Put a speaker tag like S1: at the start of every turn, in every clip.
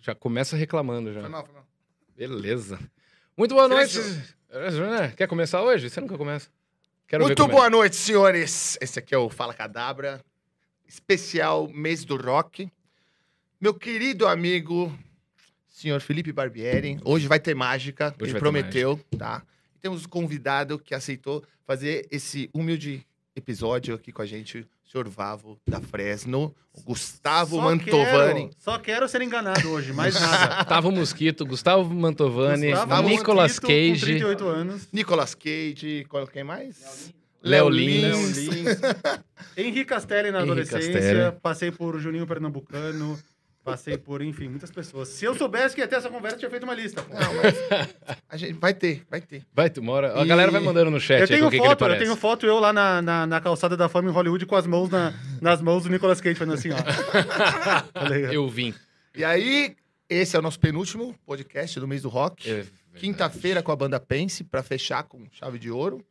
S1: Já começa reclamando já.
S2: Foi né? mal, foi mal.
S1: Beleza. Muito boa noite.
S2: Silêncio.
S1: Quer começar hoje? Você nunca começa. Quero ver
S2: Muito
S1: como é.
S2: boa noite, senhores. Esse aqui é o Fala Cadabra, especial mês do rock. Meu querido amigo, senhor Felipe Barbieri, hoje vai ter mágica,
S1: Hoje
S2: ele
S1: vai ter
S2: prometeu, tá? E temos um convidado que aceitou fazer esse humilde episódio aqui com a gente, o senhor Vavo da Fresno, o Gustavo
S3: Só
S2: Mantovani.
S3: quero- só quero ser enganado hoje, mais nada.
S1: Gustavo Mosquito, Gustavo Mantovani,
S3: Gustavo
S1: Nicolas
S3: Mosquito, Com
S1: Cage.
S3: 38 anos.
S2: Nicolas Cage, qual- quem mais?
S1: Léo
S3: Léo
S1: Lins.
S3: Lins. Henri Castelli na
S1: Henri
S3: adolescência.
S1: Castelli.
S3: Passei por Juninho Pernambucano. Passei por, enfim, muitas pessoas. Se eu soubesse que ia ter essa conversa, eu tinha feito uma lista. pô.
S2: Não, mas a gente vai ter, vai ter.
S1: Vai, tu mora. A galera vai mandando no chat
S3: Eu
S1: aí com É,
S3: tenho
S1: tipo, o que, que ele
S3: foto, eu
S1: parece.
S3: tenho foto eu lá na, na, na calçada da fama em Hollywood com as mãos na- nas mãos do Nicolas Cage fazendo assim, ó. Tá ligado?
S1: Eu vim.
S2: E aí, esse é o nosso penúltimo podcast do mês do rock.
S1: É
S2: Quinta-feira com a banda Pense, pra fechar com chave de ouro.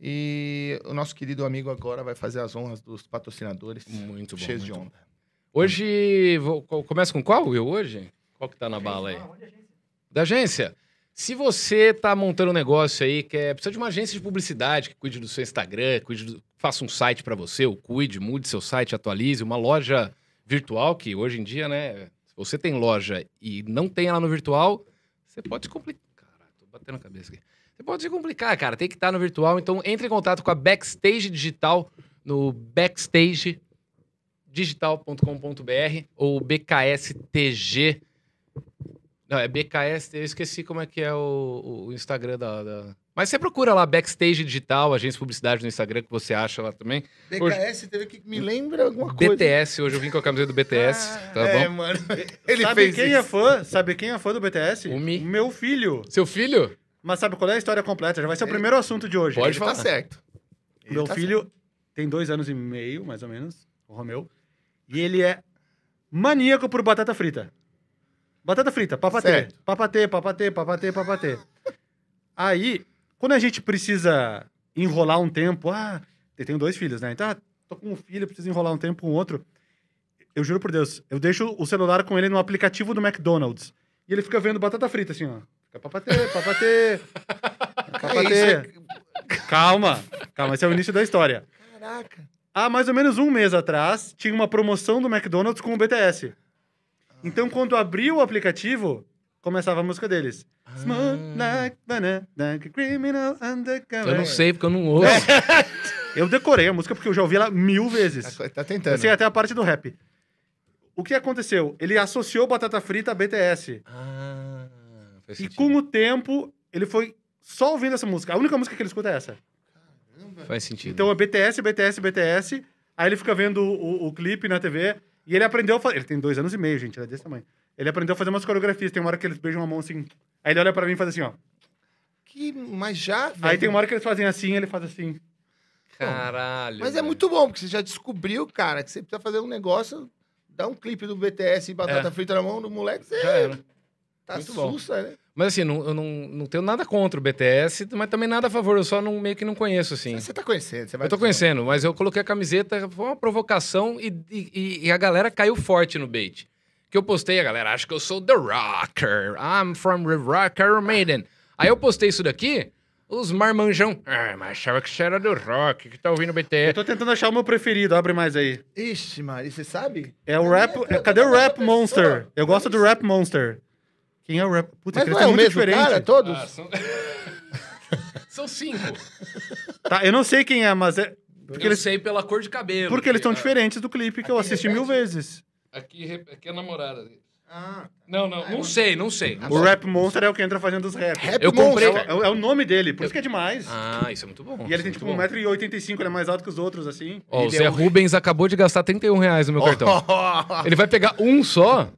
S2: E o nosso querido amigo agora vai fazer as honras dos patrocinadores.
S1: Muito bom.
S2: cheios
S1: muito
S2: de
S1: bom.
S2: onda.
S1: Hoje, vou, co- começa com qual? Eu hoje? Qual que tá na bala aí? Da agência. Se você tá montando um negócio aí, que é, precisa de uma agência de publicidade que cuide do seu Instagram, cuide do- faça um site para você, ou cuide, mude seu site, atualize, uma loja virtual, que hoje em dia, né, se você tem loja e não tem ela no virtual, você pode se complicar. Cara, tô batendo a cabeça aqui. Você pode se complicar, cara, tem que estar no virtual, então entre em contato com a Backstage Digital no backstage digital.com.br ou BKSTG. Não, é BKS, eu esqueci como é que é o, o Instagram da, da- Mas você procura lá Backstage Digital, agência de publicidade no Instagram, que você acha lá também.
S2: BKS teve que me lembra alguma coisa.
S1: BTS, hoje eu vim com a camiseta do BTS, tá
S2: é,
S1: bom?
S2: mano. Ele
S3: sabe
S2: fez
S3: quem
S2: isso.
S3: é fã? Sabe quem é fã do BTS?
S1: O Mi.
S3: Meu filho.
S1: Seu filho?
S3: Mas sabe qual é a história completa? Já vai ser o primeiro assunto de hoje.
S1: Pode
S2: Ele
S1: falar.
S2: Tá certo. Ele
S3: Meu
S2: tá
S3: filho tem dois anos e meio, mais ou menos, o Romeu. E ele é maníaco por batata frita. Batata frita, papatê.
S2: Certo.
S3: Papatê, papatê, papatê, papatê. Aí, quando a gente precisa enrolar um tempo, ah, eu tenho dois filhos, né? Então, ah, tô com um filho, preciso enrolar um tempo com o outro. Eu juro por Deus, eu deixo o celular com ele no aplicativo do McDonald's. E ele fica vendo batata frita, assim, ó. Fica papatê,
S2: É
S3: papatê.
S2: Cara, isso
S3: papatê. Calma, calma, esse é o início da história.
S2: é- Caraca.
S3: Há mais ou menos um mês atrás, tinha uma promoção do McDonald's com o BTS. Então, quando abri o aplicativo, começava a música deles. Smooth like banana, like a criminal
S2: É,
S3: undercover.
S1: Eu não sei, porque eu não ouço.
S3: Eu decorei a música porque eu já ouvi ela mil vezes.
S2: Tá, tá
S3: Eu
S2: tentando.
S3: sei até a parte do rap. O que aconteceu? Ele associou batata frita a BTS.
S1: Ah, faz
S3: E
S1: sentido.
S3: com o tempo, ele foi só ouvindo essa música. A única música que ele escuta é essa.
S1: Faz sentido.
S3: Então é BTS, BTS, BTS. Aí ele fica vendo o, o- o clipe na TV e ele aprendeu a fazer. Ele tem dois anos e meio, gente, ele é desse tamanho. Ele aprendeu a fazer umas coreografias. Tem uma hora que eles beijam a mão assim. Aí ele olha pra mim e faz assim, ó.
S2: Que, mas já, velho.
S3: Aí tem uma hora que eles fazem assim, ele faz assim.
S1: Caralho.
S2: Mas é
S1: velho.
S2: muito bom, porque você já descobriu, cara, que você precisa fazer um negócio, dar um clipe do BTS e batata frita na mão do moleque, você
S1: Já era.
S2: tá
S1: Muito É. bom.
S2: sussa, né?
S1: É, Mas assim, não, eu não, não tenho nada contra o BTS, mas também nada a favor, eu só não, meio que não conheço, assim.
S2: Você tá conhecendo, você vai...
S1: Eu tô conhecendo, mas eu coloquei a camiseta, foi uma provocação e, e- e a galera caiu forte no bait. Que eu postei, a galera acha que eu sou The Rocker. I'm from The Rocker Maiden. Aí eu postei isso daqui, os marmanjão. Ah, mas achava que você era do rock, que tá ouvindo
S3: Eu
S1: BTS.
S3: tô tentando achar o meu preferido, abre mais aí.
S2: Ixi, Mari, você sabe?
S3: É o Rap. é- cadê o Rap Monster? Eu gosto do Rap Monster. Quem é o Rap? Puta,
S2: Mas
S3: eles
S2: não
S3: são
S2: é o
S3: muito
S2: mesmo
S3: diferentes.
S2: cara, todos?
S1: Ah, são... são cinco.
S3: Tá, eu não sei quem é, mas é.
S1: Porque
S3: Porque
S1: eu
S3: eles,
S1: sei pela cor de cabelo.
S3: porque eles estão
S1: Ah,
S3: diferentes do clipe que eu
S2: é
S3: assisti mil vezes.
S1: Aqui, re- aqui é a namorada dele.
S2: Ah,
S1: Não, não, não sei, não sei.
S3: O Rap Monster é o que entra fazendo os raps.
S2: Rap
S1: Eu comprei-
S2: Monster.
S3: É, o- é o nome dele, por isso que é demais.
S1: Ah, isso é muito bom.
S3: e ele tem
S1: isso
S3: tipo
S1: é muito bom.
S3: 1,85m, ele é mais alto que os outros, assim.
S1: Ó, o
S2: Ele é
S1: Zé
S2: o-
S1: Rubens acabou de gastar 31 reais no meu cartão.
S2: Oh,
S1: Ele vai pegar um só?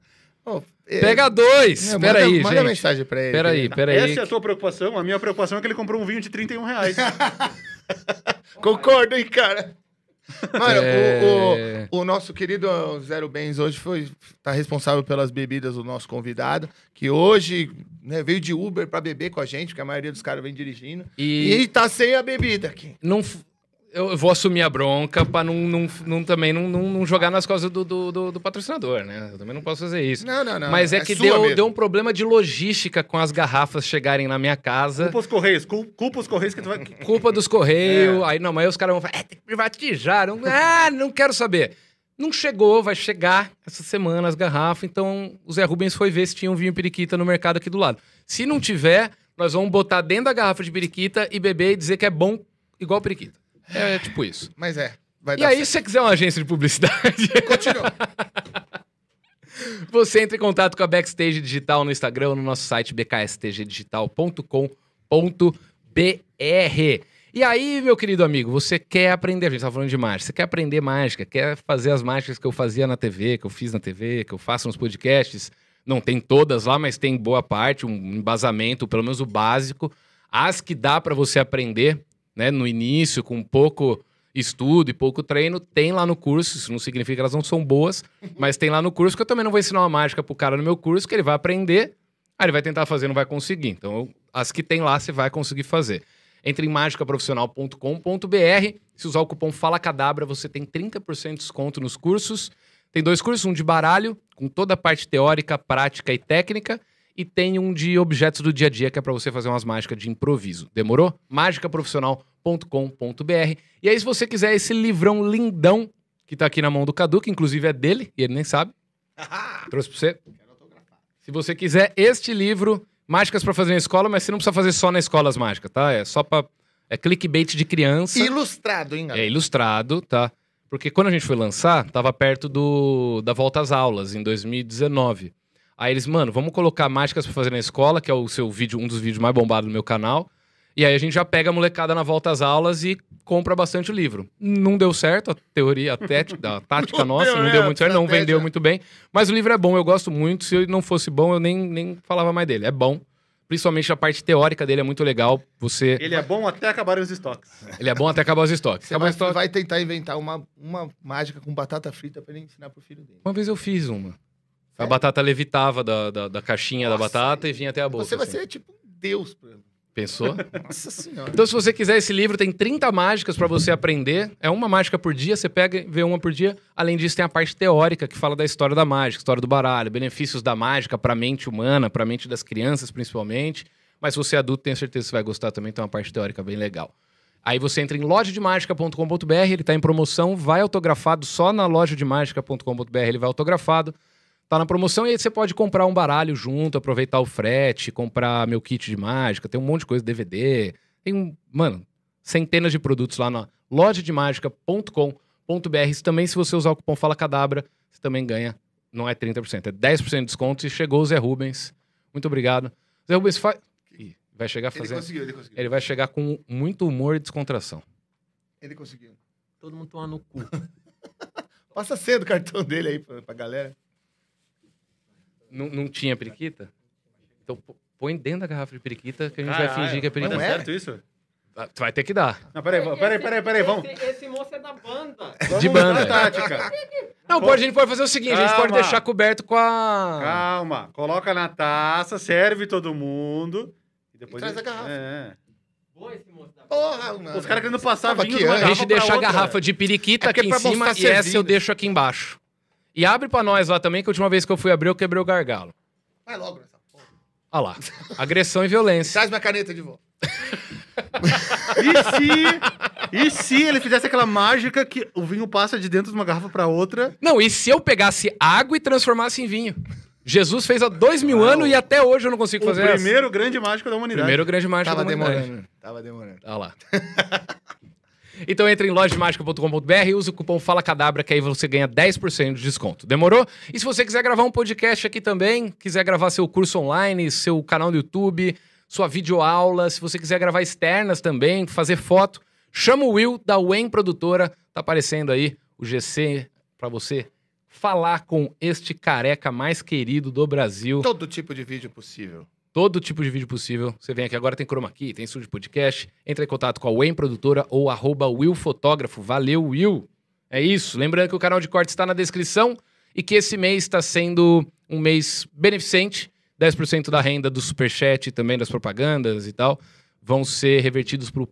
S2: oh, é,
S1: Pega dois!
S2: não,
S1: Pera
S2: manda-
S1: aí,
S2: Manda
S1: gente.
S2: mensagem pra ele.
S1: Pera aí, pera aí.
S3: Essa é a tua preocupação? A minha preocupação é que ele comprou um vinho de 31 reais.
S2: Concordo, hein, cara? Mano,
S1: É.
S2: o, o- o nosso querido Zero Bens hoje foi, tá responsável pelas bebidas do nosso convidado, que hoje né, veio de Uber pra beber com a gente, porque a maioria dos caras vem dirigindo. E,
S1: E
S2: tá sem a bebida aqui.
S1: não... f- eu eu vou assumir a bronca pra não, não, não- também não, não, não jogar nas costas do, do, do- do patrocinador, né? Eu também não posso fazer isso.
S2: Não, não, não.
S1: Mas é, que
S2: sua
S1: deu,
S2: mesmo.
S1: deu um problema de logística com as garrafas chegarem na minha casa.
S3: Culpa os Correios, cul- culpa os Correios que tu vai... que-
S1: Culpa dos Correios. Aí não, mas aí os caras vão falar, é, tem que privatizar. Não, ah, não quero saber. Não chegou, vai chegar essa semana as garrafas. Então o Zé Rubens foi ver se tinha um vinho periquita no mercado aqui do lado. Se não tiver, nós vamos botar dentro da garrafa de periquita e beber e dizer que é bom igual periquita. É, tipo isso.
S2: Mas é, vai
S1: E
S2: dar
S1: aí, se você quiser uma agência de publicidade,
S2: certo. Continua.
S1: você entra em contato com a Backstage Digital no Instagram ou no nosso site bkstgdigital.com.br. E aí, meu querido amigo, você quer aprender, a gente tá falando de mágica, você quer aprender mágica, quer fazer as mágicas que eu fazia na TV, que eu fiz na TV, que eu faço nos podcasts. Não tem todas lá, mas tem boa parte, um embasamento, pelo menos o básico. As que dá para você aprender, né, no início, com pouco estudo e pouco treino, tem lá no curso. Isso não significa que elas não são boas, mas tem lá no curso que eu também não vou ensinar uma mágica pro cara no meu curso, que ele vai aprender, aí ele vai tentar fazer, não vai conseguir. Então, eu- as que tem lá, você vai conseguir fazer. Entre em mágicaprofissional.com.br. Se usar o cupom Fala Cadabra, você tem 30% de desconto nos cursos. Tem dois cursos, um de baralho, com toda a parte teórica, prática e técnica, e tem um de objetos do dia a dia, que é para você fazer umas mágicas de improviso. Demorou? mágicaprofissional.com.br. E aí, se você quiser esse livrão lindão que tá aqui na mão do Cadu, que inclusive é dele, e ele nem sabe. Trouxe pra você. Se você quiser este livro, Mágicas pra Fazer na Escola, mas você não precisa fazer só na escola as mágicas, tá? É só pra. É clickbait de criança.
S2: Ilustrado, hein, galera?
S1: É ilustrado, tá? Porque quando a gente foi lançar, tava perto do da volta às aulas, em 2019. Aí eles, mano, vamos colocar mágicas pra fazer na escola, que é o seu vídeo, um dos vídeos mais bombados do meu canal. E aí a gente já pega a molecada na volta às aulas e compra bastante o livro. Não deu certo a teoria, a, tét- a tática
S2: Não
S1: nossa,
S2: deu,
S1: não
S2: né?
S1: deu
S2: A
S1: muito certo, não
S2: estratégia.
S1: vendeu muito bem. Mas o livro é bom, eu gosto muito. Se ele não fosse bom, eu nem, nem falava mais dele. É bom. Principalmente a parte teórica dele é muito legal. Você.
S3: Ele é bom até acabarem os estoques.
S1: Ele é bom até acabar os estoques.
S2: Você é
S1: Acabar
S2: vai,
S1: os estoques.
S2: vai tentar inventar uma, uma mágica com batata frita pra ele ensinar pro filho dele.
S1: Uma vez eu fiz uma. A batata levitava da, da, da caixinha da
S2: Nossa.
S1: batata e vinha até a boca.
S2: Você vai
S1: assim.
S2: ser tipo um deus, pra ele.
S1: Pensou?
S2: Nossa senhora.
S1: então, se você quiser esse livro, tem 30 mágicas pra você aprender. É uma mágica por dia, você pega e vê uma por dia. Além disso, tem a parte teórica que fala da história da mágica, história do baralho, benefícios da mágica pra mente humana, pra mente das crianças, principalmente. Mas se você é adulto, tenho certeza que você vai gostar também, tem uma parte teórica bem legal. Aí você entra em lojademagica.com.br, ele tá em promoção, vai autografado só na lojademagica.com.br, ele vai autografado. Tá na promoção e aí você pode comprar um baralho junto, aproveitar o frete, comprar meu kit de mágica, tem um monte de coisa, DVD, tem um, mano, centenas de produtos lá na lojademagica.com.br. E Também se você usar o cupom Fala Cadabra, você também ganha, não é 30%, é 10% de desconto e chegou o Zé Rubens. Muito obrigado. Zé Rubens faz Ih, vai chegar
S2: Ele
S1: fazendo
S2: conseguiu, ele conseguiu.
S1: ele vai chegar com muito humor e descontração.
S2: Ele conseguiu.
S4: Todo mundo toma no cu.
S2: Passa cedo o cartão dele aí pra, pra galera.
S1: Não, não tinha periquita? Então pô- põe dentro da garrafa de periquita que a gente vai fingir que é periquita.
S3: perigo. Não
S2: Não
S3: é
S2: é?
S3: certo isso?
S1: Ah, tu Vai ter que dar.
S3: Não, peraí, peraí, peraí, peraí, peraí, vamos.
S4: Esse, esse moço é da banda.
S3: vamos
S1: De
S3: mudar
S1: banda.
S3: a tática.
S1: Não, pode, a gente pode fazer o seguinte, a gente pode
S3: Calma.
S1: deixar coberto com a...
S3: Calma, coloca na taça, serve todo mundo. E depois
S2: E traz a garrafa.
S3: É.
S4: Boa esse moço da banda.
S2: Porra, mano.
S3: Os caras querendo passar
S2: Tava
S3: vinho
S2: aqui
S3: de uma
S1: A
S2: antes.
S3: garrafa
S1: gente deixa
S3: pra
S1: a
S3: outra.
S1: garrafa de periquita
S2: É porque
S1: aqui em
S2: pra
S1: cima
S2: mostrar
S1: e essa eu
S2: servindo.
S1: deixo aqui embaixo. E abre pra nós lá também, que a última vez que eu fui abrir eu quebrei o gargalo.
S2: Vai logo nessa porra.
S1: Olha lá, agressão e violência.
S2: Traz minha caneta de volta.
S3: E se, e se ele fizesse aquela mágica que o vinho passa de dentro de uma garrafa pra outra?
S1: Não, e se eu pegasse água e transformasse em vinho? Jesus fez há dois mil
S2: Ah,
S3: Uau.
S1: anos e até hoje eu não consigo
S3: O
S1: fazer essa.
S3: primeiro grande mágico da humanidade.
S1: Primeiro grande mágico
S2: Tava
S1: da humanidade.
S2: demorando. Tava demorando.
S1: Olha lá. então entra em lojademagica.com.br e usa o cupom Fala Cadabra, que aí você ganha 10% de desconto. Demorou? E se você quiser gravar um podcast aqui também, quiser gravar seu curso online, seu canal no YouTube, sua videoaula, se você quiser gravar externas também, fazer foto, chama o Will da WEM Produtora, tá aparecendo aí o GC pra você falar com este careca mais querido do Brasil
S2: Todo tipo de vídeo possível.
S1: todo tipo de vídeo possível. Você vem aqui agora, tem chroma key, tem estúdio de podcast. Entra em contato com a Wayne Produtora ou arroba Will Fotógrafo. Valeu, Will! É isso. Lembrando que o canal de corte está na descrição e que esse mês está sendo um mês beneficente. 10% da renda do Superchat e também das propagandas e tal vão ser revertidos pro,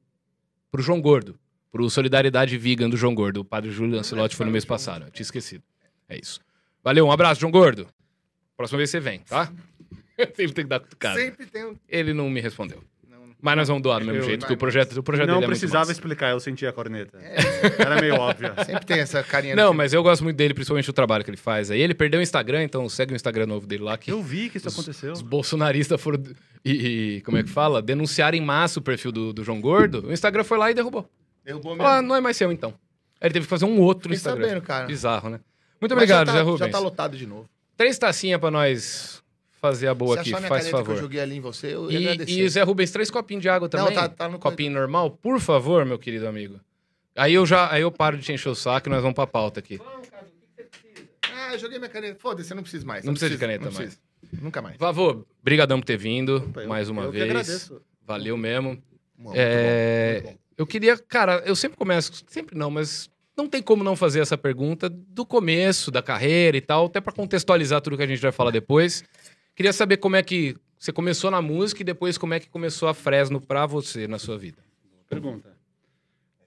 S1: pro João Gordo, Pro Solidariedade Vegan do João Gordo. O padre Júlio Lancelotti foi no mês passado. Eu tinha esquecido. É isso. Valeu, um abraço, João Gordo. Próxima vez você vem, tá? Ele tem que dar cutucada.
S2: Sempre tem um.
S1: Ele não me respondeu.
S2: Não, não.
S1: Mas nós vamos doar do mesmo
S2: Eu-
S1: jeito, porque o projeto, o projeto
S3: Não
S1: dele é
S3: precisava
S1: muito massa.
S3: explicar, eu senti a corneta.
S2: É.
S3: Era meio óbvio. assim.
S2: Sempre tem essa carinha.
S1: Não,
S2: no-
S1: mas eu gosto muito dele, principalmente o trabalho que ele faz. Aí ele perdeu o Instagram, então segue o Instagram novo dele lá, que
S3: Eu vi que isso aconteceu.
S1: os bolsonaristas foram... E, e- como é que fala? Denunciaram em massa o perfil do, do João Gordo. O Instagram foi lá e derrubou.
S2: Derrubou mesmo.
S1: Ah, não é mais seu, então. Aí ele teve que fazer um outro
S2: Fiquei
S1: Instagram.
S2: sabendo, cara.
S1: Bizarro, né? Muito
S2: Mas
S1: obrigado,
S2: já tá,
S1: Zé Rubens.
S2: Já tá lotado de novo.
S1: Três tacinhas pra nós fazer a boa
S2: Se
S1: aqui,
S2: achar minha
S1: faz
S2: caneta que eu
S1: favor.
S2: joguei ali em você, eu ia agradecer.
S1: E, e Zé Rubens, três copinhos de água também?
S2: tá- tá no
S1: Copinho normal? Por favor, meu querido amigo. Aí eu já aí eu paro de te encher o saco e nós vamos pra pauta aqui.
S4: Vamos, cara, o que que você precisa?
S2: Ah, eu joguei minha caneta. Foda-se, eu não preciso mais.
S1: Não precisa de
S2: preciso,
S1: caneta
S2: não
S1: mais.
S2: preciso. Nunca mais.
S1: Vavô, brigadão por ter vindo
S3: Opa, eu-
S1: mais uma
S3: eu que
S1: vez.
S3: agradeço.
S1: Valeu mesmo.
S2: Muito
S1: É,
S2: bom, muito bom.
S1: Eu queria, cara, eu sempre começo, sempre não, mas não tem como não fazer essa pergunta do começo da carreira e tal, até pra contextualizar tudo que a gente vai falar depois. Queria saber como é que você começou na música e depois como é que começou a Fresno pra você na sua vida.
S3: Pergunta.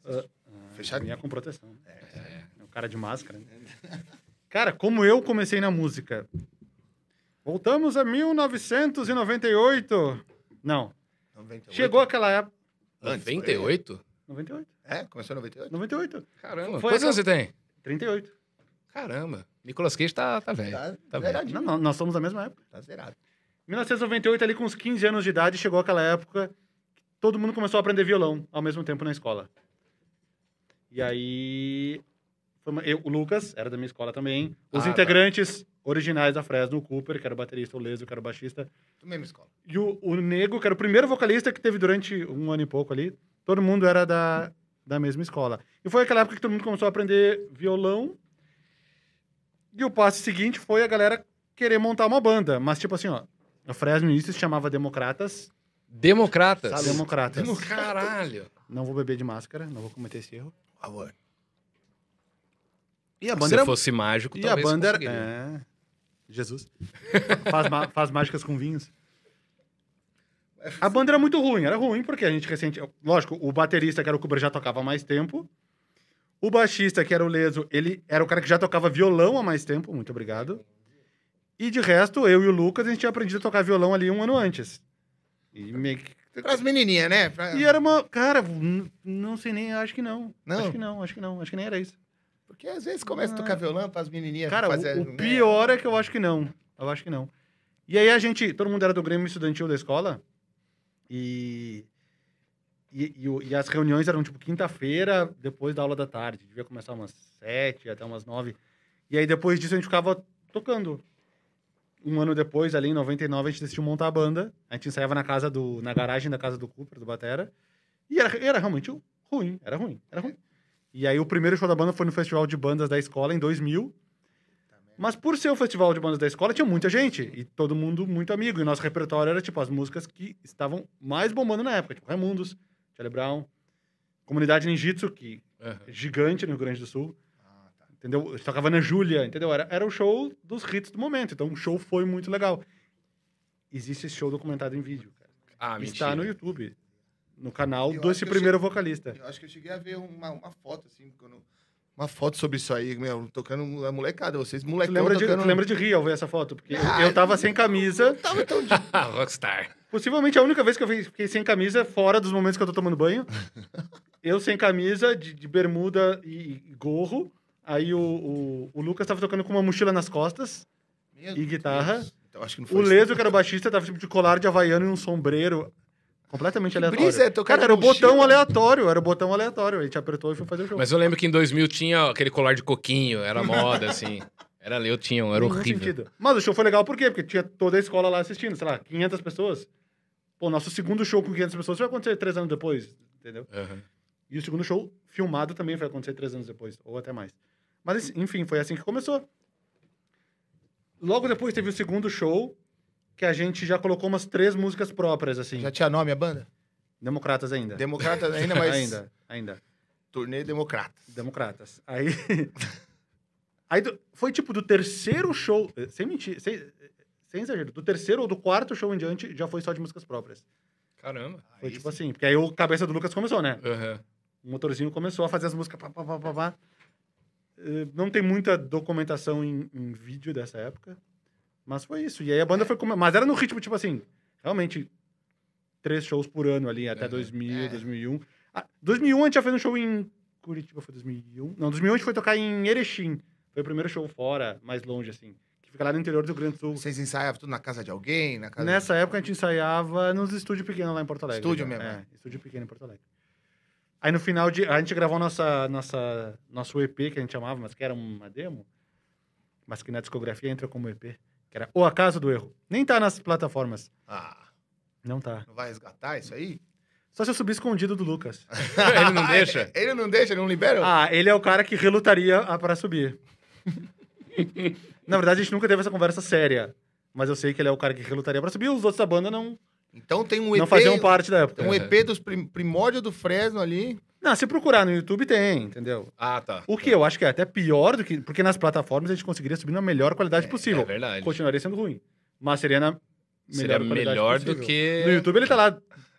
S3: Ah,
S2: Fechado.
S3: Minha com proteção. né? É. O cara de máscara. né? cara, como eu comecei na música? Voltamos a 1998. Não.
S2: 98.
S3: Chegou aquela época.
S2: Antes,
S1: 98?
S3: 98?
S2: 98. É, começou em 98.
S3: 98.
S1: Caramba.
S3: Foi
S1: Quantos
S3: essa-
S1: anos você tem?
S3: 38.
S1: Caramba. Nicolas Cage tá, tá velho.
S2: Tá,
S1: Tá bem.
S2: zeradinho.
S3: Não, não, nós somos da mesma época.
S2: Tá zerado.
S3: 1998, ali com uns 15 anos de idade, chegou aquela época que todo mundo começou a aprender violão ao mesmo tempo na escola. E aí. foi uma- eu- o Lucas era da minha escola também. Os
S2: Ah, tá.
S3: integrantes originais da Fresno, o Cooper, que era o baterista, o Leso, que era o baixista,
S2: Tu mesmo escola.
S3: e o, o Nego, que era o primeiro vocalista que teve durante um ano e pouco ali. Todo mundo era da, da mesma escola. E foi aquela época que todo mundo começou a aprender violão. E o passo seguinte foi a galera querer montar uma banda. Mas, tipo assim, ó. A Fresno no início se chamava Democratas.
S1: Democratas.
S2: Tá louco.
S3: Democratas.
S1: Caralho.
S3: Não vou beber de máscara, não vou cometer esse erro.
S2: Por favor.
S3: E a
S1: Se
S3: banda é era...
S1: fosse mágico,
S3: E a
S1: talvez
S3: banda era...
S1: conseguiria.
S3: É. Jesus. faz, ma- faz mágicas com vinhos.
S1: É,
S3: A banda era muito ruim, era ruim, porque a gente recente. Lógico, o baterista, que era o Cooper, já tocava há mais tempo. O baixista, que era o Leso, ele era o cara que já tocava violão há mais tempo, muito obrigado. E de resto, eu e o Lucas, a gente tinha aprendido a tocar violão ali um ano antes. E, meio que-
S2: Pras menininhas, né? Pra-
S1: É.
S3: E era uma. Cara, n- não sei nem, acho que não.
S2: Não?
S3: Acho que não, acho que não, acho que nem era isso.
S2: Porque às vezes começa a tocar violão pras menininhas.
S3: Ah. Cara, o-
S2: fazer,
S3: o,
S2: né?
S3: pior é que eu acho que não. Eu acho que não. E aí a gente, todo mundo era do Grêmio Estudantil da escola. E. E, e o- e as reuniões eram tipo quinta-feira, depois da aula da tarde. Devia começar umas sete até umas nove. E aí depois disso a gente ficava tocando. Um ano depois, ali em 99, a gente decidiu montar a banda. A gente ensaiava na casa do. na garagem da casa do Cooper, do Batera. E era, era realmente ruim, era ruim, era ruim. E aí o primeiro show da banda foi no Festival de Bandas da Escola, em 2000. Mas por ser o festival de bandas da escola, tinha muita gente. E todo mundo muito amigo. E nosso repertório era, tipo, as músicas que estavam mais bombando na época. Tipo, Raimundos, Charlie Brown, Comunidade Ninjitsu, que
S1: Aham.
S3: é gigante no Rio Grande do Sul.
S2: Ah, tá.
S3: Entendeu? Eu tocava na Júlia, entendeu? Era, era o show dos hits do momento. Então o show foi muito legal. Existe esse show documentado em vídeo. Cara.
S1: Ah, mentira.
S3: Está no YouTube. No canal
S2: Eu acho
S3: desse
S2: que eu
S3: primeiro vocalista.
S2: tá. Eu acho que eu cheguei a ver uma, uma foto, assim, quando- Uma foto sobre isso aí, meu, tocando a molecada, vocês
S3: Tu
S2: molecão
S3: lembra, de,
S2: tocando...
S3: tu lembra de rir ao ver essa foto? Porque eu-
S2: Ah,
S3: eu tava sem camisa.
S2: Tava tão de...
S1: Ah, Rockstar.
S3: Possivelmente é a única vez que eu fiquei sem camisa, fora dos momentos que eu tô tomando banho. eu sem camisa, de, de bermuda e, e gorro. Aí o, o, o Lucas tava tocando com uma mochila nas costas.
S2: Meu
S3: E guitarra.
S2: Deus. Então, acho que não foi
S3: O
S2: isso.
S3: Leso, que era o baixista, tava tipo de colar de havaiano e um sombreiro. Completamente aleatório.
S2: brisa é tocar
S3: Cara,
S2: de
S3: era o botão
S2: mochila?
S3: aleatório, era o botão aleatório. A gente apertou e foi fazer o jogo.
S1: Mas eu lembro que em 2000 tinha aquele colar de coquinho, era moda, assim. Era eu tinha, um, era
S3: Nenhum
S1: horrível.
S3: sentido. Mas o show foi legal por quê? Porque tinha toda a escola lá assistindo, sei lá, 500 pessoas. Pô, nosso segundo show com 500 pessoas vai acontecer três anos depois, entendeu?
S1: Aham.
S3: E o segundo show, filmado, também vai acontecer três anos depois, ou até mais. Mas, enfim, foi assim que começou. Logo depois teve o segundo show, que a gente já colocou umas três músicas próprias, assim.
S2: Já tinha nome a banda?
S3: Democratas ainda.
S2: Democratas ainda, mas...
S3: Ainda, ainda.
S2: Turnê Democrata.
S3: Democratas. Aí. Aí do- foi tipo do terceiro show, eh, sem mentir, sem, eh, sem exagero, do terceiro ou do quarto show em diante já foi só de músicas próprias.
S1: Caramba.
S3: Foi
S2: Aí
S3: tipo assim, porque aí o cabeça do Lucas começou, né?
S1: Aham.
S3: o motorzinho começou a fazer as músicas. Pá, pá, pá, pá, pá. Eh, Não tem muita documentação em, em vídeo dessa época, mas foi isso. E aí a banda foi. come- Mas era no ritmo, tipo assim, realmente, três shows por ano ali, até
S1: Aham.
S3: 2000,
S2: É.
S3: 2001. Ah, 2001 a gente já fez um show em Curitiba, foi 2001. Não, 2001 a gente foi tocar em Erechim. Foi o primeiro show fora, mais longe, assim. Que fica lá no interior do Rio Grande do Sul.
S2: Vocês ensaiavam tudo na casa de alguém? Na casa
S3: Nessa época a gente ensaiava nos estúdios pequenos lá em Porto Alegre.
S2: Estúdio
S3: né?
S2: mesmo,
S3: É, estúdio pequeno em Porto Alegre. Aí no final de. A gente gravou nossa, nossa, nosso EP, que a gente chamava, mas que era uma demo, mas que na discografia entra como EP, que era O Acaso do Erro. Nem tá nas plataformas.
S2: Ah,
S3: Não tá.
S2: não vai resgatar isso aí?
S3: Só se eu subir escondido do Lucas.
S1: Ele não deixa?
S2: ele não deixa, ele não libera?
S3: Ah, ele é o cara que relutaria a- pra subir. na verdade, a gente nunca teve essa conversa séria. Mas eu sei que ele é o cara que relutaria pra subir, os outros da banda não,
S2: Então tem um EP.
S3: não faziam parte da época.
S2: tem um
S1: É.
S2: EP dos prim- primórdio do Fresno ali.
S3: Não, se procurar no YouTube tem, entendeu?
S1: Ah, tá.
S3: O que eu acho que é até pior do que. Porque nas plataformas a gente conseguiria subir na melhor qualidade
S1: É
S3: possível.
S1: verdade.
S3: Continuaria sendo ruim. Mas seria na melhor
S1: Seria
S3: qualidade
S1: melhor do
S3: possível.
S1: que...
S3: No YouTube ele tá lá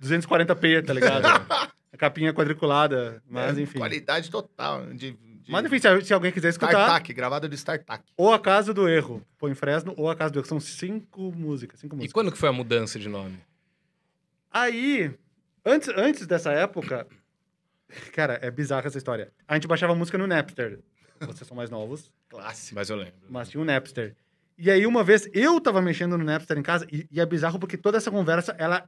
S3: 240p, tá ligado? A capinha quadriculada, mas
S1: É,
S2: né?
S3: enfim.
S2: Qualidade total. De, de
S3: Mas enfim, tá- se, se alguém quiser
S1: tá.
S3: escutar.
S2: StarTac, gravado de StarTac.
S3: Ou a Casa do Erro. Põe Fresno ou a Casa do Erro. São cinco músicas.
S1: E
S3: Cinco músicas.
S1: quando que foi a mudança de nome?
S3: Aí, antes, antes dessa época. Cara, é bizarra essa história. A gente baixava música no Napster. Vocês são mais novos.
S2: Clássico.
S1: Mas eu lembro.
S3: mas tinha um Napster. E aí, uma vez, eu tava mexendo no Napster em casa, e, e é bizarro porque toda essa conversa, ela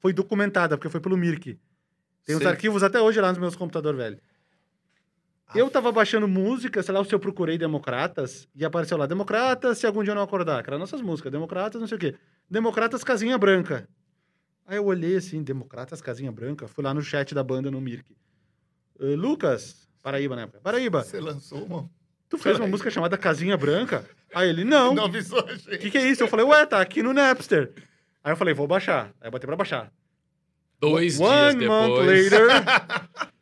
S3: foi documentada, porque foi pelo Mirk. Tem uns
S2: Sei.
S3: arquivos até hoje lá nos meus computadores, velho. Eu tava baixando música, sei lá, se eu procurei Democratas, e apareceu lá, Democratas, se algum dia eu não acordar, que eram nossas músicas, Democratas, não sei o quê. Democratas Casinha Branca. Aí eu olhei assim, Democratas Casinha Branca, fui lá no chat da banda no Mirk. Eh, Lucas, Paraíba na época, Paraíba,
S2: Você lançou uma.
S3: tu fez uma música chamada Casinha Branca? Aí ele, não.
S2: Não avisou a
S3: O
S2: gente.
S3: que, que é isso? Eu falei, ué, tá aqui no Napster. Aí eu falei, vou baixar. Aí eu botei pra baixar.
S1: Dois dias
S3: One month
S1: depois...
S3: later,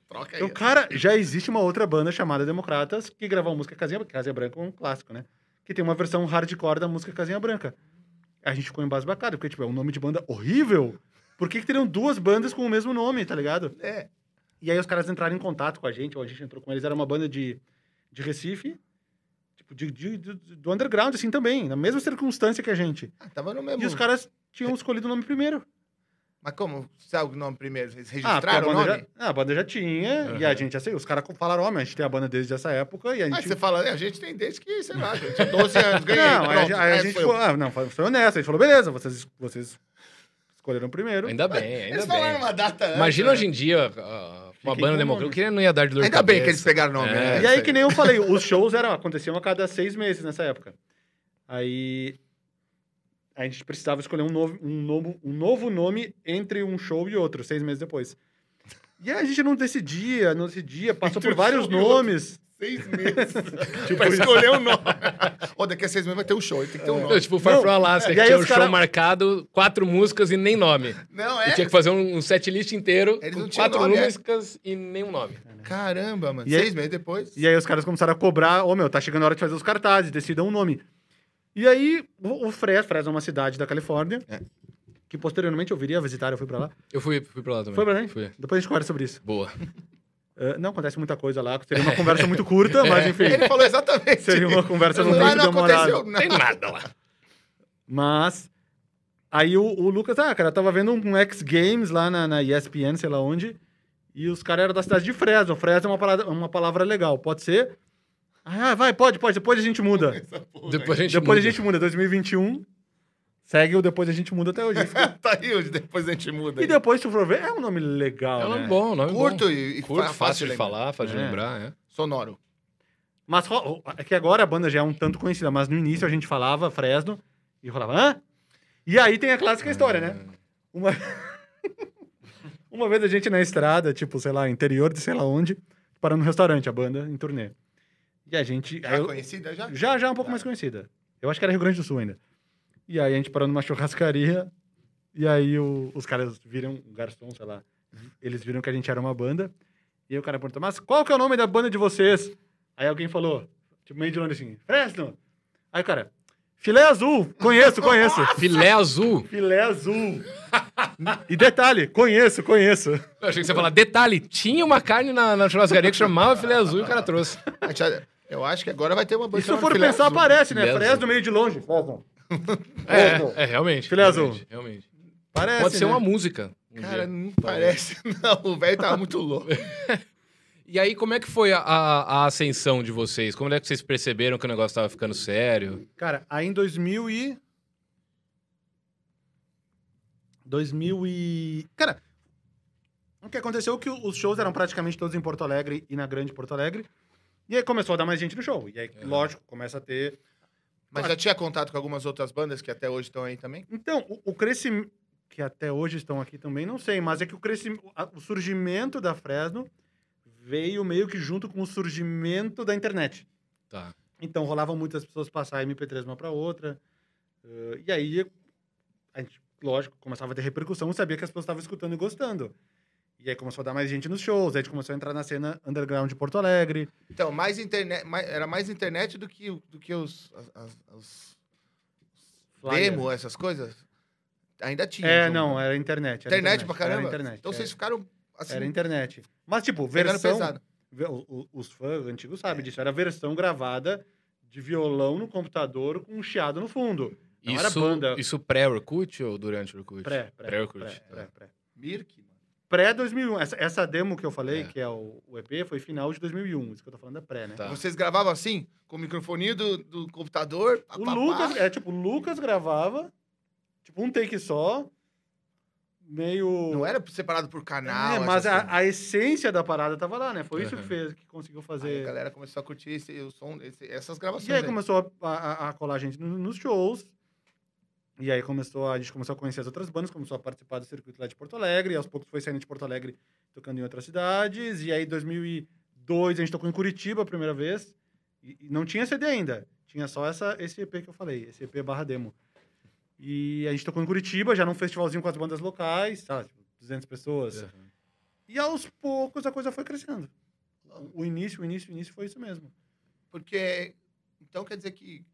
S2: Troca aí.
S3: eu, cara, já existe uma outra banda chamada Democratas que gravou a música Casinha, Casinha Branca, um clássico, né? Que tem uma versão hardcore da música Casinha Branca. A gente ficou embasbacado, porque, tipo, é um nome de banda horrível. Por que, que teriam duas bandas com o mesmo nome, tá ligado?
S2: É.
S3: E aí os caras entraram em contato com a gente, ou a gente entrou com eles, era uma banda de, de Recife, tipo, de, de- do- do underground, assim, também, na mesma circunstância que a gente.
S2: Ah, tava no mesmo.
S3: E os caras tinham escolhido o nome primeiro.
S2: Mas como? Sabe o nome primeiro? Eles
S3: porque a
S2: registraram o
S3: banda
S2: nome?
S3: Ah, já, ah, a banda já tinha, e a gente assim, os caras falaram, ó, meu, a gente tem a banda desde essa época, e a
S2: Aí
S3: gente...
S2: você fala, "É, a gente tem desde que, sei lá, gente, 12 anos, ganhei,
S3: não, aí a
S2: pronto.
S3: gente- aí a
S2: essa
S3: gente
S2: foi
S3: falou, ah, não, foi honesto, a gente falou, beleza, vocês, vocês escolheram primeiro.
S1: Ainda bem,
S2: Eles
S1: ainda
S2: falaram
S1: bem.
S2: uma data antes.
S1: Imagina
S2: né?
S1: hoje em dia ah, uma
S3: com o
S1: banda
S3: nome.
S1: democrática. que não ia dar de dor de
S2: Ainda bem que eles
S1: cabeça.
S2: pegaram o nome,
S1: É.
S2: né?
S3: E aí, que nem eu falei, os shows eram, aconteciam a cada seis meses nessa época. Aí a gente precisava escolher um novo, um novo, um novo nome entre um show e outro, seis meses depois. E aí a gente não decidia, não decidia, passou
S2: Entre
S3: por
S2: um
S3: vários
S2: show e outro.
S3: nomes.
S2: Seis meses. pra escolher o nome. Ou Tipo daqui a seis meses vai ter um show, ele tem que ter um
S1: Não,
S2: nome.
S1: tipo, o Far
S3: Não.
S1: From Alaska,
S3: E
S1: que
S3: aí
S1: tinha um
S3: os cara-
S1: show marcado, quatro músicas e nem nome.
S2: Não,
S1: E
S2: é?
S1: tinha que fazer um, um set list inteiro
S2: Eles não
S1: com
S2: tinham
S1: quatro
S2: nome, é.
S1: músicas e nenhum nome.
S2: Caramba, mano.
S3: E aí-
S2: seis meses depois.
S3: E aí os caras começaram a cobrar, ô meu, tá chegando a hora de fazer os cartazes, decidam um nome. E aí o, o Fres, Fres é uma cidade da Califórnia,
S2: É.
S3: que posteriormente eu viria visitar, eu fui pra lá.
S1: Eu fui, fui pra lá também.
S3: Foi pra lá, hein?
S1: Fui.
S3: Depois a gente conversa sobre isso.
S1: Boa.
S3: Eh, não acontece muita coisa lá, seria uma conversa muito curta, mas enfim,
S2: Ele falou exatamente.
S3: seria uma conversa não
S2: Lá
S3: muito
S2: "Ah, não aconteceu
S3: demorada.
S1: Tem
S2: nada.
S1: nada lá.
S3: Mas aí o, o Lucas, ah, cara, eu tava vendo um X Games lá na, na ESPN, sei lá onde, e os caras eram da cidade de Fresno. Fresno é uma, parada, uma palavra legal, pode ser? Ah, vai, pode, pode, depois a gente muda.
S1: Depois a gente.
S3: Depois
S1: muda.
S3: a gente muda. 2021 segue o Depois a gente muda até hoje.
S2: Tá aí, hoje depois a gente muda.
S3: e depois, se tu for ver, é um nome legal,
S1: É um nome
S3: né?
S1: bom, um nome
S2: Curto
S1: bom.
S2: e, e
S1: Curto,
S2: fa-
S1: fácil de
S2: lembrar.
S1: falar, fácil de
S3: É.
S1: lembrar, é.
S2: Sonoro.
S3: Mas ro- é que agora a banda já é um tanto conhecida, mas no início a gente falava Fresno e rolava... Hã? E aí tem a clássica história, né? Uma... Uma vez a gente na estrada, tipo, sei lá, interior de sei lá onde, parando num restaurante, a banda em turnê. E a gente...
S2: Já
S3: aí eu-
S2: conhecida, já?
S3: Já, já um pouco mais conhecida. Eu acho que era Rio Grande do Sul ainda. E aí a gente parou numa churrascaria. E aí o- os caras viram, o garçom, sei lá, eles viram que a gente era uma banda. E aí o cara perguntou, mas qual que é o nome da banda de vocês? Aí alguém falou, tipo, meio de longe assim, Fresno. Aí o cara, Filé azul. Conheço, conheço.
S1: Filé azul.
S3: Filé azul. E detalhe, conheço, conheço.
S1: Eu achei que você ia falar, detalhe, tinha uma carne na, na churrascaria que chamava filé azul e o cara trouxe.
S2: Ah, tia, Eu acho que agora vai ter uma
S3: E
S2: banca
S3: se eu
S2: chamada
S3: for
S2: filé
S3: pensar,
S2: azul.
S3: aparece, né?
S1: Filé
S3: Fresno
S1: azul.
S3: no meio de longe. Fresno.
S1: É, é, realmente.
S3: Filé azul.
S1: realmente, Realmente.
S3: Parece,
S1: Pode ser
S3: né?
S1: uma música. um
S2: É,
S1: dia.
S2: Cara, não parece, não. O velho tava muito louco.
S1: E aí, como é que foi a, a- a ascensão de vocês? Como é que vocês perceberam que o negócio tava ficando sério?
S3: Cara, aí em 2000 e... 2000 e... Cara, o que aconteceu é que os shows eram praticamente todos em Porto Alegre e na Grande Porto Alegre. E aí começou a dar mais gente no show. E aí,
S1: É.
S3: lógico, começa a ter...
S2: Mas já tinha contato com algumas outras bandas que até hoje estão aí também?
S3: Então, o, o crescimento... Que até hoje estão aqui também, não sei. Mas é que o, crescimento, o surgimento da Fresno veio meio que junto com o surgimento da internet.
S1: Tá.
S3: Então rolava muitas pessoas passar MP3 uma para outra. eh, e aí, a gente, lógico, começava a ter repercussão, sabia que as pessoas estavam escutando e gostando. E aí começou a dar mais gente nos shows, aí a gente começou a entrar na cena underground de Porto Alegre.
S2: Então, mais internet, mais- era mais internet do que, o- do que os, as, as- os
S3: Flyer.
S2: demo, essas coisas? Ainda tinha.
S3: É,
S2: João.
S3: não, era internet. Era
S2: internet, pra caramba?
S3: Era internet.
S2: então
S3: é,
S2: vocês ficaram assim,
S3: Era internet. Mas, tipo,
S2: pegando
S3: versão...
S2: pesado. É.
S3: ve- o- o- Os fãs antigos sabem disso. Era versão gravada de violão no computador com um chiado no fundo. Não era
S1: Isso,
S3: banda.
S1: isso pré-Orkut ou durante Orkut?
S3: Pré, pré, pré,
S1: Pré-Orkut,
S3: pré,
S1: tá.
S3: pré, pré.
S2: Mirk, mano.
S3: pré-2001. Essa, essa demo que eu falei,
S1: É.
S3: que é o, o EP, foi final de 2001. Isso que eu tô falando é pré, né?
S1: Tá.
S2: Vocês gravavam assim? Com o microfoninho do, do computador? pá,
S3: O
S1: Tá
S2: pá,
S3: Lucas,
S2: pá?
S3: é tipo, o Lucas gravava, tipo, um take só, meio...
S1: é
S2: Não era separado por canal.
S3: É, mas
S2: essas
S3: a, a essência da parada tava lá, né? Foi isso que
S1: assim. Aham.
S3: fez, que conseguiu
S2: coisas. Aí a
S3: fazer.
S2: galera começou a curtir esse, o som, esse- essas
S3: E
S2: gravações.
S3: aí
S2: aí.
S3: começou a, a- a colar gente no- nos shows. E aí começou, a a gente começou a conhecer as outras bandas, começou a participar do circuito lá de Porto Alegre, e aos poucos foi saindo de Porto Alegre tocando em outras cidades. E aí, em 2002, a gente tocou em Curitiba a primeira vez. E, e não tinha CD ainda. Tinha só essa, esse EP que eu falei, esse EP barra demo. E a gente tocou em Curitiba, já num festivalzinho com as bandas locais, sabe? Tipo, 200 pessoas.
S1: Uhum.
S3: E aos poucos a coisa foi crescendo. O- O início, o início, o início foi isso mesmo.
S2: Porque. Então quer dizer que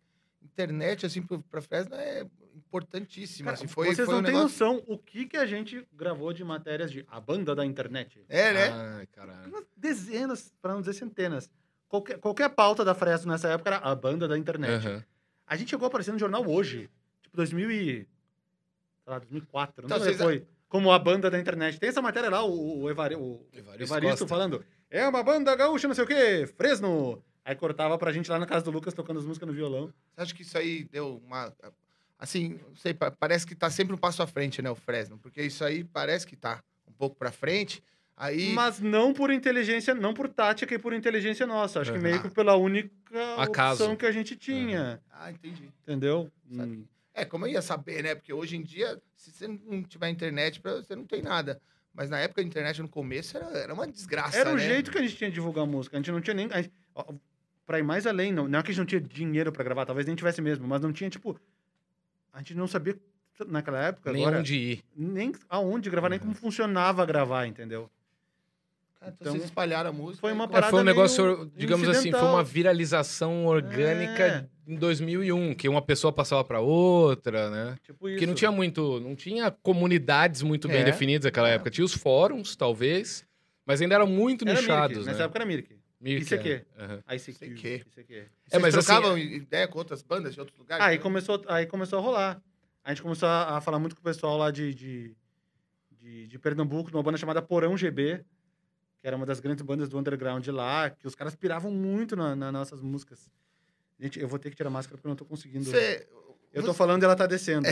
S2: internet, assim, pro- pra Fresno é importantíssima.
S3: Cara,
S2: assim, foi,
S3: vocês
S2: foi
S3: não
S2: um
S3: têm
S2: negócio.
S3: noção o que, que a gente gravou de matérias de a banda da internet.
S2: É, né?
S1: Ai, Ah, caralho.
S3: Umas Dezenas, para não dizer centenas. Qualquer, qualquer pauta da Fresno nessa época era a banda da internet.
S1: Aham.
S3: A gente chegou a aparecer no jornal hoje, tipo 2000 e... sei lá, 2004, não
S2: Então,
S3: sei
S2: vocês-
S3: quando foi. Como a banda da internet. Tem essa matéria lá, o, o, Evari- o
S1: Evaristo
S3: Evaristo
S1: Costa.
S3: falando. É uma banda gaúcha, não sei o quê, Fresno. Aí cortava pra gente lá na casa do Lucas tocando as músicas no violão.
S2: Você acha que isso aí deu uma. Assim, não sei, pa- parece que tá sempre um passo à frente, né, o Fresno? Porque isso aí parece que tá um pouco pra frente. Aí.
S3: Mas não por inteligência, não por tática e por inteligência nossa. Acho que
S1: Uhum.
S3: meio que pela única
S1: Acaso. É.
S3: opção que a gente tinha.
S2: Ah, entendi.
S3: Entendeu?
S2: Sabe?
S3: Hum.
S2: É, como eu ia saber, né? Porque hoje em dia, se você não tiver internet, pra- você não tem nada. Mas na época a internet no começo era, era uma desgraça.
S3: Era o
S2: né?
S3: jeito que a gente tinha de divulgar a música. A gente não tinha nem. A gente, ó, pra ir mais além, não, não é que a gente não tinha dinheiro pra gravar, talvez nem tivesse mesmo, mas não tinha, tipo. A gente não sabia naquela época,
S1: Nem
S3: agora,
S1: onde Uhum. ir.
S3: nem aonde gravar, nem como funcionava gravar, entendeu?
S2: Cara, então,
S3: Então,
S2: vocês espalharam a música.
S3: foi uma
S2: e-
S1: É,
S3: parada
S1: foi um
S3: meio
S1: negócio, digamos assim, foi
S3: incidental. É.
S1: uma viralização orgânica em 2001, que uma pessoa passava pra outra, né?
S3: Tipo isso.
S1: Porque não tinha muito, não tinha comunidades muito bem
S3: É.
S1: definidas naquela época. Tinha os fóruns, talvez, mas ainda eram muito
S3: Era
S1: nichados,
S3: Mirk,
S1: né?
S3: Nessa época era Mirk.
S1: Mirk,
S3: Isso
S1: é.
S3: aqui.
S1: Aham.
S3: ICQ.
S2: ICQ.
S3: ICQ.
S1: É,
S2: Vocês
S1: mas assim,
S2: trocavam ideia com outras bandas de outros lugares?
S3: Aí Ah, começou, aí começou a rolar. A gente começou a, a falar muito com o pessoal lá de, de, de, de Pernambuco, numa banda chamada Porão GB, que era uma das grandes bandas do underground lá, que os caras piravam muito na- nas nossas músicas. Gente, eu vou ter que tirar a máscara porque eu não tô conseguindo.
S2: Você.
S3: Eu tô falando e ela tá descendo.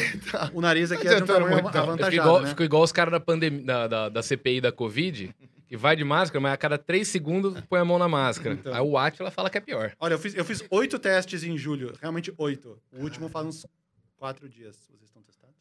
S3: O nariz aqui é de um
S2: Adiantando
S3: tamanho
S2: muito, não.
S1: Eu fico
S3: avantajado,
S1: igual,
S3: né?
S1: fico igual os caras da, pandem- da, da, da CPI da Covid, que vai de máscara, mas a cada três segundos põe a mão na máscara.
S3: Então.
S1: Aí o Atila fala que é pior.
S3: Olha, eu fiz, eu fiz oito testes em julho. Realmente oito. O último faz uns quatro dias. Vocês estão testados?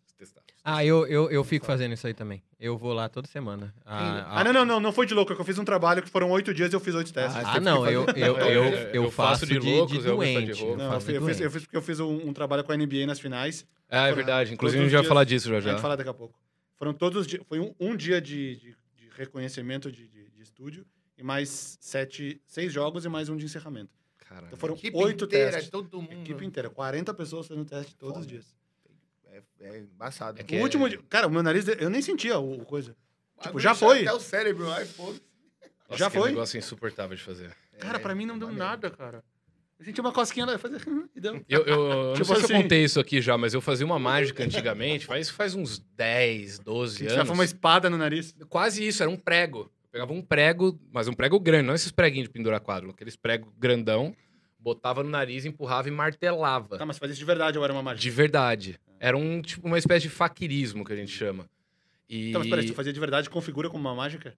S4: Ah, eu, eu, eu fico fazendo isso aí também. Eu vou lá toda semana.
S3: Ah, não, não, não. Não foi de louco. É que eu fiz um trabalho que foram oito dias e eu fiz oito testes.
S4: Ah, não, eu, eu, eu, eu,
S1: É, Eu faço
S4: faço
S1: de
S4: de,
S1: loucos,
S4: de
S1: eu gosto de
S4: doente.
S1: louco.
S3: Não, eu
S4: faço
S3: fiz,
S4: de
S3: eu fiz- eu
S4: doente.
S3: fiz porque eu fiz um, um trabalho com a NBA nas finais.
S1: Ah, é
S3: Foram
S1: verdade. Inclusive a
S3: todos
S1: gente vai
S3: dias-
S1: falar disso já
S3: A gente
S1: já.
S3: fala daqui a pouco. Foram todos os dias. Foi um, um dia de, de- de reconhecimento de, de- de estúdio e mais sete, seis jogos e mais um de encerramento.
S1: Caralho.
S3: Então foram
S2: Equipe
S3: oito
S2: inteira,
S3: testes.
S2: todo mundo.
S3: Equipe inteira, 40 pessoas fazendo teste todos os
S2: Foda.
S3: dias.
S2: É, é embaçado.
S1: É
S3: o
S1: que-
S3: último dia. Cara, o meu nariz, eu nem sentia o o coisa.
S2: Agora
S3: tipo, já
S2: deixa
S3: foi.
S2: Até o cérebro, ai, pô.
S1: Nossa,
S3: Já
S1: que
S3: foi?
S1: negócio insuportável de fazer.
S3: Cara,
S2: É,
S3: pra mim não deu
S2: maneiro.
S3: nada, cara. Eu senti uma cosquinha lá, eu fazia, "Hum", e deu.
S1: Eu, eu- eu
S3: Tipo
S1: não sei se eu
S3: assim.
S1: contei isso aqui já, mas eu fazia uma mágica antigamente, faz, faz uns 10, 12 anos.
S3: Tinha uma espada no nariz.
S1: Quase isso, era um prego. Eu pegava um prego, mas um prego grande, não esses preguinhos de pendurar quadro, aqueles pregos grandão, botava no nariz, empurrava e martelava.
S3: Tá, mas você fazia isso de verdade ou era uma magia?
S1: Ah, De verdade. Era um tipo uma espécie de faquirismo que a gente chama. E
S3: Então, mas peraí, tu fazia de verdade, configura como uma mágica?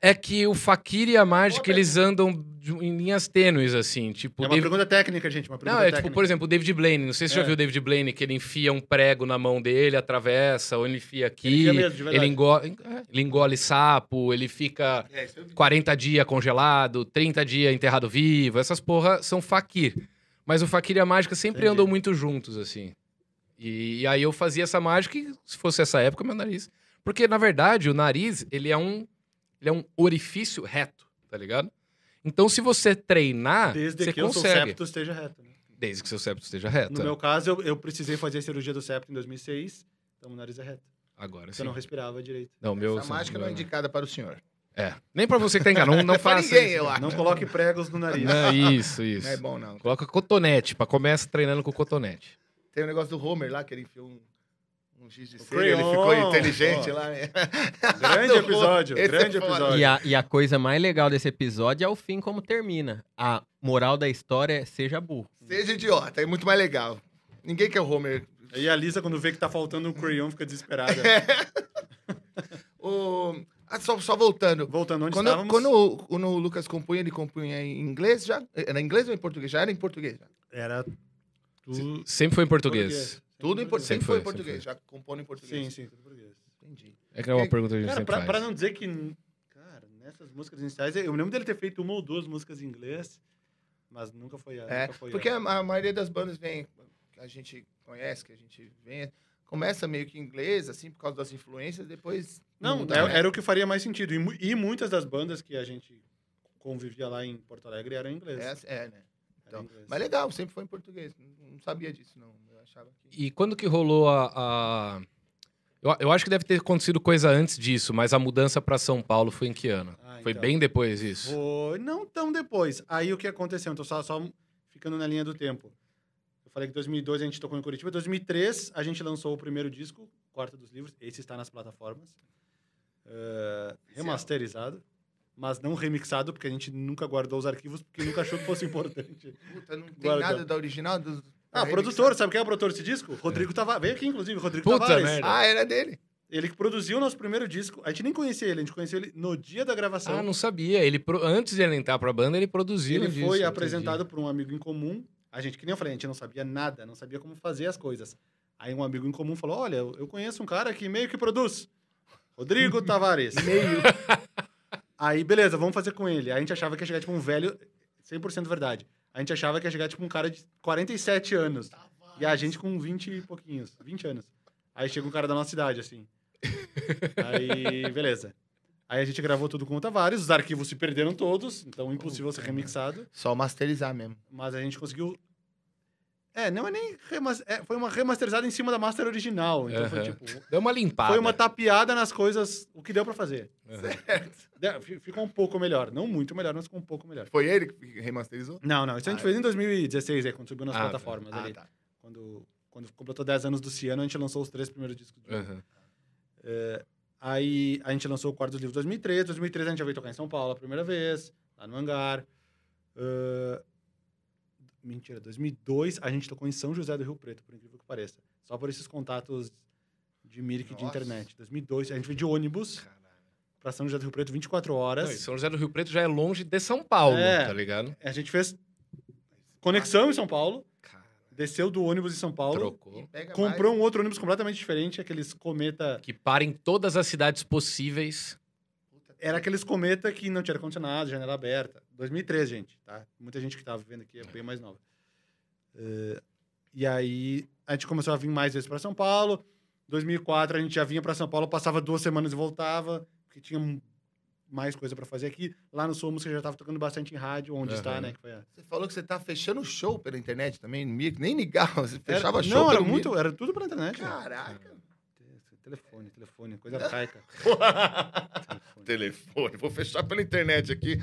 S1: é que o faquir e a mágica,
S2: Olha.
S1: eles andam de- um, em linhas tênues, assim. Tipo,
S3: é uma
S1: David-
S3: pergunta técnica, gente, uma pergunta
S1: Não, é
S3: técnica.
S1: tipo, por exemplo, o David Blaine. Não sei se você
S3: É.
S1: já viu o David Blaine, que ele enfia um prego na mão dele, atravessa, ou ele enfia
S3: Ele
S1: aqui.
S3: tinha
S1: Ele,
S3: medo, de verdade.
S1: engole, é, ele engole sapo, ele fica
S2: É, isso eu vi.
S1: 40 dias congelado, 30 dias enterrado vivo. Essas porra são faquir. Mas o faquir e a mágica sempre
S3: Entendi.
S1: andam muito juntos, assim. E, e aí eu fazia essa mágica e se fosse essa época, meu nariz. Porque, na verdade, o nariz, ele é um, ele é um orifício reto, tá ligado? Então, se você treinar,
S3: Desde
S1: você
S3: que o seu
S1: consegue.
S3: septo esteja reto. né?
S1: Desde que seu septo esteja reto. é.
S3: No meu caso, eu, eu precisei fazer a cirurgia do septo em 2006, então o nariz é reto.
S1: Agora
S3: Porque
S1: sim.
S3: eu não respirava direito.
S1: Não, meu.
S2: Essa mágica não é indicada para o senhor.
S1: É. Nem pra você que tá em casa. Não, não
S2: É pra
S1: faça.
S2: ninguém,
S1: isso.
S2: eu acho.
S3: Não coloque pregos no nariz.
S1: Não, isso,
S2: Não é
S1: isso.
S2: bom, não.
S1: Coloca cotonete, pra começa treinando com cotonete.
S2: Tem o negócio do Homer lá, que ele enfiou um, um giz de
S3: O
S2: cera e ele
S3: crayon,
S2: ficou inteligente
S3: pô.
S2: lá. né?
S3: Grande
S2: Não,
S3: episódio,
S2: esse é
S3: grande
S2: foda.
S3: episódio.
S4: E a, e a coisa mais legal desse episódio é o fim como termina. A moral da história é seja burro.
S2: Seja idiota, é muito mais legal. Ninguém quer o Homer.
S3: E a Lisa, quando vê que tá faltando um crayon, fica desesperada.
S2: O... Ah, só, só voltando.
S3: Voltando onde
S2: Quando,
S3: estávamos.
S2: quando o, quando o Lucas compunha, ele compunha em inglês já? Era em inglês ou em português? Já era em português. já.
S3: Era tudo
S1: Sempre foi em português.
S3: português.
S2: Tudo em português. Sempre
S1: Sempre
S2: foi em
S1: foi,
S2: português.
S1: sempre
S2: Já compondo em português.
S3: Sim, sim, tudo português.
S2: Entendi.
S1: É que é uma
S2: Porque,
S1: pergunta que a gente
S3: Cara,
S1: sempre
S3: pra, pra
S1: faz.
S3: não dizer que... Cara, nessas músicas iniciais, eu me lembro dele ter feito uma ou duas músicas em inglês, mas nunca foi a...
S2: É,
S3: nunca foi
S2: porque
S3: a...
S2: a, a maioria das bandas vem, que a gente conhece, que a gente vê, começa meio que em inglês, assim, por causa das influências, depois.
S3: Não,
S2: muda,
S3: era,
S2: né?
S3: era o que faria mais sentido. E, mu- e muitas das bandas que a gente convivia lá em Porto Alegre eram em inglês.
S2: É, é, né?
S3: Era
S2: Então,
S3: em inglês.
S2: mas legal, sempre foi em português. Não não sabia disso, não. Eu achava que.
S1: E quando que rolou a. a- Eu, eu acho que deve ter acontecido coisa antes disso, mas a mudança pra São Paulo foi em que ano?
S3: Ah,
S1: Foi
S3: então.
S1: bem depois disso.
S3: Foi. Não tão depois. Aí o que aconteceu? Então, só, só ficando na linha do tempo. Eu falei que em 2002 a gente tocou em Curitiba. Em 2003 a gente lançou o primeiro disco, Quarta dos Livros. Esse está nas plataformas. Eh, remasterizado. Mas não remixado, porque a gente nunca guardou os arquivos, porque nunca achou que fosse importante.
S2: Puta, não tem
S3: Guarda.
S2: nada da original dos.
S3: então. Ah, produtor, sabe quem é o produtor desse disco? Rodrigo Tavares. Veio aqui, inclusive, Rodrigo
S1: Puta
S3: Tavares.
S1: merda.
S2: Ah, era dele.
S3: Ele que produziu o nosso primeiro disco. A gente nem conhecia ele, a gente conheceu ele no dia da gravação.
S1: Ah, não sabia. Ele pro- Antes de ele entrar pra banda, ele produziu.
S3: Ele
S1: disso,
S3: foi
S1: entendi.
S3: apresentado por um amigo em comum. A gente, que nem eu falei, a gente não sabia nada, não sabia como fazer as coisas. Aí um amigo em comum falou: Olha, eu eu conheço um cara que meio que produz. Rodrigo Tavares. Meio. Aí, beleza, vamos fazer com ele. A gente achava que ia chegar tipo um velho. 100% verdade. A gente achava que ia chegar tipo um cara de 47 anos. E a gente com 20 e pouquinhos. 20 anos. Aí chega um cara da nossa cidade, assim. Aí, beleza. Aí a gente gravou tudo com o Tavares, os arquivos se perderam todos, então impossível ser remixado.
S2: Só masterizar mesmo.
S3: Mas a gente conseguiu. É, não é nem. remas- é, foi uma remasterizada em cima da master original. Então foi
S1: Aham.
S3: tipo.
S1: Deu uma limpada.
S3: Foi uma tapeada nas coisas, o que deu pra fazer.
S1: Aham.
S3: De- fi- Ficou um pouco melhor. Não muito melhor, mas ficou um pouco melhor.
S2: Foi ele que remasterizou?
S3: Não, não. Isso a gente
S2: Ah,
S3: fez em 2016, aí, quando subiu nas
S1: é. Ah, tá.
S3: plataformas
S2: Ah,
S3: ali.
S2: tá.
S3: Quando, quando completou 10 anos do Ciano, a gente lançou os três primeiros discos. do-
S1: Aham.
S3: Aí a gente lançou o quarto livro em 2013. 2013 a gente já veio tocar em São Paulo a primeira vez, lá no hangar. Ahn, mentira, 2002 a gente tocou em São José do Rio Preto, por incrível que pareça. Só por esses contatos de Mirk e de
S2: Nossa.
S3: internet. 2002 a gente veio de ônibus pra São José do Rio Preto 24 horas.
S1: Não, e São José do Rio Preto já é longe de São Paulo,
S3: É.
S1: tá ligado?
S3: A gente fez conexão em São Paulo,
S1: Cara,
S3: desceu do ônibus em São Paulo,
S1: trocou.
S2: Pega
S3: comprou um outro ônibus completamente diferente, aqueles cometa
S1: Que para em todas as cidades possíveis.
S2: mais. Puta,
S3: um- Era aqueles cometa que não tinha ar-condicionado, janela aberta. 2003, gente, tá? Muita gente que tava vivendo aqui é bem mais nova. Eh, e aí, a gente começou a vir mais vezes para São Paulo. 2004, a gente já vinha para São Paulo, passava duas semanas e voltava, porque tinha um- mais coisa pra fazer aqui. Lá no Sul, a música já tava tocando bastante em rádio, onde está,
S1: Aham.
S3: né? Que foi a...
S2: Você falou que você tá fechando show pela internet também, no Mirk. Nem ligava, você fechava
S3: era,
S2: show
S3: Não, era
S2: pelo
S3: muito, era tudo pela
S2: Mirk.
S3: internet.
S2: Caraca.
S3: Te- Telefone, telefone, coisa arcaica. telefone.
S2: Telefone, vou fechar pela internet aqui.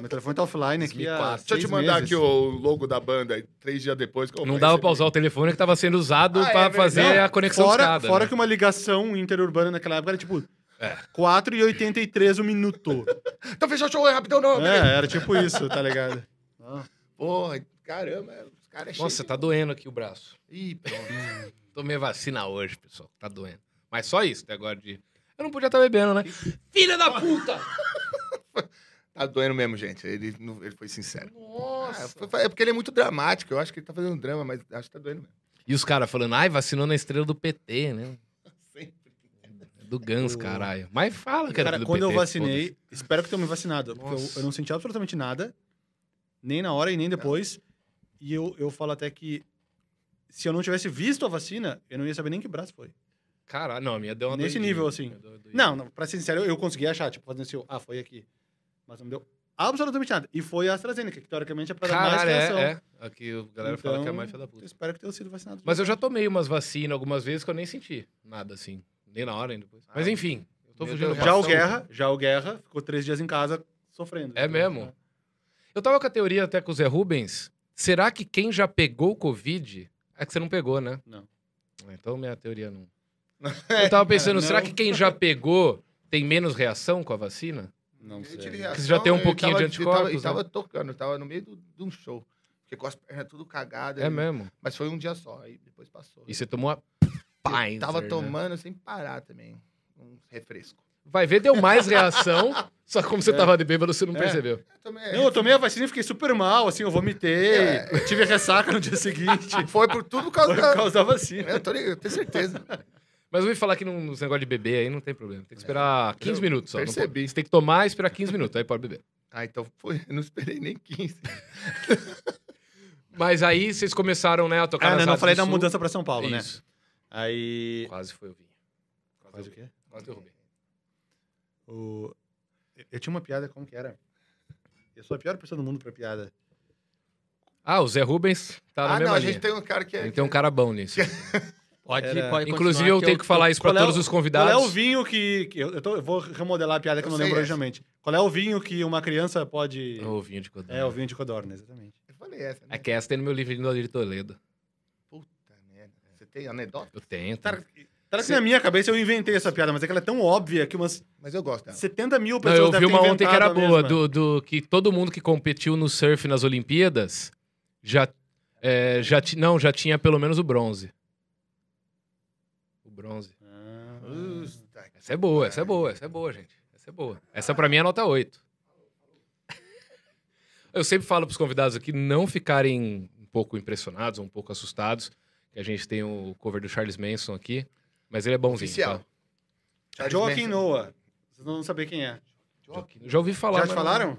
S3: Meu telefone tá offline aqui. Há
S2: Deixa eu te
S3: seis
S2: mandar
S3: meses.
S2: aqui o logo da banda, aí, três dias depois. que eu
S1: Não
S2: vou
S1: dava
S3: é
S2: receber.
S1: pra usar o telefone que tava sendo usado
S2: Ah, é
S1: pra
S2: verdade.
S1: fazer a conexão
S3: fora,
S1: escada.
S3: Fora
S1: né?
S3: que uma ligação interurbana naquela época era tipo
S1: É.
S3: 4,83 o minuto.
S2: Então fechar o show aí, rapidão, não. beleza.
S3: é, era tipo isso, tá ligado? Ah,
S2: Porra, caramba, os caras é
S1: Nossa,
S2: cheio
S1: tá doendo aqui o braço.
S2: de- Ih, pronto.
S1: Tomei vacina hoje, pessoal. Tá doendo. Mas só isso, até agora de. Eu não podia estar bebendo, né? Filha da puta!
S2: tá doendo mesmo, gente. Ele, não- ele foi sincero. Ah,
S1: Nossa!
S2: foi- foi- é porque ele é muito dramático. Eu acho que ele tá fazendo drama, mas acho que tá doendo mesmo.
S1: E os caras falando, ai, vacinou na estrela do PT, né?
S2: Sempre.
S1: Do Gans,
S3: O-
S1: caralho. Mas fala, cara.
S3: cara,
S1: do
S3: quando eu
S1: PT,
S3: vacinei, espero que tenham me vacinado. Porque eu,
S1: Nossa.
S3: eu não senti absolutamente nada, nem na hora e nem depois. E eu, eu falo até que se eu não tivesse visto a vacina, eu não ia saber nem que braço foi.
S1: foda-se. Caralho, não, a minha deu uma
S3: Nesse
S1: doidinha.
S3: nível, assim.
S1: Minha deu uma doidinha.
S3: Não, não, pra ser sincero, eu, eu consegui achar, tipo, fazendo assim, eu, ah, foi aqui. Mas não deu absolutamente nada. E foi a AstraZeneca, que teoricamente é pra dar mais
S1: Caralho,
S3: reação.
S1: é, é. Aqui a galera fala que é
S3: Então,
S1: a mais filha da puta.
S3: Eu espero que tenha sido vacinado.
S1: Mas eu já tomei umas vacinas algumas vezes que eu nem senti nada, assim. Nem na hora, nem depois. Mas
S2: Ah,
S1: enfim, eu tô
S2: meu
S1: fugindo.
S2: Deus,
S1: do
S3: Já o
S1: assunto.
S3: Guerra, já o Guerra, ficou três dias em casa sofrendo.
S1: É mesmo? Eu tava com a teoria até com o Zé Rubens. Será que quem já pegou Covid. É que você não pegou, né?
S3: Não.
S1: Ah, Então minha teoria não. Eu tava pensando,
S3: não.
S1: será que quem já pegou tem menos reação com a vacina?
S3: Não
S2: Eu
S3: sei.
S2: tive
S1: Porque você já tem um
S2: reação,
S1: pouquinho
S2: ele tava-
S1: de
S2: ele tava-
S1: anticorpos, né?
S2: Ele tava, tocando, ele tava no meio do- de um show. Fiquei com as pernas tudo cagadas.
S1: É
S2: ele-
S1: mesmo.
S2: Mas foi um dia só, aí depois passou.
S1: E você tomou a
S2: Eu
S1: Pfizer,
S2: tava
S1: né?
S2: tomando sem parar também. Um refresco.
S1: Vai ver, deu mais reação. Só que como você
S3: É.
S1: tava de bêbado, você não
S3: É.
S1: percebeu.
S2: Eu tomei-
S3: Não, eu tomei a vacina e fiquei super mal, assim, eu vomitei,
S2: É.
S3: tive ressaca no dia seguinte.
S2: Foi por tudo por causa
S3: Foi por
S2: da.
S3: causa da vacina.
S2: Eu, tô ligado, eu tenho certeza.
S1: Mas eu ouvi falar que num- nos negócios de beber aí não tem problema. Tem que
S3: É.
S1: esperar 15
S2: Eu
S1: minutos só. não
S2: percebi.
S1: pode- Você tem que tomar e esperar 15 minutos, aí pode beber.
S2: Ah, então foi. Eu não esperei nem 15.
S1: Tá Mas aí vocês começaram, né, a tocar
S3: Ah,
S1: nas
S3: não, não
S1: rádios
S3: falei
S1: do
S3: da
S1: Sul.
S3: mudança pra São Paulo, né?
S1: Isso.
S3: Aí...
S1: Quase foi o vinho.
S3: Faz o quê?
S1: Quase derrubei.
S3: O- Eu, eu tinha uma piada, como que era? Eu sou a pior pessoa do mundo pra piada.
S1: Ah, o Zé Rubens tá na
S2: ah,
S1: mesma
S2: não, a
S1: linha.
S2: gente tem um cara que é.
S1: Ele tem um cara bom nisso.
S4: Pode,
S3: Era-
S4: pode
S1: Inclusive,
S4: continuar,
S1: eu tenho que falar isso pra
S3: Qual é
S1: todos
S3: o-
S1: os convidados.
S3: Qual é o vinho que... que eu, eu tô- eu vou remodelar a piada que eu,
S2: Eu
S3: não
S2: sei
S3: lembro
S2: essa.
S3: originalmente. Qual é o vinho que uma criança pode...
S1: O vinho de Codorna.
S3: É, o vinho de codorna, exatamente.
S2: Eu falei essa. Né?
S1: É que essa tem no meu livro de Nodir Toledo.
S2: Puta merda. né? Você tem anedota?
S1: Eu tenho.
S3: Cara,
S1: tenho.
S3: Será que na minha cabeça eu inventei essa piada, mas é que ela é tão óbvia que umas
S2: Mas eu gosto dela.
S3: 70 mil
S1: Não,
S3: pessoas
S1: eu vi
S3: devem ter
S1: uma ontem que era
S3: inventado a
S1: boa,
S3: mesma.
S1: do, do que todo mundo que competiu no surf nas Olimpíadas já, é, já, ti- não, já tinha pelo menos o bronze. O bronze.
S3: Ah.
S2: Puta que-
S1: Essa é boa, essa é boa, essa é boa, gente. Essa é boa. Essa pra mim é nota 8. Eu sempre falo pros convidados aqui não ficarem um pouco impressionados, um pouco assustados, que a gente tem o cover do Charles Manson aqui, mas ele é bonzinho,
S2: Oficial.
S1: tá?
S2: Charles
S3: Joaquim
S2: Manson.
S3: Noah. Vocês não vão saber quem é.
S1: Já ouvi falar.
S3: Já te
S1: mas-
S3: falaram?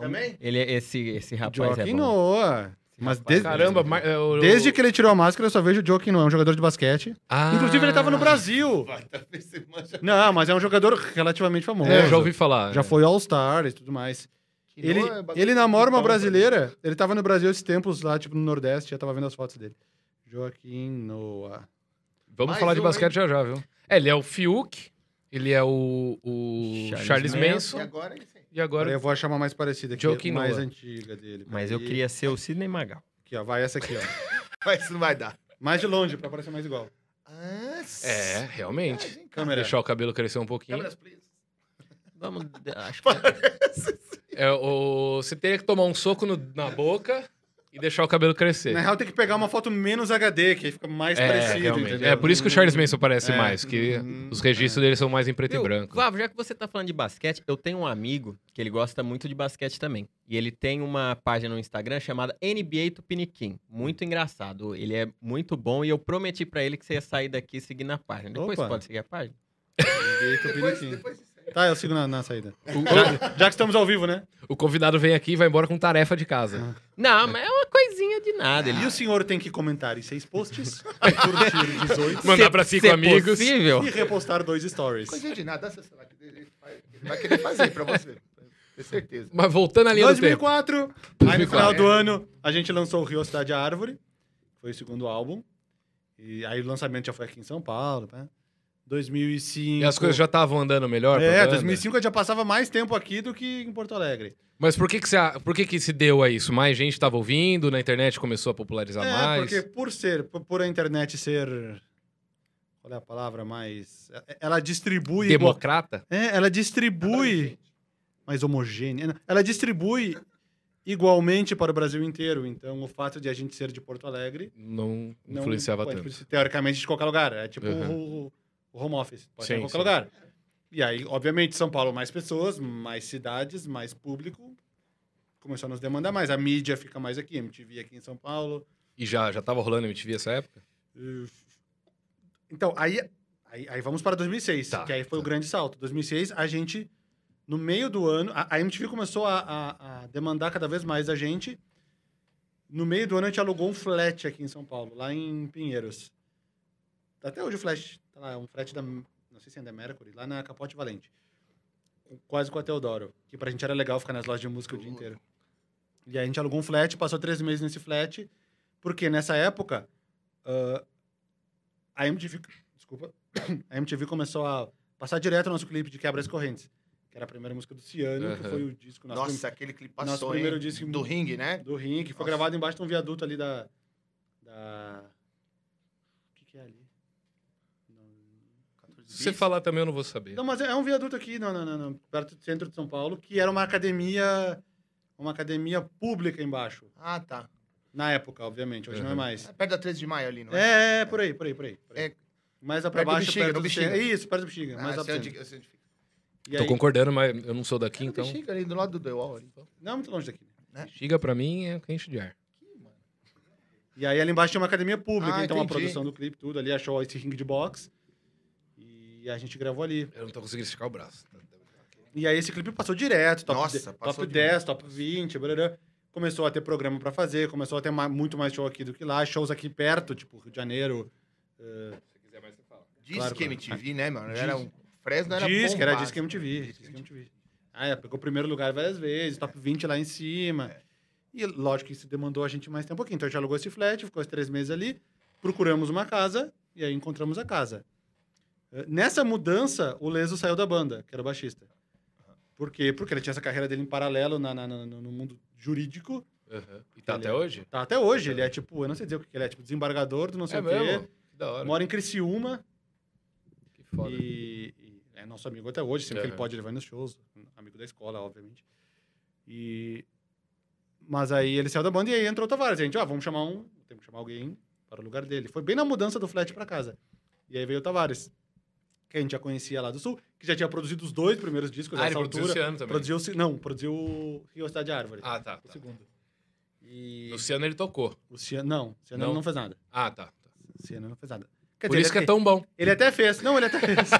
S2: Também?
S4: Ele, é, esse, esse rapaz
S3: Joaquim
S4: é bom.
S3: Noah. Mas
S4: rapaz-
S3: desde,
S1: Caramba, mas, é, o-
S3: desde que ele tirou a máscara, eu só vejo o Joaquim Noah. É um jogador de basquete.
S1: Ah.
S3: Inclusive, ele tava no Brasil.
S2: Vai, talvez você manja.
S3: Não, mas é um jogador relativamente famoso.
S1: É, eu já ouvi falar.
S3: né? Já
S1: é.
S3: foi All-Star e tudo mais.
S2: Que
S3: Ele,
S2: Noah é bagulho
S3: ele namora
S2: de
S3: uma
S2: pau,
S3: brasileira. Ele tava no Brasil esses tempos lá, tipo, no Nordeste. Já tava vendo as fotos dele. Joaquim Noah.
S1: Vamos
S2: Mais
S1: falar de
S2: um,
S1: basquete já já, viu? É, ele é o Fiuk, ele é o, o
S4: Charles
S1: Charles,
S2: É, E
S1: Manson,
S2: agora ele sim.
S1: e agora...
S3: Agora eu vou achar uma mais parecida aqui.
S1: Joaquim
S3: mais
S1: Noah.
S3: antiga dele.
S4: Mas eu
S3: Peraí.
S4: queria ser o Sidney Magal.
S3: Aqui, ó. Vai essa aqui, ó.
S2: Mas isso não vai dar.
S3: Mais de longe, pra parecer mais igual.
S2: Ah,
S1: É, realmente.
S3: Câmera.
S1: Deixar o cabelo crescer um pouquinho.
S2: Câmeras, please.
S4: Vamos, acho que
S2: Parece.
S1: É, o... Você teria que tomar um soco no- na boca e deixar o cabelo crescer.
S3: Na real, tem que pegar uma foto menos HD, que aí fica mais
S1: é,
S3: é parecido,
S1: realmente.
S3: entendeu?
S1: É, por isso que o Charles Manson parece
S3: É.
S1: mais, que os registros dele são mais em preto
S4: Viu?
S1: e branco.
S4: Vavo, já que você tá falando de basquete, eu tenho um amigo que ele gosta muito de basquete também. E ele tem uma página no Instagram chamada NBA Tupiniquim.
S1: Hum.
S4: Muito engraçado. Ele é muito bom e eu prometi pra ele que você ia sair daqui seguindo a página. Depois
S3: Opa.
S4: pode seguir a página?
S3: Ninguém tá
S2: Depois,
S3: bonitinho.
S2: depois disso aí.
S3: Tá, eu sigo na, na saída. Já, já que estamos ao vivo, né?
S1: O convidado vem aqui e vai embora com tarefa de casa.
S4: Não, mas é uma coisinha de
S1: Ah.
S4: nada. Ele
S3: E o senhor tem que comentar em seis posts, curtir 18
S1: Mandar
S4: Se-
S1: pra cinco
S4: se é
S1: amigos.
S4: possível.
S3: e repostar dois stories.
S2: Coisinha de nada, essa será que ele vai, ele vai querer fazer pra você. Tenho certeza.
S1: Mas voltando à linha do tempo.
S3: 2004, aí no
S1: 2004.
S3: final do ano, a gente lançou o Rio a Cidade a Árvore, foi o segundo álbum. E aí o lançamento já foi aqui em São Paulo, né? 2005...
S1: E as coisas já estavam andando melhor? pra
S3: É,
S1: banda?
S3: 2005 eu já passava mais tempo aqui do que em Porto Alegre.
S1: Mas por que que, você, por que que se deu a isso? Mais gente tava ouvindo, na internet começou a popularizar
S3: é,
S1: mais?
S3: porque por ser, por, por a internet ser... Qual é a palavra mais... é- Ela distribui... igual-
S1: Democrata?
S3: É, ela distribui... Mais homogênea. né? Ela distribui igualmente para o Brasil inteiro. Então, o fato de a gente ser de Porto Alegre
S1: Não
S3: não
S1: influenciava
S3: pode,
S1: tanto.
S3: tipo, Teoricamente, de qualquer lugar. É tipo
S1: Uhum.
S3: o, o home office. Pode ser
S1: Sim,
S3: em qualquer
S1: sim.
S3: lugar. E aí, obviamente, São Paulo, mais pessoas, mais cidades, mais público. Começou a nos demandar mais. A mídia fica mais aqui. MTV aqui em São Paulo.
S1: E já, já tava rolando MTV essa época?
S3: Uh, Então, aí, aí, aí vamos para 2006,
S1: Tá,
S3: que aí foi
S1: tá.
S3: o grande salto. 2006, a gente, no meio do ano... A, a MTV começou a, a- a demandar cada vez mais a gente. No meio do ano, a gente alugou um flat aqui em São Paulo, lá em Pinheiros. Tá Até hoje o flat, tá lá, é um flat da... Não sei se ainda é Mercury, lá na Capote Valente. Com- Quase com a Teodoro. Que pra gente era legal ficar nas lojas de música o dia inteiro. E aí a gente alugou um flat, passou três meses nesse flat. Porque nessa época, ah, a MTV, desculpa, a MTV começou a passar direto o nosso clipe de Quebra as Correntes, que era a primeira música do Ciano, que
S1: Aham.
S3: foi o disco nosso
S2: Nossa, aquele clipe
S3: nosso
S2: passou,
S3: primeiro
S2: hein?
S3: disco-
S2: Do ringue, né?
S3: do ringue, que foi
S2: Nossa.
S3: gravado embaixo de um viaduto ali da da O que que é ali?
S1: Se você falar também, eu não vou saber.
S3: Não, mas é é um viaduto aqui, não, não, não, não, perto do centro de São Paulo, que era uma academia uma academia pública embaixo,
S2: Ah, tá.
S3: na época, obviamente, hoje não é
S1: Aham.
S3: mais.
S2: É perto da 13 de maio ali, não é?
S3: É, é, por aí, por aí, por aí. Por aí.
S2: É.
S3: Mais lá pra
S2: Perto do
S3: baixo,
S2: Bexiga,
S3: perto
S2: do
S3: do Bexiga.
S2: Bexiga.
S3: Isso, perto do Bexiga. É, mais
S2: ah, sei
S3: lá pra
S2: onde,
S3: cento.
S2: eu sei onde fica.
S3: E
S1: Tô
S3: aí-
S1: concordando, mas eu não sou daqui, então.
S2: Então... Chega ali do lado do The Wall. Ali, então.
S3: Não, é muito longe daqui.
S1: Bexiga pra mim é o que enche de ar.
S3: E aí ali embaixo tinha uma academia pública,
S2: Ah,
S3: então
S2: entendi.
S3: a produção do clipe, tudo ali, achou esse ringue de boxe. E a gente gravou ali.
S1: Eu não tô conseguindo esticar o braço. tá?
S3: E aí esse clipe passou direto, top,
S2: Nossa,
S3: de-
S2: passou
S3: top 10, top 20, brará. Começou a ter programa pra fazer, começou a ter ma- muito mais show aqui do que lá, shows aqui perto, tipo Rio de Janeiro.
S2: Diz
S3: Claro,
S2: que
S3: claro.
S2: MTV, né, mano?
S3: Diz.
S2: Era um... Fresno era
S3: Disque, era é
S2: bombado,
S3: Disque MTV.
S2: né?
S3: Disque MTV. Ah, é, pegou primeiro lugar várias vezes, top 20 lá em cima. E lógico que isso demandou a gente mais tempo aqui. Então a gente alugou esse flat, ficou os três meses ali, procuramos uma casa e aí encontramos a casa. Eh, Nessa mudança, o Leso saiu da banda, que era o baixista. Por quê? Porque ele tinha essa carreira dele em paralelo na- na- na- no mundo jurídico.
S1: E tá
S3: Ele-
S1: até hoje?
S3: Tá, até hoje, ele é tipo, eu não sei dizer o que que ele é, tipo desembargador do não sei
S1: é
S3: o quê.
S1: mesmo? Que da hora.
S3: Mora em Criciúma,
S1: Que foda. É.
S3: e, e é nosso amigo até hoje, sempre que
S1: Aham.
S3: ele pode, ele vai nos shows. Amigo da escola, obviamente. E... Mas aí ele saiu da banda e aí entrou o Tavares. E a gente, ó, vamos chamar um... Temos que chamar alguém para o lugar dele. Foi bem na mudança do flat para casa. E aí veio o Tavares, que a gente já conhecia lá do Sul, que já tinha produzido os dois primeiros discos
S1: Ah, ele
S3: nessa
S1: produziu
S3: altura.
S1: esse ano também.
S3: Produziu, se- não, produziu o Rio Cidade Árvore.
S1: Ah, tá.
S3: o
S1: tá.
S3: segundo. E...
S1: Luciano ele tocou.
S3: O Ciano, não, o Ciano
S1: Não?
S3: não fez nada.
S1: Ah, tá.
S3: O Ciano não fez nada. Quer
S1: Por
S3: dizer,
S1: isso que
S3: ele
S1: é tão bom.
S3: ele até fez. Não, ele até fez.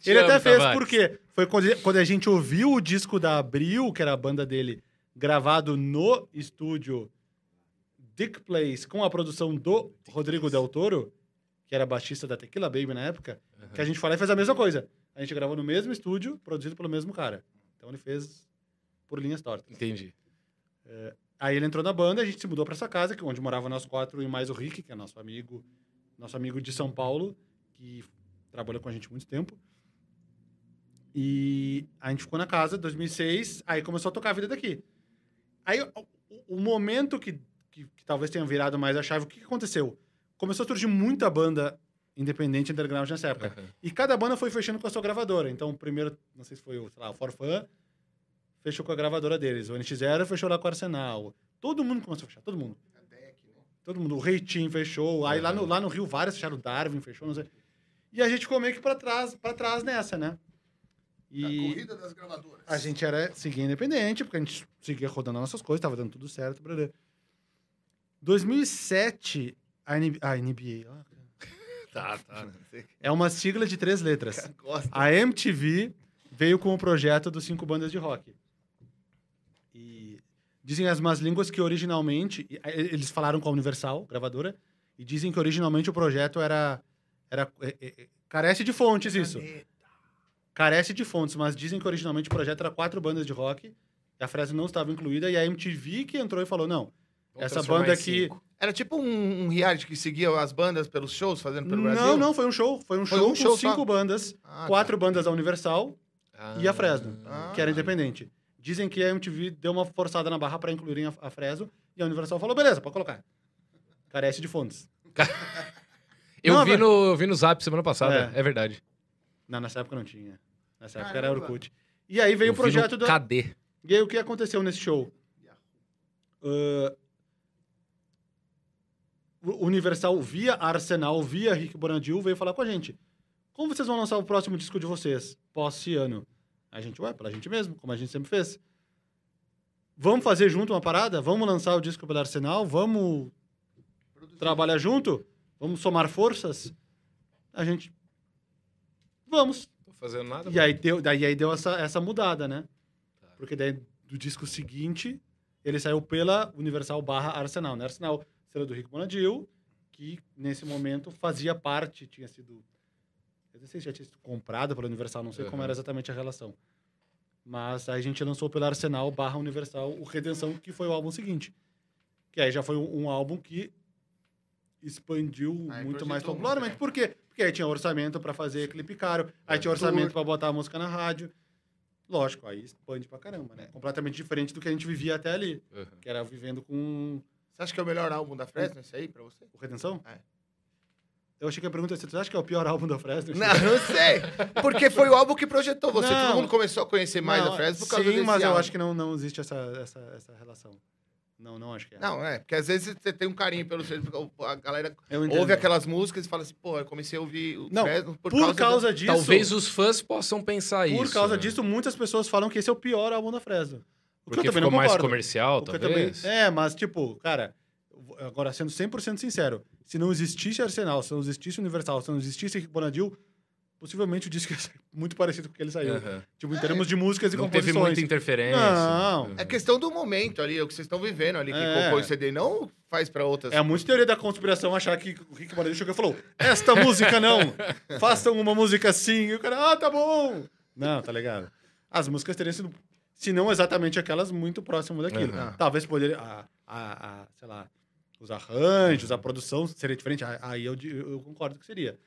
S1: Te
S3: ele até
S1: amo,
S3: fez,
S1: Tavares.
S3: porque foi quando, quando a gente ouviu o disco da Abril, que era a banda dele, gravado no estúdio Dick Place, com a produção do Rodrigo Del Toro, que era baixista da Tequila Baby na época, que a gente foi lá e fez a mesma coisa. A gente gravou no mesmo estúdio, produzido pelo mesmo cara. Então ele fez por linhas tortas.
S1: Entendi.
S3: Aí ele entrou na banda, a gente se mudou pra essa casa, que é onde morava nós quatro e mais o Rick, que é nosso amigo, nosso amigo de São Paulo, que trabalhou com a gente há muito tempo. E a gente ficou na casa em 2006, aí começou a tocar a vida daqui. Aí o, o- o momento que, que, que talvez tenha virado mais a chave, o que que aconteceu? Começou a surgir muita banda independente underground nessa época.
S1: Aham.
S3: E cada banda foi fechando com a sua gravadora. Então, o primeiro, não sei se foi o, sei lá, o Forfã, fechou com a gravadora deles. O NX0 fechou lá com o Arsenal. Todo mundo começou a fechar, todo mundo. Todo mundo. O Reitinho fechou. Aí lá, no, lá no Rio, vários fecharam. O Darwin fechou, não sei. E a gente ficou meio que pra trás, pra trás nessa, né? E
S2: das gravadoras.
S3: a gente era seguia independente, porque a gente seguia rodando as nossas coisas, tava dando tudo certo. Blá, blá. 2007, a, NB, a NBA ó,
S2: Tá, tá. Você
S3: é uma sigla de três letras.
S2: gosta.
S3: A MTV veio com o projeto dos cinco bandas de rock. E dizem as más línguas que originalmente e- eh, eles falaram com a Universal, gravadora, e dizem que originalmente o projeto era era eh, eh, eh, carece de fontes isso. Carece de fontes, mas dizem que originalmente o projeto era quatro bandas de rock, e a Fresno não estava incluída e a MTV que entrou e falou: "Não,
S1: Vamos
S3: Essa
S1: transformar
S3: banda
S1: em
S3: aqui-
S1: cinco.
S2: Era tipo um, um reality que seguia as bandas pelos shows, fazendo pelo Brasil?
S3: Não, não, foi um show. Foi um
S2: Foi
S3: show
S2: um
S3: com
S2: show só?
S3: cinco bandas.
S2: Ah, tá.
S3: quatro bandas da Universal, E a Fresno?
S2: Ah.
S3: que era independente. Dizem que a MTV deu uma forçada na barra pra incluírem a, a Fresno. E a Universal falou, beleza, pode colocar. Carece de fontes.
S1: Eu,
S3: Não,
S1: vi
S3: velho.
S1: no, eu vi no Zap semana passada, é,
S3: É.
S1: verdade.
S3: Não, nessa época não tinha. Nessa época era
S2: Caramba.
S3: Orkut. E aí veio
S1: eu
S3: o projeto
S1: vi no
S3: do...
S1: KD.
S3: E aí o que aconteceu nesse show? Ah, o Universal via Arsenal, via Rick Bonadil, veio falar com a gente. Como vocês vão lançar o próximo disco de vocês, pós esse ano? A gente, ué, pela gente mesmo, como a gente sempre fez. Vamos fazer junto uma parada? Vamos lançar o disco pela Arsenal? Vamos trabalhar junto? Vamos somar forças? A gente... Vamos.
S1: Não tô fazendo nada.
S3: E aí deu, daí aí deu essa, essa mudada, né? Porque daí do disco seguinte, ele saiu pela Universal barra Arsenal, né? Arsenal selo do Rick Bonadil, que nesse momento fazia parte, tinha sido. Eu não sei se já tinha sido comprado pela Universal, não sei como
S1: Aham.
S3: era exatamente a relação. Mas aí a gente lançou pela Arsenal barra Universal o Redenção, que foi o álbum seguinte. Que aí já foi um, um álbum que expandiu
S2: Aí
S3: muito mais
S2: projetou muito,
S3: popularmente.
S2: né?
S3: Por quê? Porque aí tinha orçamento para fazer clipe caro,
S2: É,
S3: aí tinha orçamento para botar a música na rádio. Lógico, aí expande pra caramba,
S2: É.
S3: né? Completamente diferente do que a gente vivia até ali,
S1: Uhum.
S3: que era vivendo com
S2: Você acha que é o melhor álbum da Fresno, esse aí, pra você?
S3: o Redenção?
S2: É.
S3: Eu achei que a pergunta é se tu acha que é o pior álbum da Fresno?
S2: Não, não sei. Porque foi o álbum que projetou você.
S3: Não.
S2: Todo mundo começou a conhecer mais a Fresno por causa
S3: Sim,
S2: desse
S3: mas eu
S2: álbum.
S3: acho que não, não existe essa, essa, essa relação. Não, não acho que é.
S2: Não, é, porque às vezes você tem um carinho pelo Fresno, porque a galera
S3: Eu entendo.
S2: ouve aquelas músicas e fala assim, pô, eu comecei a ouvir o
S3: Não,
S2: Fresno
S3: Por, causa, disso,
S1: Talvez os fãs possam pensar isso.
S3: por causa
S1: né?
S3: disso, muitas pessoas falam que esse é o pior álbum da Fresno. O que
S1: Porque
S3: eu também
S1: ficou
S3: não
S1: mais
S3: concordo.
S1: comercial,
S3: Porque eu também-
S1: talvez.
S3: É, mas tipo, cara, agora sendo 100% sincero, se não existisse Arsenal, se não existisse Universal, se não existisse Rick Bonadil, possivelmente o disco ia ser muito parecido com o que ele saiu.
S1: Aham.
S3: Tipo, em termos de músicas e
S1: Não teve
S3: composições.
S1: muita interferência.
S3: Não.
S1: Uhum.
S2: É questão do momento ali, o que vocês estão vivendo ali, que
S3: É.
S2: compõe o CD. Não faz pra outras.
S3: É muito teoria da conspiração achar que o Rick Bonadil chegou e falou: Esta música não! Façam uma música assim! E o cara, ah, tá bom! Não, tá ligado. As músicas teriam sido, se não exatamente aquelas, muito próximas daquilo.
S2: Aham.
S3: Talvez poderia. A, a, a, sei lá, os arranjos, a produção seria diferente. Ah, Aí eu, di- eu concordo que seria.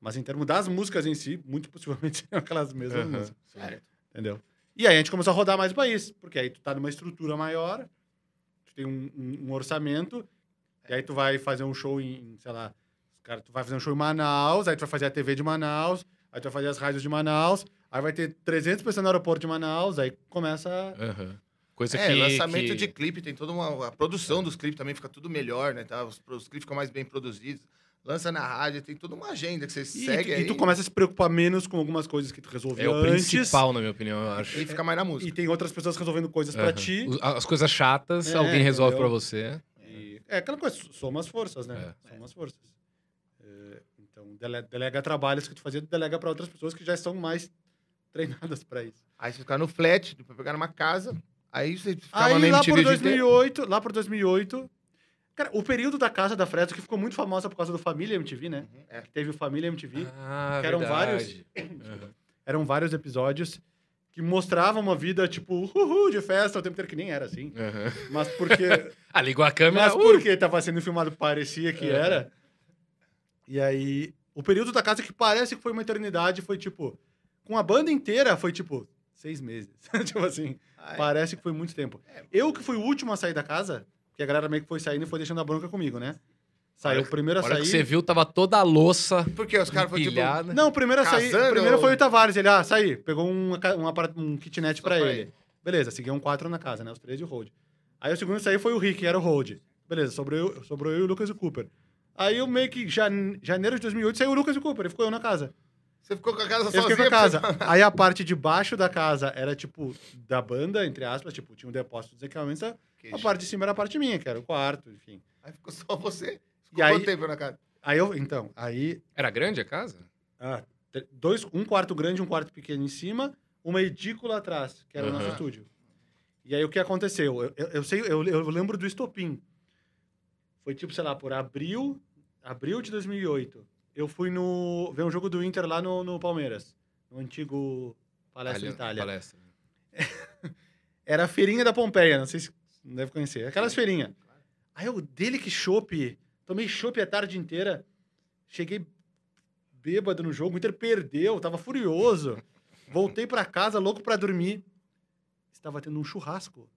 S3: Mas em termos das músicas em si, muito possivelmente seriam aquelas mesmas
S1: Aham.
S3: músicas.
S2: Certo.
S3: Entendeu? E aí a gente começou a rodar mais o país, porque aí tu tá numa estrutura maior, tu tem um, um- um orçamento, e aí tu vai fazer um show em, sei lá, cara, tu vai fazer um show em Manaus, aí tu vai fazer a TV de Manaus, aí tu vai fazer as rádios de Manaus, aí vai ter 300 pessoas no aeroporto de Manaus, aí começa...
S1: Aham. Coisa
S2: É,
S1: que.
S2: lançamento
S1: que-
S2: de clipe, tem toda uma. A produção dos clipes também fica tudo melhor, né? Tá? Os, os clipes ficam mais bem produzidos. Lança na rádio, tem toda uma agenda que você
S3: E,
S2: segue.
S3: tu, e
S2: aí,
S3: tu começa a se preocupar menos com algumas coisas que tu resolveu
S1: É o
S3: antes,
S1: principal, na minha opinião, eu acho.
S2: e fica mais na música.
S3: e tem outras pessoas resolvendo coisas pra
S1: Aham.
S3: ti.
S1: Os- As coisas chatas,
S3: É,
S1: alguém resolve
S3: entendeu?
S1: pra você.
S3: E é aquela coisa, soma as forças, né? Soma as forças. É, então, dele- delega trabalhos que tu fazia, tu delega para outras pessoas que já estão mais treinadas para isso.
S2: Aí você fica no flat, depois pegar numa casa. Aí você ficava na
S3: Aí, lá
S2: MTV
S3: por
S2: o dia inteiro.
S3: 2008, lá por 2008, cara, o período da Casa da Fresno, que ficou muito famosa por causa do Família MTV, né?
S2: Uhum, é.
S3: Que teve o Família MTV,
S1: Ah,
S3: que eram
S1: verdade. Aham.
S3: eram vários episódios que mostravam uma vida, tipo, uhul, de festa, o tempo inteiro que nem era assim.
S1: Aham.
S3: Mas porque...
S1: Ah, ligou a câmera.
S3: Mas
S1: uh!
S3: porque tava sendo um filmado, parecia que
S1: É.
S3: era. E aí, o período da casa que parece que foi uma eternidade foi tipo. Com a banda inteira foi tipo seis meses. tipo assim,
S2: Ai,
S3: parece que foi muito tempo. Eu que fui o último a sair da casa, porque a galera meio que foi saindo e foi deixando a bronca comigo, né? Saiu
S1: Olha-
S3: o primeiro
S1: A
S3: a
S1: hora que
S3: sair.
S1: você viu, tava toda a louça
S2: Porque os caras foram tipo.
S1: empilhada.
S3: Não, o primeiro a sair.
S2: Casando?
S3: O primeiro foi o Tavares. Ele, ah, saí. Pegou um, ca- um, apara- um kitnet
S2: Só
S3: pra
S2: pra
S3: ele.
S2: ele.
S3: Beleza, seguiam quatro na casa, né? Os três e o Hold. Aí o segundo a sair foi o Rick, era o Hold. Beleza, sobrou eu, sobrou eu e o Lucas e o Cooper. Aí eu meio que, jane- janeiro de 2008, saiu o Lucas e o Cooper. E ficou eu na casa.
S2: Você ficou com a casa
S3: Eu
S2: sozinha.
S3: fiquei com a
S2: pra você-
S3: casa. Aí a parte de baixo da casa era, tipo, da banda, entre aspas. Tipo, tinha um depósito dos equipamentos. A
S2: Queijo.
S3: parte de cima era a parte minha, que era o quarto, enfim.
S2: Aí ficou só você. Ficou
S3: E aí-
S2: quanto tempo na casa?
S3: Aí eu, então, aí
S1: Era grande a casa?
S3: Ah, tre- dois, um quarto grande e um quarto pequeno em cima, uma edícula atrás, que era o nosso
S1: Aham.
S3: estúdio. E aí o que aconteceu? Eu, eu, eu sei, eu, eu lembro do estopim. Foi tipo, sei lá, por abril, abril de 2008. Eu fui no ver um jogo do Inter lá no, no Palmeiras, no antigo Palestra
S1: Palha-
S3: Itália.
S1: Palestra.
S3: Era a feirinha da Pompeia, não sei se não deve conhecer. Aquelas feirinhas. Aí eu, dele que chope, tomei chope a tarde inteira. Cheguei bêbado no jogo, o Inter perdeu, tava furioso. Voltei pra casa, louco pra dormir. Estava tendo um churrasco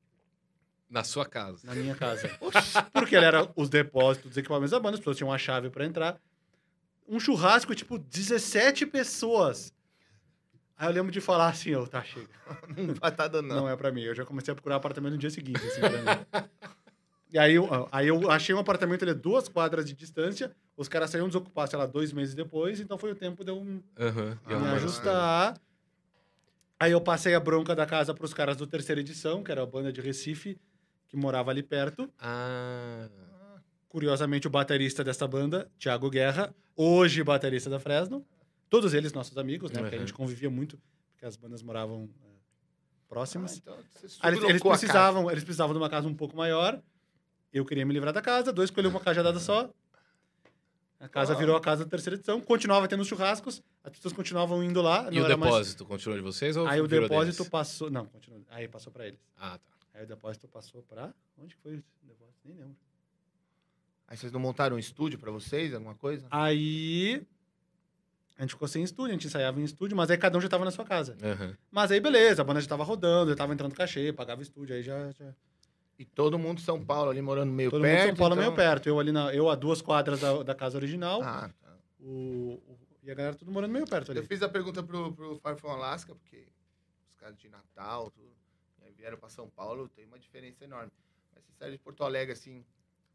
S1: Na sua casa.
S3: na minha casa. Porque ele era os depósitos dos equipamentos da banda, as pessoas tinham uma chave pra entrar. Um churrasco, tipo, 17 pessoas. Aí eu lembro de falar assim, eu, tá, chega
S2: Não vai tá dando,
S3: não.
S2: não.
S3: é pra mim. Eu já comecei a procurar apartamento no dia seguinte, assim, pra mim. E aí eu, aí eu achei um apartamento, ele é duas quadras de distância, os caras saíram desocupados, sei lá, dois meses depois, então foi o tempo de eu me
S1: Aham. E
S2: Ah,
S1: arrumar as coisas.
S3: ajustar. Aí eu passei a bronca da casa pros caras do Terceira Edição, que era a banda de Recife, que morava ali perto.
S1: Ah.
S3: Curiosamente, o baterista dessa banda, Thiago Guerra, hoje baterista da Fresno. Todos eles nossos amigos, né? Porque a
S1: Uhum.
S3: gente convivia muito, porque as bandas moravam eh, próximas.
S2: então, você
S3: Aí Eles, eles
S2: sublocou a casa.
S3: precisavam, eles precisavam de uma casa um pouco maior. Eu queria me livrar da casa, dois coelhos uma cajadada só. A casa
S2: Ah.
S3: virou a casa da terceira edição. Continuava tendo churrascos, as pessoas continuavam indo lá.
S1: E
S3: Ah, não
S1: o
S3: era mais-
S1: depósito continua de vocês ou
S3: Aí o
S1: virou
S3: depósito
S1: deles?
S3: passou. Não, continua. Aí passou pra eles.
S1: Ah, tá.
S3: Aí o depósito passou pra. Onde que foi o depósito? Nem lembro.
S2: Aí vocês não montaram um estúdio pra vocês, alguma coisa?
S3: Aí. A gente ficou sem estúdio, a gente ensaiava em estúdio, mas aí cada um já tava na sua casa.
S1: Aham.
S3: Mas aí beleza, a banda já tava rodando, já tava entrando cachê, pagava estúdio, aí já- já...
S2: E todo mundo de São Paulo ali morando meio
S3: Todo
S2: perto.
S3: mundo de São Paulo é
S2: então...
S3: meio perto. Eu ali na, eu a duas quadras da, da casa original,
S2: Ah, tá.
S3: o, o- e a galera tudo morando meio perto ali.
S2: Eu fiz a pergunta pro, pro Far From Alaska, porque os caras de Natal, tudo, e aí vieram pra São Paulo, tem uma diferença enorme. Mas vocês saíram de Porto Alegre, assim,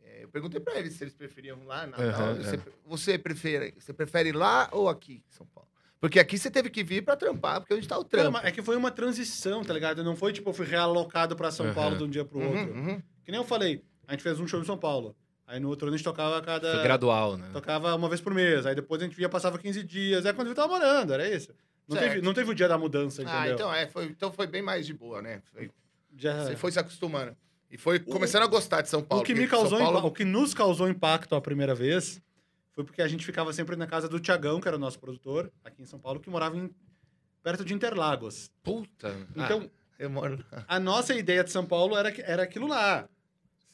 S2: é, eu perguntei pra eles se eles preferiam lá, Natal.
S1: Aham,
S2: você,
S1: é.
S2: você prefere, você prefere lá ou aqui, em São Paulo? Porque aqui você teve que vir pra trampar, porque onde tá o
S3: Cara,
S2: trampo.
S3: mas é que foi uma transição, tá ligado? Não foi tipo eu fui realocado pra São
S1: Aham.
S3: Paulo de um dia pro outro.
S2: Uhum, uhum.
S3: Que nem eu falei, a gente fez um show em São Paulo. Aí no outro ano a gente tocava cada
S1: Foi gradual, né?
S3: tocava uma vez por mês. Aí depois a gente via passava 15 dias. Aí quando eu tava morando, era isso. Não
S2: Certo.
S3: teve, não teve o dia da mudança, entendeu?
S2: Ah, então, é, foi, então foi bem mais de boa, né? Foi-
S3: Já-
S2: Você foi se acostumando. E foi começando a gostar de São Paulo.
S3: É. o que
S2: porque
S3: me causou,
S2: São
S3: impa- o que nos causou impacto a primeira vez foi porque a gente ficava sempre na casa do Tiagão, que era o nosso produtor aqui em São Paulo, que morava em- perto de Interlagos.
S1: Puta. Ah,
S3: Então,
S2: Eu moro lá.
S3: a nossa ideia de São Paulo era, que- era aquilo lá,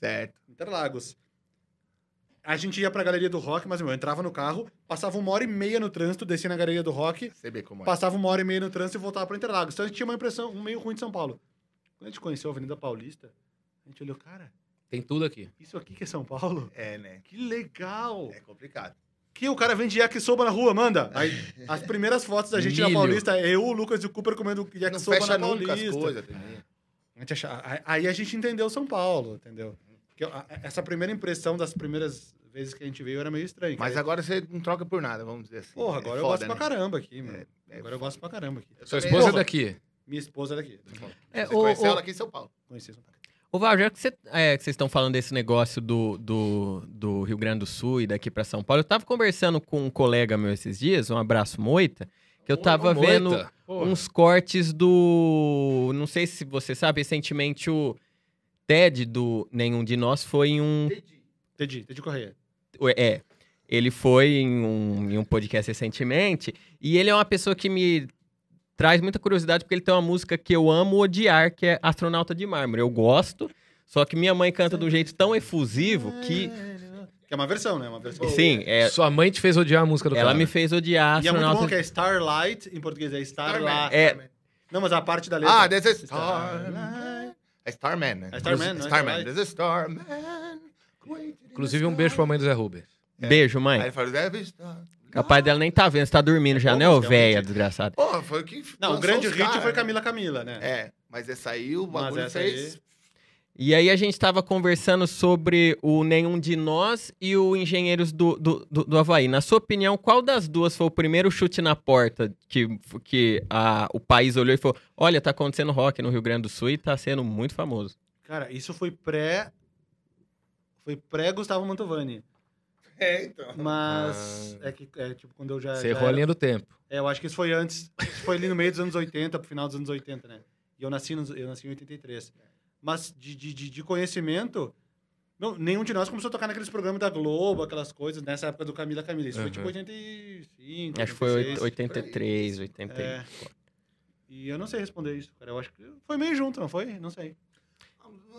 S2: Certo.
S3: Interlagos. A gente ia pra Galeria do Rock, mas meu, eu entrava no carro, passava uma hora e meia no trânsito, descia na Galeria do Rock,
S2: Você vê como é.
S3: passava uma hora e meia no trânsito e voltava pra Interlagos. Então a gente tinha uma impressão um meio ruim de São Paulo. Quando a gente conheceu a Avenida Paulista, a gente olhou, cara,
S1: tem tudo aqui.
S3: isso aqui que é São Paulo?
S2: É, né?
S3: Que legal!
S2: É complicado.
S3: Que o cara vende yakisoba na rua, manda. Aí, as primeiras fotos da gente na
S1: Milho.
S3: Paulista é eu, o Lucas e o Cooper comendo
S2: Não
S3: yakisoba
S2: fecha
S3: na
S2: nunca as
S3: Paulista.
S2: coisas. entendeu?
S3: A gente acha- aí- Aí a gente entendeu São Paulo, entendeu? Porque a- essa primeira impressão das primeiras vezes que a gente veio era meio estranha.
S2: Mas
S3: Aí,
S2: agora você não troca por nada, vamos dizer assim.
S3: Porra,
S2: É
S3: agora eu
S2: foda,
S3: gosto
S2: né?
S3: pra caramba aqui, mano.
S2: É, é
S3: agora eu gosto pra caramba aqui.
S1: Sua
S2: também-
S1: esposa é
S3: Porra.
S1: daqui.
S3: Minha esposa é daqui.
S4: É,
S2: Você
S4: ô,
S2: conheceu
S4: ô,
S2: ela aqui em São Paulo.
S3: Conheci São Paulo.
S4: Ô, Val, já que você- é, que vocês estão falando desse negócio do, do, do Rio Grande do Sul e daqui pra São Paulo, eu tava conversando com um colega meu esses dias, um abraço moita, que eu tava
S1: Moita.
S4: vendo
S2: Um
S1: Porra.
S4: uns cortes do. Não sei se você sabe, recentemente o TED do Nenhum de Nós foi em um.
S3: Entendi, entendi Correia.
S4: É. Ele foi em um, em um podcast recentemente e ele é uma pessoa que me traz muita curiosidade porque ele tem uma música que eu amo odiar, que é Astronauta de Mármore. Eu gosto, só que minha mãe canta de um jeito tão efusivo que.
S3: É, Que é uma versão, né? Uma versão.
S4: Sim, é,
S1: Sua mãe te fez odiar a música do
S4: ela
S1: cara.
S4: me fez odiar
S3: E é muito bom
S4: Astronauta.
S3: que é Starlight, em português é Starlight.
S4: É.
S3: Não, mas a parte da letra.
S2: Ah, this is
S3: Starlight.
S2: Starman. É Starman, né?
S3: É Starman, não é
S2: Starman.
S3: Starlight?
S2: This is Starman.
S1: Inclusive, um beijo pra mãe do Zé Rubens.
S3: é.
S4: Beijo,
S2: Aí
S4: mãe.
S2: ele falou, deve estar.
S4: Capaz dela nem tá vendo, você tá dormindo já,
S3: É bom,
S4: né, ô
S3: mas realmente-
S4: véia, desgraçada.
S2: Porra, foi o que.
S3: Não,
S2: lançou
S3: o grande
S2: os
S3: hit
S2: caras,
S3: foi
S2: né?
S3: Camila Camila, né?
S2: É, mas essa aí o
S3: Mas
S2: bagulho
S3: essa aí-
S2: fez.
S4: E aí a gente tava conversando sobre o Nenhum de Nós e o Engenheiros do, do, do, do Havaí. Na sua opinião, qual das duas foi o primeiro chute na porta que, que a, o país olhou e falou: olha, tá acontecendo rock no Rio Grande do Sul e tá sendo muito famoso?
S3: Cara, isso foi pré. Foi pré-Gustavo Mantovani.
S2: É, então.
S3: Mas
S2: Ah.
S3: é que é tipo quando eu já.
S1: Você
S3: já
S1: errou a
S3: era-
S1: linha do tempo.
S3: É, eu acho que isso foi antes. Isso foi ali no meio dos anos 80, pro final dos anos 80, né? E eu nasci, nos- eu nasci em 83. Mas de, de, de, de conhecimento, não, nenhum de nós começou a tocar naqueles programas da Globo, aquelas coisas, nessa época do Camila Camila. Isso foi tipo
S1: Uhum.
S3: 85.
S4: Acho que foi
S3: 86.
S4: 83, 80.
S3: É. E eu não sei responder isso, cara. Eu acho que foi meio junto, não foi? Não sei.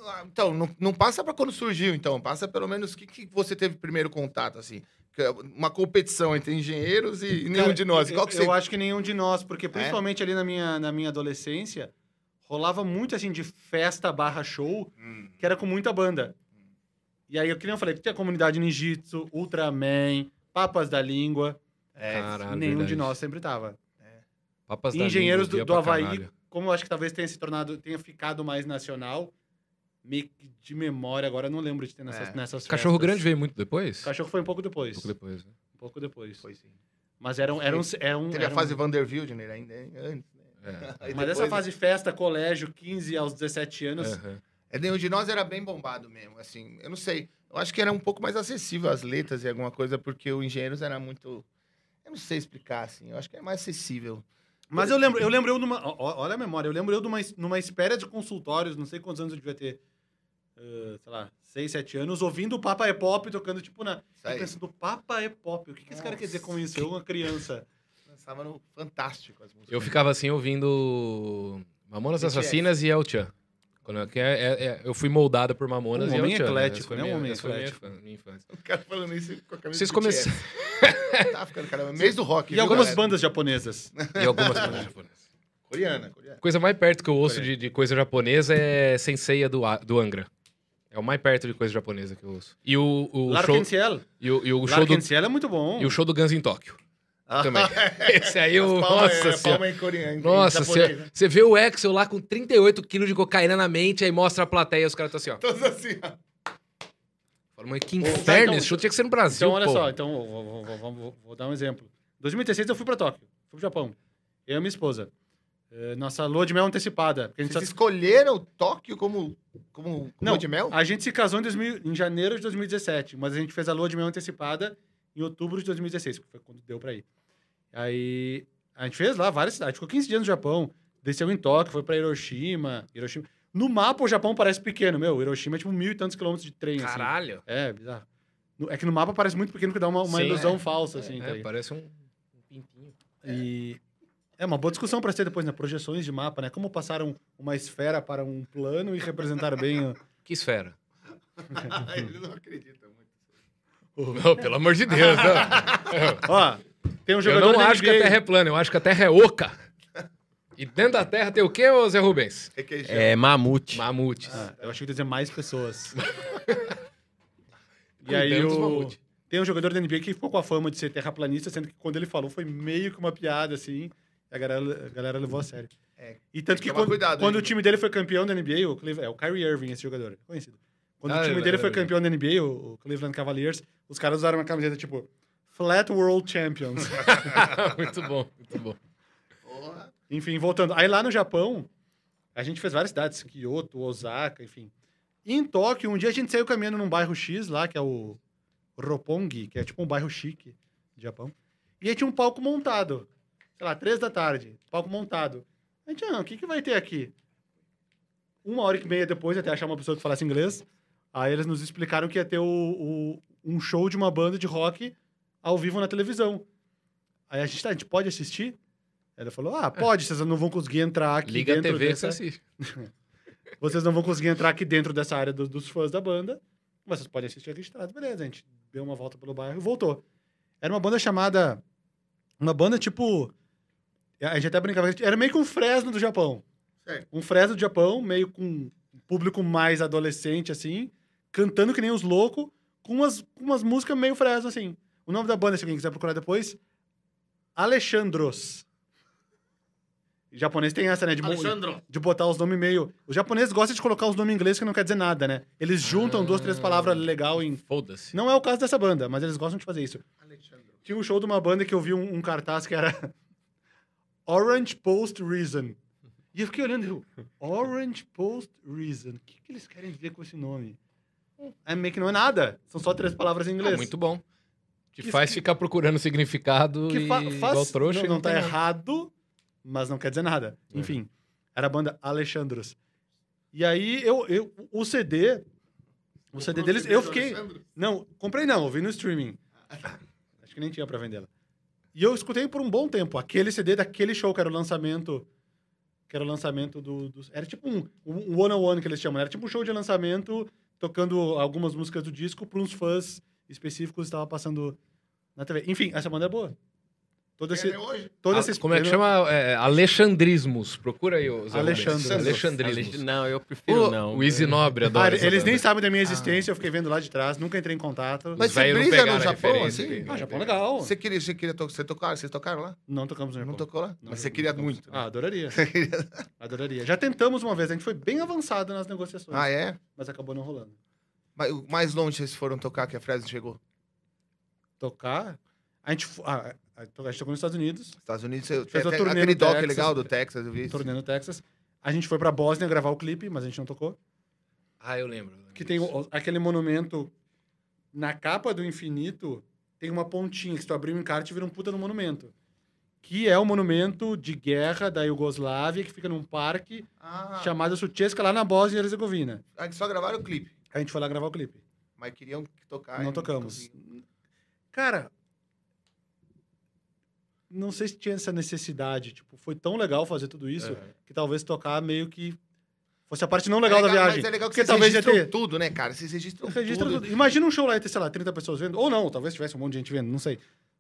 S2: Ah, Então, não, não passa pra quando surgiu, então. Passa pelo menos o que, que você teve primeiro contato, assim. Que é Uma competição entre engenheiros e nenhum
S3: Cara,
S2: de nós.
S3: eu-
S2: Qual que
S3: Eu
S2: você... É?
S3: acho que nenhum de nós, porque principalmente ali na minha, na minha adolescência, rolava muito assim de festa barra show,
S2: Hum.
S3: que era com muita banda. E aí, eu que nem eu falei, tinha a comunidade ninjitsu, Ultraman, Papas da Língua.
S2: É,
S3: Ah.
S1: Caralho,
S3: nenhum de
S1: verdade.
S3: nós sempre tava.
S1: Papas da
S3: Engenheiros
S1: língua,
S3: do,
S1: eu
S3: do
S1: via pra
S3: Havaí,
S1: caralho.
S3: como eu acho que talvez tenha se tornado, tenha ficado mais nacional, meio que de memória agora, eu não lembro de ter nessas,
S2: É.
S3: nessas
S1: Cachorro
S3: festas.
S1: Grande veio muito depois?
S3: Cachorro foi um pouco depois.
S1: Um pouco depois, né?
S3: Um pouco depois.
S2: foi sim.
S3: Mas um, eram, eram, eram,
S2: Teve a
S3: eram-
S2: fase Vanderbilt nele ainda, hein? antes, né?
S1: É.
S2: Aí
S3: um- Mas
S2: depois-
S3: essa fase festa, colégio, 15 aos 17 anos,
S1: Aham.
S2: É, nenhum de nós era bem bombado mesmo, assim. Eu não sei. Eu acho que era um pouco mais acessível as letras e alguma coisa, porque o Engenheiros era muito... Eu não sei explicar, assim. Eu acho que era mais acessível.
S3: Mas eu lembro, eu lembro eu numa. ó- ó- Olha a memória, eu lembro eu numa, numa espera de consultórios, não sei quantos anos eu devia ter. eh, sei lá, 6, 7 anos, ouvindo o Papa é Pop, tocando tipo na.
S2: Isso
S3: Eu
S2: aí.
S3: pensando, Papa é Pop, o que, que esse cara quer dizer com
S2: Nossa.
S3: isso? Eu, uma criança.
S2: Lançava no Fantástico as músicas.
S1: Eu ficava assim ouvindo Mamonas
S2: BTS.
S1: Assassinas e El Chan. Quando eu, que é- é- é- eu fui moldado por Mamonas
S3: Um
S1: e El
S3: homem
S1: Chan.
S3: eclético,
S1: Essa foi
S3: né? Um
S1: minha-
S3: homem
S1: essa foi minha
S3: eclético.
S1: infância- minha infância.
S2: O cara falando isso com a camisa
S1: Vocês
S2: do
S1: começaram.
S2: BTS. Tá ficando, cara. Mês do rock.
S3: E
S2: viu,
S3: algumas
S2: galera?
S3: bandas japonesas.
S1: E algumas coisas japonesas.
S2: Coreana, coreana.
S1: A coisa mais perto que eu ouço de, de coisa japonesa é Senseia do, A- do Angra. É o mais perto de coisa japonesa que eu ouço. E o, o show,
S3: Larkin Ciel.
S1: e o, e o show do,
S3: Larkin Ciel é muito bom.
S1: e o show do Guns em Tóquio. Também.
S3: É,
S1: Esse aí, eu,
S2: Palma-
S1: Ah, nossa
S2: é,
S1: senhora.
S2: palma em coreano. em
S1: Nossa,
S2: japonês, né?
S1: você você vê o Axel lá com 38 quilos de cocaína na mente, aí mostra a plateia e os caras estão assim, ó.
S2: Todos assim, ó.
S1: Fala, mas que
S3: Pô,
S1: inferno,
S3: tá, Então, então-
S1: esse show tinha que ser no Brasil,
S3: Então, olha
S1: pô.
S3: só, então, vou, vou- vou- vou- vou- vou dar um exemplo. Em 2016 eu fui pra Tóquio, fui pro Japão. Eu e minha esposa. Eh, Nossa lua de mel antecipada. Porque a gente só
S2: Vocês escolheram Tóquio como, como, como
S3: tá- Não,
S2: de mel?
S3: A gente se casou em, 2000, em janeiro de 2017, mas a gente fez a lua de mel antecipada em outubro de 2016, que foi quando deu pra ir. Aí a gente fez lá várias cidades, ficou 15 dias no Japão, desceu em Tóquio, foi pra Hiroshima, Hiroshima. No mapa o Japão parece pequeno, meu. Hiroshima é tipo mil e tantos quilômetros de trem, assim.
S1: Caralho.
S3: É, bizarro. No- É que no mapa parece muito pequeno, que dá uma, uma
S1: Sim,
S3: ilusão
S1: é.
S3: falsa, assim. tá
S1: É,
S3: ligado?
S1: parece um, um pintinho.
S3: E é uma boa discussão para ter depois, né? Projeções de mapa, né? Como passaram uma esfera para um plano e representaram bem o-
S1: Que esfera.
S3: Ah,
S2: Ele não acredita muito.
S1: Não, pelo amor de Deus, não.
S3: Ó, tem um
S1: Eu
S3: jogador
S1: não
S3: da
S1: acho que a
S3: NBA.
S1: Terra é plana, eu acho que a Terra é oca. E dentro da Terra tem o quê, ô Zé Rubens?
S2: Requeijão.
S4: É, Mamute.
S1: Mamutes.
S3: Ah, eu achei que ia dizer mais pessoas. e
S1: Cuidando
S3: aí
S1: dos
S3: o...
S1: mamute.
S3: tem um jogador da NBA que ficou com a fama de ser terraplanista, sendo que quando ele falou foi meio que uma piada, assim. e A galera, a galera levou a sério.
S2: É,
S3: e
S2: tem
S3: tanto
S2: que
S3: que
S2: tomar
S3: quando,
S2: cuidado,
S3: quando
S2: hein?
S3: o time dele foi campeão da NBA, o Cleveland, é o Kyrie Irving, esse jogador, conhecido. Quando
S1: Ah,
S3: o
S2: é
S3: time
S1: eu-
S3: dele
S1: eu
S3: foi
S1: lembro.
S3: campeão da NBA, o, o Cleveland Cavaliers, os caras usaram uma camiseta tipo Flat World Champions. Ah.
S1: muito bom, muito bom.
S2: Porra.
S3: Enfim, voltando. Aí lá no Japão, a gente fez várias cidades, Kyoto, Osaka, enfim. E em Tóquio, um dia a gente saiu caminhando num bairro X lá, que é o Roppongi, que é tipo um bairro chique do Japão. E aí tinha um palco montado. Sei lá, três da tarde, palco montado. A gente, ah, não, o que, que vai ter aqui? Uma hora e meia depois, até achar uma pessoa que falasse inglês, aí eles nos explicaram que ia ter o- o- um show de uma banda de rock ao vivo na televisão. Aí a gente, tá, a gente pode assistir? Ela falou, ah, pode, vocês não vão conseguir entrar aqui
S1: Liga a
S3: dentro
S1: TV que você
S3: dessa...
S1: assiste.
S3: Vocês não vão conseguir entrar aqui dentro dessa área do- dos fãs da banda. mas Vocês podem assistir aqui de trás. Beleza, a gente deu uma volta pelo bairro e voltou. Era uma banda chamada... Uma banda tipo... A gente até brincava. Era meio que um Fresno do Japão.
S2: Certo.
S3: Um Fresno do Japão, meio com um público mais adolescente, assim. Cantando que nem os loucos. Com umas, com umas músicas meio Fresno, assim. O nome da banda, se alguém quiser procurar depois... Alexandros. Japonês tem essa, né? De, mo-
S2: Alexandro.
S3: de botar os nomes meio. Os japoneses gostam de colocar os nomes em inglês que não quer dizer nada, né? Eles juntam duas, três palavras legal em.
S1: Foda-se.
S3: Não é o caso dessa banda, mas eles gostam de fazer isso.
S2: Alexandro.
S3: Tinha um show de uma banda que eu vi um, um cartaz que era Orange Post Reason. E eu fiquei olhando e eu, Orange Post Reason. O que, que eles querem dizer com esse nome? É meio que não é nada. São só três palavras em
S1: Ah,
S3: inglês.
S1: muito bom. Te
S3: Isso
S1: faz
S3: que-
S1: ficar procurando significado
S3: que
S1: e
S3: fa-
S1: igual
S3: faz,
S1: trouxa.
S3: não,
S1: e
S3: não tá
S1: tem nada.
S3: errado, mas não quer dizer nada.
S1: É.
S3: Enfim, era a banda Alexandros. E aí eu, eu o CD, o CD deles, eu fiquei, não, comprei não, ouvi no streaming. Acho que nem tinha pra vendê-la. E eu escutei por um bom tempo aquele CD daquele show que era o lançamento que era o lançamento do, dos- era tipo um um one on one que eles chamam, era tipo um show de lançamento tocando algumas músicas do disco para uns fãs específicos que estava passando na TV. Enfim, essa banda é boa. Todo esse,
S2: Até hoje?
S3: Toda
S1: Ah,
S3: essa
S1: Como é que chama? É, Alexandrismos. Procura aí, ô, Zé Alexandrismos.
S3: Alexandros.
S1: Alexandrismos.
S4: Não, eu prefiro
S1: O,
S4: não. né?
S1: o Easy Nobre adora.
S3: Ah,
S1: essa
S3: eles nem
S1: banda.
S3: sabem da minha existência, eu fiquei vendo lá de trás, nunca entrei em contato.
S2: Mas
S1: Os
S2: você
S1: velhos não
S2: brisa no
S1: pegaram a
S2: Japão,
S1: referência,
S2: assim?
S1: entendeu?
S3: ah, Japão legal.
S2: Você queria, você queria tocar? Você tocaram? Vocês tocaram lá?
S3: Não tocamos no Japão.
S2: Não tocou lá?
S3: Não,
S2: Mas
S3: não
S2: você queria
S3: tocamos.
S2: muito. né?
S3: Ah, adoraria. adoraria. Já tentamos uma vez, a gente foi bem avançado nas negociações,
S2: Ah, é?
S3: mas acabou não rolando.
S2: Mas o mais longe vocês foram tocar que a Fresno chegou?
S3: Tocar, a gente, fo- ah, a a gente tocou nos Estados Unidos,
S2: Estados Unidos, eu, tem
S3: Fez a
S2: até
S3: turnê
S2: aquele
S3: no
S2: doc
S3: Texas.
S2: legal do Texas, eu vi. isso.
S3: torneio no Texas. A gente foi pra Bósnia gravar o clipe, mas a gente não tocou.
S1: Ah, eu lembro.
S3: Que tem o- aquele monumento na capa do infinito, tem uma pontinha que se tu abrir o encarte vira um puta no monumento. Que é o monumento de guerra da Iugoslávia, que fica num parque
S2: Ah,
S3: chamado Sutjeska, lá na Bósnia e Herzegovina.
S2: ah, que só gravaram o clipe,
S3: A gente foi lá gravar o clipe.
S2: mas queriam tocar. e
S3: não tocamos.
S2: conseguiram.
S3: Cara, não sei se tinha essa necessidade. Tipo, foi tão legal fazer tudo isso que talvez tocar meio que fosse a parte não legal,
S2: É
S3: da
S2: Mas
S3: viagem.
S2: é legal que
S3: Porque
S2: vocês
S3: talvez ia
S2: registram
S3: ter-
S2: tudo, né, cara? Vocês registram
S3: Registra
S2: tudo.
S3: tudo. Imagina um show lá e ter, sei lá, 30 pessoas vendo. Ou não, talvez tivesse um monte de gente vendo, não sei.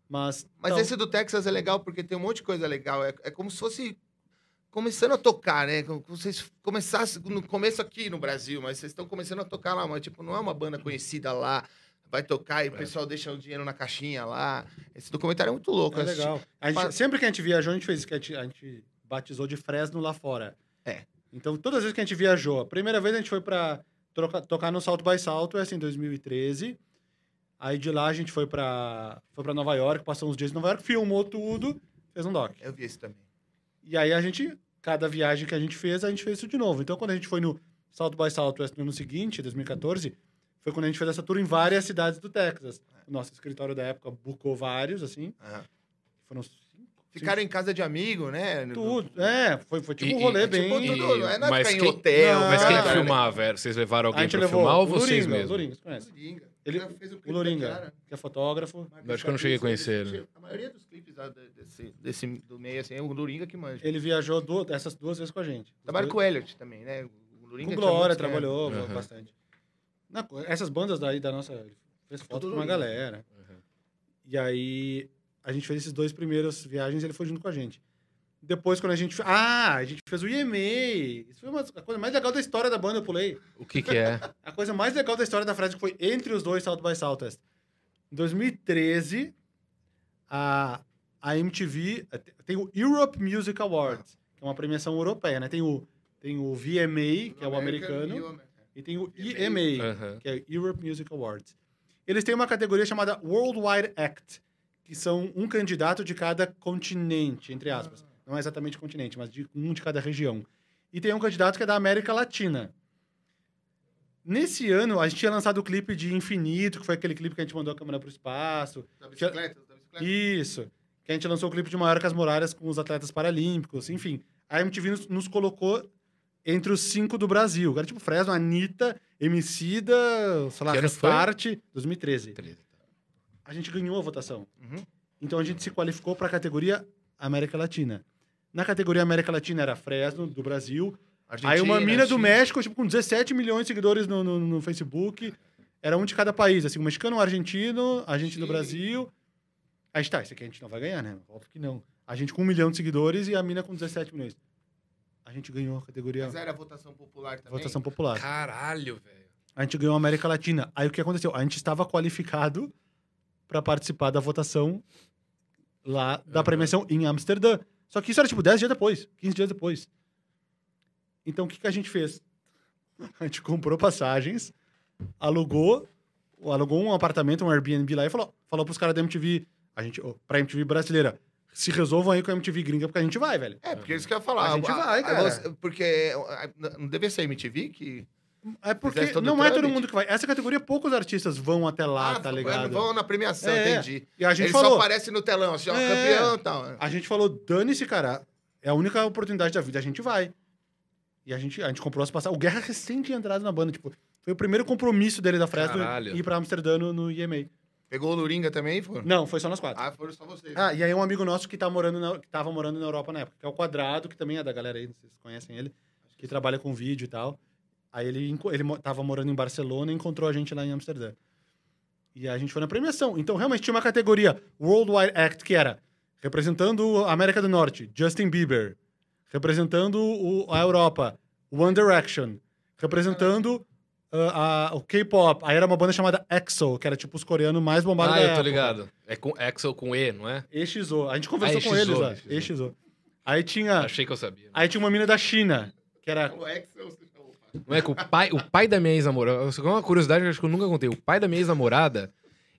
S3: Mas.
S2: Mas
S3: então,
S2: esse do Texas é legal porque tem um monte de coisa legal. É, é como se fosse começando a tocar, né? Como Vocês começassem no começo aqui no Brasil, mas vocês estão começando a tocar lá, mas tipo, não é uma banda conhecida lá. Vai tocar e
S3: É.
S2: o pessoal deixa o dinheiro na caixinha lá. Esse documentário é muito louco.
S3: É
S2: eu assisti.
S3: legal. A gente-
S2: Pa-
S3: sempre que a gente viajou, a gente fez isso, que a gente, a gente batizou de Fresno lá fora.
S2: É.
S3: Então, todas as vezes que a gente viajou, a primeira vez a gente foi pra troca- tocar no Salto by Salto, essa em 2013. Aí de lá a gente foi pra, foi pra Nova York, passou uns dias em Nova York, filmou tudo, fez um doc.
S2: Eu vi isso também.
S3: E aí a gente, cada viagem que a gente fez, a gente fez isso de novo. Então, quando a gente foi no Salto by Southwest no ano seguinte, 2014, foi quando a gente fez essa tour em várias cidades do Texas. O nosso escritório da época bucou vários, assim.
S2: É. Aham.
S3: Foram cinco.
S2: Ficaram em casa de amigo, né?
S3: Tudo. É, foi, foi tipo
S1: E-
S3: um rolê
S1: e-
S3: bem.
S2: Tipo, tudo, não é nada
S1: Mas
S2: ficar em
S1: quem-
S2: hotel.
S3: Não,
S1: Mas
S2: ficar-
S1: quem
S3: Ah,
S1: filmava? Era- Vocês levaram
S3: a
S1: alguém
S3: gente
S1: pra
S3: levou
S1: filmar ou
S3: o
S1: vocês
S3: Louringa, O
S1: mesmos?
S3: Louringa, você conhece?
S2: Louringa.
S3: Ele-
S2: Ela fez um clipe
S3: O
S2: da
S3: Louringa,
S2: Kiara.
S3: que é fotógrafo.
S2: Marcos
S1: Eu acho que eu não cheguei a
S2: Fabrício,
S1: conhecer, né?
S2: desse- A maioria dos clipes lá de- desse, desse, do meio, assim, é o Luringa que manja.
S3: Ele viajou duas, essas duas vezes com a gente. Os
S2: Trabalha
S3: dois-
S2: com o Elliot também, né? O Luringa tinha
S3: com Glória,
S2: muitos, né?
S3: trabalhou
S1: Aham.
S3: bastante. Na co- essas bandas daí da nossa. Ele fez foto
S2: Tá Tudo
S3: com uma
S2: Louringa.
S3: galera.
S1: Uhum.
S3: E aí a gente fez esses dois primeiros viagens ele foi junto com a gente. Depois, quando a gente. fe- Ah, a gente fez o IMA. Isso foi uma, a coisa mais legal da história da banda, eu pulei.
S1: O que que é?
S3: A coisa mais legal da história da Fresno foi entre os dois Salto by Saltest. Em 2013, a, a MTV eh, te- tem o Europe Music Awards, que é uma premiação europeia, né? Tem o, tem o VMA, que é o americano,
S2: né?
S3: e tem o
S2: VMA.
S3: EMA,
S1: Aham.
S3: que é Europe Music Awards. Eles têm uma categoria chamada Worldwide Act, que são um candidato de cada continente, entre aspas. Não é exatamente continente, mas de um de cada região. E tem um candidato que é da América Latina. Nesse ano, a gente tinha lançado o clipe de Infinito, que foi aquele clipe que a gente mandou a câmera para o espaço.
S2: Da bicicleta, da bicicleta.
S3: Isso. Que a gente lançou o clipe de Maior que as Muralhas com os atletas paralímpicos. Enfim, a MTV nos, nos colocou entre os cinco do Brasil. Era tipo Fresno, Anitta, Emicida, sei lá,
S1: Que ano foi?
S3: Restart, 2013.
S1: Treze.
S3: A gente ganhou a votação.
S2: Uhum.
S3: Então a gente se qualificou para a categoria América Latina. Na categoria América Latina era Fresno, do Brasil. Aí uma
S2: Argentina,
S3: mina do
S2: Chile.
S3: México, tipo, com 17 milhões de seguidores no, no- no Facebook. Era um de cada país, assim, um mexicano, um argentino, a gente do
S2: Chile.
S3: Brasil. Aí tá, isso aqui a gente não vai ganhar, né? Óbvio que não. A gente com um milhão de seguidores e a mina com 17 milhões. A gente ganhou a categoria
S2: Mas era votação popular também.
S3: votação popular.
S1: Caralho, velho.
S3: A gente ganhou a América Latina. Aí o que aconteceu? A gente estava qualificado para participar da votação lá da
S1: Aham.
S3: premiação em Amsterdã. Só que isso era tipo 10 dias depois, 15 dias depois. Então o que, que a gente fez? A gente comprou passagens, alugou, alugou um apartamento, um Airbnb lá e falou, falou pros caras da MTV, a gente, ô, pra MTV brasileira, se resolvam aí com a MTV gringa, porque a gente
S1: Uhum.
S3: vai, velho.
S2: É, porque eles querem falar.
S3: A gente vai, cara.
S2: porque é, não devia ser MTV que
S3: É porque
S2: Fizesse todo
S3: não
S2: o
S3: é todo
S2: trâmite. Ah,
S3: mundo que vai. Essa categoria, poucos artistas vão até lá, tá ligado?
S2: Vão na premiação,
S3: É,
S2: entendi.
S3: E a gente
S2: Ele só
S3: falou,
S2: aparece no telão, assim, ó,
S3: É.
S2: campeão e tal.
S3: a gente falou, dane-se, cara. É a única oportunidade da vida, a gente vai. E a gente, a gente comprou as passagens. O Guerra recém tinha entrado na banda, tipo, foi o primeiro compromisso dele da Fresno
S1: Caralho.
S3: ir pra Amsterdã no, no EMA.
S2: Pegou o Luringa também, pô?
S3: Não, foi só nós quatro.
S2: Ah, foram só vocês.
S3: Ah, e aí um amigo nosso que, tá morando na- que tava morando na Europa na época, que é o Quadrado, que também é da galera aí, vocês conhecem ele, que trabalha com vídeo e tal. Aí ele, enco- ele mo- tava morando em Barcelona e encontrou a gente lá em Amsterdã. E a gente foi na premiação. Então, realmente, tinha uma categoria Worldwide Act, que era representando a América do Norte, Justin Bieber. Representando o- a Europa, One Direction. Representando ah, a- o K-pop. Aí era uma banda chamada EXO, que era tipo os coreanos mais bombados
S1: Ah,
S3: da
S1: eu tô
S3: época. né?
S1: ligado. É com Axel com E, não é?
S3: EXO. A gente conversou
S1: Ah,
S3: com eles
S1: EXO,
S3: lá.
S1: EXO.
S3: EXO. Aí tinha,
S1: Achei que eu sabia.
S3: aí tinha uma mina da China, que era.
S2: O Excel, você chamou.
S1: Moleque, é o pai, o pai da minha ex-namorada. Isso é uma curiosidade que eu acho que eu nunca contei. O pai da minha ex-namorada,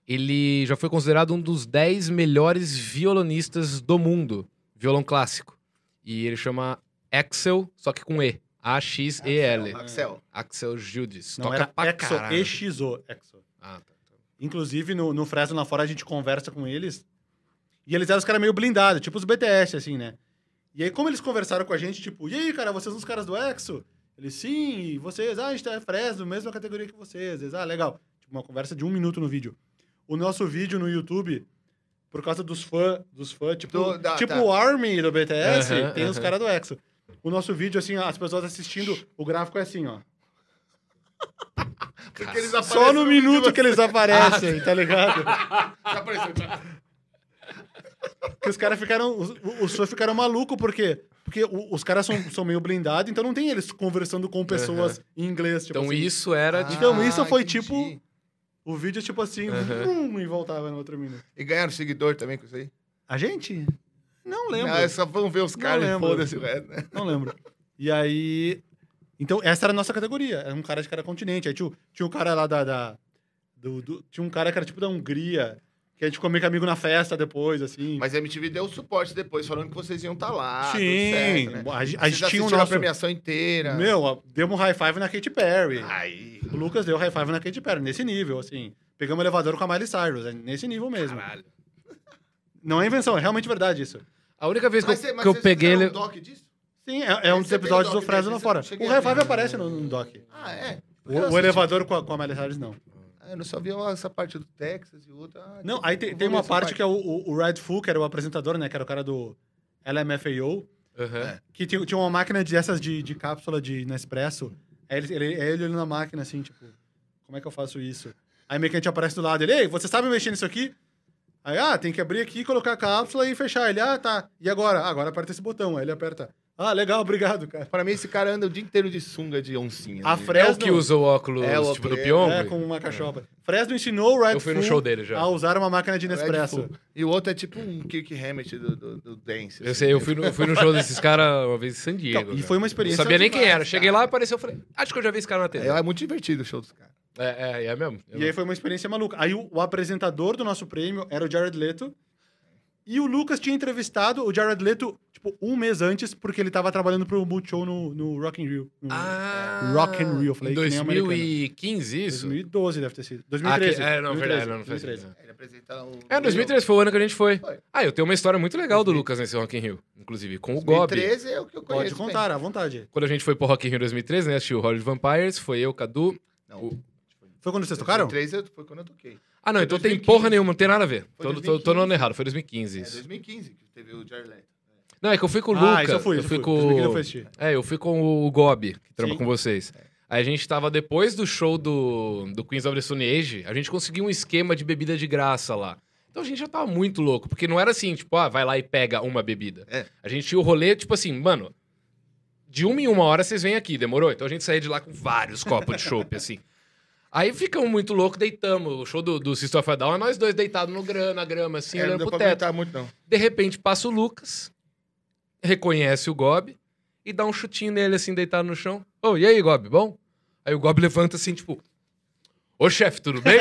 S1: ele já foi considerado um dos 10 melhores violonistas do mundo. Violão clássico. E ele chama Axel, só que com E. A-X-E-L.
S2: Axel.
S1: Axel Judes.
S3: Não,
S1: Toca
S3: era
S1: pra
S3: EXO,
S1: caralho.
S3: EXO, EXO.
S1: Ah, tá.
S3: Inclusive, no, no Fresno lá fora, a gente conversa com eles. E eles eram os caras meio blindados, tipo os BTS, assim, né? E aí, como eles conversaram com a gente, tipo, e aí, cara, vocês são os caras do EXO? Eles, sim, e vocês? Ah, a gente tá é Fresno, mesma categoria que vocês. Eles, ah, legal. Tipo, uma conversa de um minuto no vídeo. O nosso vídeo no YouTube, por causa dos fãs, dos fãs, tipo,
S2: Do- da-
S3: tipo
S2: tá.
S3: o Army do BTS,
S1: Aham,
S3: tem os
S1: aham.
S3: caras do EXO. O nosso vídeo, assim, as pessoas assistindo, o gráfico é assim, ó.
S2: Porque eles
S3: Só
S2: aparecem
S3: no
S2: um vídeo, assim.
S3: minuto que eles aparecem, tá ligado?
S2: já apareceu, tá?
S3: Que os caras ficaram. Os, os fãs ficaram malucos, porque. Porque o- os caras são, são meio blindados, então não tem eles conversando com pessoas em inglês. Tipo
S1: Então
S3: assim.
S1: isso
S2: ah.
S1: era. de-
S3: Então, isso foi
S2: entendi.
S3: tipo- O vídeo é tipo assim,
S1: Aham.
S3: vum, e voltava no outro minuto.
S2: E ganharam seguidor também com isso aí?
S3: A gente? Não lembro.
S2: Não, só vão ver os
S3: Não
S2: caras e
S3: lembro.
S2: foda-se o resto, né?
S3: Não lembro. E aí. Então, essa era a nossa categoria. Era um cara de cada continente. Aí tinha, o- tinha um cara lá da. da- do, do- tinha um cara que era tipo da Hungria, que a gente ficou meio que amigo na festa depois, assim.
S2: Mas a MTV deu o suporte depois, falando que vocês iam estar lá. Ah, tudo
S3: Sim,
S2: certo, né?
S3: a, gente-
S2: Vocês
S3: a gente tinha um
S2: assistiram a
S3: nosso.
S2: premiação inteira.
S3: Meu, deu um high five na Katy Perry.
S2: Aí.
S3: O Lucas deu high five na Katy Perry, nesse nível, assim. Pegamos o elevador com a Miley Cyrus, é nesse nível mesmo.
S1: Caralho.
S3: Não é invenção, é realmente verdade isso.
S1: A única vez que
S2: Mas
S1: eu,
S2: cê- mas
S1: que eu
S2: vocês
S1: peguei.
S2: fizeram
S1: ele-
S2: um doc disso?
S3: Sim, é, é um dos
S2: Esse é bem
S3: episódios
S2: doc
S3: do Fresno
S2: desse,
S3: lá fora.
S2: eu cheguei
S3: O
S2: a
S3: high
S2: ver.
S3: five aparece no, no doc.
S2: Ah, é?
S3: O, o elevador com a, com a Miley Cyrus, não.
S2: Ah, eu não só vi uma- essa parte do Texas e outra. ah,
S3: Não,
S2: tem-
S3: aí tem,
S2: vou
S3: tem
S2: ver
S3: uma
S2: essa
S3: parte que é o, o, o Red Fu, que era o apresentador, né? Que era o cara do LMFAO,
S1: Aham.
S3: que tinha, tinha uma máquina dessas de, de cápsula de Nespresso. Aí ele, ele, ele olhando na máquina, assim, tipo, como é que eu faço isso? Aí meio que a gente aparece do lado ele, ei, você sabe mexer nisso aqui? Aí, ah, tem que abrir aqui, colocar a cápsula e fechar. Ele, ah, tá. E agora? Ah, agora aperta esse botão. Aí ele aperta. Ah, legal, obrigado, cara.
S2: Pra mim, esse cara anda o dia inteiro de sunga de oncinha.
S3: A
S2: né?
S3: Fre-
S1: É o
S3: Fresno-
S1: que usa o óculos
S2: É, o
S1: tipo do
S2: óculos-
S1: Pyong?
S3: É, com uma cachopa. Fresno ensinou o Red
S1: Eu fui no
S3: Full
S1: show dele já.
S3: a usar uma máquina de
S2: Red
S3: Nespresso.
S2: Full. É E o outro é tipo um Kirk Hammett do, do, do Dance.
S1: Eu
S2: assim.
S1: sei, eu fui no, eu fui no show desses caras uma vez em San Diego.
S3: Então, e
S1: cara.
S3: foi uma experiência
S1: Não sabia nem
S3: demais,
S1: quem era. Cheguei lá, apareceu, eu falei, acho que eu já vi esse cara na TV.
S2: É, é muito divertido o show dos caras.
S1: É, é, é mesmo.
S3: E aí foi uma experiência maluca. Aí o, o apresentador do nosso prêmio era o Jared Leto. E o Lucas tinha entrevistado o Jared Leto, tipo, um mês antes, porque ele tava trabalhando pro Multishow no, no Rock in Rio. No
S1: Ah,
S3: Rock and Roll, eu falei
S1: em
S3: que nem americano.
S1: 2015, isso?
S3: 2012 deve ter sido. 2013.
S1: Ah, que- é, não,
S3: 2013,
S1: verdade, não, não faz
S3: 2013.
S1: sentido.
S2: Ele apresenta um.
S1: É, 2013 foi o ano que a gente foi.
S2: Foi.
S1: Ah, eu tenho uma história muito legal do Lucas nesse Rock in Rio, inclusive, com o Gob.
S2: 2013 é o que eu
S3: Pode
S2: conheço.
S3: contar, à vontade.
S1: Quando a gente foi pro Rock in Rio 2013, né, assistiu o Hollywood Vampires, foi eu, Cadu...
S2: bem. Não, tipo,
S3: Foi quando vocês tocaram?
S2: 2013 eu- foi quando eu toquei.
S1: Ah, não,
S2: Foi
S1: então tem
S2: 2015.
S1: porra nenhuma, não tem nada a ver.
S2: Foi
S1: Tô, tô, tô no ano
S2: 2015.
S1: errado, foi 2015
S2: É
S1: isso.
S2: 2015 que teve o Jared Leto.
S1: Não, é que eu fui com o Lucas.
S3: Ah, isso eu fui, isso eu fui.
S1: com...
S3: 2015 eu fui assistir.
S1: É, eu fui com o Gob, que trampa
S3: Sim.
S1: com vocês. Aí a gente tava depois do show do, do Queens of the Stone Age, a gente conseguiu um esquema de bebida de graça lá. Então a gente já tava muito louco, porque não era assim, tipo, ah, vai lá e pega uma bebida.
S2: É.
S1: A gente tinha o rolê, tipo assim, mano, de uma em uma hora vocês vêm aqui, demorou? Então a gente saía de lá com vários copos de chopp, assim. Aí ficamos muito loucos, deitamos. O show do, do Sister of a Down é nós dois deitados no grama, na grama, assim,
S2: É, não
S1: olhando
S2: deu
S1: pro
S2: pra
S1: teto.
S2: comentar muito, não.
S1: De repente passa o Lucas, reconhece o Gob e dá um chutinho nele, assim, deitado no chão. Ô, e aí, Gob, bom? Aí o Gob levanta assim, tipo. Ô chefe, tudo bem?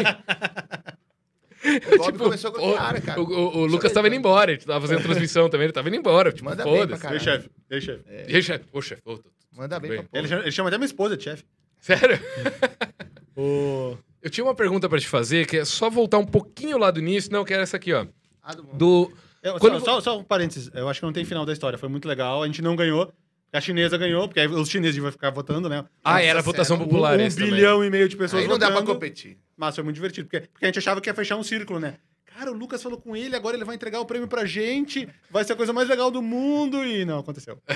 S2: O Bob começou com
S1: Tipo, o-
S2: o cara, cara.
S1: O, o- o Lucas tava indo embora, ele tava fazendo transmissão também, ele tava indo embora. Tipo,
S2: Manda bem pra
S1: foda-se. É,
S2: caralho.
S3: Ei, chefe, ei, chefe.
S1: E aí, chefe? Ô, chefe, ô, tu-
S2: Manda bem,
S1: Bem.
S2: pra porra.
S3: Ele, chama- ele chama até minha esposa de chefe.
S1: Sério?
S3: O...
S1: Eu tinha uma pergunta pra te fazer, que é só voltar um pouquinho lá do início. Não, eu quero essa aqui, ó.
S2: Ah, do mundo.
S1: Do.
S3: Eu-
S1: Quando-
S3: só, só, só um parênteses. Eu acho que não tem final da história. Foi muito legal. A gente não ganhou. A chinesa ganhou, porque aí os chineses vão ficar votando, né?
S1: Ah, era
S2: Nossa,
S1: votação
S2: sério?
S1: popular
S3: um
S1: esse também.
S3: bilhão e meio de pessoas
S2: Aí não dá pra
S3: votando.
S2: competir.
S3: Mas foi muito divertido, porque, porque a gente achava que ia fechar um círculo, né? Cara, o Lucas falou com ele, agora ele vai entregar o prêmio pra gente, vai ser a coisa mais legal do mundo, e não aconteceu.
S1: É,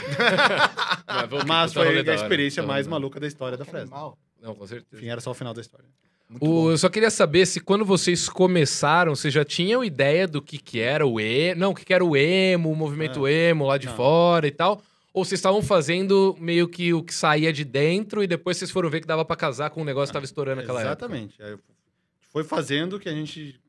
S1: Ah, vou-
S3: Mas
S1: tá rolê
S3: foi
S1: da
S3: a
S1: hora,
S3: experiência
S1: tá
S3: mais
S1: rolê
S3: maluca da história da Fresno.
S2: Animal.
S1: da- Não, com certeza.
S3: Enfim, era só Tá o final da história.
S2: É Muito
S1: O-
S2: bom.
S1: eu só queria saber se quando vocês começaram, vocês já tinham ideia do que, que era o emo. Não, o que, que era o emo, o movimento emo lá de
S3: Não.
S1: fora e tal. Ou vocês estavam fazendo meio que o que saía de dentro e depois vocês foram ver que dava pra casar com o negócio que tava estourando naquela
S3: Exatamente. Aí eu- Foi fazendo que a gente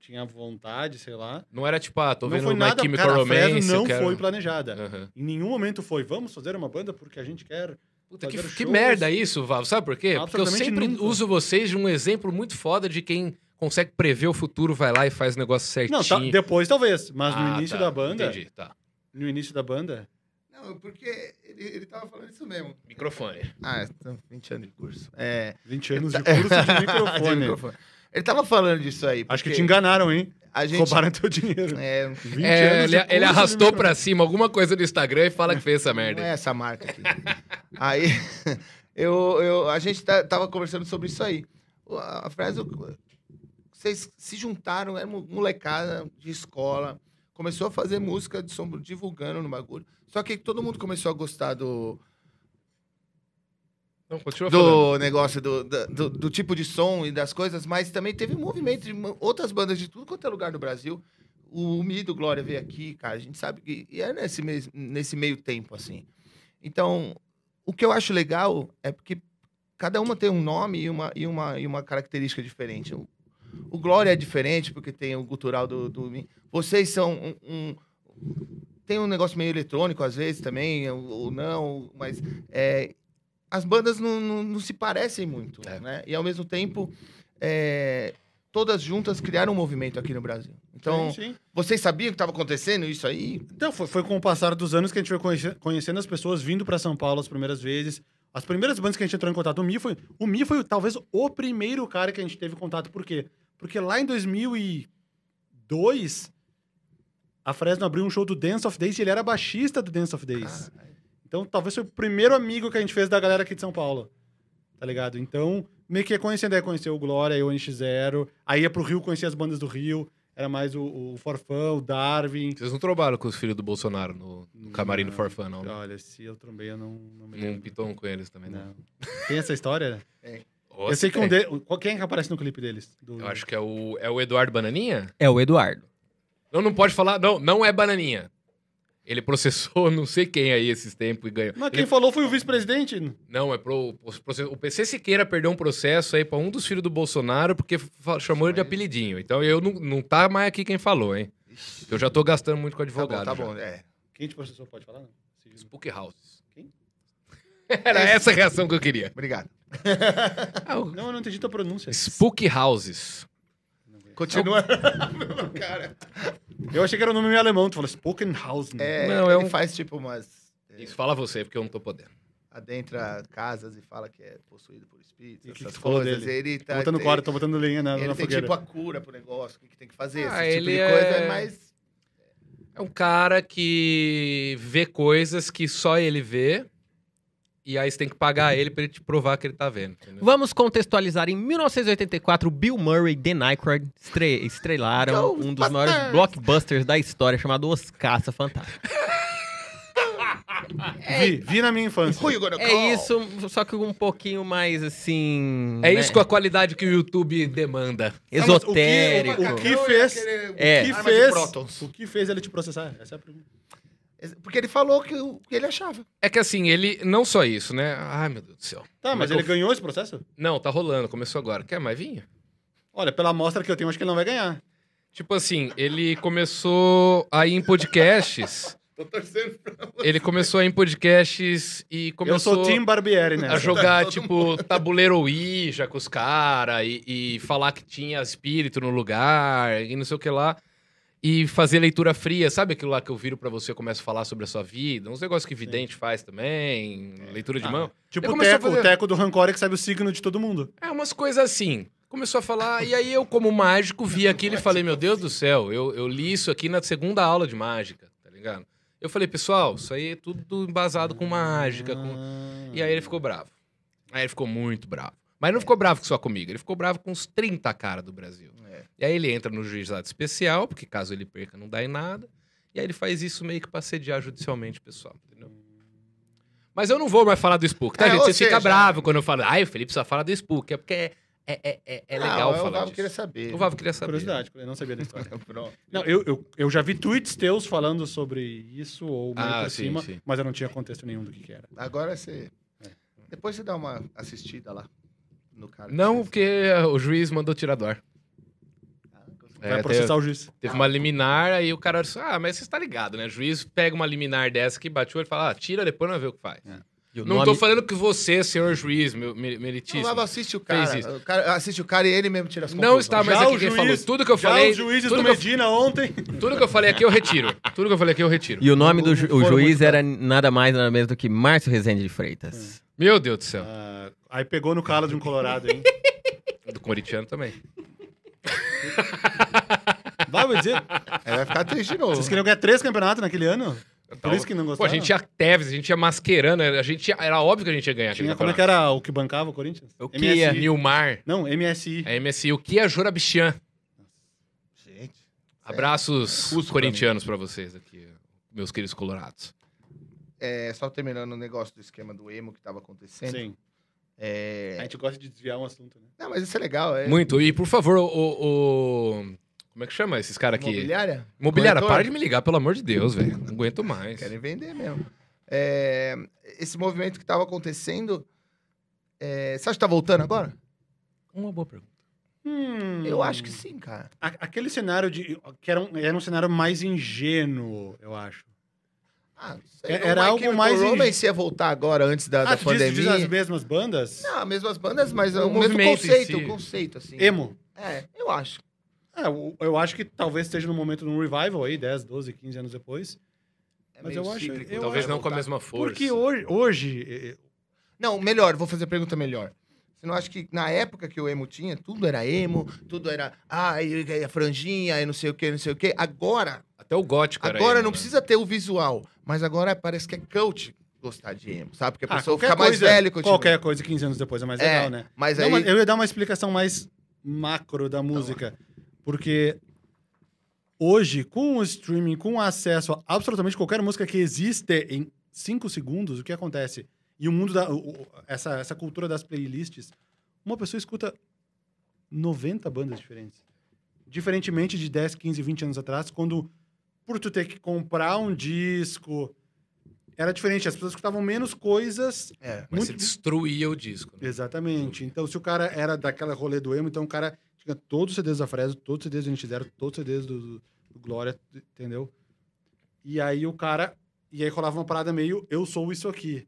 S3: tinha vontade, sei lá.
S1: época. Não era tipo, ah, tô
S3: não
S1: vendo
S3: foi
S1: My
S3: nada,
S1: Chemical
S3: cara, a
S1: Romance.
S3: Fresno não
S1: eu quero...
S3: foi planejada.
S1: Aham.
S3: Em nenhum momento foi, vamos fazer uma banda porque a gente quer.
S1: Puta, que,
S3: Fazer
S1: que
S3: shows.
S1: merda isso, Val. Sabe por quê? Porque eu
S3: Absolutamente
S1: sempre
S3: nunca.
S1: uso vocês de um exemplo muito foda de quem consegue prever o futuro, vai lá e faz o negócio certinho.
S3: Não, tá- depois talvez, mas no
S1: Ah,
S3: início
S1: tá.
S3: da banda,
S1: Entendi, tá.
S3: no início da banda,
S2: Não, porque ele, ele tava falando isso mesmo.
S1: Microfone.
S2: Ah, então, 20 anos de curso. É.
S3: 20 anos de curso de
S2: de
S3: microfone.
S2: microfone. Ele tava falando disso aí.
S3: Acho que
S2: porque
S3: te enganaram, hein?
S2: A gente.
S3: Roubaram teu dinheiro.
S2: É, não
S3: 20
S1: É,
S3: anos
S1: ele,
S3: de
S1: ele
S3: curso de
S1: arrastou
S3: microfone.
S1: pra cima alguma coisa do Instagram e fala que fez essa merda.
S2: é essa marca aqui. aí, eu, eu, a gente tá- tava conversando sobre isso aí. O- A Fresno, vocês se juntaram, era mo- molecada de escola, começou a fazer música de som, divulgando no bagulho. Só que todo mundo começou a gostar do,
S1: Não, continua falando.
S2: do negócio do, da- do, do tipo de som e das coisas, mas também teve um movimento de mu- outras bandas de tudo quanto é lugar do Brasil. O, o Mi do Glória veio aqui, cara, a gente sabe que e é nesse, mes- nesse meio tempo, assim. Então, o que eu acho legal é porque cada uma tem um nome e uma, e uma, e uma característica diferente. O, o Glória é diferente porque tem o cultural do, do Mi. Vocês são um- um tem um negócio meio eletrônico às vezes também, ou, ou não, mas é, as bandas não, não- não se parecem muito,
S1: É.
S2: né? E ao mesmo tempo, é, todas juntas criaram um movimento aqui no Brasil. Então,
S3: Sim, sim.
S2: vocês sabiam que estava acontecendo isso aí?
S3: Então, foi, foi com o passar dos anos que a gente foi conhece- conhecendo as pessoas vindo pra São Paulo as primeiras vezes. As primeiras bandas que a gente entrou em contato, o Mi foi, o Mi foi talvez o primeiro cara que a gente teve contato. Por quê? Porque lá em 2002, a Fresno abriu um show do Dance of Days e ele era baixista do Dance of Days. Então, talvez foi o primeiro amigo que a gente fez da galera aqui de São Paulo. Tá ligado? Então, meio que ia conhecendo, aí conheceu o Glória, aí o NX0. Aí ia pro Rio conhecer as bandas do Rio. Era mais o, o Forfã, o Darwin.
S1: Vocês não trombaram com os filhos do Bolsonaro no, no camarim do
S3: Não.
S1: Forfã, não. né?
S3: Olha, se eu trombei, eu não, não me
S1: Não
S3: lembro.
S1: pitou com eles também, né?
S3: Não. Tem essa história?
S1: Nossa,
S3: eu sei que um
S1: é.
S3: de... Qual- Quem é que aparece no clipe deles? Do-
S1: Eu acho que é o, é o Eduardo Bananinha?
S4: É o Eduardo.
S1: Não, não pode falar. Não, não é Bananinha. Ele processou não sei quem aí esses tempos e ganhou.
S3: Mas
S1: Ele-
S3: quem falou foi o vice-presidente.
S1: Não, é pro, o processo- o PC Siqueira perdeu um processo aí pra um dos filhos do Bolsonaro porque fa- chamou ele de
S2: Mas-
S1: apelidinho. Então eu não, não tá mais aqui quem falou, hein? Eu já tô gastando muito com
S2: Tá bom,
S1: advogado.
S2: tá
S1: já.
S2: bom. É.
S3: Quem te processou? Pode falar? Não. Sigilo.
S1: Spook House.
S3: Quem?
S1: Era essa a reação que eu queria.
S2: Obrigado.
S3: Não, eu não entendi tua pronúncia.
S1: Spook Houses.
S2: Continua. Meu cara.
S3: Eu achei que era o nome meio alemão. Tu falou Spokenhausen.
S2: É,
S1: Não, é
S2: ele
S1: um-
S2: faz tipo umas. é,
S1: Isso, fala você, porque eu não tô podendo.
S2: adentra casas e fala que é possuído por espíritos,
S3: E o que
S2: essas
S3: que tu falou
S2: coisas.
S3: dele?
S2: Ele
S3: Tô
S2: tá.
S3: botando
S2: ele-
S3: corda, tô botando lenha na,
S2: Ele
S3: na
S2: tem
S3: fogueira.
S2: tipo a cura pro negócio, o que, que tem que fazer,
S1: Ah,
S2: esse tipo
S1: ele
S2: de coisa.
S1: é-
S2: É mais.
S1: É um cara que vê coisas que só ele vê. E aí você tem que pagar ele pra ele te provar que ele tá vendo. entendeu?
S4: Vamos contextualizar. Em 1984, Bill Murray e The Nycrad estre estrelaram
S2: Ghostbusters.
S4: um dos maiores blockbusters da história, chamado Os Caça Fantasma.
S2: É.
S3: Vi, vi na minha infância.
S2: Who you gonna call?
S4: É isso, só que um pouquinho mais assim.
S1: É
S4: né,
S1: isso com a qualidade que o YouTube demanda.
S3: Tá, mas o que-
S4: Esotérico.
S3: O que fez? O
S4: É.
S3: que
S2: Arma de
S3: fez?
S2: prótons.
S3: O que fez ele te processar? Essa é a pergunta.
S2: Porque ele falou que o que ele achava.
S1: É que assim, ele. Não só isso, né? Ai, meu Deus do céu.
S3: Tá,
S1: Como é
S3: mas
S1: que
S3: ele
S1: eu-
S3: ganhou esse processo?
S1: Não, tá rolando, começou agora. Quer mais vinho?
S3: Olha, pela amostra que eu tenho, acho que ele não vai ganhar.
S1: Tipo assim, ele começou a ir em podcasts.
S2: Tô torcendo pra
S1: ele começou a ir em podcasts e começou.
S3: Eu sou Tim Barbieri, né?
S1: a jogar, tipo, tabuleiro Ouija com os caras e, e falar que tinha espírito no lugar e não sei o que lá. e fazer leitura fria. Sabe aquilo lá que eu viro pra você e começo a falar sobre a sua vida? Uns negócios que vidente faz também, leitura de
S3: Ah,
S1: mão.
S3: Tipo
S1: Eu
S3: o
S1: comecei a
S3: teco, o
S1: fazer-
S3: teco do Rancor é que sabe o signo de todo mundo.
S1: É, umas coisas assim. Começou a falar, e aí eu, como mágico, vi aquilo e falei, meu Deus do céu, eu, eu li isso aqui na segunda aula de mágica, tá ligado? Eu falei, pessoal, isso aí é tudo embasado com mágica, com...
S3: Ah.
S1: E aí ele ficou bravo. Aí ele ficou muito bravo. Mas não ficou bravo só comigo, ele ficou bravo com os 30 caras do Brasil.
S2: É.
S1: E aí ele entra no juizado especial, porque caso ele perca não dá em nada. E aí ele faz isso meio que pra sediar judicialmente, o pessoal, entendeu? Mas eu não vou mais falar do Spook, tá,
S2: É,
S1: gente?
S2: ou
S1: Você fica
S2: seja-
S1: bravo quando eu falo, ai, o Felipe só fala do Spook, é porque é, é, é- é- é legal
S2: Ah, o
S1: falar
S2: Vavo
S1: disso.
S2: queria saber.
S1: O Vavo queria saber.
S3: Curiosidade, eu não sabia da história.
S2: Pronto.
S3: Não, eu, eu, eu já vi tweets teus falando sobre isso ou meio
S1: Ah,
S3: por
S1: sim,
S3: cima,
S1: sim.
S3: mas eu não tinha contexto nenhum do que, que era.
S2: Agora você... Depois você dá uma assistida lá no cara. que
S1: Não,
S2: fez.
S1: porque o juiz mandou tirar do ar.
S2: Ah,
S1: É,
S3: Vai
S1: até-
S3: processar o juiz.
S1: Teve uma liminar, aí o cara disse: Ah, mas você está ligado, né? O juiz pega uma liminar dessa que bateu, ele fala: Ah, tira, depois nós vê o que
S3: É.
S1: faz.
S4: E o
S1: Não
S4: nome-
S1: tô falando que você, senhor juiz, meu me- meritíssimo.
S2: O Vavo assiste o
S1: Fez
S2: cara,
S1: isso.
S2: o cara. Assiste o cara e ele mesmo tira as
S1: Não
S2: conclusões.
S1: está, mas
S3: Já
S1: aqui
S3: o
S1: quem
S3: juiz-
S1: falou tudo que eu
S3: Já
S1: falei.
S3: os juízes
S1: tudo,
S3: do
S1: que
S3: Medina ontem.
S1: eu, tudo que eu falei aqui eu retiro. Tudo que eu falei aqui eu retiro.
S4: E o nome do
S3: Não
S4: ju-
S3: foram
S4: o juiz
S3: muito
S4: era nada mais, nada menos do que Márcio Rezende de Freitas.
S1: Meu Deus do céu.
S3: Ah, aí pegou no calo de um colorado, hein? Ah.
S1: Do Coritiano também.
S3: Vai, vou dizer.
S2: Aí vai ficar triste de novo.
S3: Vocês queriam ganhar três campeonatos naquele ano? Por isso que não
S1: Pô, a
S3: gostaram?
S1: gente tinha Tevez, a gente ia masquerando, a gente ia- era óbvio que a gente ia ganhar
S3: Tinha-
S1: aquele
S3: como é que era o que bancava o Corinthians?
S4: O que
S1: é
S4: ia?
S3: MSI.
S1: Nilmar,
S3: Não, MSI.
S1: a MSI, o Kia Jorabichan.
S2: Gente.
S1: Abraços
S2: Russo pra
S1: corintianos pra vocês aqui, meus queridos colorados.
S2: É, só terminando o negócio do esquema do emo que tava acontecendo.
S3: Sim. A
S2: É...
S3: gente gosta de desviar um assunto, né?
S2: Não, mas isso é legal. É...
S1: Muito. E, por favor, o, o- o- Como é que chama esses caras aqui?
S2: Imobiliária?
S1: Mobiliária,
S2: Corretora?
S1: para de me ligar, pelo amor de Deus, velho. Não aguento mais.
S2: Querem vender mesmo. É, Esse movimento que tava acontecendo. é, Você acha que tá voltando agora?
S1: Uma boa pergunta.
S2: Eu acho que sim, cara.
S3: Hum. A- Aquele cenário de. que era um, era um cenário mais ingênuo, eu acho.
S2: Ah, não sei.
S3: É-
S2: O
S3: era
S2: My
S3: algo
S2: Chemical
S3: mais
S2: Romance ia voltar agora, antes da, da
S3: ah, tu diz, tu diz
S2: pandemia.
S3: as mesmas bandas?
S2: Não, mesmas bandas, mas
S1: O
S2: o, mesmo
S1: movimento em
S2: conceito,
S1: si.
S2: o conceito, assim.
S3: Emo.
S2: É, eu acho.
S3: É, eu, eu acho que talvez esteja no momento de um revival aí, 10, 12, 15 anos depois.
S2: É
S3: Mas
S2: meio
S3: eu acho-
S2: cíclico,
S3: eu
S1: Talvez
S3: acho-
S1: não com a
S2: voltar.
S1: mesma força.
S3: Porque hoje, hoje eh,
S2: Não, melhor, vou fazer a pergunta melhor. Você não acha que na época que o emo tinha, tudo era emo, tudo era, ah, e- e a franjinha, e não sei o quê, não sei o quê. Agora,
S1: Até o gótico era
S2: agora
S1: emo,
S2: não
S1: né?
S2: precisa ter o visual, mas agora parece que é coach gostar de emo, sabe? Porque a
S3: ah,
S2: pessoa
S3: qualquer
S2: fica mais
S3: coisa-
S2: velha. continua.
S3: Qualquer coisa 15 anos depois é mais
S2: É,
S3: legal, né?
S2: Mas
S3: Não,
S2: aí,
S3: mas eu ia dar uma explicação mais macro da música. Porque hoje, com o streaming, com o acesso a absolutamente qualquer música que existe em 5 segundos, o que acontece? E o mundo da. o- o- essa, essa cultura das playlists, uma pessoa escuta 90 bandas diferentes. Diferentemente de 10, 15, 20 anos atrás, quando por tu ter que comprar um disco. Era diferente, as pessoas escutavam menos coisas
S2: é,
S1: Mas você
S3: muito-
S1: destruía o disco. né?
S3: Exatamente. Então, se o cara era daquela rolê do emo, então o cara tinha todos os CDs da Fresno, todos os CDs do NX Zero, todos os CDs do, do Glória, entendeu? E aí o cara... E aí rolava uma parada meio, eu sou isso aqui.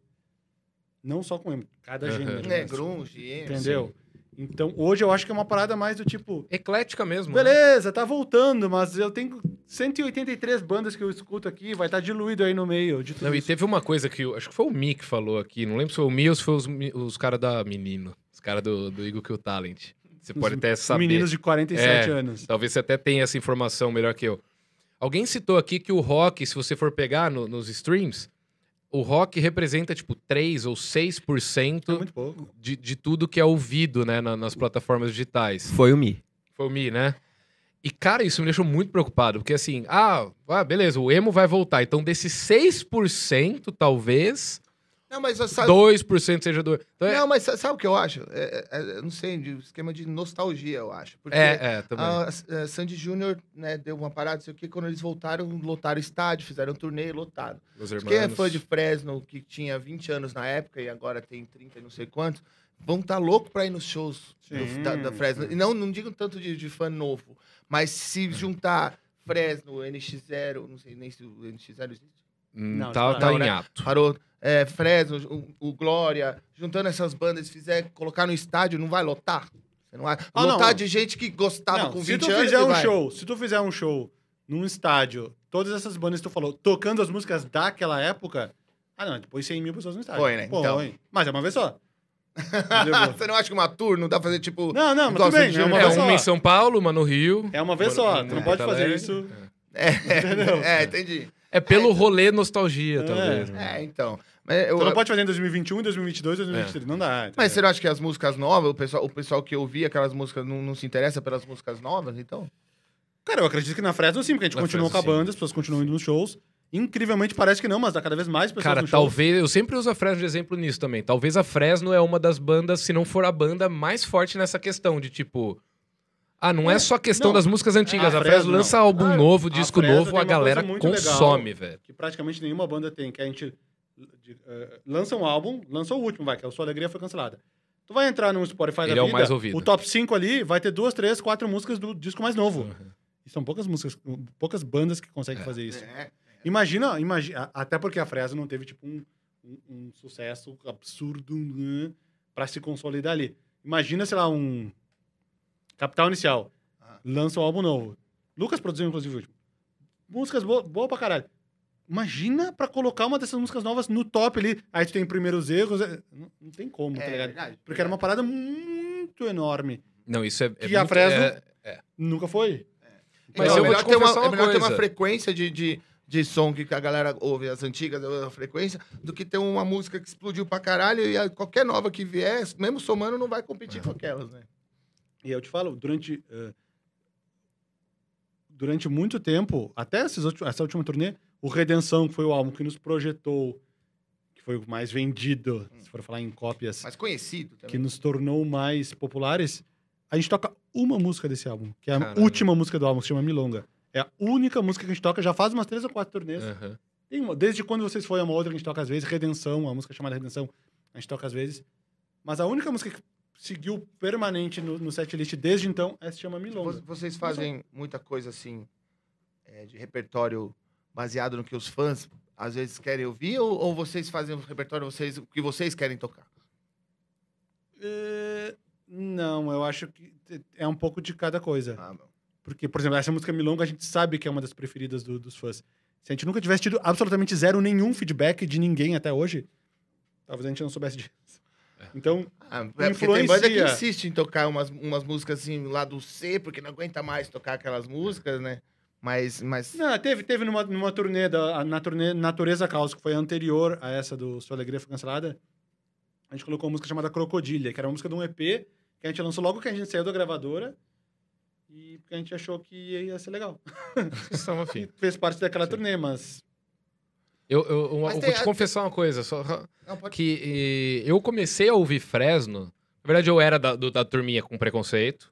S3: Não só com emo, cada
S1: Aham.
S3: gênero.
S2: é
S3: né?
S2: grunge, emo.
S3: Entendeu? Então, hoje eu acho que é uma parada mais do tipo...
S1: Eclética mesmo. né?
S3: Beleza, tá voltando, mas eu tenho 183 bandas que eu escuto aqui, vai estar diluído aí no meio de tudo
S1: Não, e
S3: isso.
S1: teve uma coisa que. eu- Acho que foi o Mi que falou aqui. Não lembro se foi o Mi ou se foi os, mi- os caras da Menino. Os caras do, do Eagle Kill Talent. Você pode até saber.
S3: Meninos de 47
S1: É.
S3: anos.
S1: Talvez você até tenha essa informação melhor que eu. Alguém citou aqui que o rock, se você for pegar no- nos streams, o rock representa tipo 3 ou 6%
S3: É muito pouco.
S1: de, de tudo que é ouvido né, na- nas plataformas digitais.
S4: Foi o Mi.
S1: Foi o Mi, né? E, cara, isso me deixou muito preocupado, porque assim, ah, ah, beleza, o emo vai voltar. Então, desses 6%, talvez,
S2: Não, mas eu sabe,
S1: 2% seja do. Então, é,
S2: não, mas sa- sabe o que eu acho? É, é, é, eu não sei, de esquema de nostalgia, eu acho. Porque ah,
S1: é, é, também.
S2: A, a Sandy Júnior, né, deu uma parada, não sei o que, quando eles voltaram, lotaram o estádio, fizeram um turnê, lotado.
S1: Meus
S2: Quem é
S1: irmãos.
S2: fã de Fresno, que tinha 20 anos na época e agora tem 30 e não sei quantos, vão estar tá louco pra ir nos shows do-
S3: Sim,
S2: da, da Fresno. E não, não digo tanto de, de fã novo, mas se
S3: É.
S2: juntar Fresno, NX0, não sei nem se o NX0 existe.
S1: Hum,
S3: Não,
S1: tá,
S3: não,
S1: tá
S2: né?
S1: em ato.
S2: Parou. É, Fresno, o, o Glória, juntando essas bandas, fizer colocar no estádio, não vai lotar? Você não vai
S3: Ah, não.
S2: lotar de gente que gostava
S3: Não,
S2: com
S3: se
S2: 20
S3: tu
S2: anos.
S3: fizer
S2: e
S3: um
S2: vai.
S3: show, se tu fizer um show num estádio, todas essas bandas que tu falou, tocando as músicas daquela época, ah, não, depois 100 mil pessoas no estádio.
S2: Põe, né?
S3: Põe.
S2: Então.
S3: Mas é uma vez só. Entendeu?
S2: Você não acha que uma tour não dá pra fazer, tipo...
S3: não, não, mas
S2: Igual
S3: tudo bem,
S2: você
S3: é uma
S1: É,
S3: vez só.
S1: uma em São Paulo, uma no Rio.
S3: É uma vez
S1: uma
S3: só,
S1: em
S3: tu não
S1: Porto
S3: pode fazer
S1: Alegre.
S3: isso. Entendeu?
S2: É, é, entendi.
S1: É pelo rolê nostalgia, talvez. né?
S2: É, então. Mas, eu,
S3: Tu não pode fazer em 2021, 2022,
S1: É.
S3: 2023, não dá. entendeu?
S2: mas você não acha que as músicas novas, o pessoal, o pessoal que ouvia aquelas músicas não, não se interessa pelas músicas novas, então?
S3: Cara, eu acredito que na Fresno sim, porque a gente
S1: Na
S3: continua com a
S1: Fresno,
S3: banda, as pessoas continuam indo nos shows. Incrivelmente parece que não, mas dá cada vez mais pessoas
S1: Cara,
S3: nos shows.
S1: talvez. Eu sempre uso a Fresno de exemplo nisso também. Talvez a Fresno é uma das bandas, se não for a banda mais forte nessa questão de tipo. Ah, não é, só questão
S3: não. É,
S1: das músicas antigas.
S3: A
S1: A, Fresno,
S3: Fresno,
S1: lança álbum
S3: Claro,
S1: novo,
S3: a
S1: disco
S3: Fresno tem
S1: novo, a
S3: uma
S1: galera
S3: coisa muito legal.
S1: consome, velho.
S3: Que praticamente nenhuma banda tem, que a gente de- eh, lança um álbum, lança o último, vai, que é o Sua Alegria Foi Cancelada. Tu vai entrar no Spotify da
S1: Ele é o
S3: vida,
S1: mais ouvido.
S3: o top 5 ali vai ter duas, três, quatro músicas do disco mais novo. E são poucas músicas, poucas bandas que conseguem
S1: É.
S3: fazer isso.
S2: É.
S3: Imagina, imagina, até porque a Fresno não teve, tipo, um, um- um sucesso absurdo né, pra se consolidar ali. Imagina, sei lá, um Capital Inicial,
S2: Ah.
S3: lança um álbum novo. Lucas produziu, inclusive, o último. Músicas boas boa pra caralho. Imagina pra colocar uma dessas músicas novas no top ali. Aí tu tem primeiros erros. é- Não, não tem como, tá ligado?
S2: é verdade.
S3: Porque era uma parada muito enorme.
S1: Não, isso é. é
S3: Que a
S1: muito-
S3: Fresno-
S1: é-
S3: Nunca foi.
S1: Mas
S2: Então,
S1: eu
S2: é
S1: vou
S2: melhor
S1: te
S2: ter uma,
S1: confessar
S2: é
S1: uma
S2: melhor ter uma
S1: coisa.
S2: frequência de, de, de som que a galera ouve, as antigas, a frequência, do que ter uma música que explodiu pra caralho e a- qualquer nova que vier, mesmo somando, não vai competir com aquelas, né?
S3: E eu te falo, durante. eh, durante muito tempo, até esses ulti- essa última turnê, o Redenção, que foi o álbum que nos projetou, que foi o mais vendido, se for falar em cópias,
S2: Mas é conhecido
S3: que
S2: também.
S3: nos tornou mais populares, a gente toca uma música desse álbum, que é a
S1: Caralho.
S3: última música do álbum, que se chama Milonga. É a única música que a gente toca, já faz umas três ou quatro turnês.
S1: é, Aham.
S3: Tem uma- desde quando vocês foi é uma outra que a gente toca às vezes, Redenção, a música chamada Redenção, a gente toca às vezes. Mas a única música que seguiu permanente no, no setlist desde então é se chama
S2: Vo-
S3: Milonga.
S2: Vocês fazem muita coisa assim, é, de repertório baseado no que os fãs às vezes querem ouvir, ou, ou vocês fazem o repertório vocês, o que vocês querem tocar?
S3: É, Não, eu acho que te- é um pouco de cada
S1: É.
S3: coisa.
S2: Ah, meu.
S3: Porque, por exemplo, essa música Milonga a gente sabe que é uma das preferidas do- dos fãs. Se a gente nunca tivesse tido absolutamente zero nenhum feedback de ninguém até hoje, talvez a gente não soubesse disso. Então,
S2: Ah, é porque tem banda que
S3: Influencia.
S2: insiste em tocar umas, umas músicas assim lá do C, porque não aguenta mais tocar aquelas músicas, né? Mas, mas
S3: Não, teve, teve numa, numa turnê, da, na turnê Natureza Caos, que foi anterior a essa do Sua Alegria Foi Cancelada, a gente colocou uma música chamada Crocodilha, que era uma música de um EP que a gente lançou logo que a gente saiu da gravadora e porque a gente achou que ia ser legal.
S1: Vocês estão afim.
S3: E fez parte daquela
S1: Sim.
S3: turnê, mas...
S1: Eu, eu- eu-
S2: Mas
S1: eu
S2: tem
S1: vou te
S2: a-
S1: confessar uma coisa, só
S2: não pode
S1: que eh, eu comecei a ouvir Fresno. Na verdade, eu era da, do- da turminha com preconceito.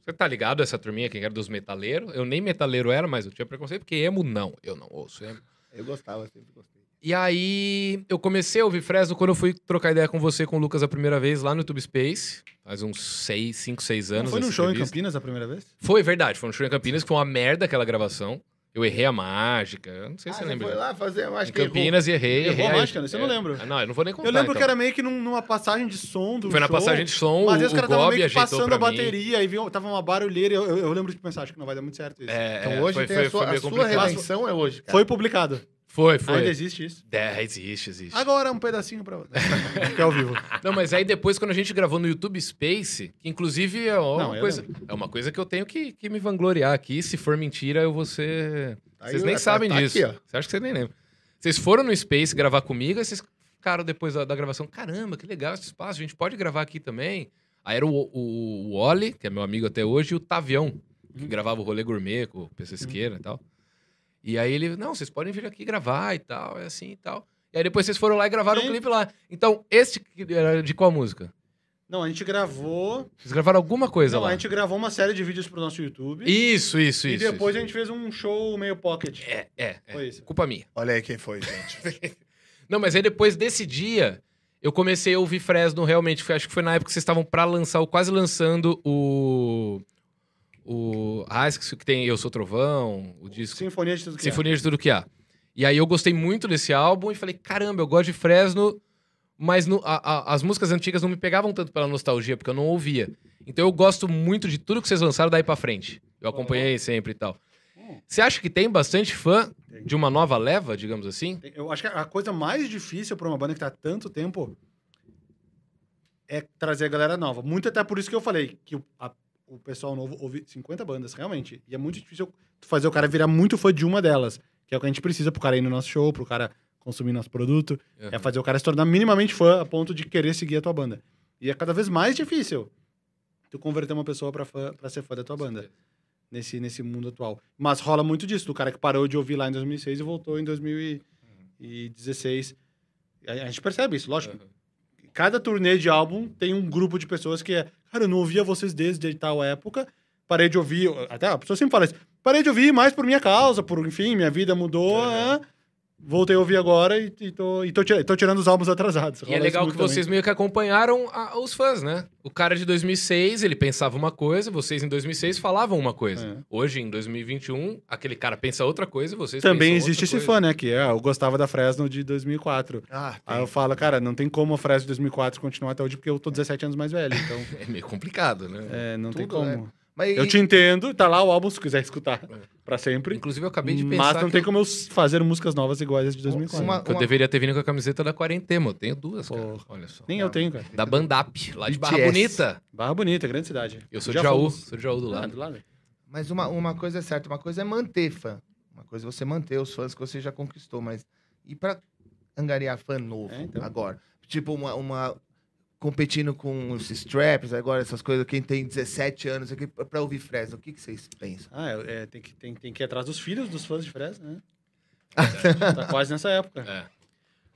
S1: Você tá ligado essa turminha que era dos metaleiros? Eu nem metaleiro era, mas eu tinha preconceito, porque emo não, eu não ouço emo.
S2: Eu gostava, sempre gostei.
S1: E aí, eu comecei a ouvir Fresno quando eu fui trocar ideia com você, com o Lucas, a primeira vez lá no YouTube Space, faz uns 6, 5, 6
S3: Não
S1: anos.
S3: foi num
S1: essa
S3: show em
S1: entrevista.
S3: Campinas a primeira vez?
S1: Foi verdade, foi no show em Campinas, que foi uma merda aquela gravação. Eu errei a mágica, eu não sei
S2: Ah,
S1: se
S2: você
S1: você lembra.
S2: foi lá fazer, eu acho
S1: Em
S2: que errou.
S1: Campinas e errei.
S3: Errou
S1: errei
S3: a
S1: aí-
S3: mágica, né? Isso eu não
S1: é.
S3: lembro.
S1: Ah, Não, eu não vou nem contar.
S3: eu lembro
S1: então.
S3: que era meio que num- numa passagem de som do
S1: Foi na
S3: show,
S1: passagem de som,
S3: Mas
S1: o,
S3: aí os
S1: o
S3: caras estavam
S1: Gob
S3: meio que
S1: ajeitou
S3: passando
S1: pra
S3: a
S1: mim.
S3: bateria, aí viu, tava uma barulheira, eu, eu, eu lembro de pensar, acho que não vai dar muito certo isso.
S1: É,
S2: Então
S1: é,
S2: hoje
S1: foi,
S2: tem
S1: foi,
S2: a sua,
S1: foi meio
S2: a sua
S1: complicado.
S2: redenção é hoje, cara.
S3: Foi publicado.
S1: Foi,
S3: Ainda
S1: foi.
S3: existe isso.
S1: É, existe, existe.
S3: Agora um pedacinho pra você. que é ao vivo.
S1: Não, mas aí depois, quando a gente gravou no YouTube Space, que inclusive é uma,
S3: Não, eu
S1: coisa, é uma coisa que eu tenho que, que me vangloriar aqui. Se for mentira, eu vou ser.
S2: Aí,
S1: vocês
S3: é,
S1: nem
S2: tá-
S1: sabem
S2: tá
S1: disso.
S2: aqui, ó.
S1: Você acha que vocês nem lembram? Vocês foram no Space gravar comigo, aí vocês ficaram depois da, da gravação. Caramba, que legal esse espaço, a gente pode gravar aqui também. Aí era o, o, o Oli, que é meu amigo até hoje, e o Tavião, que
S3: Uhum.
S1: gravava o rolê gourmet com o PC Siqueira e tal. E aí ele, não, vocês podem vir aqui gravar e tal, é assim e tal. E aí depois vocês foram lá e gravaram um
S3: Sim.
S1: clipe lá. Então, este que era de qual música?
S3: Não, a gente gravou.
S1: Vocês gravaram alguma coisa
S3: Não,
S1: lá?
S3: a gente gravou uma série de vídeos pro nosso YouTube.
S1: Isso, isso,
S3: e
S1: isso.
S3: depois
S1: isso.
S3: a gente fez um show meio pocket.
S1: É, é, é.
S3: Foi isso.
S1: Culpa minha.
S2: Olha aí quem foi, gente.
S1: Não, mas aí depois desse dia, eu comecei a ouvir Fresno realmente. Foi- acho que foi na época que vocês estavam pra lançar, ou quase lançando o. O. Ah, esqueci o que tem Eu Sou Trovão, o disco.
S3: Sinfonia de tudo que
S1: é. Sinfonia de Tudo Que Há. E aí eu gostei muito desse álbum e falei, caramba, eu gosto de Fresno, mas no- a- a- as músicas antigas não me pegavam tanto pela nostalgia, porque eu não ouvia. Então eu gosto muito de tudo que vocês lançaram daí pra frente. Eu acompanhei sempre e tal.
S3: É.
S1: Você acha que tem bastante fã de uma nova leva, digamos assim?
S3: Eu acho que a coisa mais difícil pra uma banda que tá há tanto tempo é trazer a galera nova. Muito até por isso que eu falei que o, a- o pessoal novo ouve 50 bandas, realmente. E é muito difícil tu fazer o cara virar muito fã de uma delas, que é o que a gente precisa pro cara ir no nosso show, pro cara consumir nosso produto.
S1: Uhum.
S3: É fazer o cara se tornar minimamente fã a ponto de querer seguir a tua banda. E é cada vez mais difícil tu converter uma pessoa pra, fã, pra ser fã da tua banda. Nesse, nesse mundo atual. Mas rola muito disso, do cara que parou de ouvir lá em 2006 e voltou em 2016. A, a gente percebe isso, lógico
S1: Uhum.
S3: cada turnê de álbum tem um grupo de pessoas que é, cara, eu não ouvia vocês desde tal época, parei de ouvir, até a pessoa sempre fala isso, parei de ouvir mais por minha causa, por, enfim, minha vida mudou, ah, voltei a ouvir agora e, e tô, e tô, tira- tô tirando os álbuns atrasados.
S1: E é
S3: Rola
S1: legal
S3: isso
S1: que
S3: muito
S1: vocês meio que acompanharam a- os fãs, né? O cara de 2006, ele pensava uma coisa, vocês em 2006 falavam uma coisa.
S3: É.
S1: Hoje, em 2021, aquele cara pensa outra coisa e vocês
S3: também. Também
S1: pensam
S3: existe
S1: outra
S3: esse
S1: coisa.
S3: fã, né, que é, eu gostava da Fresno de 2004.
S2: Ah,
S3: Aí eu falo, cara, não tem como a Fresno de 2004 continuar até hoje, porque eu tô 17 anos mais velho, então
S1: É meio complicado, né?
S3: é, não tem
S2: Tudo,
S3: como.
S2: né? Mas,
S3: Eu
S2: e-
S3: te entendo, tá lá o álbum, se quiser escutar pra sempre.
S1: Inclusive, eu acabei de pensar
S3: É. Mas não
S1: que
S3: tem
S1: eu-
S3: como eu s- fazer músicas novas iguais as de 2004.
S2: Uma-
S1: que eu deveria ter vindo com a camiseta da quarentena. Eu tenho duas, cara.
S3: Porra.
S1: Olha só.
S3: Nem eu tenho, cara.
S1: Da Bandap, lá de Barra
S2: BTS.
S1: Bonita.
S3: Barra Bonita, grande cidade.
S1: Eu sou
S3: Já
S1: de Jaú,
S3: fomos.
S1: sou de Jaú do
S3: Ah,
S1: lado.
S3: do lado.
S2: mas uma, uma coisa é certa, uma coisa é manter fã. Uma coisa é você manter os fãs que você já conquistou, mas. E pra angariar fã novo
S3: É, então.
S2: agora? Tipo, uma. uma- competindo com os straps agora, essas coisas, quem tem 17 anos aqui, pra pra ouvir Fresno, o que, que vocês pensam?
S3: Ah, é, é, tem, que, tem, tem que ir atrás dos filhos dos fãs de Fresno, né? tá quase nessa época.
S1: É.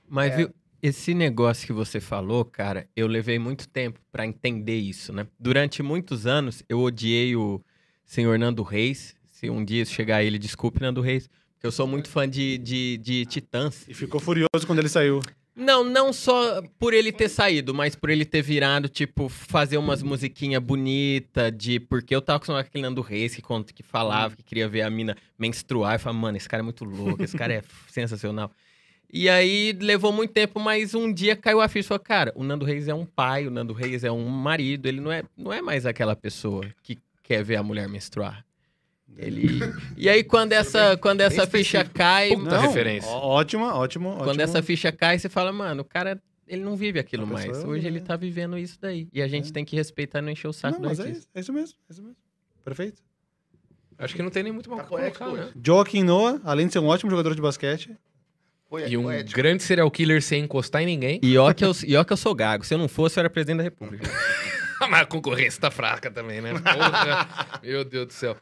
S4: Mas
S2: É.
S4: viu, esse negócio que você falou, cara, eu levei muito tempo pra entender isso, né? Durante muitos anos eu odiei o senhor Nando Reis. Se um dia chegar ele, desculpe, Nando Reis. porque Eu sou muito fã de, de, de Titãs.
S3: E ficou furioso quando ele saiu.
S4: Não, não só por ele ter saído, mas por ele ter virado, tipo, fazer umas musiquinhas bonitas de. Porque eu tava acostumado com aquele Nando Reis que, cont- que falava que queria ver a mina menstruar. Eu falava, mano, esse cara é muito louco, esse cara é sensacional. E aí levou muito tempo, mas um dia caiu a ficha e falou: cara, o Nando Reis é um pai, o Nando Reis é um marido, ele não é, não é mais aquela pessoa que quer ver a mulher menstruar. Ele... E aí, quando essa, quando essa ficha cai.
S1: Puta referência.
S3: ó- Ótima, ótimo, ótimo.
S4: Quando essa ficha cai, você fala, mano, o cara, ele não vive aquilo
S3: A
S4: mais.
S3: pessoa,
S4: Hoje ele
S3: né?
S4: tá vivendo isso daí. E a gente
S3: É.
S4: tem que respeitar e não encher o saco
S3: Não,
S4: do
S3: mas é
S4: artista.
S3: isso, é isso mesmo, é isso mesmo. Perfeito.
S1: Acho que não tem nem muito mal
S2: Tá
S1: que
S2: poético
S1: colocar, né?
S3: Joaquim Noah, além de ser um ótimo jogador de basquete,
S2: Foi
S1: E um
S2: É poético.
S1: grande serial killer sem encostar em ninguém.
S4: E ó, que eu, e ó que eu sou gago. Se eu não fosse, eu era presidente da república.
S1: Mas a concorrência tá fraca também, né? Porra. Meu Deus do céu.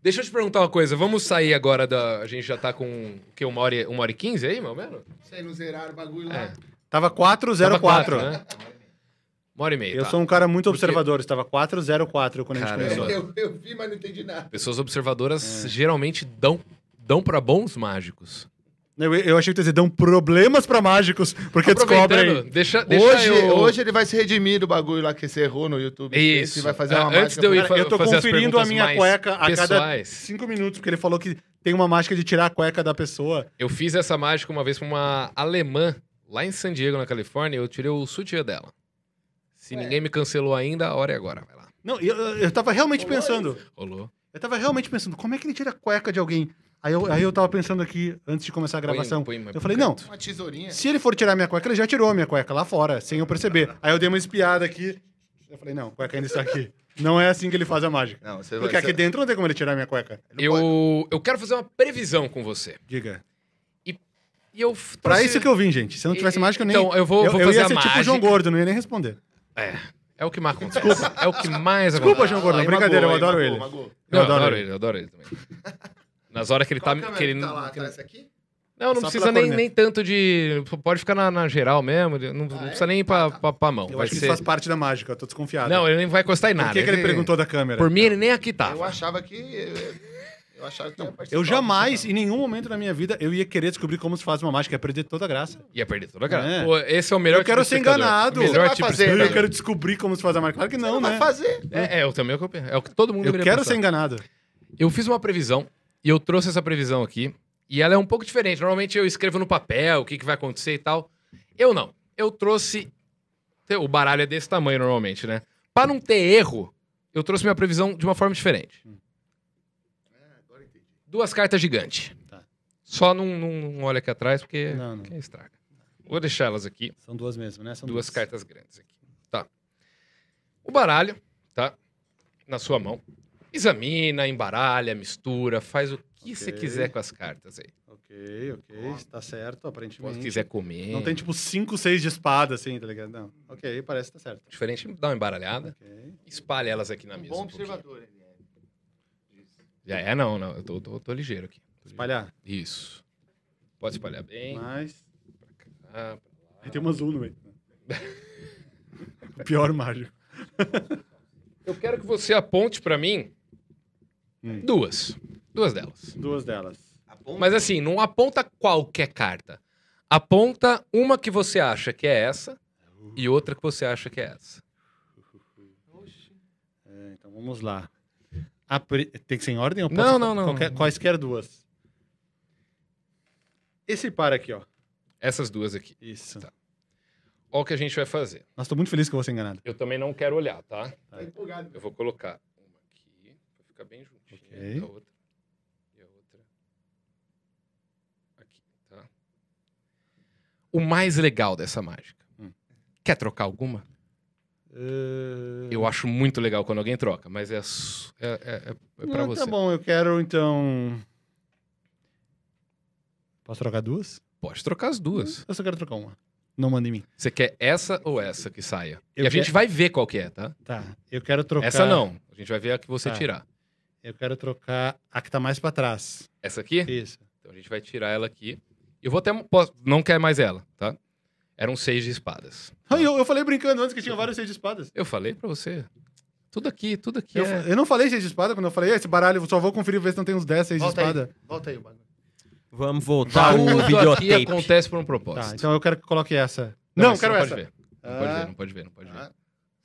S1: Deixa eu te perguntar uma coisa. Vamos sair agora da... A gente já tá com, o quê? Uma hora e- uma hora e quinze aí, meu menos?
S2: Vocês não zeraram o bagulho
S1: É.
S2: lá.
S3: tava
S1: Tava
S3: 4-0-4.
S1: quatro, né? Uma hora e meia,
S3: Eu
S1: tá.
S3: sou um cara muito
S1: Porque-
S3: observador, estava 4-0-4 quando a
S1: Caramba.
S3: gente começou.
S2: Eu, eu vi, mas não entendi nada.
S1: Pessoas observadoras
S3: É.
S1: geralmente dão, dão para bons mágicos.
S3: Eu, eu achei que vocês dão problemas pra mágicos, porque descobrem.
S1: Aproveitando, deixa, deixa
S2: Hoje,
S1: eu...
S2: hoje ele vai se redimir do bagulho lá que você errou no YouTube.
S1: Isso.
S2: Ele vai fazer uma
S1: Ah, antes
S2: mágica
S1: de eu ir
S2: pra-
S1: fa-
S3: Cara, eu tô
S1: fazer as
S3: conferindo a
S1: perguntas
S3: minha
S1: mais
S3: cueca a cada
S1: pessoais.
S3: cinco minutos, porque ele falou que tem uma mágica de tirar a cueca da pessoa.
S1: Eu fiz essa mágica uma vez pra uma alemã lá em San Diego, na Califórnia, e eu tirei o sutiã dela. Se
S2: Ué.
S1: ninguém me cancelou ainda, a hora é agora, vai lá.
S3: Não, eu, eu eu tava realmente pensando.
S1: Rolou.
S3: Eu tava realmente pensando, como é que ele tira a cueca de alguém? Aí eu, aí eu tava pensando aqui, antes de começar a gravação.
S1: Põe- um, põe-
S3: eu falei, não,
S2: Uma tesourinha.
S3: se ele for tirar minha cueca, ele já tirou a minha cueca lá fora, sem eu perceber. Aí eu dei uma espiada aqui. Eu falei, não, a cueca ainda está aqui. Não é assim que ele faz a mágica.
S2: Não, você
S3: Porque aqui dentro não tem como ele tirar a minha cueca.
S2: não pode.
S1: Eu, eu quero fazer uma previsão com você.
S3: Diga.
S1: E eu f-
S3: Pra
S1: trouxe-
S3: isso que eu vim, gente. Se eu não tivesse
S1: Então, E-
S3: mágica, eu nem.
S1: então, eu vou- vou fazer
S3: ia
S1: a
S3: ser tipo
S1: mágica.
S3: o João Gordo, não ia nem responder.
S1: É o que mais acontece. É o que mais
S3: Desculpa,
S1: acontece.
S3: João Gordo,
S2: Aí
S3: brincadeira,
S2: magoou,
S3: eu adoro
S2: aí
S3: ele.
S2: magoou, magoou.
S1: Não, eu
S3: adoro
S1: adoro, ele, eu adoro ele também. Nas horas que ele
S2: Qual
S1: tá.
S2: câmera
S1: Que ele,
S2: tá lá
S1: que ele-
S2: atrás aqui?
S1: Não, não
S3: Só
S1: precisa
S3: pela
S1: nem,
S3: corneta.
S1: nem tanto de. Pode ficar na, na geral mesmo. ele Não, não
S2: Ah, é?
S1: precisa nem ir pra, pra, pra mão.
S3: tá. Eu
S1: vai
S3: acho que
S1: ser...
S3: isso faz parte da mágica, eu tô desconfiado.
S1: Não, ele nem vai encostar em nada. é
S3: Por que, que ele perguntou da câmera?
S1: Por mim, ele nem aqui tá.
S2: Eu
S1: tava.
S2: achava que... eu- Eu achava que ia participar.
S3: Eu jamais, em nenhum momento da minha vida, eu ia querer descobrir como se faz uma mágica, ia perder toda a graça.
S1: Ia perder toda a cara.
S3: É.
S1: Pô, esse é o melhor
S3: Eu quero
S1: tipo de
S3: ser
S1: espectador.
S3: enganado.
S1: O melhor
S2: Você vai
S1: tipo de
S2: fazer,
S3: Eu
S2: né?
S1: espectador.
S3: quero descobrir como se faz a mágica. Claro que
S2: Você
S3: não,
S2: vai né,
S3: né?
S2: fazer.
S1: É, é, eu também é o que eu penso. É o que todo mundo
S3: Eu
S1: deveria
S3: quero
S1: pensar.
S3: ser enganado.
S1: Eu fiz uma previsão e eu trouxe essa previsão aqui. E ela é um pouco diferente. Normalmente eu escrevo no papel o que, que vai acontecer e tal. Eu não. Eu trouxe. O baralho é desse tamanho normalmente, né? Pra não ter erro, eu trouxe minha previsão de uma forma diferente.
S2: Agora entendi.
S1: Duas cartas gigantes.
S3: Tá.
S1: Só não, não- não olha aqui atrás, porque,
S3: Não, não.
S1: porque estraga. Vou deixar elas aqui.
S3: São duas mesmo, né? São
S1: duas, cartas grandes aqui. Tá. O baralho, tá? Na sua mão. Examina, embaralha, mistura, faz o que você
S3: Ok.
S1: quiser com as cartas aí.
S3: Ok, ok. Tá certo, aparentemente.
S1: Se quiser comer.
S3: Não tem tipo cinco, seis de espada, assim, tá ligado? Não. Ok, parece que tá certo.
S1: Diferente, dá uma embaralhada.
S3: Ok.
S1: Espalha elas aqui na
S2: Um
S1: mesa.
S2: bom
S1: um pouquinho.
S2: observador, ele é. Diz.
S1: Já é, não, não. Eu tô, tô- tô ligeiro aqui. Tô ligeiro.
S3: Espalhar.
S1: Isso. Pode espalhar bem.
S3: Mas.
S1: Ah,
S3: Aí tem umas Uno, velho. o pior mágico.
S1: Eu quero que você aponte pra mim
S3: Hum.
S1: duas. Duas delas.
S3: Duas delas.
S2: Aponta.
S1: Mas assim, não aponta qualquer carta. Aponta uma que você acha que é essa e outra que você acha que é essa.
S2: Oxi.
S3: É, então vamos lá. A pri- Tem que ser em ordem ou
S1: Não,
S3: posso-
S1: não, não.
S3: qualquer- Quaisquer duas. Esse par aqui, ó.
S1: Essas duas aqui.
S3: Isso.
S1: Tá. Olha o que a gente vai fazer.
S3: Nossa, tô muito feliz que eu vou ser enganado.
S1: Eu também não quero olhar, tá?
S2: Tá empolgado.
S1: Eu vou colocar uma aqui, pra ficar bem juntinha
S3: Ok.
S1: da outra. E a outra. Aqui, tá? O mais legal dessa mágica.
S3: Hum.
S1: Quer trocar alguma?
S3: Eh.
S1: Eu acho muito legal quando alguém troca, mas é, su- é, é, é- é pra
S3: Não,
S1: você.
S3: Tá bom, eu quero então. Posso trocar duas?
S1: Pode trocar as duas.
S3: Eu só quero trocar uma. Não manda em mim.
S1: Você quer essa ou essa que saia?
S3: Eu
S1: e a
S3: quero-
S1: gente vai ver qual que é, tá?
S3: Tá. Eu quero trocar.
S1: Essa não. A gente vai ver a que você
S3: Tá.
S1: tirar.
S3: Eu quero trocar a que tá mais pra trás.
S1: Essa aqui?
S3: Isso.
S1: Então a gente vai tirar ela aqui. Eu vou até. posso- Não quer mais ela, tá? Eram seis de espadas.
S3: Ai, Ah, eu, eu falei brincando antes que tinha vários seis de espadas.
S1: Eu falei pra você. Tudo aqui, tudo aqui
S3: Eu,
S1: é.
S3: eu não falei seis de espada quando eu falei "Ah, esse baralho, eu só vou conferir ver se não tem uns 10 seis de
S2: Volta
S3: espada.
S2: aí. Volta aí o bagulho.
S4: Vamos voltar o
S1: Tudo aqui
S4: videotape.
S1: acontece por um
S3: um Tá,
S1: propósito.
S3: então eu quero que coloque essa.
S1: mas
S3: Não,
S1: você
S3: quero
S1: não
S3: essa.
S1: Pode ver. Não pode
S3: Ah.
S1: ver, não pode ver, não pode ver.
S2: Ah,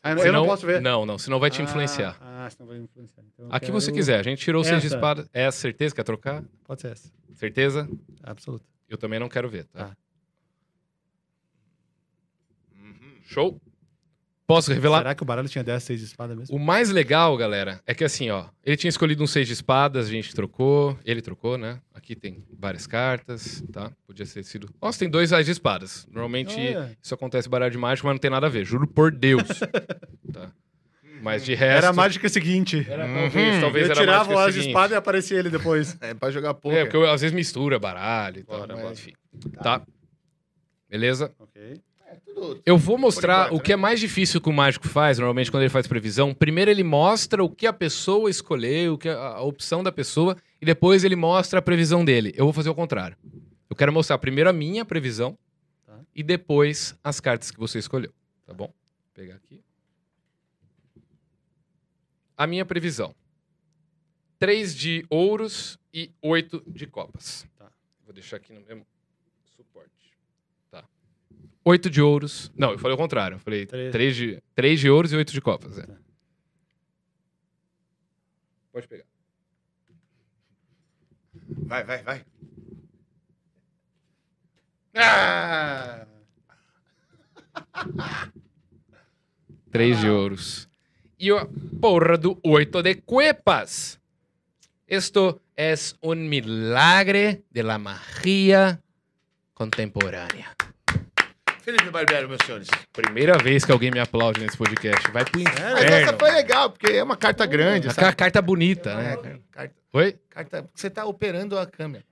S3: Ah, eu não
S1: Senão-
S3: posso ver.
S1: Não, não, senão vai te influenciar.
S3: Ah, ah, senão vai me influenciar. Então eu
S1: Aqui
S3: quero-
S1: você quiser. A gente tirou seis de
S3: Essa.
S1: espadas. É certeza? Quer trocar?
S3: Pode ser essa.
S1: Certeza?
S3: Absoluto.
S1: Eu também não quero ver, tá?
S3: Tá.
S1: Uhum. Show? Posso revelar?
S3: Será que o baralho tinha 10 seis de espada mesmo?
S1: O mais legal, galera, é que assim, ó, ele tinha escolhido um seis de espadas, a gente trocou, ele trocou, né? Aqui tem várias cartas, tá? Podia ter sido. Nossa, tem dois as de espadas. Normalmente
S3: Olha.
S1: isso acontece em baralho de mágico, mas não tem nada a ver, juro por Deus. tá? Mas de resto.
S3: Era a mágica seguinte.
S1: Era,
S2: Uhum.
S1: talvez, talvez
S3: eu
S1: era a
S3: tirava o
S1: mágica
S3: as de
S1: seguinte.
S3: espada e aparecia ele depois.
S2: É pra jogar pouco.
S1: É, porque eu, às vezes mistura baralho e tal,
S3: Bora,
S1: né?
S3: bora.
S1: enfim. Tá. Beleza?
S3: ok.
S2: É tudo.
S1: Eu vou mostrar
S2: Por enquanto, né?
S1: o que é mais difícil que o mágico faz, normalmente, quando ele faz previsão. Primeiro ele mostra o que a pessoa escolheu, o que a, a opção da pessoa, e depois ele mostra a previsão dele. Eu vou fazer o contrário. Eu quero mostrar primeiro a minha previsão
S3: Tá.
S1: e depois as cartas que você escolheu. Tá bom? Vou pegar aqui. A minha previsão: três de ouros e oito de copas.
S3: Tá.
S1: Vou deixar aqui no mesmo suporte. Tá. Oito de ouros. Não, eu falei o contrário. Eu falei
S3: Três.
S1: três de, três de ouros e oito de copas. é.
S3: Tá.
S1: Pode pegar.
S2: Vai, vai, vai.
S3: Ah!
S1: Três de ouros. E a porra do oito de cuepas. Esto es un milagre de la magia contemporânea.
S2: Felipe Barbieri, meus senhores.
S1: Primeira vez que alguém me aplaude nesse podcast. Vai pro inferno.
S2: Mas essa foi legal, porque é uma carta grande,
S1: Aquela
S2: sabe?
S1: carta bonita, né? cara?
S2: É, Carta,
S1: Oi?
S2: carta, você tá operando a câmera.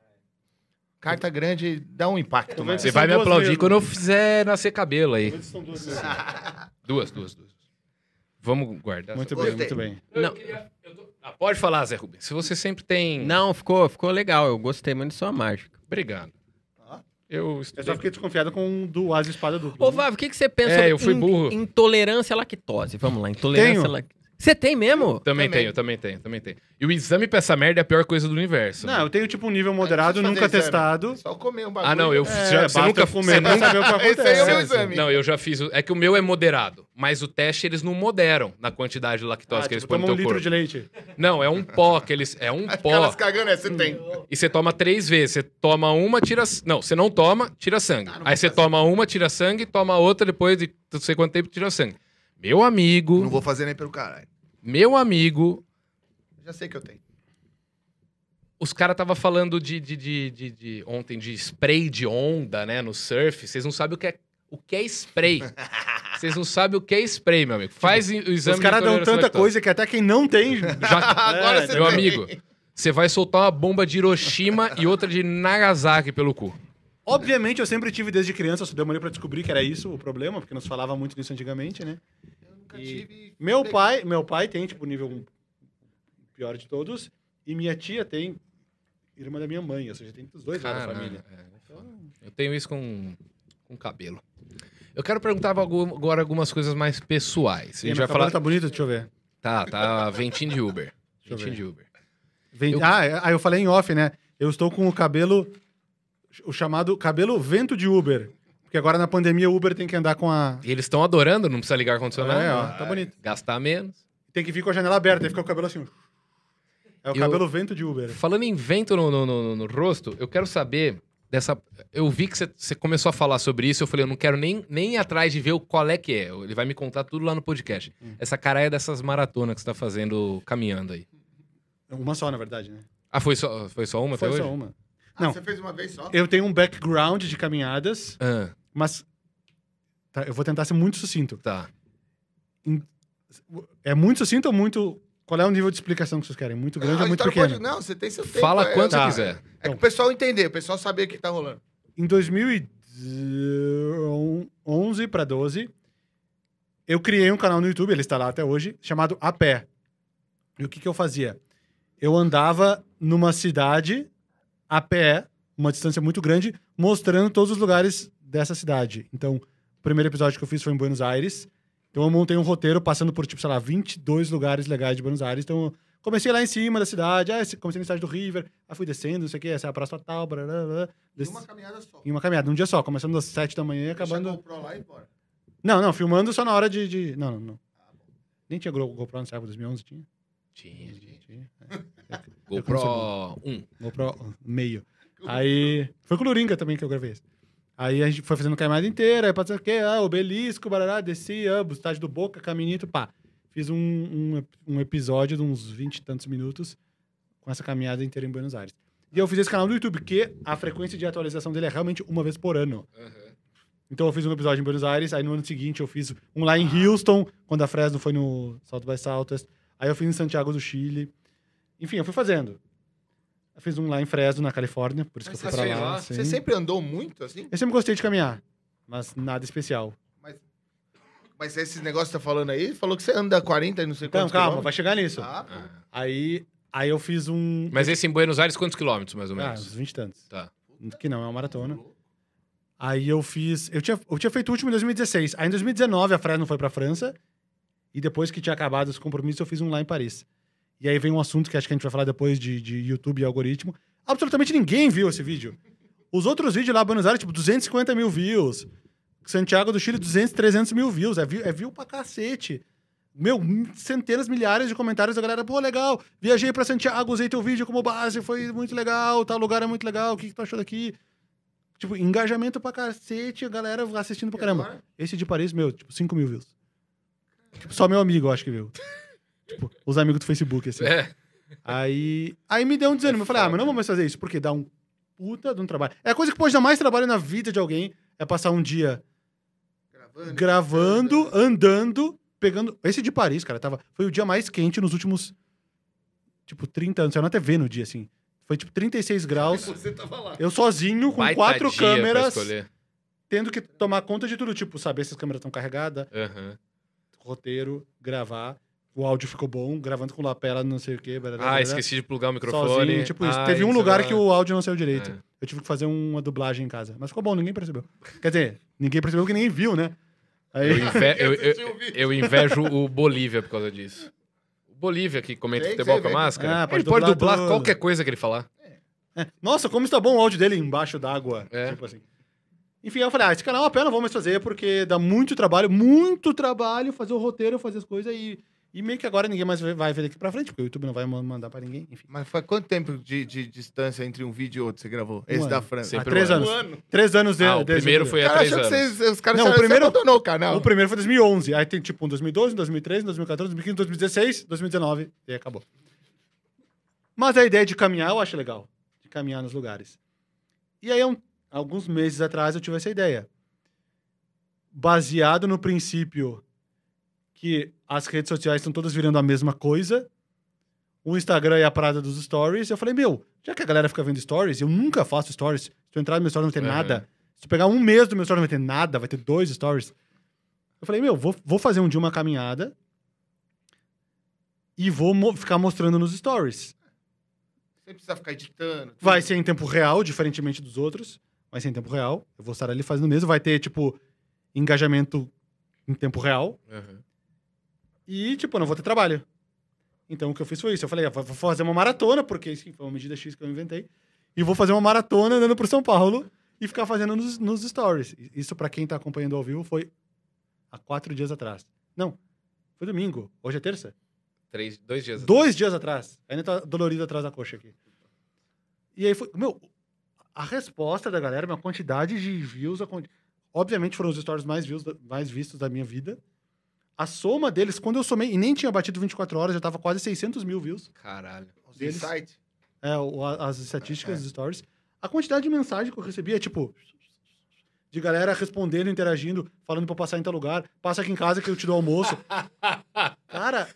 S2: Carta grande dá um impacto,
S3: vendo
S2: mas...
S1: Você
S3: São
S1: vai me
S3: duas
S1: aplaudir
S3: mesmo.
S1: quando eu fizer nascer cabelo aí.
S3: São duas né?
S1: Duas, duas, duas. Vamos guardar.
S3: muito
S1: essa-
S3: bem,
S2: Gostei.
S3: muito bem.
S1: Não, eu queria- eu tô- Ah, pode falar, Zé Rubens. Se você sempre tem.
S4: Não, ficou, ficou legal. Eu gostei muito de sua mágica.
S1: Obrigado. Eu
S2: Ó.
S3: Ah. Eu
S1: estudei.
S3: só fiquei desconfiado com o do as de espada duplo.
S4: Ô, Vavo, o que, que você pensa
S1: É,
S4: sobre
S1: eu fui
S4: in-
S1: burro.
S4: intolerância à lactose? Vamos lá, intolerância à
S3: Tenho. Então,
S4: lactose. Você tem mesmo?
S1: Também,
S2: Também.
S1: tenho, também tenho, também tenho. E o exame pra essa merda é a pior coisa do universo. né?
S3: Não, eu tenho tipo um nível moderado,
S2: Aí precisa
S3: nunca
S2: fazer exame.
S3: testado.
S2: Só comer um bagulho.
S1: Ah, não, eu é, né? já, você
S3: É, basta
S1: nunca
S3: eu comer, né?
S1: você
S3: pra
S1: nunca-
S3: saber o que
S2: Esse aí é o meu
S3: acontece.
S2: exame.
S1: Não, eu já fiz. o- É que o meu é moderado, mas o teste eles não moderam na quantidade de
S3: Ah,
S1: lactose Então, que eles
S3: tipo,
S1: põem
S3: toma
S1: no
S3: um
S1: teu
S3: litro
S1: corpo.
S3: de leite.
S1: Não, é um pó que eles. É um pó.
S2: Aquelas cagando, é, você tem.
S1: E você toma três vezes. Você toma uma, tira. Não, você não toma, tira sangue. Aí você toma uma, tira sangue, toma outra depois de não sei quanto tempo, tira sangue. Meu amigo,
S2: Não vou fazer nem pelo caralho.
S1: meu amigo,
S2: Já sei que eu tenho.
S1: Os caras estavam falando de, de, de, de- de- ontem de spray de onda, né? No surf. Vocês não sabem o que é, o que é spray. Vocês não sabem o que é spray, meu amigo. Faz o exame
S3: Os caras
S1: de intolerância
S3: dão
S1: à
S3: tanta
S1: lactose.
S3: coisa que até quem não tem.
S1: Já-
S2: Agora
S3: É,
S2: você
S1: meu
S2: tem.
S1: amigo, você vai soltar uma bomba de Hiroshima e outra de Nagasaki pelo cu.
S3: Obviamente, eu sempre tive desde criança, eu só demorei pra descobrir que era isso o problema, porque não se falava muito nisso antigamente, né?
S2: Eu nunca
S3: E
S2: tive.
S3: Meu pai, meu pai tem, tipo, o nível pior de todos, e minha tia tem irmã da minha mãe, ou seja, tem dos dois lá na
S1: Caralho,
S3: família.
S1: é, é foda. eu tenho isso com, com cabelo. Eu quero perguntar algum- agora algumas coisas mais pessoais. A
S3: E
S1: gente
S3: meu
S1: vai
S3: cabelo
S1: falar.
S3: tá bonito, deixa eu ver.
S1: Tá, tá, ventinho de Uber.
S3: eu
S1: Ventinho
S3: ver.
S1: de Uber.
S3: Vem-
S1: Eu-
S3: Ah, é- aí eu falei em off, né? Eu estou com o cabelo, o chamado cabelo vento de Uber. Porque agora na pandemia o Uber tem que andar com a.
S1: E eles estão adorando, não precisa ligar ar-condicionado. Ah,
S3: É, ó, tá bonito.
S1: Gastar menos.
S3: Tem que vir com a janela aberta, aí fica o cabelo assim. É o
S1: Eu-
S3: cabelo vento de Uber.
S1: Falando em vento no, no- no- no rosto, eu quero saber dessa. Eu vi que você- você começou a falar sobre isso. Eu falei, eu não quero nem, nem ir atrás de ver o qual é que é. Ele vai me contar tudo lá no podcast.
S3: Hum.
S1: Essa cara é dessas maratonas que você tá fazendo caminhando aí.
S3: Uma só, na verdade, né?
S1: Ah, foi só, foi só uma
S3: Foi
S1: até
S3: só
S1: hoje?
S3: uma.
S2: Ah,
S3: Não.
S2: Você fez uma vez só?
S3: Eu tenho um background de caminhadas,
S1: Ah,
S3: mas. tá, eu vou tentar ser muito sucinto.
S1: tá.
S3: É muito sucinto ou muito. Qual é o nível de explicação que vocês querem? Muito grande
S2: Não,
S3: ou
S2: Ah, a
S3: muito
S2: história
S3: pequeno?
S2: então pode- Não, você tem seu tempo.
S1: Fala
S2: é-
S1: quanto
S3: tá.
S1: você quiser.
S2: É que o pessoal entender, o pessoal saber o que tá rolando.
S3: em 2011 para 12, eu criei um canal no YouTube, ele está lá até hoje, chamado A Pé. E o que, que eu fazia? Eu andava numa cidade a pé, uma distância muito grande, mostrando todos os lugares dessa cidade. Então, o primeiro episódio que eu fiz foi em Buenos Aires. Então, eu montei um roteiro passando por, tipo, sei lá, 22 lugares legais de Buenos Aires. Então, eu comecei lá em cima da cidade, ah, esse- comecei na cidade do River, aí fui descendo, não sei o que, essa é a Praça Tal, blá, blá, blá,
S2: Em
S3: desci-
S2: uma caminhada só.
S3: em uma caminhada, num dia só, começando às 7 da manhã e
S2: Deixa a
S3: um acabando.
S2: GoPro lá e bora.
S3: Não, não, filmando só na hora de. de- Não, não, não. Nem tinha Go- GoPro nessa época, 2011 tinha?
S1: Tinha.
S3: Tinha.
S1: GoPro 1.
S3: GoPro meio. Aí. Foi com o Luringa também que eu gravei isso. Aí a gente foi fazendo caminhada inteira, aí passando o quê? Ah, obelisco, barará, desci, ah, estádio do Boca, caminito, pá. Fiz um, um, ep- um episódio de uns 20 e tantos minutos com essa caminhada inteira em Buenos Aires. E eu fiz esse canal no YouTube, que a frequência de atualização dele é realmente uma vez por ano. Então eu fiz um episódio em Buenos Aires, aí no ano seguinte eu fiz um lá em Houston, quando a Fresno foi no Salto by Saltas. Aí eu fiz em Santiago do Chile. Enfim, eu fui fazendo. Eu fiz um lá em Fresno, na Califórnia, por isso
S2: Mas
S3: que eu
S2: você
S3: fui pra
S2: fez
S3: lá.
S1: lá?
S3: sim.
S2: Você sempre andou muito assim?
S3: Eu sempre gostei de caminhar, mas nada especial.
S2: Mas esse negócio que tá falando aí, falou que você anda 40 e não sei
S3: Então,
S2: quantos
S3: calma, vai
S2: quilômetros.
S3: chegar nisso.
S2: Ah, pô.
S1: Ah.
S3: Aí, aí eu fiz um.
S1: Mas esse em Buenos Aires, quantos quilômetros, mais ou
S3: Ah,
S1: menos?
S3: uns 20 e tantos.
S1: Tá.
S3: Que não é uma maratona. Aí eu fiz. Eu tinha, eu tinha feito o último em 2016. Aí em 2019 a Fresno foi pra França. E depois que tinha acabado os compromissos, eu fiz um lá em Paris. E aí vem um assunto que acho que a gente vai falar depois de, de YouTube e algoritmo. Absolutamente ninguém viu esse vídeo. Os outros vídeos lá em Buenos Aires, tipo, 250 mil views. Santiago do Chile, 200, 300 mil views. É view, é view pra cacete. Meu, centenas, milhares de comentários da galera. Pô, legal, viajei pra Santiago, usei teu vídeo como base, foi muito legal, tal lugar é muito legal, o que, que tu achou daqui? Tipo, engajamento pra cacete, a galera assistindo pra
S2: E
S3: caramba.
S2: agora?
S3: Esse de Paris, meu, tipo, 5 mil views. Tipo, só meu amigo, eu acho que viu. tipo, os amigos do Facebook, assim.
S1: É.
S3: Aí, aí me deu um
S2: É
S3: desânimo. Eu falei, ah, mas
S2: né?"
S3: não vou mais fazer isso, porque dá um puta de um trabalho. É a coisa que pode dar mais trabalho na vida de alguém, é passar um dia
S2: Gravando.
S3: gravando, andando, pegando... Esse de Paris, cara, tava... foi o dia mais quente nos últimos, tipo, 30 anos. Saiu na TV no dia, assim. Foi, tipo, 36 graus.
S2: Você tava lá.
S3: Eu sozinho, com
S1: Baita
S3: quatro
S1: dia pra
S3: câmeras,
S1: escolher.
S3: tendo que tomar conta de tudo. Tipo, saber se as câmeras estão carregadas,
S1: Aham.
S3: roteiro, gravar. O áudio ficou bom, gravando com lapela, não sei o quê. blá, blá, blá,
S1: Ah,
S3: blá.
S1: esqueci de plugar o microfone.
S3: Sozinho, tipo isso.
S1: Ah,
S3: Teve um lugar
S1: lá.
S3: que o áudio não saiu direito.
S1: É.
S3: Eu tive que fazer uma dublagem em casa. Mas ficou bom, ninguém percebeu. Quer dizer, ninguém percebeu que ninguém viu, né?
S1: Eu, inve-
S3: Aí,
S1: eu- eu-
S2: Assistiu o vídeo.
S1: eu invejo o Bolívia por causa disso. O Bolívia, que comenta
S2: Tem que
S1: futebol
S2: ser
S1: com a
S2: mesmo.
S1: máscara,
S3: Ah,
S1: ele
S3: pode
S1: pode dublar
S3: dublar tudo.
S1: qualquer coisa que ele falar.
S3: é, nossa, como está bom o áudio dele embaixo d'água.
S1: É.
S3: Tipo assim. Enfim, eu falei, ah, esse canal a pena não vou mais fazer, porque dá muito trabalho, muito trabalho fazer o roteiro, fazer as coisas e, e meio que agora ninguém mais vai- vai ver daqui pra frente, porque o YouTube não vai ma- mandar pra ninguém. Enfim,
S2: Mas foi quanto tempo de, de distância entre um vídeo e outro você gravou? Esse
S3: ano.
S2: da França.
S1: Sempre
S3: há três
S1: um
S3: anos.
S2: Um ano.
S3: Três anos de,
S1: Ah, o
S3: desde
S1: primeiro
S3: YouTube.
S1: foi
S2: O
S1: há
S2: cara
S1: três
S2: achou que
S1: anos.
S2: vocês, os caras acharam
S3: Não,
S2: que
S3: o
S2: você
S3: primeiro-
S2: abandonou o canal.
S3: O primeiro foi 2011, aí tem um tipo um 2012, 2013, 2014, 2015, 2016, 2019, e aí acabou. Mas a ideia de caminhar eu acho legal. De caminhar nos lugares. E aí, há um- alguns meses atrás, eu tive essa ideia. Baseado no princípio que as redes sociais estão todas virando a mesma coisa, o Instagram é a parada dos stories, eu falei, meu, já que a galera fica vendo stories, eu nunca faço stories. Se tu entrar no meu story, não vai ter
S1: Aham.
S3: nada. Se tu pegar um mês do meu story, não vai ter nada, vai ter dois stories. Eu falei, meu, vou, vou fazer um dia uma caminhada e vou mo- ficar mostrando nos stories.
S2: Você precisa ficar editando. tudo.
S3: Vai ser em tempo real, diferentemente dos outros. Vai ser em tempo real. Eu vou estar ali fazendo mesmo. Vai ter, tipo, engajamento em tempo real.
S1: Aham.
S3: E, tipo, eu não vou ter trabalho. Então, o que eu fiz foi isso. Eu falei, ah, vou vou fazer uma maratona, porque isso foi uma medida X que eu inventei. E vou fazer uma maratona andando por São Paulo e ficar fazendo nos, nos stories. I- Isso, pra quem tá acompanhando ao vivo, foi há quatro dias atrás. Não, foi domingo. Hoje é terça?
S1: Três, dois dias.
S3: Dois dias atrás. Ainda tá dolorido atrás da coxa aqui. E aí foi. Meu, a resposta da galera, minha quantidade de views. a quanti- Obviamente foram os stories mais, views, mais vistos da minha vida. A soma deles, quando eu somei, e nem tinha batido 24 horas, já tava quase 600 mil views.
S1: Caralho.
S2: Os
S3: deles.
S2: insights.
S3: É, o- a- as estatísticas
S2: É.
S3: dos stories. A quantidade de mensagem que eu recebi é tipo. De galera respondendo, interagindo, falando pra passar em tal lugar. Passa aqui em casa que eu te dou almoço. Cara,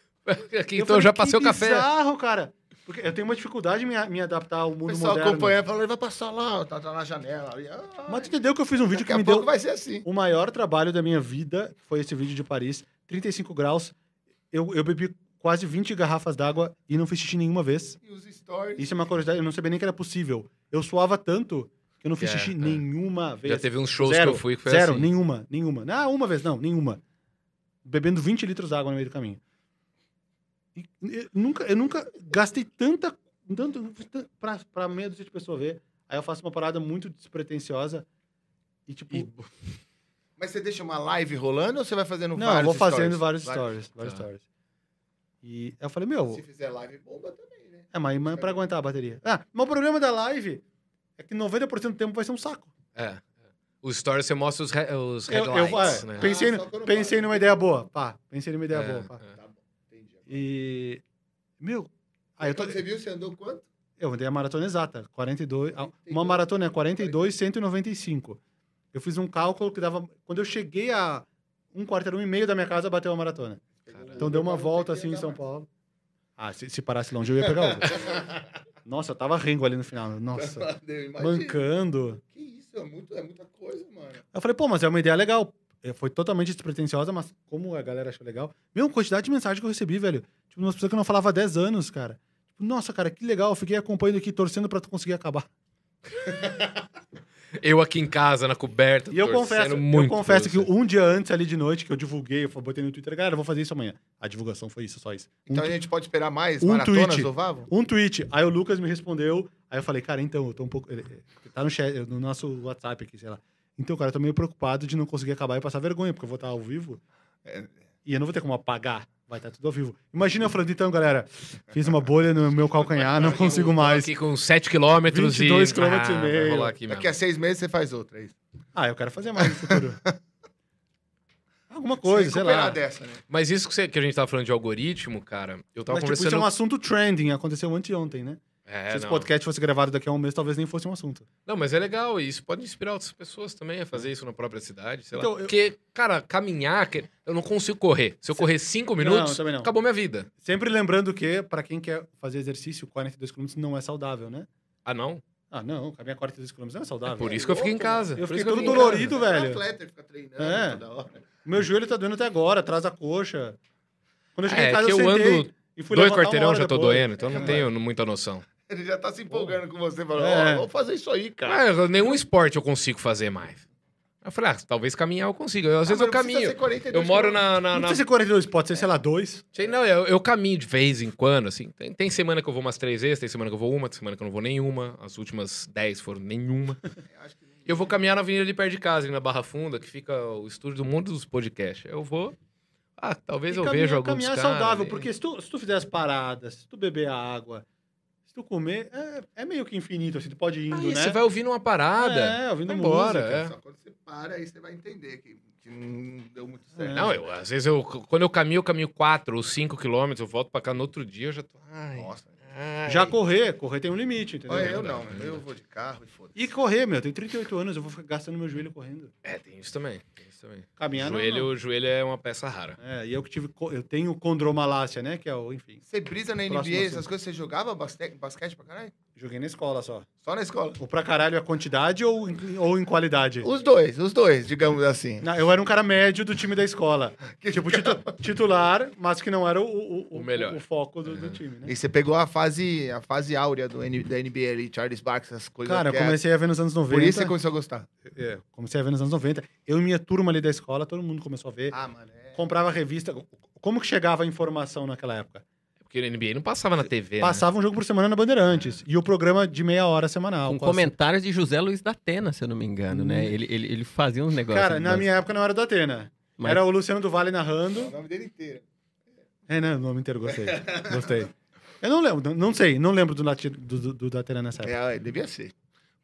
S1: Aqui,
S3: eu
S1: então eu já
S3: falei,
S1: passei o
S3: "Que
S1: café.
S3: bizarro, cara. Porque eu tenho uma dificuldade em me, me adaptar ao
S2: O
S3: mundo
S2: pessoal
S3: moderno.
S2: acompanhando, falou, vai passar lá, ó, tá, tá na janela. Ali. Ah,
S3: Mas tu entendeu que eu fiz um vídeo
S2: daqui
S3: que
S2: a
S3: me
S2: pouco
S3: deu
S2: vai ser assim.
S3: o maior trabalho da minha vida, que foi esse vídeo de Paris, 35 graus. Eu, eu bebi quase 20 garrafas d'água e não fiz xixi nenhuma vez.
S2: E os stories.
S3: Isso é uma curiosidade, eu não sabia nem que era possível. Eu suava tanto que eu não fiz
S1: É,
S3: xixi
S1: é.
S3: nenhuma vez.
S1: Já teve uns shows
S3: Zero,
S1: que eu fui que foi
S3: Zero,
S1: assim.
S3: nenhuma, nenhuma. Ah, uma vez, não, nenhuma. Bebendo 20 litros d'água no meio do caminho. E eu nunca, eu nunca gastei tanta. Tanto, pra, pra meia dúzia de pessoa ver. Aí eu faço uma parada muito despretensiosa. E tipo.
S1: E-
S2: Mas você deixa uma live rolando ou você vai fazendo
S3: não, eu
S2: vários
S3: vou fazendo
S2: stories?
S3: vários
S2: Vai-
S3: stories. Vários
S1: Tá.
S3: stories. E eu falei, meu,
S2: Se fizer live, bomba também, né?
S3: é, mas, mas pra aguentar a bateria. Ah, mas o problema da live é que 90% do tempo vai ser um saco.
S1: É. Os stories você mostra os, re- os
S3: Eu, eu-
S1: headlights,
S3: é,
S1: né?
S3: pensei,
S2: Ah,
S3: no-
S2: só quando
S3: pensei
S2: para.
S3: numa ideia boa, pá. Pensei numa ideia
S1: É,
S3: boa, pá.
S1: é.
S2: Tá bom, entendi.
S3: E. Meu. Aí Ah, eu, tô,
S2: Quando você viu, você andou quanto?
S3: eu andei a maratona exata. 42. a- Uma
S2: 42.
S3: maratona é 42, 195. Eu fiz um cálculo que dava. Quando eu cheguei a um quarto, era um e meio da minha casa, bateu a maratona.
S2: Pegou um
S1: Caralho.
S3: Então
S2: Uber
S3: deu uma
S2: pra não ter
S3: volta
S2: que
S3: assim em
S2: andar
S3: São
S2: mais.
S3: Paulo. Ah, se, se parasse longe, eu ia pegar outra. Nossa, eu tava rengo ali no final. Nossa,
S2: Eu imagino.
S3: mancando.
S2: Que isso, é, muito, é muita coisa, mano.
S3: Eu falei, pô, mas é uma ideia legal. É, Foi totalmente despretensiosa, mas como a galera achou legal. Meu, quantidade de mensagem que eu recebi, velho. Tipo, umas pessoas que eu não falava há 10 anos, cara. Tipo, nossa, cara, que legal. Eu fiquei acompanhando aqui, torcendo pra tu conseguir acabar.
S1: Eu aqui em casa, na coberta,
S3: E eu
S1: torcendo
S3: confesso, eu
S1: muito
S3: confesso
S1: pra
S3: que
S1: você.
S3: um dia antes ali de noite, que eu divulguei, eu botei no Twitter, galera, eu vou fazer isso amanhã. A divulgação foi isso, só isso. Um
S2: Então a gente pode esperar mais
S3: um
S2: maratonas
S3: tweet.
S2: do Vavo?
S3: um tweet. Aí o Lucas me respondeu. Aí eu falei, cara, então, eu tô um pouco. ele- ele- Tá no chat, no nosso WhatsApp aqui, sei lá. Então, cara, eu tô meio preocupado de não conseguir acabar e passar vergonha, porque eu vou estar ao vivo. eh,
S2: É.
S3: E eu não vou ter como apagar. Vai estar tudo ao vivo. Imagina eu falando, então, galera, fiz uma bolha no meu calcanhar, não consigo
S1: Tô
S3: mais.
S1: Aqui com 7 quilômetros e... Ah,
S3: 22 quilômetros e
S1: vai
S3: meio. É
S1: rolar aqui
S2: Daqui a
S1: mesmo.
S2: seis meses você faz outra, é isso.
S3: Ah, eu quero fazer mais no futuro. Alguma coisa,
S2: Se
S3: sei
S2: recuperar
S3: lá.
S2: dessa, né?
S1: Mas isso que, você- que a gente tava falando de algoritmo, cara, eu tava
S3: Mas, tipo, isso é
S1: conversando...
S3: um assunto trending, aconteceu anteontem, né?
S1: É,
S3: Se esse
S1: não.
S3: podcast fosse gravado daqui a um mês, talvez nem fosse um assunto.
S1: Não, mas é legal, e isso pode inspirar outras pessoas também a fazer isso na própria cidade, sei
S3: Então,
S1: lá.
S3: eu-
S1: Porque, cara, caminhar, que- eu não consigo correr. Se eu correr cinco minutos,
S3: também não.
S1: acabou minha vida.
S3: Sempre lembrando que, pra quem quer fazer exercício, 42 km não é saudável, né?
S1: Ah, não?
S3: Ah, não, caminhar 42 km não é saudável.
S1: Por isso que eu fiquei em casa.
S3: Eu
S1: Por
S3: fiquei
S1: isso que
S3: todo
S1: em casa.
S3: dolorido,
S2: É
S3: velho.
S2: atleta, ele fica treinando
S3: É.
S2: toda hora.
S3: Meu joelho tá doendo até agora, atrás da coxa. Quando eu cheguei
S1: É,
S3: em casa,
S1: que
S3: eu,
S1: eu
S3: sentei
S1: ando
S3: e fui
S1: Dois
S3: levantar uma
S1: quarteirão
S3: hora
S1: já tô
S3: depois. É,
S1: doendo, então não tenho muita noção.
S2: Ele já tá se empolgando com você, falando, ó,
S3: É.
S2: vamos fazer isso aí, cara.
S1: Ah, eu- nenhum esporte eu consigo fazer mais. Eu falei, ah, talvez caminhar eu consigo.
S3: Ah,
S1: Eu, às vezes eu caminho. Eu moro na. na,
S3: Não
S1: na-
S3: precisa ser 42, pode ser, sei lá, dois.
S1: Sei, não, eu, eu caminho de vez em quando, assim. Tem, tem semana que eu vou umas três vezes, tem semana que eu vou uma, tem semana que eu não vou nenhuma. As últimas dez foram nenhuma. Eu vou caminhar na avenida ali perto de casa, ali na Barra Funda, que fica o estúdio do mundo dos podcasts. Eu vou. Ah, talvez
S3: E
S1: eu
S3: caminhar-
S1: veja alguns
S3: Caminhar é
S1: caras
S3: saudável,
S1: ali.
S3: porque se tu, se tu fizer as paradas, se tu beber água, se tu comer, é, é meio que infinito, assim, tu pode ir indo,
S1: Aí
S3: né?
S1: Ah, você vai ouvindo uma parada.
S3: É, ouvindo
S1: Vambora,
S3: música.
S1: é.
S2: Só quando você para, aí você vai entender que, que não deu muito certo.
S1: Não, eu, às vezes eu, quando eu caminho, eu caminho 4 ou 5 quilômetros, eu volto pra cá no outro dia, eu já tô. Ai,
S2: Nossa.
S1: Caralho.
S3: Já correr, correr tem um limite, entendeu?
S2: Olha, eu não. Eu vou de carro e foda-se.
S3: E correr, meu, eu tenho 38 anos, eu vou ficar gastando meu joelho correndo.
S1: É, tem isso também. Tem isso também.
S3: Caminhar não,
S1: joelho,
S3: não.
S1: O joelho é uma peça rara.
S3: É, e eu que tive. co- Eu tenho condromalácia, né? Que é o, enfim.
S2: Você brisa na
S3: Próximo
S2: NBA, essas
S3: assunto.
S2: coisas, você jogava basque- basquete pra caralho?
S3: Joguei na escola só.
S2: Só na escola?
S3: Ou pra caralho é quantidade ou, ou em qualidade?
S2: Os dois, os dois, digamos assim.
S3: Não, eu era um cara médio do time da escola. tipo, titu- titular, mas que não era o, o,
S1: O melhor.
S3: o foco do,
S2: Uhum.
S3: do time, né?
S2: E você pegou a fase, a fase áurea do, N- da NBA ali, Charles Barks, essas coisas.
S3: Cara,
S2: que
S3: eu
S2: é-
S3: comecei a ver nos anos 90.
S2: Por isso você começou a gostar.
S3: É, comecei a ver nos anos 90. Eu e minha turma ali da escola, todo mundo começou a ver.
S2: Ah, mano, é...
S3: Comprava revista. Como que chegava a informação naquela época?
S1: Porque o NBA não passava na
S2: É,
S1: né? TV,
S2: né?
S3: Passava um jogo por semana na Bandeirantes. E o programa de meia hora semanal.
S4: Com
S3: Quase-
S4: comentários de José Luiz da Atena, se eu não me engano, né? Ele, ele, ele fazia uns negócios.
S3: Hum. Cara, na
S4: bas-
S3: minha época não era do Atena.
S4: Mas-
S3: Era o Luciano do Vale narrando.
S2: nome dele inteiro.
S3: É, não, o nome inteiro, gostei. Gostei. Eu não lembro, não, não sei, não lembro do, lati- do, do, do Datena nessa época.
S2: É, devia ser.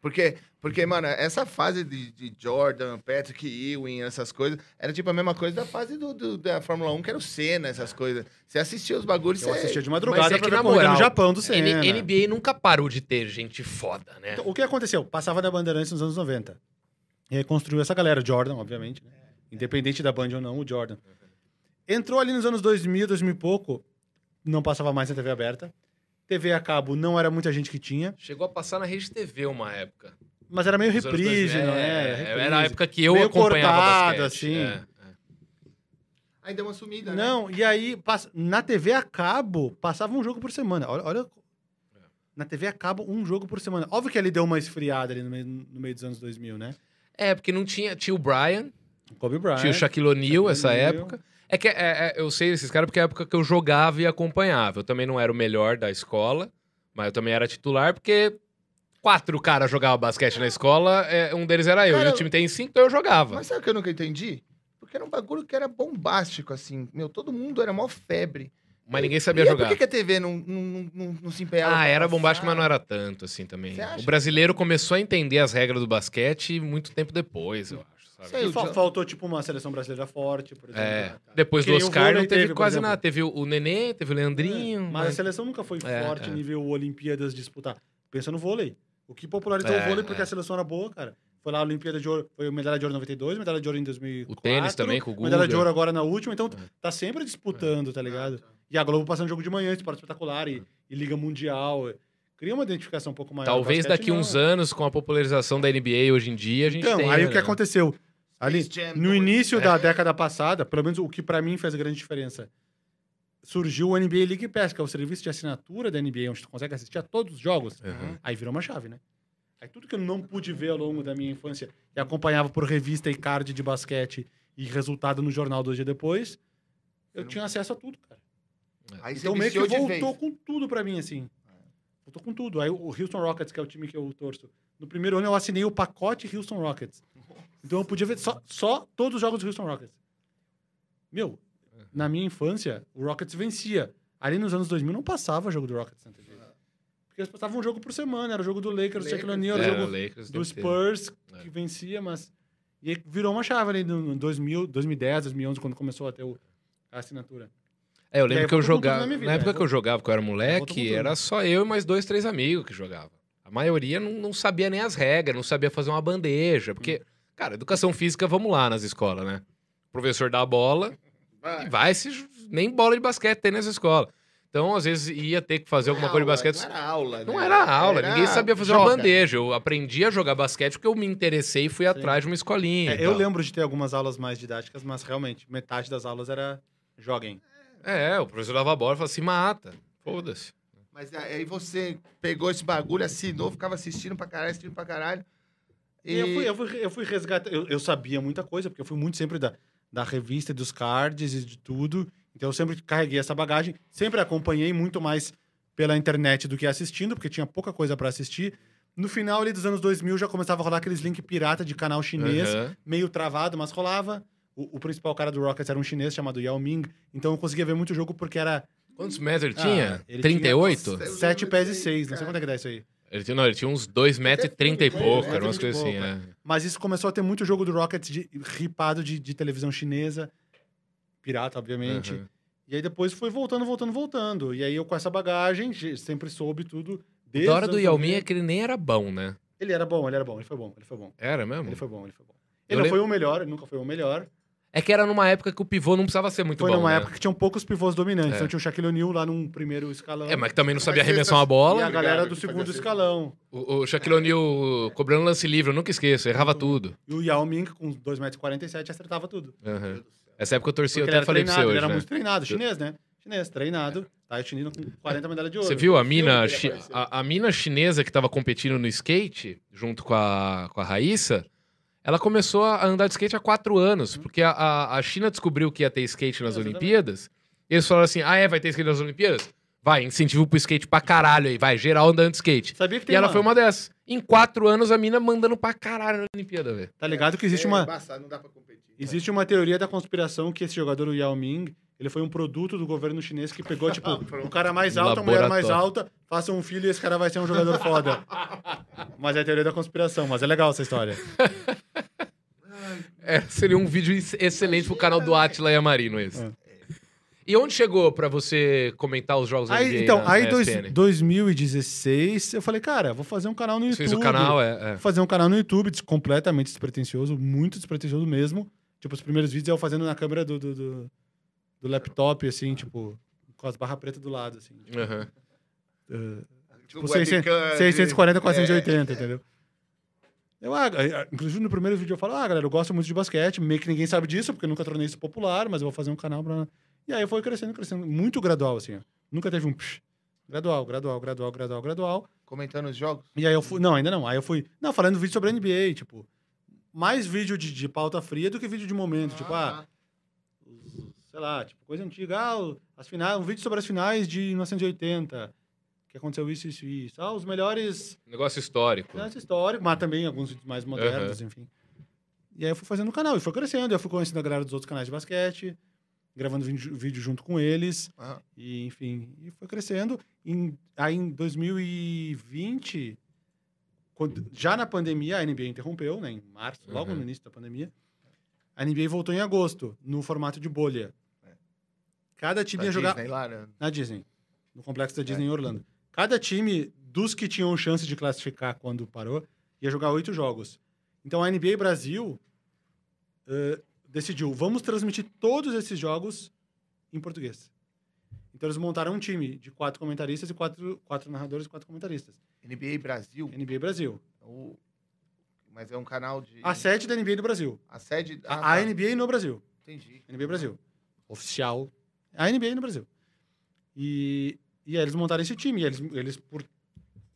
S2: Porque, porque, mano, essa fase de, de Jordan, Patrick Ewing, essas coisas, era tipo a mesma coisa da fase do, do- da Fórmula 1, que era o Senna, essas coisas. Você assistia os bagulhos,
S3: Eu
S2: você...
S3: assistia de madrugada
S1: Mas é
S3: pra
S1: que,
S3: ver
S1: na
S3: corrida no
S1: moral,
S3: Japão do
S1: né? N-
S3: Senna.
S1: NBA nunca parou de ter gente foda, né?
S3: Então, o que aconteceu? Passava da Bandeirantes nos anos 90. E aí construiu essa galera, Jordan, obviamente, né? Independente da Band ou não, o Jordan. Entrou ali nos anos 2000, 2000 e pouco, não passava mais na TV aberta. TV a cabo não era muita gente que tinha,
S1: Chegou a passar na Rede TV uma época.
S3: mas era meio
S1: Nos anos
S3: reprise,
S1: 2000,
S3: não
S1: é,
S3: é?
S1: Era a
S3: Reprise.
S1: época que eu
S3: Meio
S1: acompanhava
S3: cortado,
S1: basquete,
S3: assim.
S1: é.
S2: Aí deu uma sumida, né?
S3: Não, e aí passa- na TV a cabo passava um jogo por semana. Olha, olha-
S1: É.
S3: na TV a cabo um jogo por semana. Óbvio que ele deu uma esfriada ali no meio, no meio dos anos 2000, né?
S1: É, porque não tinha. Tinha o Brian,
S3: Kobe Bryant.
S1: tinha o Shaquille O'Neal essa
S3: né? O'Neal.
S1: época. É que é- é- eu sei esses caras porque é a época que eu jogava e acompanhava. Eu também não era o melhor da escola, mas eu também era titular porque quatro caras jogavam basquete na escola, é, um deles era eu.
S2: Cara,
S1: e o time tem cinco, então eu jogava.
S2: Mas sabe o que eu nunca entendi? Porque era um bagulho que era bombástico, assim. Meu, todo mundo era mó febre.
S1: Mas ninguém sabia
S2: e aí
S1: jogar.
S2: Por que, que a TV não, não, não- não, não se empenhava?
S1: Ah,
S2: pra
S1: era
S2: passar?
S1: bombástico, mas não era tanto, assim, também.
S2: Você acha?
S1: O brasileiro começou a entender as regras do basquete muito tempo depois, eu acho, sabe?
S2: Sei,
S3: E fa-
S2: o Jo-
S3: faltou, tipo, uma seleção brasileira forte, por exemplo. Tá.
S1: É. Depois do
S3: Porque o
S1: Oscar não
S3: vôlei
S1: teve,
S3: teve, por
S1: quase
S3: exemplo.
S1: nada. Teve o Nenê, teve o Leandrinho.
S3: É. Mas a
S1: mas-
S3: seleção nunca foi
S1: É,
S3: forte,
S1: é.
S3: nível Olimpíadas disputar. Pensa no vôlei. O que popularizou
S1: É,
S3: o vôlei porque
S1: é.
S3: a seleção era boa, cara. Foi lá a Olimpíada de Ouro, foi medalha de ouro em 92, medalha de ouro em 2004.
S1: O tênis também, com o Guga.
S3: Medalha é de ouro agora na última,
S1: É.
S3: então tá sempre disputando, tá ligado? E a Globo passando jogo de manhã, esporte espetacular e, e Liga Mundial. é. Cria uma identificação um pouco maior.
S1: Talvez
S3: Basquete,
S1: daqui
S3: não. é.
S1: uns anos, com a popularização da NBA hoje em dia, a gente
S3: Então,
S1: tenha,
S3: aí o que
S1: né? É.
S3: aconteceu? Ali,
S2: Space Jam
S3: no
S2: dois.
S3: início da década passada, pelo menos o que pra mim fez grande diferença, surgiu o NBA League Pass, que é o serviço de assinatura da NBA, onde tu consegue assistir a todos os jogos.
S1: Uhum.
S3: Aí virou uma chave, né? Aí tudo que eu não pude ver ao longo da minha infância e acompanhava por revista e card de basquete e resultado no jornal dois dias depois, eu tinha acesso a tudo, cara.
S2: Aí
S3: Então
S2: você
S3: meio que
S2: viciou de vez.
S3: voltou com tudo pra mim, assim. Voltou com tudo. Aí o Houston Rockets, que é o time que eu torço, no primeiro ano eu assinei o pacote Houston Rockets. Então eu podia ver só, só todos os jogos do Houston Rockets. Meu,
S2: É.
S3: na minha infância, o Rockets vencia. Ali nos anos 2000 não passava jogo do Rockets na
S2: É.
S3: TV. Porque eles passavam um jogo por semana. Era o jogo do Lakers, do Shaquille O'Neal, era o
S1: Era
S3: jogo
S1: o É, Lakers,
S3: do
S1: deve ter.
S3: Spurs,
S1: É.
S3: que vencia, mas... E aí virou uma chave ali no 2000, 2010, 2011, quando começou a ter o- a assinatura.
S1: É, eu
S3: E
S1: lembro
S3: aí
S1: que eu
S3: voltou com tudo
S1: jogava. Na,
S3: na minha vida,
S1: época
S3: né?
S1: que eu jogava, que eu era
S3: Voltou com
S1: moleque,
S3: tudo.
S1: era só eu e mais dois, três amigos que jogavam. A maioria não, não sabia nem as regras, não sabia fazer uma bandeja. Porque,
S3: Hum.
S1: cara, educação física, vamos lá nas escolas, né? O professor dá a bola e vai se. ju- Nem bola de basquete tem nessa escola. Então, às vezes, ia ter que fazer alguma coisa de basquete.
S3: é,
S2: Não era aula.
S1: Não
S2: né?
S1: era aula, ninguém sabia fazer uma
S2: joga.
S1: bandeja. Eu aprendi a jogar basquete porque eu me interessei e fui atrás de uma escolinha.
S3: É,
S1: e
S3: eu
S1: tal.
S3: lembro de ter algumas aulas mais didáticas, mas realmente, metade das aulas era joguem.
S1: É, o professor dava a bola e falava assim: mata. Foda-se.
S2: Mas é, aí você pegou esse bagulho, assinou, ficava assistindo pra caralho, assistindo pra caralho.
S3: E, eu, fui, eu, fui, eu fui resgatar, eu, eu sabia muita coisa, porque eu fui muito sempre da, da revista, dos cards e de tudo. Então eu sempre carreguei essa bagagem, sempre acompanhei muito mais pela internet do que assistindo, porque tinha pouca coisa pra assistir. No final ali dos anos 2000 já começava a rolar aqueles link pirata de canal chinês,
S1: Aham.
S3: meio travado, mas rolava. O, o principal cara do Rockets era um chinês chamado Yao Ming, então eu conseguia ver muito jogo porque era
S1: Quantos metros ele
S3: Ah,
S1: tinha?
S3: ele
S1: 38?
S2: tinha- Eu
S3: 7
S2: lembro
S3: pés e
S2: disso
S3: 6, não
S2: aí,
S3: sei quanto é que dá isso aí.
S1: Ele tinha, não, ele tinha uns 2 metros e 30 e
S2: foi,
S1: pouco,
S2: né?
S1: era umas coisas assim,
S3: Pouco, é.
S1: né?
S3: Mas isso começou a ter muito jogo do Rockets de, ripado de, de televisão chinesa, pirata, obviamente.
S1: Aham.
S3: E aí depois foi voltando, voltando, voltando. E aí eu com essa bagagem, ge- sempre soube tudo. desde
S1: Da hora
S3: os
S1: do
S3: anos
S1: Yalmin
S3: 90.
S1: é que ele nem era bom, né?
S3: Ele era bom, ele era bom, ele foi bom, ele foi bom.
S1: Era mesmo?
S3: Ele foi bom, ele foi bom.
S1: Eu
S3: Ele não
S1: lembro-
S3: foi o melhor, ele nunca foi o melhor.
S1: É que era numa época que o pivô não precisava ser muito
S3: foi
S1: bom.
S3: numa
S1: né?
S3: época que tinham poucos pivôs dominantes.
S1: É.
S3: Então tinha o Shaquille O'Neal lá num primeiro escalão.
S1: É, mas que também não sabia
S2: Mas
S1: arremessar uma
S2: essas-
S3: assim, E a
S1: bola.
S2: Obrigado,
S3: galera do
S2: que fazia
S3: segundo
S2: assim.
S3: escalão.
S1: O, o Shaquille O'Neal cobrando lance livre, eu nunca esqueço, errava tudo.
S3: E o Yao Ming, com 2,47m, acertava tudo.
S1: Aham.
S2: Meu Deus do céu.
S1: Essa época eu torci,
S3: Porque
S1: eu até falei pra você
S3: treinado,
S1: hoje,
S3: ele era
S1: né?
S3: muito treinado. Chinês, né? Chinês, treinado. Tá, chinino com 40 medalhas de ouro.
S1: Você viu a
S2: filme que
S1: mina,
S2: ele
S1: chi-
S2: apareceu.
S1: a, a mina chinesa que tava competindo no skate, junto com a, com a Raíssa, ela começou a andar de skate há quatro anos, porque a, a, a China descobriu que ia ter skate nas
S3: Uhum. Exatamente.
S1: Olimpíadas. Eles falaram assim: ah, é, vai ter skate nas Olimpíadas? Vai, incentivo pro skate pra caralho aí, vai, geral andando de skate.
S3: Sabia que tem
S1: E ela
S3: uma-
S1: foi uma dessas. Em quatro anos, a mina mandando pra caralho na Olimpíada, velho.
S3: Tá ligado que existe
S2: É
S3: uma...
S2: embaçado, não dá pra competir.
S3: Existe uma teoria da conspiração que esse jogador, o Yao Ming, ele foi um produto do governo chinês que pegou, tipo, o cara mais alto, a mulher mais
S1: Laboratório.
S3: alta, faça um filho e esse cara vai ser um jogador foda. Mas é a teoria da conspiração, mas é legal essa história.
S1: É, seria um vídeo ex- excelente pro canal do Atila e Amarino esse.
S3: É.
S1: E onde chegou pra você comentar os jogos da NBA
S3: Aí, então,
S1: na-
S3: aí
S1: na
S3: dois,
S1: ESPN?
S3: 2016, eu falei, cara, vou fazer um canal no
S1: Você
S3: YouTube.
S1: fez o canal, é, é.
S3: Vou fazer um canal no YouTube des- completamente despretensioso, muito despretensioso mesmo. Tipo, os primeiros vídeos eu fazendo na câmera do, do, do- do laptop, assim, tipo, com as barras pretas do lado, assim. Tipo,
S1: Aham.
S3: eh,
S2: Tipo,
S3: Tipo, 600, 640,
S2: é,
S3: 480, entendeu? Eu, ah, ah, inclusive, no primeiro vídeo eu falo, ah, galera, eu gosto muito de basquete, meio que ninguém sabe disso, porque eu nunca tornei isso popular, mas eu vou fazer um canal pra... E aí foi crescendo, crescendo, muito gradual, assim, ó. Nunca teve um... psh. Gradual, gradual, gradual, gradual, gradual.
S2: Comentando os jogos.
S3: E aí eu fui... Não, ainda não. Aí eu fui... Não, falando vídeo sobre NBA, tipo... Mais vídeo de, de pauta fria do que vídeo de momento. tipo, ah,
S2: tá.
S3: os- sei lá, tipo, coisa antiga, ah, o- as finais, um vídeo sobre as finais de 1980, que aconteceu isso, isso e isso. Ah, os melhores
S1: Negócio histórico. né?
S3: finais históricos, é mas também alguns vídeos mais modernos, enfim. E aí eu fui fazendo o canal, e foi crescendo, eu fui conhecendo a galera dos outros canais de basquete, gravando vídeo, vídeo junto com eles,
S2: Aham.
S3: e enfim, e foi crescendo. Em- aí em 2020, quando- já na pandemia, a NBA interrompeu, né, em março, logo
S1: Uhum.
S3: no início da pandemia, a NBA voltou em agosto, no formato de bolha. Cada time
S2: Da
S3: ia jogar
S2: Disney lá, né?
S3: na Disney, no complexo da Disney em Orlando. Cada time dos que tinham chance de classificar quando parou ia jogar oito jogos. Então a NBA Brasil eh, decidiu, vamos transmitir todos esses jogos em português. Então eles montaram um time de quatro comentaristas e quatro, quatro narradores e quatro comentaristas.
S2: NBA Brasil.
S3: NBA Brasil.
S2: o- Mas é um canal de.
S3: A sede da NBA do Brasil.
S2: A sede.
S3: A-
S2: Ah,
S3: a
S2: tá.
S3: NBA no Brasil.
S2: Entendi.
S3: NBA Brasil. Oficial. A NBA no Brasil. E, e aí eles montaram esse time. E eles, eles por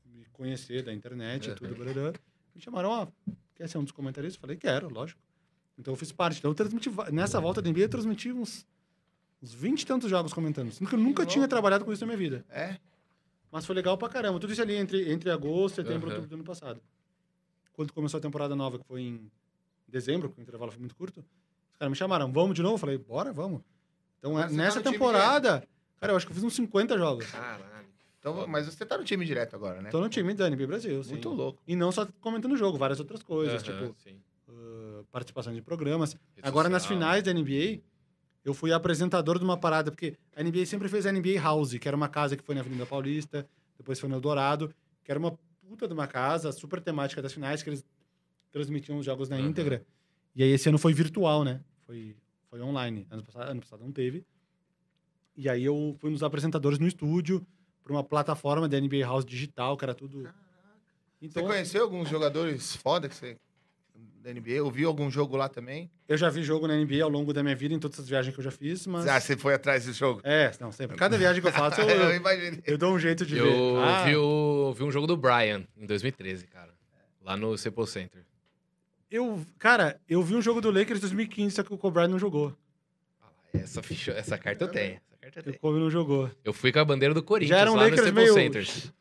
S3: me conhecer da internet e
S2: É.
S3: tudo, barará, me chamaram, ó, quer ser um dos comentaristas? Eu falei, quero, lógico. Então eu fiz parte. Então eu transmiti, va- nessa volta da NBA, eu transmiti uns, uns 20 e tantos jogos comentando. Sendo que eu nunca
S2: Que
S3: tinha
S2: louco.
S3: trabalhado com isso na minha vida.
S2: É?
S3: Mas foi legal pra caramba. Tudo isso ali entre, entre agosto, setembro e
S1: Aham.
S3: outubro do ano passado. Quando começou a temporada nova, que foi em dezembro, que o intervalo foi muito curto, os caras me chamaram, vamos de novo? Eu falei, bora, vamos. Então,
S2: Mas você tá
S3: nessa
S2: no time
S3: temporada, cara, eu acho que eu fiz uns 50 jogos.
S1: Caralho.
S2: Então, mas você tá no time direto agora, né?
S3: Tô no time da NBA Brasil, sim.
S2: Muito louco.
S3: E não só comentando o jogo, várias outras coisas, tipo, ah, participação de programas. Agora, nas finais da NBA, eu fui apresentador de uma parada, porque a NBA sempre fez a NBA House, que era uma casa que foi na Avenida Paulista, depois foi no Eldorado, que era uma puta de uma casa, super temática das finais, que eles transmitiam os jogos na
S1: Aham.
S3: íntegra. E aí, esse ano foi virtual, né? Foi, foi online. Ano passado, ano passado não teve. E aí, eu fui nos apresentadores no estúdio, para uma plataforma da NBA House digital, que era tudo...
S2: Você
S3: Então,
S2: conheceu alguns jogadores foda que você. Da NBA? Ouviu algum jogo lá também?
S3: eu já vi jogo na NBA ao longo da minha vida, em todas as viagens que eu já fiz, mas...
S2: Ah, você foi atrás do jogo.
S3: É, não, sempre. Cada viagem que eu faço, eu,
S2: eu
S3: eu,
S2: imaginei.
S3: eu dou um jeito de
S1: Eu
S3: ver. Ah,
S1: vi, o- vi um jogo do Brian em 2013, cara. Lá no Sepo Center.
S3: eu- Cara, eu vi um jogo do Lakers em 2015, só que o Kobe Bryant não jogou.
S1: Ah, Essa, ficha, essa carta eu tenho. essa carta eu
S3: O
S1: tenho.
S3: Kobe não jogou.
S1: Eu fui com a bandeira do Corinthians
S3: Já era um
S1: lá
S3: Lakers
S1: no Staples
S3: meio...
S1: Center.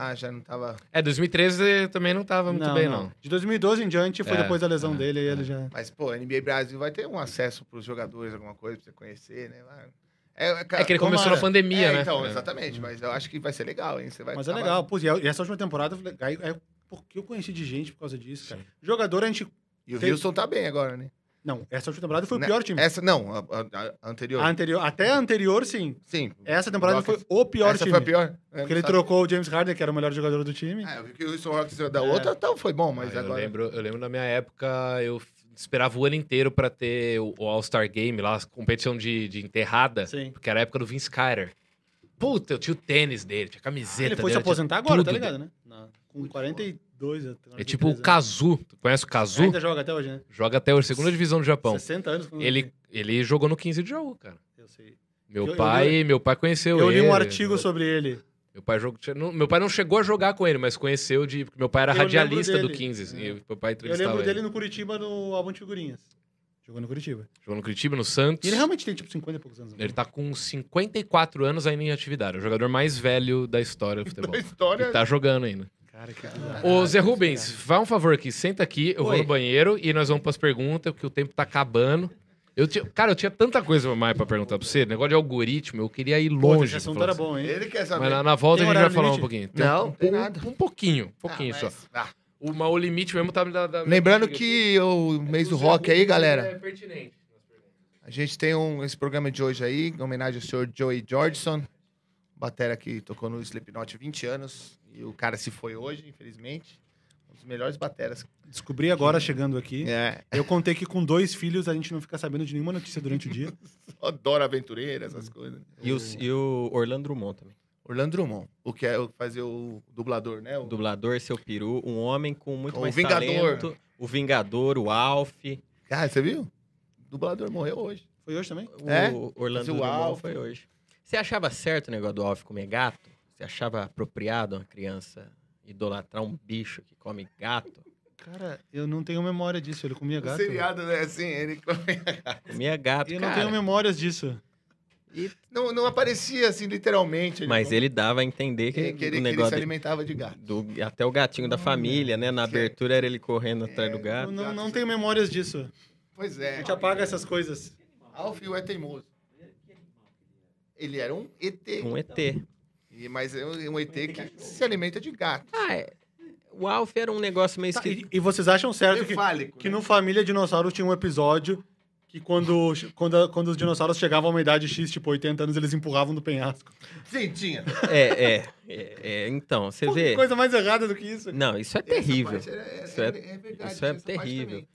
S2: Ah, já não tava.
S1: É, 2013 também não tava muito bem, não.
S3: De 2012 em diante, foi
S1: É,
S3: depois da lesão
S1: é,
S3: dele, aí
S1: é.
S3: ele já...
S2: Mas, pô, NBA Brasil vai ter um acesso pros jogadores, alguma coisa pra você conhecer, né? Vai- É,
S1: É que ele começou na pandemia,
S2: é,
S1: né?
S2: Então,
S1: É.
S2: exatamente. Mas eu acho que vai ser legal, hein? Você vai tá
S3: Mas é
S2: acabar-
S3: legal. Pô, e essa última temporada, eu falei, é aí, aí, porque eu conheci de gente por causa disso, cara. Jogador, a gente...
S2: E o
S3: Tem-
S2: Wilson tá bem agora, né?
S3: Não, essa última temporada foi o
S2: Né,
S3: pior time.
S2: Essa, não, a, a- a anterior.
S3: A anterior, até a anterior, sim.
S2: Sim.
S3: Essa temporada
S2: Rockets.
S3: foi o pior
S2: essa
S3: time.
S2: foi a pior.
S3: Porque ele trocou o James Harden, que era o melhor jogador do time.
S2: Ah, eu vi que o Houston Rockets da
S3: É.
S2: outra então foi bom, mas
S1: Ah, eu,
S2: agora...
S1: lembro, eu lembro na minha época, eu f- esperava o ano inteiro pra ter o, o All-Star Game lá, a competição de, de enterrada,
S3: Sim.
S1: porque era a época do Vince Carter. Puta, eu tinha o tênis dele, tinha a camiseta
S3: Ah, Ele foi
S1: dele.
S3: se
S1: eu tinha
S3: aposentar agora,
S1: Tipo, tudo
S3: tá ligado, né? Na- com 42
S1: É tipo o
S3: Cazu.
S1: Kazu. Tu conhece o Kazu?
S3: né? Ainda joga até hoje, né?
S1: Joga até hoje, segunda divisão do Japão.
S3: 60 anos. quando-
S1: Ele, ele jogou no 15 de Jaú, cara.
S3: Eu sei.
S1: Meu
S3: Eu- eu
S1: pai, meu pai conheceu
S3: Eu, li
S1: ele.
S3: um artigo sobre ele.
S1: Meu pai, jogou, não- meu pai não chegou a jogar com ele, mas conheceu de. Porque meu pai era
S3: Eu lembro
S1: radialista do
S3: dele.
S1: 15. assim,
S3: É.
S1: E meu pai
S3: Eu
S1: entrevistava
S3: lembro
S1: ele.
S3: dele no Curitiba no álbum de figurinhas. Jogou no Curitiba.
S1: Jogou no Curitiba, no Santos.
S3: E ele realmente tem tipo 50 e poucos anos. né?
S1: Ele tá com 54 anos ainda em atividade. É o jogador mais velho da história do futebol.
S2: A
S1: E
S2: história...
S1: tá jogando ainda.
S3: Cara, que.
S1: Ô, Zé Rubens, vá um favor aqui. Senta aqui, eu vou
S4: Oi.
S1: no banheiro e nós vamos pras perguntas, porque o tempo tá acabando. Eu tinha, cara, eu tinha tanta coisa mais pra perguntar pra você. Negócio de algoritmo, eu queria ir
S3: Pô,
S1: longe.
S3: esse
S1: pra
S3: assunto
S1: falar
S3: era
S1: assim.
S3: bom, hein?
S2: Ele quer saber. Ah,
S1: Mas na, na volta
S3: Tem
S1: a gente vai
S3: horário
S1: falar um
S3: limite?
S1: pouquinho.
S2: Não,
S1: um,
S2: tem
S1: um-
S2: nada.
S1: um pouquinho, um
S2: Ah,
S1: pouquinho só.
S2: mas- ah.
S1: O, mas o limite mesmo tá me da, da-
S2: Lembrando que o mês do rock aí, galera,
S1: É pertinente.
S2: a gente tem um, esse programa de hoje aí, em homenagem ao senhor Joey Jordison, batera que tocou no Slipknot 20 anos, e o cara se foi hoje, infelizmente. Um dos melhores bateras.
S3: Descobri agora chegando aqui.
S2: É,
S3: Eu contei que com dois filhos a gente não fica sabendo de nenhuma notícia durante o dia.
S2: adoro aventureira, essas coisas.
S4: E, o, e o Orlando Drummond também.
S2: Orlando Drummond, o que é o- fazer o dublador, né? O,
S4: um Dublador, seu peru, um homem com muito
S2: O
S4: mais
S2: Vingador.
S4: talento. O Vingador, o Alf.
S2: Cara, Ah, você viu? O dublador morreu hoje.
S3: Foi hoje também?
S4: O
S2: É?
S4: Orlando
S2: Mas o
S4: Drummond
S2: Alf-
S4: foi hoje. Você achava certo o negócio do Alf comer gato? Você achava apropriado uma criança idolatrar um bicho que come gato?
S3: Cara, eu não tenho memória disso. Ele comia gato.
S2: seriado, né? Assim, ele
S4: Comia gato,
S3: Eu não
S4: cara.
S3: tenho memórias disso.
S2: não, não aparecia assim, literalmente.
S4: Mas ele dava a entender
S2: que,
S4: que,
S2: que ele,
S4: o
S2: que ele se
S4: negócio dele-
S2: alimentava de gato.
S4: do, até o gatinho da família, né? Na
S2: Que-
S4: abertura era ele correndo atrás
S2: É,
S4: do
S3: Eu
S4: gato.
S3: não, não tenho memórias disso.
S2: Pois
S3: A
S2: é.
S3: gente apaga essas coisas.
S2: Alfio é teimoso. Ele era um ET,
S4: Um ET.
S2: e- mas é um um ET que se alimenta de gato.
S4: Ah, é. o Alf era um negócio meio
S3: Tá,
S4: esquisito.
S3: e, e vocês acham certo que,
S2: Cefálico.
S3: que
S2: né?
S3: no Família Dinossauro tinha um episódio que quando, quando, quando os dinossauros chegavam a uma idade X, tipo 80 anos, eles empurravam do penhasco.
S2: Sim, tinha.
S4: É, é, é, é, Então, você
S3: Pô, que
S4: vê.
S3: coisa mais errada do que isso.
S4: Não, isso é
S2: Essa
S4: terrível.
S2: parte era- era-
S4: Isso é-
S2: é verdade,
S4: isso é
S2: essa parte
S4: terrível.
S2: também.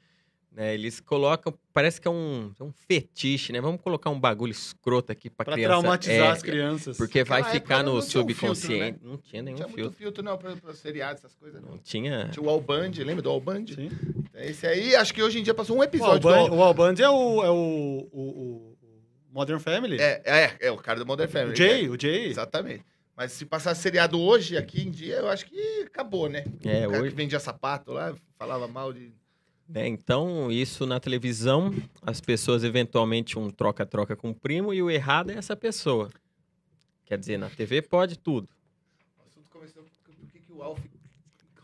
S4: né? Eles colocam. Parece que é um, é um fetiche, né? Vamos colocar um bagulho escroto aqui pra,
S3: Pra
S4: criança.
S3: traumatizar
S4: é,
S3: as crianças.
S4: Porque vai
S2: Naquela
S4: ficar
S2: época
S4: no
S2: não tinha um filtro,
S4: subconsciente. Não tinha
S2: Não
S4: nenhum
S2: tinha muito
S4: filtro. É.
S2: filtro, não, pra, pra seriado, essas coisas. Não.
S4: Não tinha.
S2: Tinha o Alband, lembra do Alband? É
S3: Sim.
S2: Esse aí, acho que hoje em dia passou um
S3: O
S2: episódio.
S3: Alband,
S2: do-
S3: o Alband é o, é o, o- o- o Modern Family.
S2: É, é, é, o cara do Modern Family.
S3: o Jay,
S2: né?
S3: o Jay.
S2: Exatamente. Mas se passar seriado hoje, aqui em dia, eu acho que acabou, né?
S4: É,
S2: o cara
S4: hoje.
S2: que vendia sapato lá, falava mal de...
S4: né? Então, isso na televisão, as pessoas eventualmente um troca-troca com o primo e o errado é essa pessoa. Quer dizer, na TV pode tudo.
S2: O assunto começou por por que, que o Alf.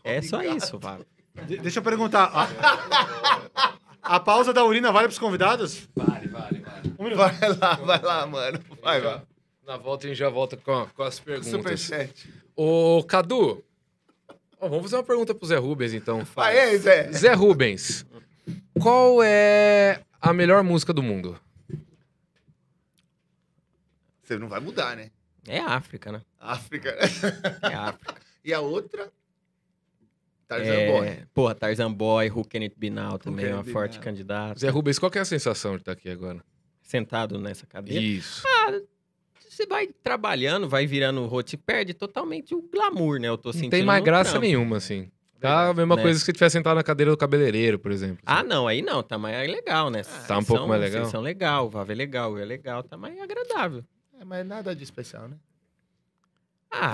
S4: É só
S2: Gato.
S4: isso, Fábio.
S3: De- deixa eu perguntar. A, a pausa da urina vale pros convidados?
S1: Vale, vale, vale.
S3: Um minuto.
S2: Vai lá, vai lá, mano. Vai, vai.
S1: Na volta a gente já volta com, a- com as perguntas.
S2: Superchat.
S1: Ô, Cadu, ó, vamos fazer uma pergunta pro Zé Rubens, então.
S2: Vai, é, Zé.
S1: Zé Rubens, qual é a melhor música do mundo?
S2: Você não vai mudar, né?
S4: É África, né?
S2: África.
S4: É África.
S2: E a outra? Tarzan
S4: é...
S2: Boy.
S4: Porra, Tarzan Boy, Who Can It Be Now também é
S2: Can
S4: uma
S2: It Be
S4: forte
S2: Now.
S4: candidata.
S1: Zé Rubens, qual que é a sensação de estar aqui agora?
S4: Sentado nessa cadeira.
S1: Isso.
S4: Você vai trabalhando, vai virando rote, perde totalmente o glamour, né? Eu tô
S1: Não
S4: sentindo.
S1: tem mais
S4: no
S1: graça
S4: trampo.
S1: nenhuma, assim. Tá a mesma
S4: Né?
S1: coisa que se tivesse sentado na cadeira do cabeleireiro, por exemplo.
S4: Ah, não, aí não, tá mais legal, né?
S1: Tá um
S4: Vocês
S1: pouco
S4: são-
S1: mais legal?
S4: Vocês são legal, o Vava é legal, eu é legal, tá mais agradável.
S2: É, mas nada de especial, né?
S4: Ah.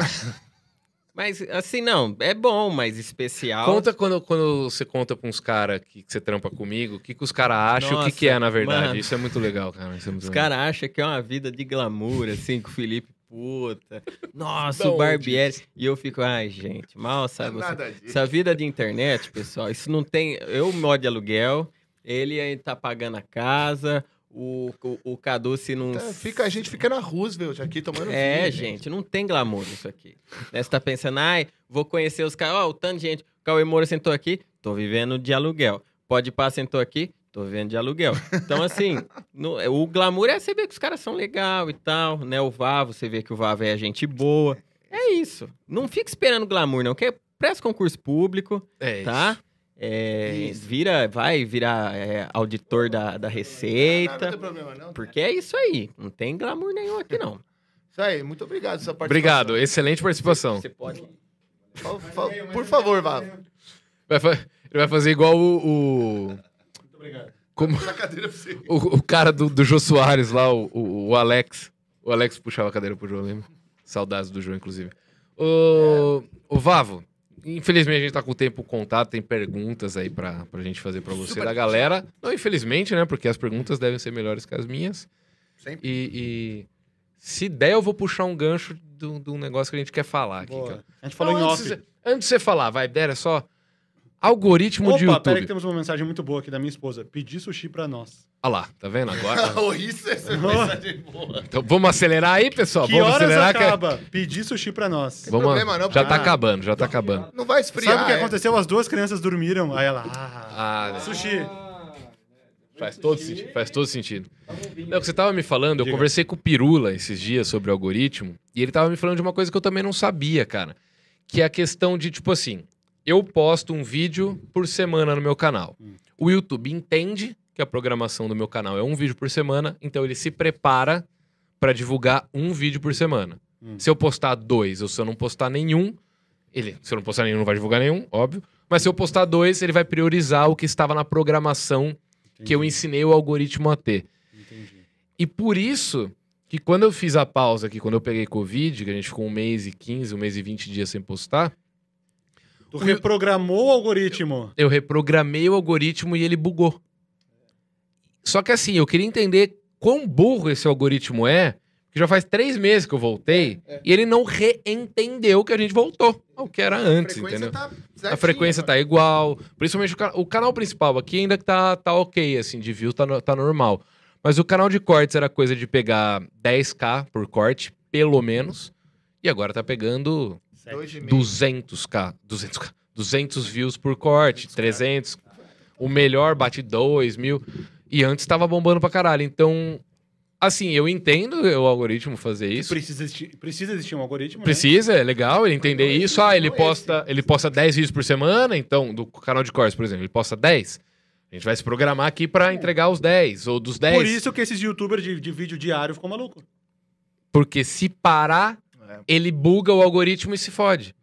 S4: mas assim, não, é bom, mas especial.
S1: Conta quando, quando você conta pra uns caras que, que você trampa comigo, o que, que os caras acham, o que,
S4: Nossa,
S1: que é, na verdade.
S4: mano.
S1: Isso é muito legal, cara. Isso é muito
S4: Os
S1: legal.
S4: caras acham que é uma vida de glamour, assim, com o Felipe puta. Nossa,
S1: Da
S4: o
S1: onde
S4: Barbieri. E eu fico, ai, gente, mal sabe.
S2: Não é
S4: você-
S2: nada disso.
S4: Essa vida de internet, pessoal, isso não tem. Eu moro de aluguel, ele aí tá pagando a casa, o, o, o Cadu se não.
S2: Tá, fica, a gente fica na Roosevelt aqui tomando
S4: É,
S2: vinho,
S4: gente, não tem glamour isso aqui. Né, Você tá pensando, ai, vou conhecer os caras, ó, o tanto de gente. O Cauê Moura sentou aqui, tô vivendo de aluguel. Pode pá, sentou aqui, Tô vendo de aluguel. Então, assim, no- é, o glamour é você ver que os caras são legal e tal, né? O Vavo, você vê que o Vavo é gente boa. É isso. Não fica esperando glamour, não. Que é presta concurso público,
S1: É
S4: tá?
S1: isso.
S4: É,
S2: Isso.
S4: vira, vai virar é, auditor da, da
S2: Ah, não tem
S4: Receita.
S2: problema, não.
S4: Porque é isso aí. Não tem glamour nenhum aqui, não.
S2: Isso aí, muito obrigado pela sua participação.
S1: Obrigado, excelente participação.
S4: pode.
S2: Fa- fa- Por favor, Vavo.
S1: Vai fa- Ele vai fazer igual o. o-
S3: Muito obrigado.
S1: como,
S2: Na cadeira pra você.
S1: o, o cara do, do Jô Soares lá, o, o, o Alex. O Alex puxava a cadeira pro Jô, lembra? Saudades do Jô, inclusive. O, o Vavo, infelizmente a gente tá com o tempo contado, tem perguntas aí pra, pra gente fazer pra você
S2: Super
S1: da galera. Não, infelizmente, né? Porque as perguntas devem ser melhores que as minhas.
S2: Sempre.
S1: E, e se der, eu vou puxar um gancho de um de um negócio que a gente quer falar aqui.
S3: Boa.
S1: cara.
S3: A gente falou
S1: Não,
S3: em
S1: antes
S3: off.
S1: de você- Antes de você falar, vai, der, é só. Algoritmo de
S3: Opa,
S1: YouTube.
S3: peraí que temos uma mensagem muito boa aqui da minha esposa. Pedir sushi pra nós.
S1: Olha lá, tá vendo agora?
S2: Ou isso, essa é mensagem boa.
S1: então vamos acelerar aí, pessoal.
S3: que
S1: vamos
S3: horas
S1: acelerar que- é-
S3: acaba? Pedir sushi pra nós.
S1: Vamos...
S2: problema não,
S1: já tá
S3: cara.
S1: acabando, já tá acabando.
S2: Não vai esfriar.
S3: Sabe o que
S2: é?
S3: aconteceu? As duas crianças dormiram. Aí ela... Ah,
S1: Ah, né,
S3: sushi.
S1: faz, todo sentido, faz todo sentido. Não, o que você tava me falando, eu
S3: Diga.
S1: conversei com o Pirula esses dias sobre algoritmo, e ele tava me falando de uma coisa que eu também não sabia, cara. Que é a questão de, tipo assim, eu posto um vídeo por semana no meu canal.
S3: Hum.
S1: O YouTube entende que a programação do meu canal é um vídeo por semana, então ele se prepara pra divulgar um vídeo por semana.
S3: Hum.
S1: Se eu postar dois ou se eu não postar nenhum, ele, se eu não postar nenhum, não vai divulgar nenhum, óbvio. Mas se eu postar dois, ele vai priorizar o que estava na programação que eu ensinei o algoritmo a ter.
S3: Entendi.
S1: E por isso que quando eu fiz a pausa aqui, quando eu peguei Covid, que a gente ficou um mês e 15, um mês e 20 dias sem postar,
S3: Tu reprogramou o algoritmo.
S1: eu reprogramei o algoritmo e ele bugou. Só que assim, eu queria entender quão burro esse algoritmo é, que já faz três meses que eu voltei,
S2: É,
S1: e ele não reentendeu que a gente voltou ao que era
S2: A
S1: antes,
S2: frequência
S1: entendeu?
S2: tá
S1: A frequência tá igual, principalmente o, ca- o canal principal aqui ainda que tá, tá ok, assim, de view tá, no- tá normal. Mas o canal de cortes era coisa de pegar 10k por corte, pelo menos, e agora tá pegando
S2: Dois e meio.
S1: 200k, 200k, 200 views por corte, 300, o melhor bate 2 mil, e antes tava bombando pra caralho, então, assim, eu entendo o algoritmo fazer isso.
S3: Precisa existir, precisa existir um algoritmo, né?
S1: Precisa, é legal ele entender
S2: Mas não
S3: um
S1: isso. Ah, ele
S2: esse, não
S1: posta, ele posta 10 vídeos por semana, então, do canal de cortes, por exemplo, ele posta 10. A gente vai se programar aqui pra entregar os 10, ou dos 10.
S3: É. Por isso que esses youtubers de, de vídeo diário ficam malucos.
S1: Porque se parar,
S2: É.
S1: ele buga o algoritmo e se fode.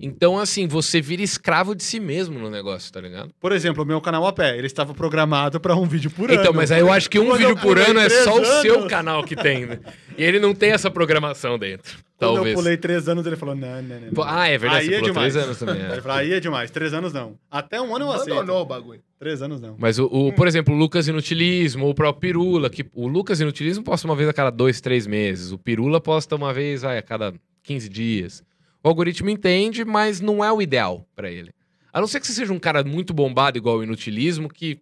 S1: Então, assim, você vira escravo de si mesmo no negócio, tá ligado?
S3: Por exemplo, o meu canal a pé, ele estava programado pra um vídeo por ano.
S1: então, mas aí eu acho que um
S3: Quando eu
S1: vídeo por
S3: pulei
S1: ano é
S3: três
S1: só o seu
S3: anos-
S1: canal que tem, né? E ele não tem essa programação dentro,
S3: Quando
S1: talvez.
S3: eu pulei três anos, ele falou, não, não, não.
S1: Pô, Ah, é verdade,
S3: Aí
S1: você
S3: é
S1: pulou três
S3: demais.
S1: anos também. é.
S3: Ele falou, aí é demais, três anos não. Até um ano eu aceito.
S2: Abandonou o bagulho.
S3: Três anos não.
S1: Mas, o, o- por exemplo, o Lucas Inutilismo, ou o próprio Pirula, que o Lucas Inutilismo posta uma vez a cada dois, três meses. O Pirula posta uma vez ai, a cada 15 dias. O algoritmo entende, mas não é o ideal pra ele. A não ser que você seja um cara muito bombado, igual o Inutilismo, que,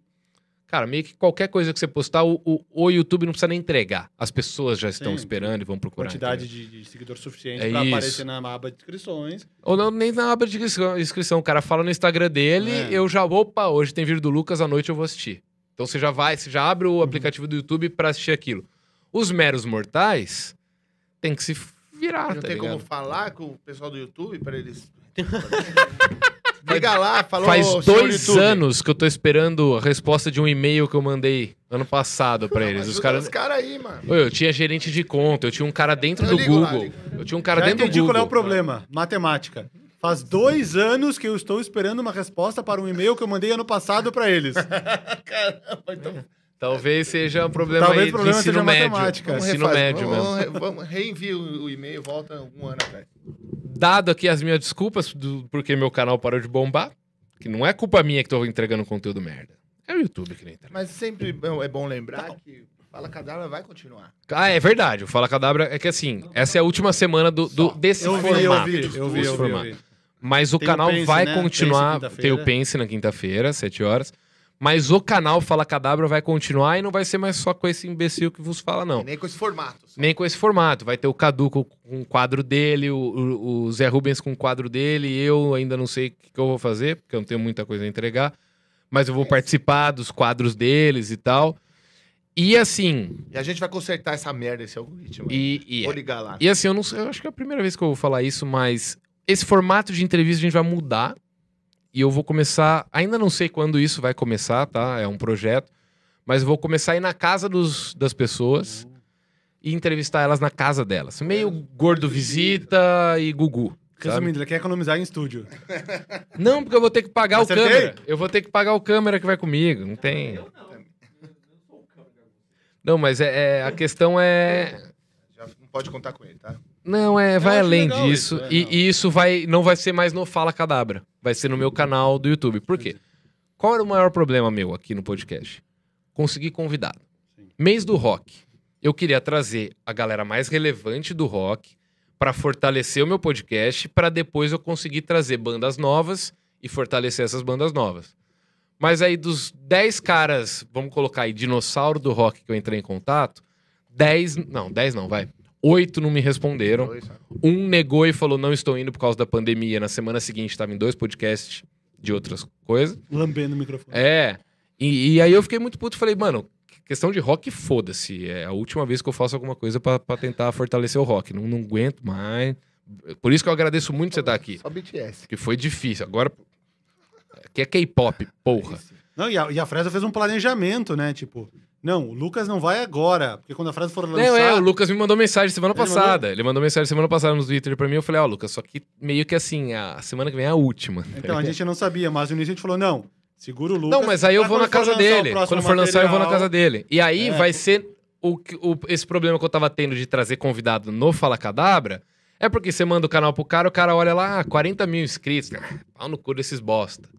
S1: cara, meio que qualquer coisa que você postar, o, o- o YouTube não precisa nem entregar. As pessoas já estão
S3: Sim.
S1: esperando e vão procurar.
S3: Quantidade de, de seguidor suficiente
S1: É
S3: pra
S1: isso.
S3: aparecer na aba de inscrições.
S1: Ou não, nem na aba de inscri- inscrição. O cara fala no Instagram dele,
S3: É.
S1: eu já, opa, hoje tem vídeo do Lucas, à noite eu vou assistir. Então você já vai, você já abre o aplicativo do YouTube pra assistir aquilo. Os meros mortais tem que se virar,
S2: não
S1: tá
S2: tem
S1: ligado?
S2: como falar com o pessoal do YouTube pra eles. Liga lá, falou.
S1: Faz
S2: senhor
S1: dois
S2: YouTube.
S1: anos que eu tô esperando a resposta de um e-mail que eu mandei ano passado pra
S2: Não,
S1: eles. Os
S2: ajuda
S1: caras...
S2: Os caras aí, mano.
S1: Ô, Eu tinha gerente de conta, eu tinha um cara dentro
S2: Eu
S1: do
S2: ligo lá,
S1: Google.
S2: ligo.
S1: eu tinha um cara
S3: Já
S1: dentro
S3: entendi
S1: do Google.
S3: qual é o problema. Matemática. Faz dois anos que eu estou esperando uma resposta para um e-mail que eu mandei ano passado pra eles.
S2: Caramba, então.
S1: Talvez seja um problema
S3: Talvez
S1: aí
S3: o problema
S1: de ensino
S3: seja
S1: médio.
S3: matemática.
S2: Vamos
S1: Ensino
S2: refazer,
S1: médio mesmo.
S2: vamos, re- vamos reenvia o o e-mail, volta um ano atrás.
S1: dado aqui as minhas desculpas do- porque meu canal parou de bombar, que não é culpa minha que tô entregando conteúdo merda. É o YouTube que não entrega.
S2: Mas sempre bom- é bom lembrar que Fala Cadabra vai continuar.
S1: Ah, é verdade. O Fala Cadabra é que assim, essa é a última semana do, do- desse
S3: Eu vi,
S1: formato.
S3: eu vi, eu vi, eu vi,
S1: Desse
S3: eu vi.
S1: formato. Mas o
S3: Tem o
S1: canal
S3: Pense,
S1: vai
S3: né?
S1: continuar.
S3: Pense
S1: Tem
S3: quinta-feira.
S1: o Pense na quinta-feira, 7 horas. Mas o canal Fala Cadabra vai continuar e não vai ser mais só com esse imbecil que vos fala, não.
S2: E nem com esse formato. assim. só.
S1: Nem com esse formato. Vai ter o Cadu com com o quadro dele, o, o- o Zé Rubens com o quadro dele, eu ainda não sei o que, que eu vou fazer, porque eu não tenho muita coisa a entregar. mas eu vou participar dos quadros deles e tal. E assim,
S2: E a gente vai consertar essa merda, esse algoritmo. aí.
S1: e, e-
S2: Vou ligar lá.
S1: e assim, eu não sei, eu acho que é a primeira vez que eu vou falar isso, mas esse formato de entrevista a gente vai mudar. E eu vou começar, ainda não sei quando isso vai começar, tá? É um projeto, mas eu vou começar a ir na casa dos, das pessoas e entrevistar elas na casa delas. Meio gordo visita e Gugu. sabe?
S3: Resumindo, ele quer economizar em estúdio.
S1: Não, porque eu vou ter que pagar o
S3: Acertei?
S1: câmera. Eu vou ter que pagar o câmera que vai comigo. Não tem. Não, mas é, é- a questão é.
S2: Já não pode contar com ele, tá?
S1: Não, é. Vai
S5: acho
S1: além
S5: legal
S1: disso.
S5: isso, é,
S1: e,
S5: não.
S1: e isso vai, não vai ser mais no Fala Cadabra. Vai ser no meu canal do YouTube. Por quê? Qual era o maior problema meu aqui no podcast? Conseguir convidado. Mês do rock. Eu queria trazer a galera mais relevante do rock para fortalecer o meu podcast, para depois eu conseguir trazer bandas novas e fortalecer essas bandas novas. Mas aí dos 10 caras, vamos colocar aí, dinossauro do rock que eu entrei em contato, 10, não, 10 não, vai. Oito não me responderam.
S2: Dois, sabe?
S1: Um negou e falou: não estou indo por causa da pandemia. Na semana seguinte estava em dois podcasts de outras coisas.
S3: Lambendo o microfone.
S1: É. E, e aí eu fiquei muito puto e falei, mano, questão de rock, foda-se. É a última vez que eu faço alguma coisa pra pra tentar fortalecer o rock. Não, não aguento mais. Por isso que eu agradeço muito você estar aqui.
S2: Só BTS.
S1: Que foi difícil. Agora. Aqui é K-pop, porra.
S3: Não, e a, e a Fresa fez um planejamento, né? Tipo, não, o Lucas não vai agora, porque quando a Fresa for lançar...
S1: Não, é, o Lucas me mandou mensagem semana
S3: Ele
S1: passada. Ele mandou mensagem semana passada no Twitter pra mim. Eu falei, ó, Lucas, só que meio que assim, a semana que vem é a última.
S3: Então, a gente não sabia, mas no início a gente falou, não, segura o Lucas...
S1: Não, mas aí eu
S3: pra
S1: vou na
S3: quando for
S1: casa
S3: lançar o
S1: dele.
S3: próximo
S1: Quando for lançar, eu vou na
S3: material,
S1: casa dele. E aí
S3: É.
S1: vai ser o, que- o- esse problema que eu tava tendo de trazer convidado no Fala Cadabra. É porque você manda o canal pro cara, o cara olha lá, ah, 40 mil inscritos. Ah, Pau no cu desses bosta.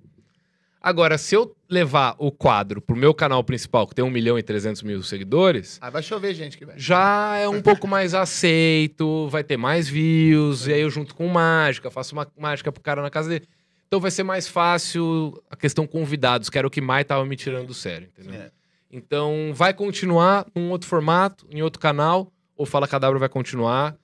S1: Agora, se eu levar o quadro pro meu canal principal, que tem 1 milhão e 300 mil seguidores,
S2: Ah, vai chover, gente, que vai.
S1: já é um pouco mais aceito, vai ter mais views, e aí eu junto com mágica, faço uma mágica pro cara na casa dele. Então vai ser mais fácil a questão convidados, que era o que mais tava me tirando do sério, entendeu?
S3: É.
S1: Então vai continuar num outro formato, em outro canal, ou Fala Cadabra vai continuar,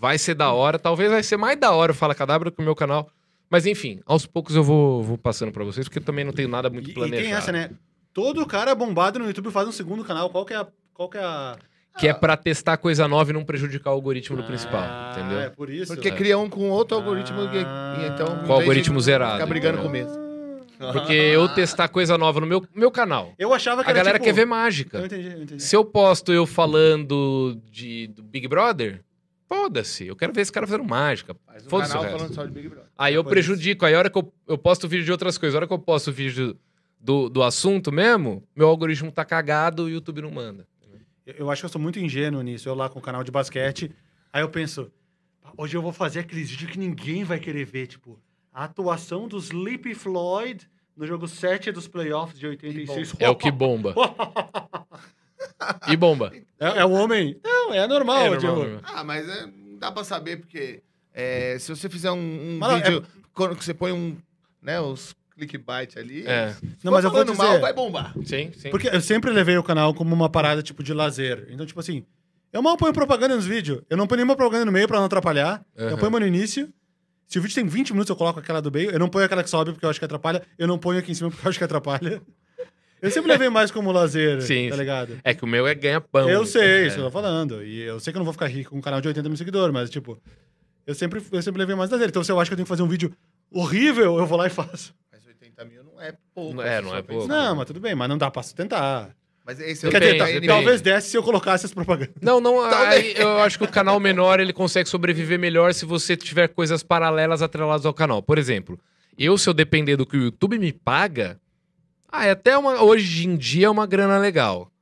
S1: vai ser da hora, talvez vai ser mais da hora o Fala Cadabra que o meu canal. Mas enfim, aos poucos eu vou, vou passando pra vocês, porque eu também não tenho nada muito
S3: E, e
S1: planejado.
S3: tem essa, né? Todo cara bombado no YouTube faz um segundo canal. Qual que é a... Qual que é a...
S1: Que é pra testar coisa nova e não prejudicar o algoritmo do principal,
S3: Ah,
S1: entendeu?
S3: é por isso.
S2: Porque
S1: é. Ah.
S2: cria um com outro algoritmo. que- e então, em vez de
S1: Com o algoritmo zerado. É.
S2: Ficar brigando com o
S1: entendeu?
S2: mesmo.
S1: Porque eu testar coisa nova no meu, meu canal.
S3: Eu achava Ah. que
S1: A
S3: era,
S1: galera
S3: tipo,
S1: quer ver
S3: Eu
S1: mágica.
S3: entendi, eu entendi.
S1: Se eu posto eu falando de, do Big Brother, foda-se. Eu quero ver esse cara fazendo mágica.
S2: Faz um
S1: Foda-se
S2: canal
S1: o resto.
S2: falando só de Big Brother.
S1: Aí eu
S3: Depois disso.
S1: prejudico. Aí a hora que eu, eu posto vídeo de outras coisas, a hora que eu posto vídeo do, do assunto mesmo, meu algoritmo tá cagado e o YouTube não manda.
S3: Eu- Eu acho que eu sou muito ingênuo nisso. Eu lá com o canal de basquete, aí eu penso, "Pá, hoje eu vou fazer aqueles vídeos que ninguém vai querer ver, tipo, a atuação do Sleepy Floyd no jogo 7 dos playoffs de 86.
S1: É o que bomba. E bomba.
S3: É, é o homem? Não, é normal,
S1: É,
S3: tipo,
S1: normal, normal.
S2: Ah, mas é, não dá pra saber, porque é, se você fizer um, um
S3: Mas não, é-
S2: vídeo, quando você põe um, né, os clickbait ali,
S1: É.
S2: se for
S3: Não, mas eu vou
S2: falando
S3: dizer-
S2: mal, vai bombar.
S1: Sim, sim.
S3: Porque eu sempre levei o canal como uma parada, tipo, de lazer. Então, tipo assim, eu mal ponho propaganda nos vídeos. Eu não ponho nenhuma propaganda no meio pra não atrapalhar. Eu
S1: Aham.
S3: ponho uma no início. Se o vídeo tem 20 minutos, eu coloco aquela do meio. Eu não ponho aquela que sobe porque eu acho que atrapalha. Eu não ponho aqui em cima porque eu acho que atrapalha. Eu sempre levei mais como lazer,
S1: Sim,
S3: tá
S1: sim.
S3: ligado?
S1: É que o meu é ganha-pão.
S3: eu sei,
S1: É.
S3: isso que eu tô falando. E eu sei que eu não vou ficar rico com um canal de 80 mil seguidores, mas, tipo, eu sempre, eu sempre levei mais lazer. Então, se eu acho que eu tenho que fazer um vídeo horrível, eu vou lá e faço.
S2: Mas 80 mil não é pouco.
S1: É,
S2: se
S1: não
S2: for
S1: é
S2: pensar.
S1: pouco.
S3: Não, mas tudo bem, mas não dá pra sustentar.
S2: Mas esse é o
S3: Quer dizer,
S1: Depende,
S3: tal-
S1: depende.
S3: talvez desse se eu colocasse as propagandas.
S1: Não, não. Aí eu acho que o canal menor ele consegue sobreviver melhor se você tiver coisas paralelas atreladas ao canal. Por exemplo, eu se eu depender do que o YouTube me paga, ah, é até uma hoje em dia é uma grana legal.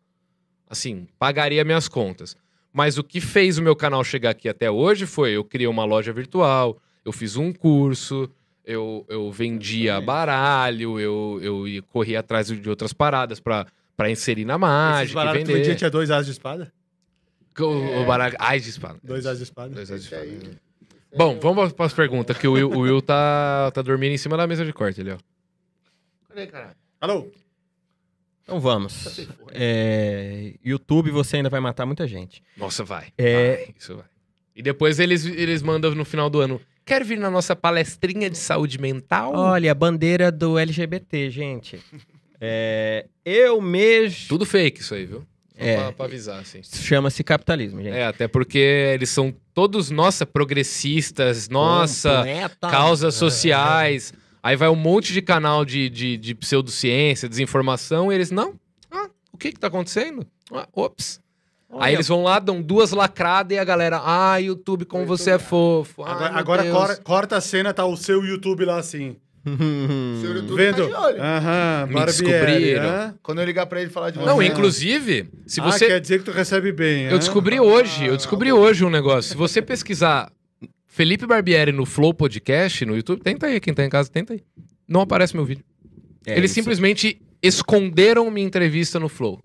S1: Assim, pagaria minhas contas. Mas o que fez o meu canal chegar aqui até hoje foi eu criei uma loja virtual, eu fiz um curso, eu, eu vendia
S3: Exatamente.
S1: baralho, eu, eu ia- corria atrás de outras paradas pra pra inserir na
S3: Esses
S1: mágica, e
S3: baralhos que tu
S1: Ah, vender.
S3: vendia tinha dois as de espada?
S1: Que O, o baralho. Ai, de espada.
S3: Dois as de espada.
S1: Dois as de
S2: Esse aí.
S1: espada. Bom, vamos para as perguntas, que é o Will, o Will tá, tá dormindo em cima da mesa de corte ali, ó.
S2: Cadê, caralho?
S3: Alô?
S4: Então vamos.
S1: né?
S4: É, YouTube, você ainda vai matar muita gente.
S1: Nossa, vai.
S4: É.
S1: Vai, isso vai. E depois eles, eles mandam no final do ano. Quer vir na nossa palestrinha de saúde mental?
S4: Olha, a bandeira do LGBT, gente. É, eu mesmo.
S1: Tudo fake isso aí, viu? Só
S4: É.
S1: pra, pra avisar, assim.
S4: Isso Chama-se capitalismo, gente.
S1: É, até porque eles são todos, nossa, progressistas, nossa,
S3: Tá.
S4: Completa.
S3: É,
S1: causas sociais. Aí vai um monte de canal de, de, de pseudociência, desinformação, e eles, não, ah, o que que tá acontecendo? Ah, ops.
S4: Olha,
S1: Aí eles vão lá, dão duas lacradas e a galera, ah, YouTube, como
S2: Oi,
S1: você é
S2: YouTube.
S1: fofo. Ai,
S3: Agora,
S1: meu
S3: agora
S1: Deus."
S3: cora- corta a cena, tá o seu YouTube lá assim.
S2: Senhor YouTube
S3: Vendo? Ah.
S2: tá de olho.
S3: Aham,
S1: Me
S3: Barbieri, né?
S1: descobriram.
S3: hã?
S2: Quando eu ligar pra ele falar de
S1: Não,
S2: você,
S1: inclusive, se
S3: é- Ah,
S1: você.
S3: quer dizer que Ah, tu recebe bem, né? hã?
S1: Eu descobri hoje, eu descobri hoje um negócio. Se você pesquisar Felipe Barbieri no Flow Podcast, no YouTube, tenta aí, quem tá em casa, tenta aí. Não aparece meu vídeo.
S4: é
S1: Eles
S4: isso.
S1: simplesmente esconderam minha entrevista no Flow.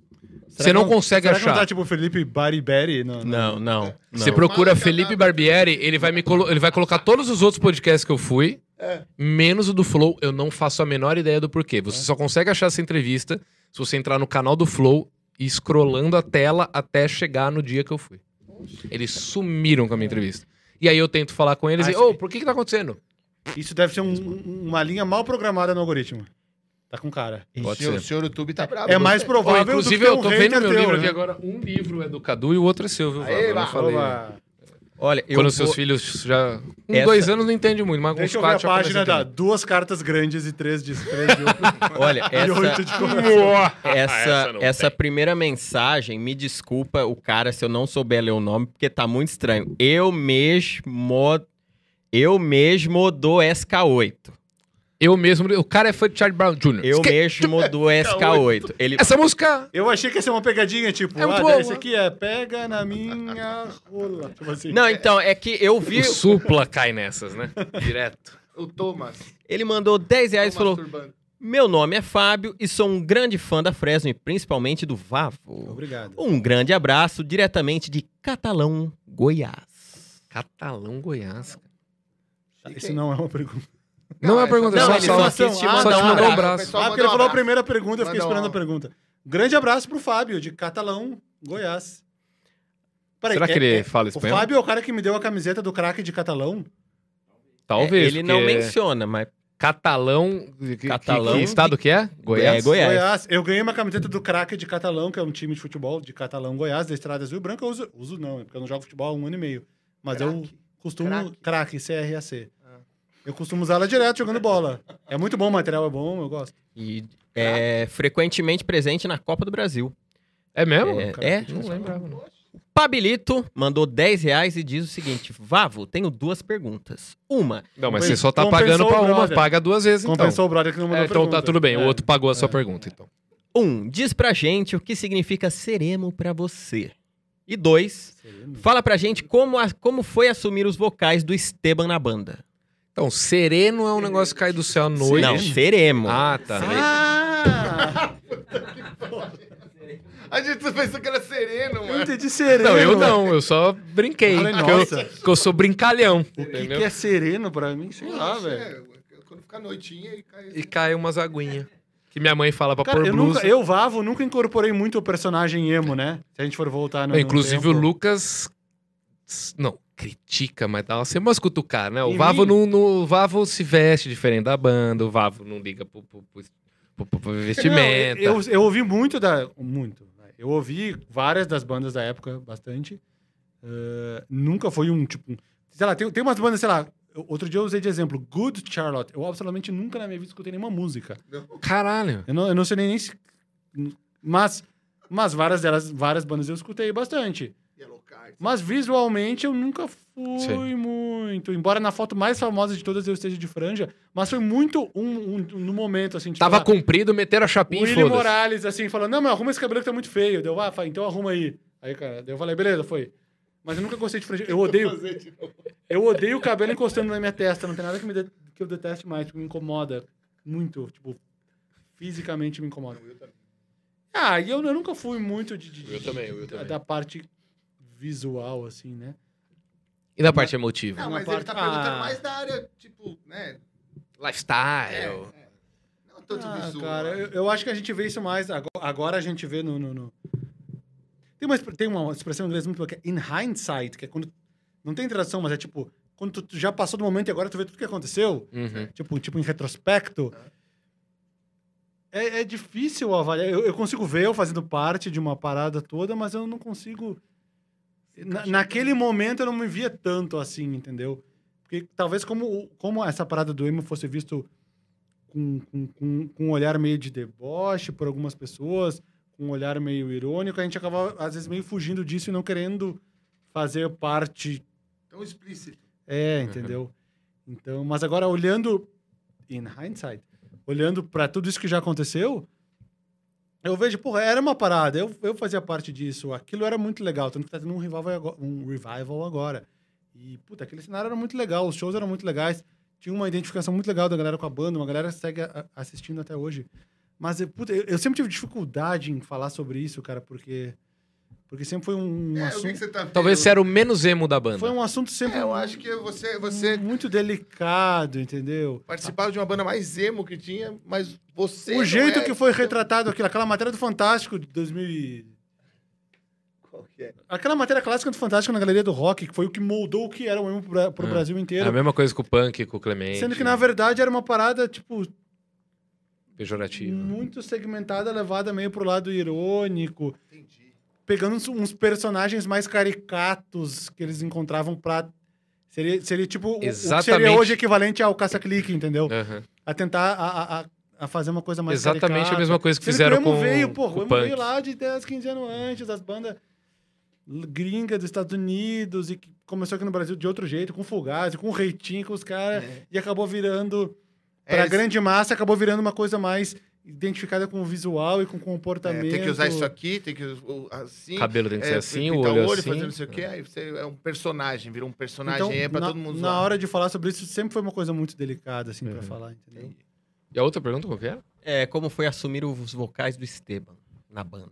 S1: você não
S3: que
S1: consegue
S3: Será que não
S1: achar.
S3: tá tipo Felipe Barbieri? Não,
S4: Não, não. não.
S1: Você procura
S2: Marca
S1: Felipe
S2: nada.
S1: Barbieri, ele vai, me colo- ele vai colocar todos os outros podcasts que eu fui,
S2: É.
S1: menos o do Flow. Eu não faço a menor ideia do porquê.
S3: É.
S1: Você só consegue achar essa entrevista se você entrar no canal do Flow e scrollando a tela até chegar no dia que eu fui. Eles sumiram com a minha entrevista. E aí eu tento falar com eles
S3: Ah,
S1: e,
S3: isso-
S1: ô, por que que tá acontecendo?
S3: Isso deve ser um- um- uma linha mal programada no algoritmo. Tá com cara.
S2: o
S1: Pode
S2: senhor,
S1: ser.
S2: o senhor YouTube tá bravo.
S3: É mais
S1: Ó,
S3: provável
S1: inclusive,
S3: do que
S1: eu
S3: um
S1: tô
S3: hater
S1: vendo meu
S3: teu,
S1: livro
S3: né?
S1: aqui agora. Um livro é do Cadu e o outro é seu, viu, Vava?
S2: Aê,
S1: Eu não
S2: Vava.
S1: falei. né?
S3: Oba.
S4: Olha, eu
S1: Quando
S4: vou...
S1: seus filhos já... Com
S4: Essa-
S1: dois anos não entende muito, mas com uns
S3: Deixa eu ver a
S1: quatro já começa a
S3: página da
S1: entender.
S3: duas cartas grandes e três de três de oito
S4: Olha,
S3: e oito
S4: essa,
S3: de coração.
S1: Ah,
S4: essa,
S3: Ah,
S4: é
S1: Essa não
S4: essa primeira mensagem, me desculpa o cara se eu não souber ler o nome, porque tá muito estranho. Eu mesmo. Eu mesmo do SK8.
S1: Eu mesmo... O cara é fã de Charlie Brown Jr.
S4: Eu
S1: Esque-
S4: mesmo do SK8. Ele,
S1: Essa música...
S3: Eu achei que ia ser uma pegadinha, tipo,
S1: É muito
S3: ah,
S1: boa.
S3: esse aqui é pega na minha rola. Tipo assim.
S4: Não, então, é que eu vi.
S1: O Supla cai nessas, né? Direto.
S2: é O Thomas.
S4: Ele mandou 10 reais e
S2: Thomas
S4: falou:
S2: Turbano.
S4: Meu nome é Fábio e sou um grande fã da Fresno e principalmente do Vavo.
S3: Obrigado.
S4: Um grande abraço diretamente de Catalão, Goiás.
S1: Catalão Goiás. cara.
S3: Isso não é um uma pergunta.
S1: Não, é uma pergunta,
S4: Não,
S1: é
S4: ele
S1: só uma
S4: só
S1: salva.
S4: quis te
S3: Ah,
S4: mandar
S1: Só te
S4: um
S1: mandou um
S4: abraço.
S1: braço.
S2: Só
S3: ah,
S2: manda
S3: porque
S2: um
S3: ele falou a
S2: abraço.
S3: primeira pergunta, eu fiquei
S2: Manda um
S3: esperando a
S2: abraço.
S3: pergunta. Grande abraço pro Fábio, de Catalão, Goiás. Peraí,
S1: Será
S3: é-
S1: que ele
S3: é-
S1: fala
S3: O
S1: espanhol?
S3: Fábio é o cara que me deu a camiseta do craque de Catalão?
S1: é, Talvez.
S4: É, Ele não
S1: porque
S4: menciona, mas
S1: Catalão. que- que-
S4: Catalão.
S1: Que, que estado que é? Goiás.
S4: é Goiás.
S3: Goiás. Eu ganhei uma camiseta do craque de Catalão, que é um time de futebol de Catalão, Goiás, da Estrada Azul e Branca. Eu uso, uso não, é porque eu não jogo futebol há um ano e meio. Mas eu
S2: Craque.
S3: costumo... Craque, C-R-A-C.
S2: Ah.
S3: Eu costumo usar ela direto jogando bola. É muito bom, o material é bom, eu gosto.
S4: e é frequentemente presente na Copa do Brasil.
S1: É mesmo?
S4: É,
S3: cara,
S4: é?
S3: que
S1: Não
S3: desgraça.
S1: lembrava. não.
S4: Pabilito mandou 10 reais e diz o seguinte: Vavo, tenho duas perguntas. Uma,
S1: Não, mas você
S3: Compen-
S1: só tá
S3: compensou
S1: pagando pra
S3: o
S1: uma,
S3: brother.
S1: paga duas vezes então.
S3: Compensou o brother que não mandou
S1: É, então tá
S3: pergunta.
S1: tudo bem, o
S3: É.
S1: outro pagou a sua
S3: é.
S1: pergunta, então.
S4: um, diz pra gente o que significa seremo pra você. E dois, fala pra gente como, a- como foi assumir os vocais do Esteban na banda.
S1: Então, sereno é um negócio que cai do céu à noite.
S4: Não, seremo.
S1: Ah, tá.
S3: Ah!
S2: A gente pensou que era sereno,
S3: Eu
S2: mano.
S3: entendi sereno.
S1: Não, eu não, eu só brinquei.
S3: Falei,
S1: porque eu-
S3: nossa.
S1: que eu sou brincalhão.
S3: O que,
S1: entendeu?
S3: que é sereno pra mim? Sei lá,
S2: Nossa,
S3: Ah, velho.
S2: é, Quando fica noitinha e cai... assim,
S1: E cai umas aguinhas. Que minha mãe fala pra
S3: Cara,
S1: pôr
S3: eu,
S1: blusa.
S3: nunca, eu, Vavo, nunca incorporei muito o personagem emo, né? Se a gente for voltar no.
S1: Não, É, inclusive
S3: no
S1: o
S3: tempo.
S1: Lucas. Não, critica, mas dá sempre umas cutucar, né? O
S3: Em
S1: Vavo,
S3: mim?
S1: não, não- o Vavo se veste diferente da banda, o Vavo não liga pro, pro, pro, pro- pro- pro vestimenta.
S3: Não, eu, eu ouvi muito da. Muito. né? Eu ouvi várias das bandas da época, bastante. Eh, nunca foi um tipo. um- Sei lá, tem, tem umas bandas, sei lá. eu- Outro dia eu usei de exemplo Good Charlotte. Eu absolutamente nunca na minha vida escutei nenhuma música.
S1: Caralho.
S3: Eu Tipo, não, eu não sei nem. nem se- Mas, mas várias delas, várias bandas eu escutei bastante.
S2: Yellow card.
S3: Mas visualmente eu nunca fui
S1: Sim.
S3: muito. Embora na foto mais famosa de todas eu esteja de franja, mas foi muito um, um- no momento, assim. Tipo,
S1: Tava
S3: ah,
S1: comprido, meteram a
S3: o
S1: chapinha e
S3: William
S1: foda-se.
S3: Morales, assim, falando: Não, mas arruma esse cabelo que tá muito feio. Deu, ah, fa- então arruma aí. Aí, cara, daí eu falei: Beleza, foi. Mas eu nunca gostei de franja. Eu odeio,
S2: Fazer de novo.
S3: eu odeio o cabelo encostando na minha testa. Não tem nada que, me de- que eu deteste mais, que me incomoda muito. Tipo, fisicamente me incomoda.
S2: Eu também.
S3: Ah, e eu, eu nunca fui muito de, de-
S1: Eu também, eu
S3: da-
S1: também.
S3: da parte visual, assim, né?
S1: E da parte emotiva?
S2: Não,
S3: Uma
S2: mas ele
S3: parte-
S2: tá perguntando
S3: Ah.
S2: mais da área, tipo, né?
S1: Lifestyle.
S2: Não é tanto
S3: Ah,
S2: visual.
S3: cara,
S2: né?
S3: eu, eu acho que a gente vê isso mais. ago- Agora, a gente vê no. no- no- Tem, uma, expre- tem uma expressão em inglês muito boa que é in hindsight, que é quando. Não tem tradução, mas é tipo. Quando tu- tu já Tipo, passou do momento e agora tu vê tudo que aconteceu,
S1: Uhum.
S3: tipo, tipo em retrospecto. é, é difícil avaliar. Eu, eu consigo ver eu fazendo parte de uma parada toda, mas eu não consigo. Na- naquele momento eu não me via tanto assim, entendeu? Porque talvez como, o- como essa parada do emo fosse visto com, com, com, com um olhar meio de deboche por algumas pessoas, com um olhar meio irônico, a gente acabava às vezes meio fugindo disso e não querendo fazer parte
S2: Tão explícito.
S3: é, entendeu? Então, mas agora olhando in hindsight, olhando pra tudo isso que já aconteceu, eu vejo, porra, era uma parada, eu, eu fazia parte disso, aquilo era muito legal, tanto que tá tendo um revival agora, um revival agora. E puta, aquele cenário era muito legal, os shows eram muito legais, tinha uma identificação muito legal da galera com a banda, uma galera segue a- a- assistindo até hoje. Mas eu, puta, eu, eu sempre tive dificuldade em falar sobre isso, cara, porque porque sempre foi um,
S2: É, eu vi que
S3: assunto,
S2: você tá
S1: Talvez
S2: vendo.
S1: você era o menos emo da banda.
S3: foi um assunto sempre
S2: É, eu acho que você, você
S3: muito delicado, entendeu?
S2: participava de uma banda mais emo que tinha, mas você.
S3: o
S2: não
S3: jeito
S2: é-
S3: que foi retratado aquilo, aquela matéria do Fantástico de 2000 e-
S2: Qual que é?
S3: Aquela matéria clássica do Fantástico na Galeria do Rock, que foi o que moldou o que era o emo pra, pro
S1: Ah.
S3: Brasil
S1: É
S3: inteiro.
S1: a mesma coisa com o punk, com o Clemente.
S3: Sendo que, na verdade, era uma parada, tipo,
S1: Pejorativo.
S3: muito segmentada, levada meio pro lado irônico,
S2: Entendi.
S3: pegando uns- uns personagens mais caricatos que eles encontravam pra... Seria, seria tipo, o- o que seria
S1: Exatamente.
S3: hoje equivalente ao caça-clique, entendeu?
S1: Aham.
S3: A tentar a, a- a- a fazer uma coisa mais
S1: Exatamente
S3: caricata.
S1: a mesma coisa que
S3: tá Sendo
S1: fizeram
S3: que o
S1: com
S3: emo veio, pô,
S1: com
S3: o
S1: o
S3: emo
S1: punk.
S3: veio lá de 10, 15 anos antes, das bandas l- gringas dos Estados Unidos, e que começou aqui no Brasil de outro jeito, com Fulgaz, com Reitinho, com os caras, e acabou virando, pra
S2: É. eles-
S3: grande massa, acabou virando uma coisa mais identificada com o visual e com o comportamento.
S2: É, tem que usar isso aqui, tem que us- o- assim.
S1: Cabelo tem que ser
S2: é,
S1: assim, o
S2: pintar
S1: olho,
S2: fazer não
S1: assim.
S2: sei o quê. Aí você é um personagem, vira um personagem
S3: Então,
S2: é pra
S3: na,
S2: todo mundo
S3: na
S2: zoar.
S3: hora de falar sobre isso, sempre foi uma coisa muito delicada, assim, pra
S1: Uhum.
S3: falar, entendeu?
S2: Entendi.
S1: E a outra pergunta qual que era?
S4: É, como foi assumir os vocais do Esteban na banda?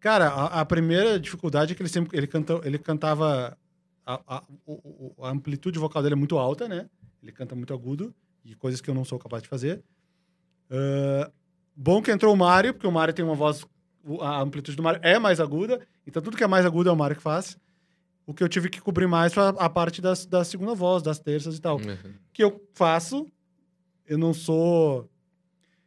S3: Cara, a, a primeira dificuldade é que ele sempre ele, canta, ele cantava. A, a- o- o- a amplitude vocal dele é muito alta, né? Ele canta muito agudo e coisas que eu não sou capaz de fazer. Ah, bom que entrou o Mário, porque o Mário tem uma voz. o- A amplitude do Mário é mais aguda, então tudo que é mais agudo é o Mário que faz. O que eu tive que cobrir mais foi a, a parte das, da segunda voz, das terças e tal
S1: Uhum.
S3: que eu faço. Eu não sou.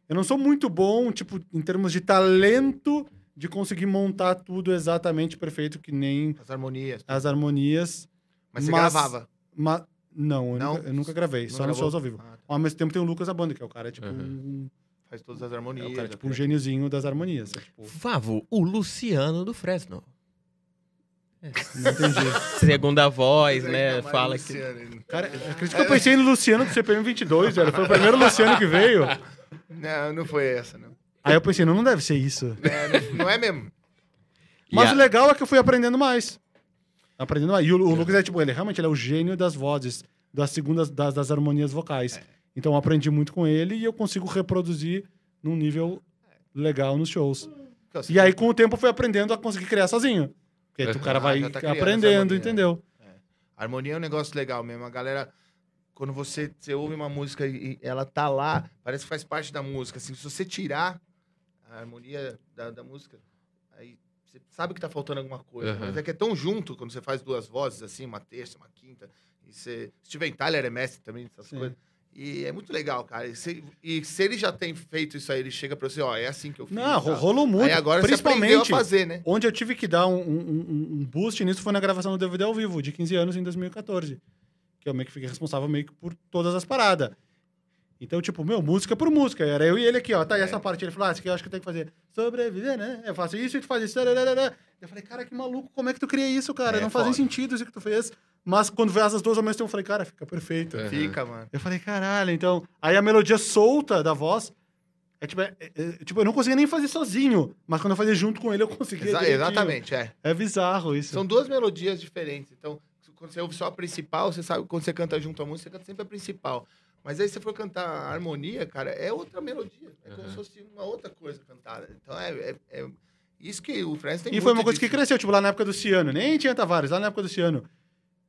S3: Eu não sou muito bom, tipo, em termos de talento, de conseguir montar tudo exatamente perfeito, que nem
S2: As harmonias.
S3: as harmonias.
S2: Mas você
S3: Mas-
S2: gravava.
S3: Mas. Não, eu,
S2: Não?
S3: Nunca, eu nunca gravei,
S2: não
S3: só nos
S2: gravou?
S3: shows ao vivo.
S2: Ah, tá.
S3: Ao mesmo tempo tem o Lucas Abando, que é o cara, tipo,
S1: Uhum.
S2: Faz todas as
S3: um, é
S2: harmonias.
S3: o cara, tipo,
S2: a
S3: um gêniozinho das harmonias. é, tipo,
S4: Vavo, o Luciano do Fresno.
S3: não entendi.
S4: Segunda voz,
S2: Mas é ainda
S4: né?
S2: mais
S4: Fala que.
S2: Luciano, ele-
S3: Cara, acredito
S2: É.
S3: que eu pensei no Luciano do CPM 22, velho. Foi o primeiro Luciano que veio.
S2: Não, não foi essa, não.
S3: Aí eu pensei, não, não deve ser isso.
S2: É, não, não é mesmo.
S4: E
S3: Mas
S4: a-
S3: o legal é que eu fui aprendendo mais. Aprendendo mais. E o, o Lucas é tipo, ele realmente ele é o gênio das vozes, das segundas, das, das harmonias vocais.
S2: É.
S3: Então eu aprendi muito com ele e eu consigo reproduzir num nível legal nos shows.
S2: Então, assim,
S3: E aí, com o tempo, eu fui aprendendo a conseguir criar sozinho. Porque aí tu- o cara
S2: Ah,
S3: vai
S2: já tá criando essa
S3: aprendendo,
S2: harmonia.
S3: entendeu?
S2: Harmonia é um negócio legal mesmo. A galera, quando você, você ouve uma música e ela tá lá, parece que faz parte da música. Assim, se você tirar a harmonia da, da música, aí você sabe que tá faltando alguma coisa.
S1: Aham.
S2: Mas é que é tão junto quando você faz duas vozes, assim, uma terça, uma quinta. E você... Steven Tyler é mestre também dessas
S3: Sim.
S2: coisas. E é muito legal, cara. E se, e se ele já tem feito isso aí, ele chega pra você, ó, é assim que eu fiz.
S3: Não,
S2: tá?
S3: ro- rolou muito.
S2: Aí agora você aprendeu a
S3: principalmente,
S2: fazer, né?
S3: onde eu tive que dar um, um- um- um boost nisso foi na gravação do DVD ao vivo, de 15 anos em 2014. Que eu meio que fiquei responsável meio que por todas as paradas. Então, tipo, meu, música por música. Era eu e ele aqui, ó.
S2: É.
S3: Tá aí essa parte. Ele falou, ah, isso aqui eu acho que eu tenho que fazer. Sobreviver, né? Eu faço isso e tu faz isso. né, tararara. Eu falei, cara, que maluco. Como é que tu cria isso, cara?
S2: É,
S3: Não faz nem
S2: foda.
S3: sentido isso que tu fez. Mas quando vê as duas ao mesmo tempo, eu falei, cara, fica perfeito.
S1: Aham.
S2: então Fica, mano.
S3: Eu falei, caralho, então. Aí a melodia solta da voz. É tipo, é- é- tipo, eu não conseguia nem fazer sozinho, mas quando eu fazia junto com ele, eu conseguia.
S2: Exa-
S3: direitinho.
S2: exatamente, é.
S3: É bizarro isso.
S2: São duas melodias diferentes. Então, quando você ouve só a principal, você sabe quando você canta junto a música, você canta sempre a principal. Mas aí se você for cantar a harmonia, cara, é outra melodia. É como
S1: Aham.
S2: se fosse uma outra coisa cantada. Então é, é- é- isso que o Francis tem
S3: E foi
S2: muito
S3: uma coisa que
S2: disso.
S3: cresceu, tipo, lá na época do Ciano. Nem tinha Tavares, lá na época do Ciano.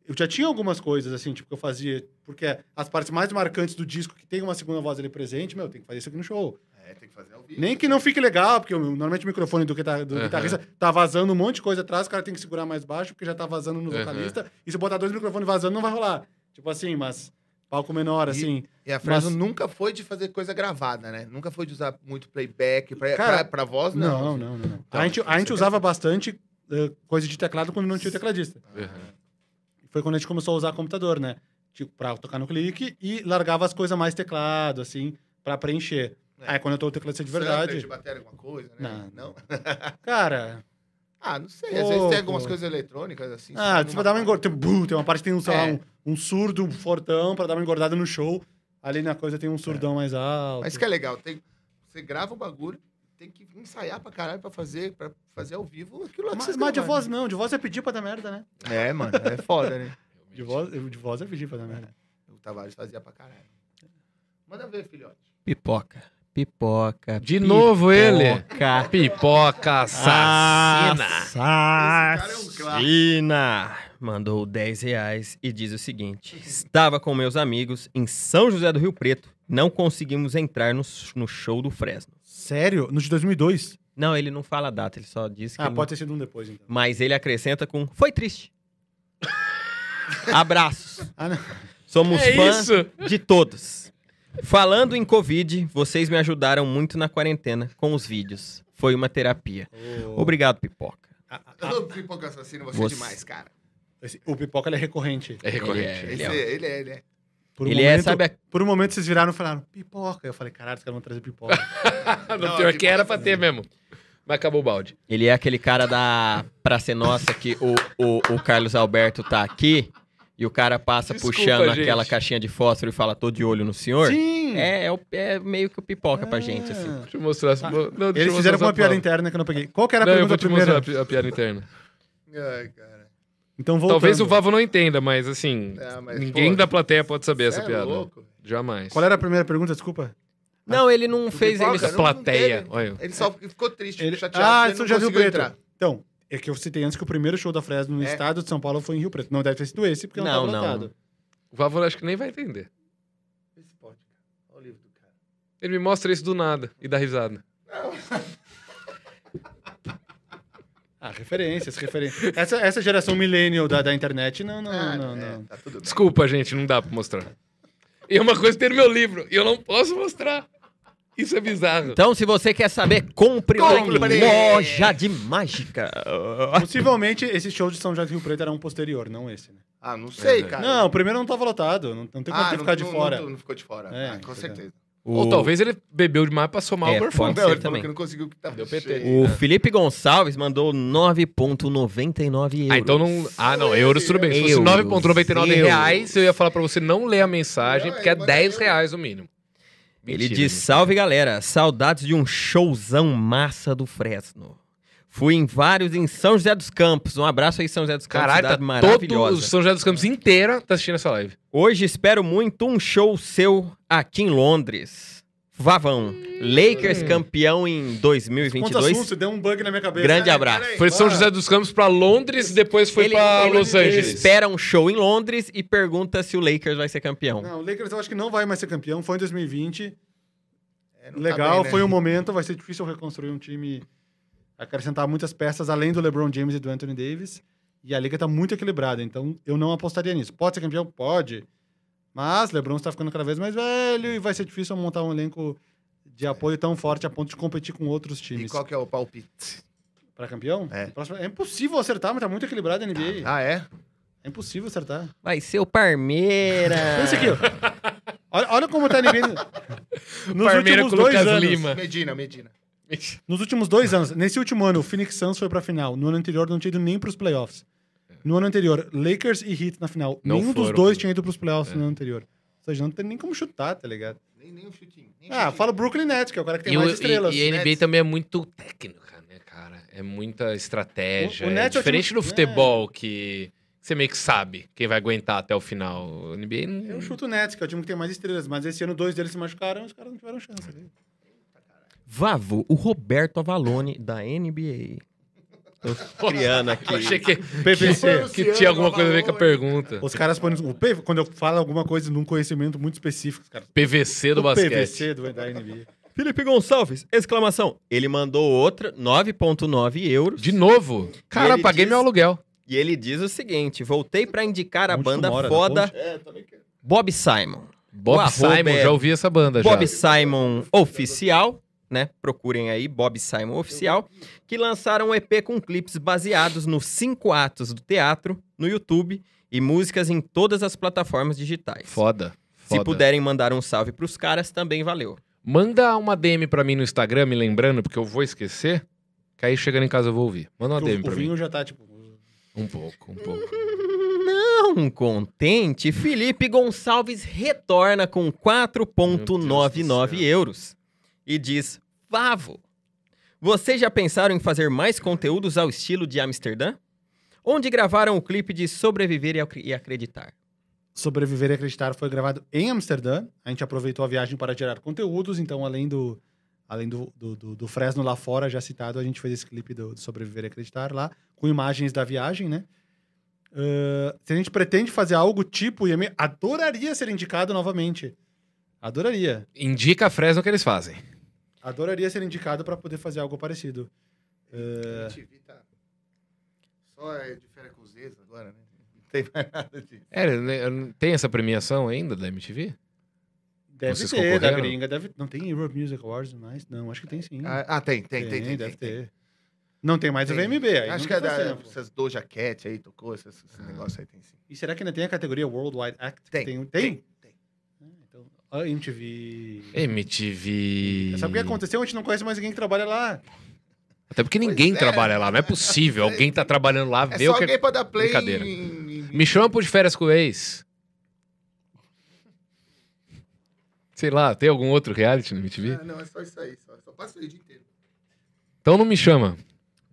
S3: Eu já tinha algumas coisas, assim, tipo, que eu fazia. Porque as partes mais marcantes do disco, que tem uma segunda voz ali presente, meu, tem que fazer isso aqui no show.
S2: É, tem que fazer ao vivo.
S3: Nem que não fique legal, porque o- normalmente o microfone do, guitar- do
S1: Aham.
S3: guitarrista tá vazando um monte de coisa atrás, o cara tem que segurar mais baixo, porque já tá vazando no
S1: Aham.
S3: vocalista. E se botar dois microfones vazando, não vai rolar. Tipo assim, mas Palco menor,
S2: E-
S3: assim.
S2: E a Fresno
S3: Mas-
S2: nunca foi de fazer coisa gravada, né? Nunca foi de usar muito playback. Pra,
S3: Cara,
S2: pra, pra voz, não.
S3: Não, não, não. não.
S2: Então,
S3: a gente, a gente
S2: você-
S3: usava bastante eh, coisa de teclado quando não tinha tecladista.
S1: Uhum.
S3: Foi quando a gente começou a usar computador, né? Tipo, pra tocar no clique e largava as coisas mais teclado, assim, pra preencher.
S2: É.
S3: Aí quando eu tô o tecladista de
S2: Sampler
S3: verdade.
S2: de bateria, alguma coisa, né?
S3: Não.
S2: Não?
S3: Cara.
S2: Ah, não sei. Às vezes
S3: Pouco.
S2: tem algumas coisas eletrônicas, assim.
S3: Ah,
S2: sabe?
S3: você vai dar uma engordada. Tem, bum, tem uma parte que tem um, sei lá,
S2: É.
S3: um, um surdo, um fortão pra dar uma engordada no show. Ali na coisa tem um surdão mais alto.
S2: Mas isso que é legal. Tem... Você grava o bagulho, tem que ensaiar pra caralho pra fazer, pra fazer ao vivo aquilo lá que
S3: Mas,
S2: você
S3: mas de
S2: gravaram.
S3: voz não, de voz é pedir pra dar merda, né?
S2: É, mano. É foda, né?
S3: De voz, de voz é pedir pra dar merda.
S2: O Tavares fazia pra caralho. Manda ver, filhote.
S4: Pipoca. Pipoca.
S1: De novo ele.
S4: Pipoca.
S1: Pipoca assassina.
S2: Ah, Esse cara é um
S4: Assassina! Mandou 10 reais e diz o seguinte: Estava com meus amigos em São José do Rio Preto, não conseguimos entrar no, no show do Fresno.
S3: Sério? No de 2002?
S4: Não, ele não fala a data, ele só diz que.
S3: Ah,
S4: não-
S3: pode ter sido um depois, então.
S4: Mas ele acrescenta com: Foi triste. Abraços.
S3: Ah, não.
S4: Somos
S1: é
S4: fãs
S1: isso.
S4: de todos. Falando em Covid, vocês me ajudaram muito na quarentena com os vídeos. Foi uma terapia. Obrigado, Pipoca.
S2: Eu amo pipoca assassino, Ah. você, é
S4: Você-
S2: demais, cara.
S3: Ah, Esse- o pipoca ele é recorrente.
S1: É recorrente.
S4: Ele
S2: Ele
S4: é-
S2: é, ele é, ele é.
S3: Por um,
S4: ele
S3: momento,
S4: é, sabe, a-
S3: por um momento vocês viraram e falaram, pipoca. Eu falei, caralho, os caras vão trazer pipoca.
S1: No
S2: Não,
S1: pior
S2: assim. pipoca
S1: que era pra ter mesmo. Mas acabou o balde.
S4: ele é aquele cara da Pra Ser Nossa que o, o, o Carlos Alberto tá aqui e o cara passa
S1: Desculpa,
S4: puxando
S1: gente.
S4: aquela caixinha de fósforo e fala, tô de olho no senhor.
S3: Sim! É. Ah.
S4: É, é, o- é meio que o pipoca pra gente, assim.
S1: Deixa eu mostrar.
S2: Tá.
S1: essa- Não, deixa eu
S3: Eles
S1: mostrar
S3: fizeram
S1: essa
S3: com uma piada
S1: pauta.
S3: interna que eu não peguei. Qual que era a
S1: Não, eu
S3: pergunta
S1: vou te
S3: primeira?
S1: mostrar a pi- a piada interna.
S2: Ai, cara.
S3: Então voltando.
S1: Talvez o Vavo não entenda, mas assim,
S2: Ah, mas,
S1: ninguém
S2: pô,
S1: da plateia pode saber
S2: cê
S1: essa
S2: é
S1: piada.
S2: louco, é velho.
S1: Jamais.
S3: Qual era a primeira pergunta, desculpa?
S4: Não, ele não fez... Ele...
S2: Pipoca?
S1: Essa
S2: Não, não
S1: plateia.
S2: teve.
S1: Olha.
S2: Ele só ficou triste,
S3: Ele-
S2: ficou chateado.
S3: Ah,
S2: porque
S3: isso
S2: não
S3: já viu
S2: conseguiu
S3: preto.
S2: entrar.
S3: Então, é que eu citei antes que o primeiro show da Fresno no
S2: É.
S3: estado de São Paulo foi em Rio Preto. Não deve ter sido esse, porque não,
S4: Não,
S3: tava
S4: não.
S3: lotado.
S1: O Vavo acho que nem vai entender.
S2: Esse pode, cara. Olha o livro do cara.
S1: Ele me mostra isso do nada e dá risada.
S3: Ah, referências, referências. Essa, essa geração millennial da, da internet, não, não,
S2: Ah, é,
S3: não, não.
S2: Tá tudo bem.
S1: Desculpa, gente, não dá pra mostrar. E é uma coisa que tem no meu livro, e eu não posso mostrar. Isso é bizarro.
S4: Então, se você quer saber, compre, lá em
S2: Compre!
S4: Loja de Mágica.
S3: Possivelmente esse show de São José do Rio Preto era um posterior, não esse, né?
S2: Ah, não sei,
S1: É,
S2: cara.
S3: Não, o primeiro não tava lotado, não, não tem como
S2: ah,
S3: ter ficado de fora.
S2: Não, ficou de fora.
S3: É,
S2: ah, com
S3: pois é.
S2: certeza.
S1: Ou
S4: O-
S1: talvez ele bebeu demais pra somar
S4: É,
S1: o performance.
S4: pode
S2: Não,
S4: ser
S2: ele falou
S4: também.
S2: que não conseguiu que tava
S1: Deu PT.
S2: cheio.
S4: O Felipe Gonçalves mandou 9,99 euros.
S1: Ah, então não. Ah, não, euros tudo bem. Se fosse
S4: Euros,
S1: 9,99
S4: euros.
S1: reais, eu ia falar pra você não ler a mensagem,
S2: Não,
S1: porque é
S2: ele manda
S1: 10
S2: euros.
S1: reais o mínimo.
S4: Ele
S1: Mentira,
S4: diz:
S1: gente.
S4: Salve galera, saudades de um showzão massa do Fresno. Fui em vários em São José dos Campos. Um abraço aí, São José dos Campos,
S1: Caralho, tá
S4: cidade
S1: todo o
S4: maravilhosa.
S1: São José dos Campos inteira tá assistindo essa live.
S4: Hoje espero muito um show seu aqui em Londres. Vavão, Lakers
S1: Hum.
S4: campeão em
S3: Quanto assunto,
S4: 2022.
S3: deu um bug na minha cabeça.
S4: Grande
S3: Ah,
S4: abraço.
S2: peraí.
S1: Foi de São José dos Campos pra Londres e depois foi
S4: Ele- é
S1: pra
S4: ele-
S1: Los
S4: Ele
S1: Angeles.
S4: espera um show em Londres e pergunta se o Lakers vai ser campeão.
S3: Não, o Lakers eu acho que não vai mais ser campeão, foi em 2020.
S2: É, não tá
S3: Legal,
S2: bem, né?
S3: foi um momento, vai ser difícil reconstruir um time, acrescentar muitas peças além do LeBron James e do Anthony Davis. E a liga tá muito equilibrada, então eu não apostaria nisso. Pode ser campeão? Pode. Mas LeBron está ficando cada vez mais velho e vai ser difícil montar um elenco de apoio tão forte a ponto de competir com outros
S2: E
S3: times.
S2: qual que é o palpite?
S3: Pra campeão?
S2: É.
S3: Próximo- É impossível acertar, mas tá muito equilibrado a NBA.
S2: Ah, é?
S3: É impossível acertar.
S4: Vai ser o Parmeira.
S2: É.
S3: Olha isso aqui, ó. Olha, olha como tá a NBA no- nos
S1: Parmeira
S3: últimos
S1: com
S3: dois
S1: Lucas
S3: anos.
S1: Lima.
S2: Medina, Medina.
S3: Nos últimos dois anos. Nesse último ano, o Phoenix Suns foi pra final. No ano anterior, não tinha ido nem pros playoffs. No ano anterior, Lakers e Heat na final.
S1: Não
S3: Nenhum dos
S1: foram. É.
S3: dois tinha ido pros playoffs no ano anterior. Ou seja, não tem nem como chutar, tá ligado?
S2: Nem, nem um chutinho. nem um
S3: Ah,
S2: chutinho.
S3: fala o Brooklyn Nets, que é o cara que tem
S1: E, o-
S3: mais
S1: e-
S3: estrelas. né?
S1: e a NBA
S2: Nets.
S1: também é muito técnica, né, cara? É muita estratégia.
S3: O- o
S1: é
S3: Nets é o
S1: diferente
S3: time-
S1: do futebol, que você meio que sabe quem vai aguentar até o final. O NBA não...
S3: Eu chuto o Nets, que é o time que tem mais estrelas. Mas esse ano, dois deles se machucaram e os caras não tiveram chance. né?
S4: Vavo, o Roberto Avalone da NBA. Tô criando aqui.
S1: Eu achei que,
S3: PVC.
S1: que tinha alguma coisa a ver com a pergunta.
S3: Os caras põem... O P- Quando eu falo alguma coisa num conhecimento muito específico, os caras...
S1: PVC do
S3: o
S1: basquete.
S3: PVC do, da NBA.
S4: Felipe Gonçalves, exclamação. Ele mandou outra, 9.9 euros.
S1: De novo? Cara,
S4: ele
S1: paguei
S4: diz-
S1: meu aluguel.
S4: E ele diz o seguinte, voltei pra indicar a
S3: Onde tu
S4: banda
S3: mora, né?
S4: foda
S3: Onde?
S2: É, também quero.
S4: Bob Simon. O
S1: Bob
S4: arroba
S1: Simon,
S4: é
S1: já ouvi essa banda
S4: Bob
S1: já.
S4: Simon Oficial, né? Procurem aí, Bob Simon Oficial, que lançaram um EP com clipes baseados nos cinco atos do teatro, no YouTube e músicas em todas as plataformas digitais.
S1: Foda.
S4: Se
S1: foda.
S4: puderem mandar um salve pros caras, também valeu.
S1: Manda uma DM pra mim no Instagram, me lembrando, porque eu vou esquecer. Que aí chegando em casa eu vou ouvir. Manda uma DM
S3: O, o
S1: pra mim.
S3: vinho já tá, tipo...
S1: Um pouco, um pouco.
S4: Não contente, Felipe Gonçalves retorna com 4,99 euros e diz: Vavo, vocês já pensaram em fazer mais conteúdos ao estilo de Amsterdã? Onde gravaram o clipe de Sobreviver e Acre- e Acreditar?
S3: Sobreviver e Acreditar foi gravado em Amsterdã. A gente aproveitou a viagem para gerar conteúdos, então além do além do, do, do- do Fresno lá fora, já citado, a gente fez esse clipe do, do Sobreviver e Acreditar lá, com imagens da viagem, né? Ah, se a gente pretende fazer algo tipo, IME, adoraria ser indicado novamente. Adoraria.
S1: Indica a Fresno que eles fazem.
S3: Adoraria ser indicado para poder fazer algo parecido.
S2: A MTV tá... Só é de férias com os ex agora, né? Não tem mais nada disso.
S1: É, né, tem essa premiação ainda da MTV?
S3: Deve
S1: Vocês
S3: ter, da
S1: concorreram?
S3: gringa. Deve... Não tem Europe Music Awards mais? Não, acho que tem sim.
S2: Ah, ah, tem, tem, tem, tem.
S3: deve
S2: tem, tem.
S3: ter. Não tem mais o
S2: Tem.
S3: VMB. Aí
S2: Acho
S3: não tá
S2: que é
S3: faz
S2: da,
S3: tempo.
S2: essas Doja Cat aí, tocou, esses, esses
S1: Ah.
S2: negócios aí tem sim.
S3: E será que ainda tem a categoria Worldwide Act?
S2: Tem,
S3: Tem?
S2: tem, tem.
S3: Ah, então, a MTV...
S1: MTV.
S3: É, Sabe o que aconteceu? A gente não conhece mais ninguém que trabalha lá.
S1: Até porque
S2: Pois
S1: ninguém
S2: é.
S1: trabalha lá. Não é possível. Alguém tá trabalhando lá,
S2: É
S1: vê
S2: só
S1: o que.
S2: alguém pra dar play
S1: Brincadeira.
S2: em- em- em-
S1: Me chama pro de férias com o ex. Sei lá, tem algum outro reality no MTV?
S2: Ah, não, é só isso aí. Só, só passa aí o dia inteiro.
S1: Então não me chama.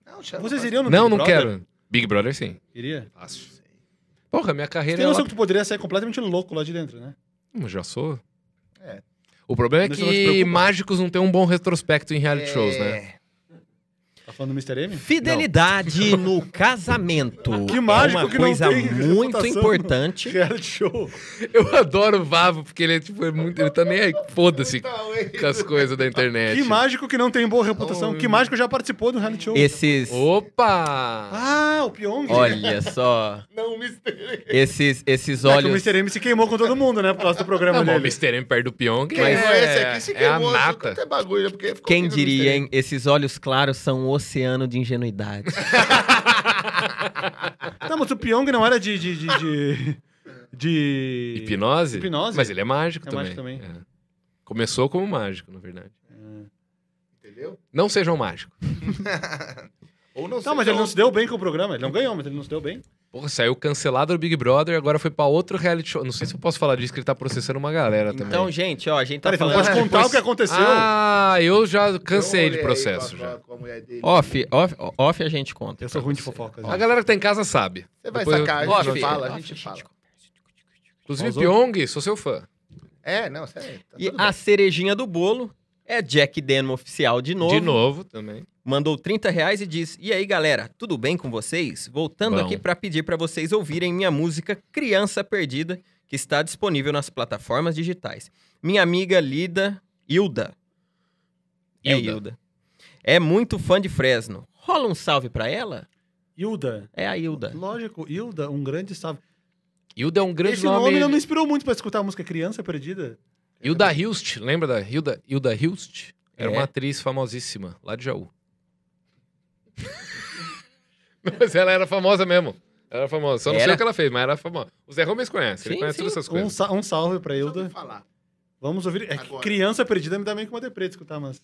S2: Não, chama.
S3: Vocês
S2: passa-
S3: iriam no
S1: Não,
S3: Big
S1: não
S3: Brother?
S1: quero. Big Brother sim.
S3: Iria?
S1: Fácil. Porra, minha
S3: Você
S1: carreira
S3: tem
S1: é
S3: noção
S1: lá...
S3: que tu poderia sair completamente louco lá de dentro, né?
S1: Hum, já sou.
S2: É.
S1: O problema é
S3: Isso não te
S1: que
S3: preocupa?
S1: mágicos não tem um bom retrospecto em reality
S2: É,
S1: shows, né?
S3: Tá falando do Mr. M?
S4: Fidelidade no casamento.
S3: Que mágico
S4: é uma
S3: que não
S4: coisa
S3: tem
S4: muito
S3: reputação.
S4: importante.
S3: Reality show.
S1: Eu adoro o Vavo, porque ele é tipo, é muito. Ele tá nem aí. Foda-se
S2: Tá, ué.
S1: com as coisas da internet.
S3: Que mágico que não tem boa reputação.
S1: Oh,
S3: que mágico já participou do reality show.
S4: Esses.
S1: Opa!
S3: Ah, o Pyong.
S4: Olha só.
S2: Não, mistério.
S4: Esses, esses
S3: É que o
S4: olhos.
S3: Mr. M se queimou com todo mundo, né? Por causa do programa
S1: Não, bom, o
S3: dele.
S1: Mr. É M perde o Pyong,
S2: Quem
S1: mas
S2: é, esse
S1: é,
S2: aqui se
S1: é a
S2: queimou,
S1: nata.
S2: até bagulho, né? porque ficou
S4: Quem
S2: ouvindo
S4: diria,
S2: mistério.
S4: hein? Esses olhos claros são um oceano de ingenuidade.
S3: Não, mas o Pyong não era de... de, de, de... de-
S1: Hipnose?
S3: Hipnose.
S1: Mas ele é mágico
S3: É
S1: também.
S3: mágico
S1: É. Começou como mágico, na verdade.
S2: Entendeu?
S1: Não um sejam mágicos.
S2: Ou não
S3: Não,
S2: sei
S3: mas ele
S2: qual-
S3: não se deu bem com o programa. Ele não ganhou, mas ele não se deu bem.
S1: Porra, saiu cancelado do Big Brother, agora foi pra outro reality show. Não sei se eu posso falar disso, que ele tá processando uma galera também.
S4: Então, gente, ó, a gente tá
S3: Peraí, tu não
S4: falando.
S3: pode contar o que aconteceu?
S1: Ah, eu já
S2: Tem uma
S1: cansei
S2: mulher
S1: de
S2: aí
S1: processo
S2: com a-
S1: já.
S2: com a mulher dele.
S4: Off, off, off a gente conta.
S3: Eu sou
S4: pra
S3: ruim de
S4: você.
S3: fofocas.
S1: A galera que tá em casa sabe.
S2: Você vai
S1: Depois eu-
S2: sacar, a
S4: Off,
S2: gente fala, a
S4: off,
S2: gente fala.
S1: Inclusive,
S3: Pausou?
S1: Pyong, sou seu fã.
S2: É, não, sério. Tá
S4: E
S2: tudo
S4: a
S2: bem.
S4: cerejinha do bolo é Jack Denham oficial de novo.
S1: De novo também.
S4: Mandou 30 reais e diz: E aí, galera, tudo bem com vocês? Voltando
S1: Bom.
S4: aqui pra pedir pra vocês ouvirem minha música Criança Perdida, que está disponível nas plataformas digitais. Minha amiga Lida Hilda. É
S1: Hilda.
S4: Hilda. É muito fã de Fresno. Rola um salve pra ela?
S3: Hilda.
S4: É a Hilda.
S3: Lógico, Hilda, um grande salve.
S1: Hilda é um grande
S3: Esse nome não me inspirou muito pra escutar a música Criança Perdida.
S1: Hilda Hilst, lembra da Hilda, Hilda Hilst? Era
S4: É.
S1: uma atriz famosíssima, lá de Jaú. mas ela era famosa mesmo. Ela era famosa. Só não sei
S4: Era?
S1: o que ela fez, mas era famosa. O Zé Gomes conhece, ele
S4: Sim,
S1: conhece
S4: sim.
S1: todas essas
S3: Um,
S1: coisas.
S3: sa- um salve pra
S2: Deixa eu
S3: Hilda.
S2: falar.
S3: Vamos ouvir. É que
S2: Agora.
S3: Criança Perdida me dá meio que uma deprê de escutar, mas.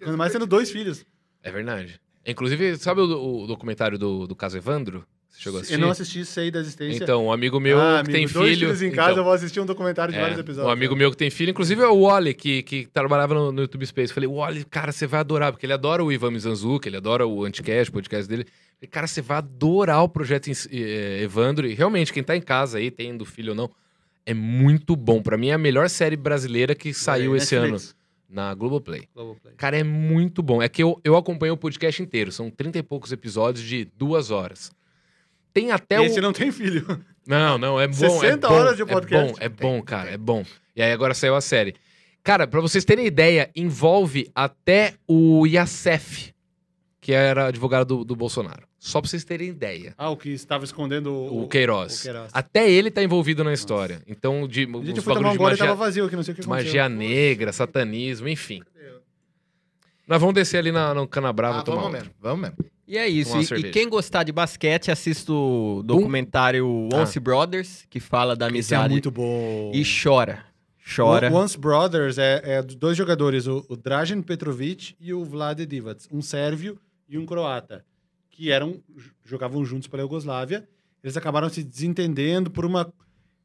S3: Ainda mais
S2: Ah,
S3: sendo dois filhos.
S1: É verdade. Inclusive, sabe o, o documentário do, do caso Evandro? Você chegou a assistir?
S3: Eu não assisti, sei da existência.
S1: Então, um amigo meu
S3: Ah,
S1: que
S3: amigo,
S1: tem filho.
S3: dois filhos em casa,
S1: então,
S3: eu vou assistir um documentário de
S1: É,
S3: vários episódios. né?
S1: Um amigo meu que tem filho, inclusive é o Wally, que, que trabalhava no, no YouTube Space. Falei, Wally, cara, você vai adorar, porque ele adora o Ivan Mizanzuki, ele adora o Anticast, o podcast dele. Falei, cara, você vai adorar o projeto em- eh, Evandro. E realmente, quem tá em casa aí, tendo filho ou não, é muito bom. Pra mim, é a melhor série brasileira que
S3: É,
S1: saiu esse ano na Globoplay. Cara, é muito bom. É que eu, eu acompanho o podcast inteiro. São 30 e poucos episódios de duas horas. Tem até o.
S3: Esse não tem filho.
S1: Não, não, é bom.
S3: 60
S1: é bom,
S3: horas de
S1: É
S3: podcast.
S1: bom, é bom, cara, é bom. E aí agora saiu a série. Cara, pra vocês terem ideia, envolve até o Yasef, que era advogado do, do Bolsonaro. Só pra vocês terem ideia.
S3: Ah, o que estava escondendo o,
S1: O Queiroz.
S3: o Queiroz.
S1: Até ele tá envolvido na história. Então, de,
S3: A gente
S1: os
S3: foi
S1: bagulhos
S3: tomar um
S1: de
S3: gole e
S1: magia,
S3: tava vazio aqui, não sei o que aconteceu.
S1: magia negra, satanismo, enfim.
S2: Cadê?
S1: Nós vamos descer ali na, no Canabrava
S2: Ah,
S1: tomar um.
S2: vamos
S1: uma.
S2: mesmo, vamos mesmo.
S4: E é isso.
S1: Tomar uma
S4: E- E,
S1: cerveja.
S4: quem gostar de basquete, assista o documentário
S1: Ah.
S4: Once Brothers, que fala da
S3: Um- Esse é
S4: amizade.
S3: muito bom.
S4: E chora. Chora.
S3: O Once Brothers é, é dos dois jogadores, o, o Dražen Petrovic e o Vlade Divac, um sérvio e um croata, que eram j- jogavam juntos pela Iugoslávia. Eles acabaram se desentendendo por uma,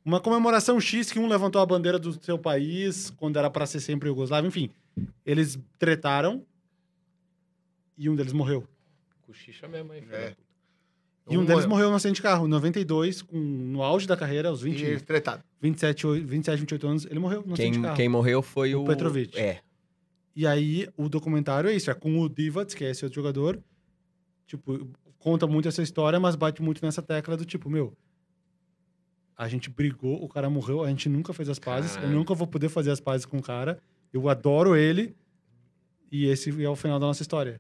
S3: uma comemoração X que um levantou a bandeira do seu país quando era para ser sempre Iugoslávia. Enfim, eles tretaram e um deles morreu.
S1: Cochicha mesmo, hein?
S2: É.
S3: E um, deles morreu no acidente de carro, em 92, com, no auge da carreira, aos 20,
S2: E eles tretaram.
S3: 27, oi- 27, 28 anos, ele morreu no acidente de
S4: Quem,
S3: carro.
S4: quem morreu foi
S3: O
S4: o.
S3: Petrovic.
S4: É.
S3: E aí, o documentário é isso, é com o Divac, que é esse outro jogador, tipo, conta muito essa história, mas bate muito nessa tecla do tipo, meu, a gente brigou, o cara morreu, a gente nunca fez as pazes,
S1: Caralho.
S3: eu nunca vou poder fazer as pazes com o cara, eu adoro ele, e esse é o final da nossa história.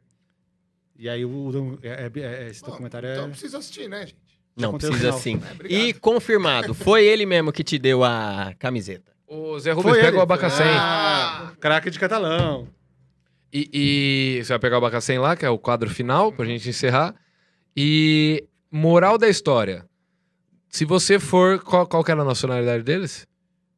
S3: E aí, o, o- é- é- é- esse
S2: Bom,
S3: documentário é...
S2: Então precisa assistir, né, gente?
S3: Já
S4: Não,
S3: contei o
S4: precisa
S3: final.
S4: sim.
S2: É, obrigado.
S4: E confirmado, foi ele mesmo que te deu a camiseta.
S1: Ô, Zé Rubens,
S3: Foi
S1: pega
S3: ele.
S1: o abacassem.
S2: Ah,
S3: Craque de catalão.
S1: E, e você vai pegar o abacassem lá, que é o quadro final,
S3: Uhum.
S1: pra gente encerrar. E moral da história. Se você for... Qual, qual que era a nacionalidade deles?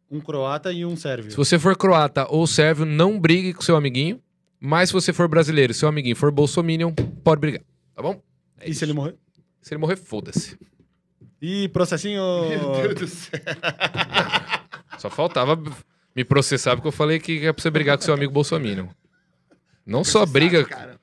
S3: Um croata e um sérvio.
S1: Se você for croata ou sérvio, não brigue com seu amiguinho. Mas se você for brasileiro e seu amiguinho for bolsominion, pode brigar, tá bom? É
S3: e
S1: isso.
S3: se ele morrer?
S1: Se ele morrer, foda-se.
S3: Ih, processinho!
S2: Meu Deus do céu.
S1: Só faltava me processar porque eu falei que é pra você brigar com seu amigo bolsominion. Não só briga...
S2: Cara.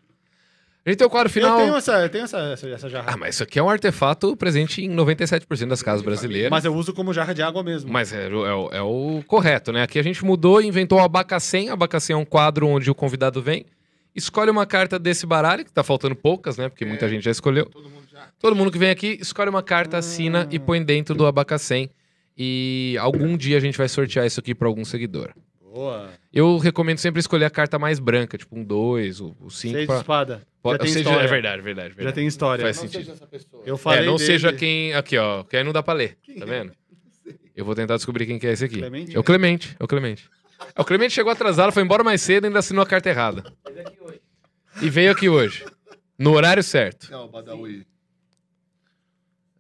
S1: A gente tem o quadro final...
S3: Eu tenho essa, eu tenho essa, essa, essa jarra.
S1: Ah, mas isso aqui é um artefato presente em 97% das casas brasileiras.
S3: Mas eu uso como jarra de água mesmo.
S1: Mas é, o- é o- é o correto, né? Aqui a gente mudou e inventou o Abacassem. Abacassem é um quadro onde o convidado vem, escolhe uma carta desse baralho, que tá faltando poucas, né? Porque
S3: É.
S1: muita gente já escolheu.
S2: Todo mundo já.
S1: Todo mundo que vem aqui escolhe uma carta, assina e põe dentro do Abacassem. E algum dia a gente vai sortear isso aqui pra algum seguidor.
S3: Boa.
S1: Eu recomendo sempre escolher a carta mais branca, tipo um 2, o 5.
S3: Seis de espada. Já tem
S1: Seja...
S3: história.
S1: É verdade, verdade.
S3: Já
S1: verdade.
S3: tem história.
S1: Faz
S2: Não
S1: sentido.
S2: seja essa pessoa.
S3: Eu falei
S1: é, não
S3: dele. é?
S1: seja quem. Aqui, ó. Que aí não dá pra ler. Tá vendo? Eu vou tentar descobrir quem que é esse aqui.
S3: Clemente?
S1: É o Clemente. É o Clemente. É, o Clemente chegou atrasado, foi embora mais cedo e ainda assinou a carta errada. E veio aqui hoje. No horário certo.
S2: Não, Badawi.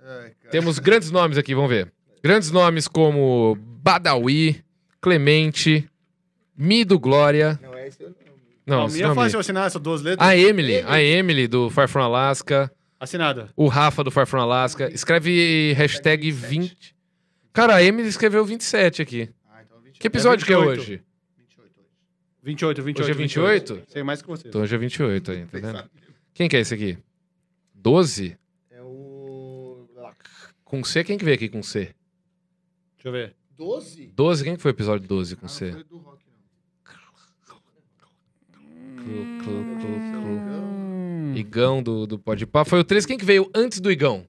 S2: Ai, cara.
S1: Temos grandes nomes aqui, vamos ver. Grandes nomes como Badawi, Clemente, Mido Glória.
S2: Não, é esse eu não.
S1: Não,
S3: Não,
S1: esse
S3: minha é
S1: não é
S3: fácil
S1: Mido.
S3: assinar essas duas letras.
S1: A Emily, a Emily do Far From Alaska.
S3: Assinada.
S1: O Rafa do Far From Alaska. Escreve hashtag 20. Cara, a Emily escreveu 27 aqui.
S2: Ah, então 28.
S1: Que episódio Tá que é
S3: 28.
S1: hoje?
S2: 28 hoje.
S3: 28, 28.
S1: Hoje é 28?
S3: Sei mais que você.
S1: Então hoje é 28 ainda, tá vendo?
S2: Pensado.
S1: Quem que é esse aqui? 12?
S2: É o. lá,
S1: Com C, quem que veio aqui com C?
S3: Deixa eu ver.
S2: 12?
S1: 12, quem que foi o episódio 12
S2: Ah,
S1: com
S2: não
S1: C?
S2: foi do rock, não.
S1: Clu, clu, clu, clu.
S2: Então,
S3: Hum.
S1: Igão do, do Podpah. Foi o 13, quem que veio antes do Igão?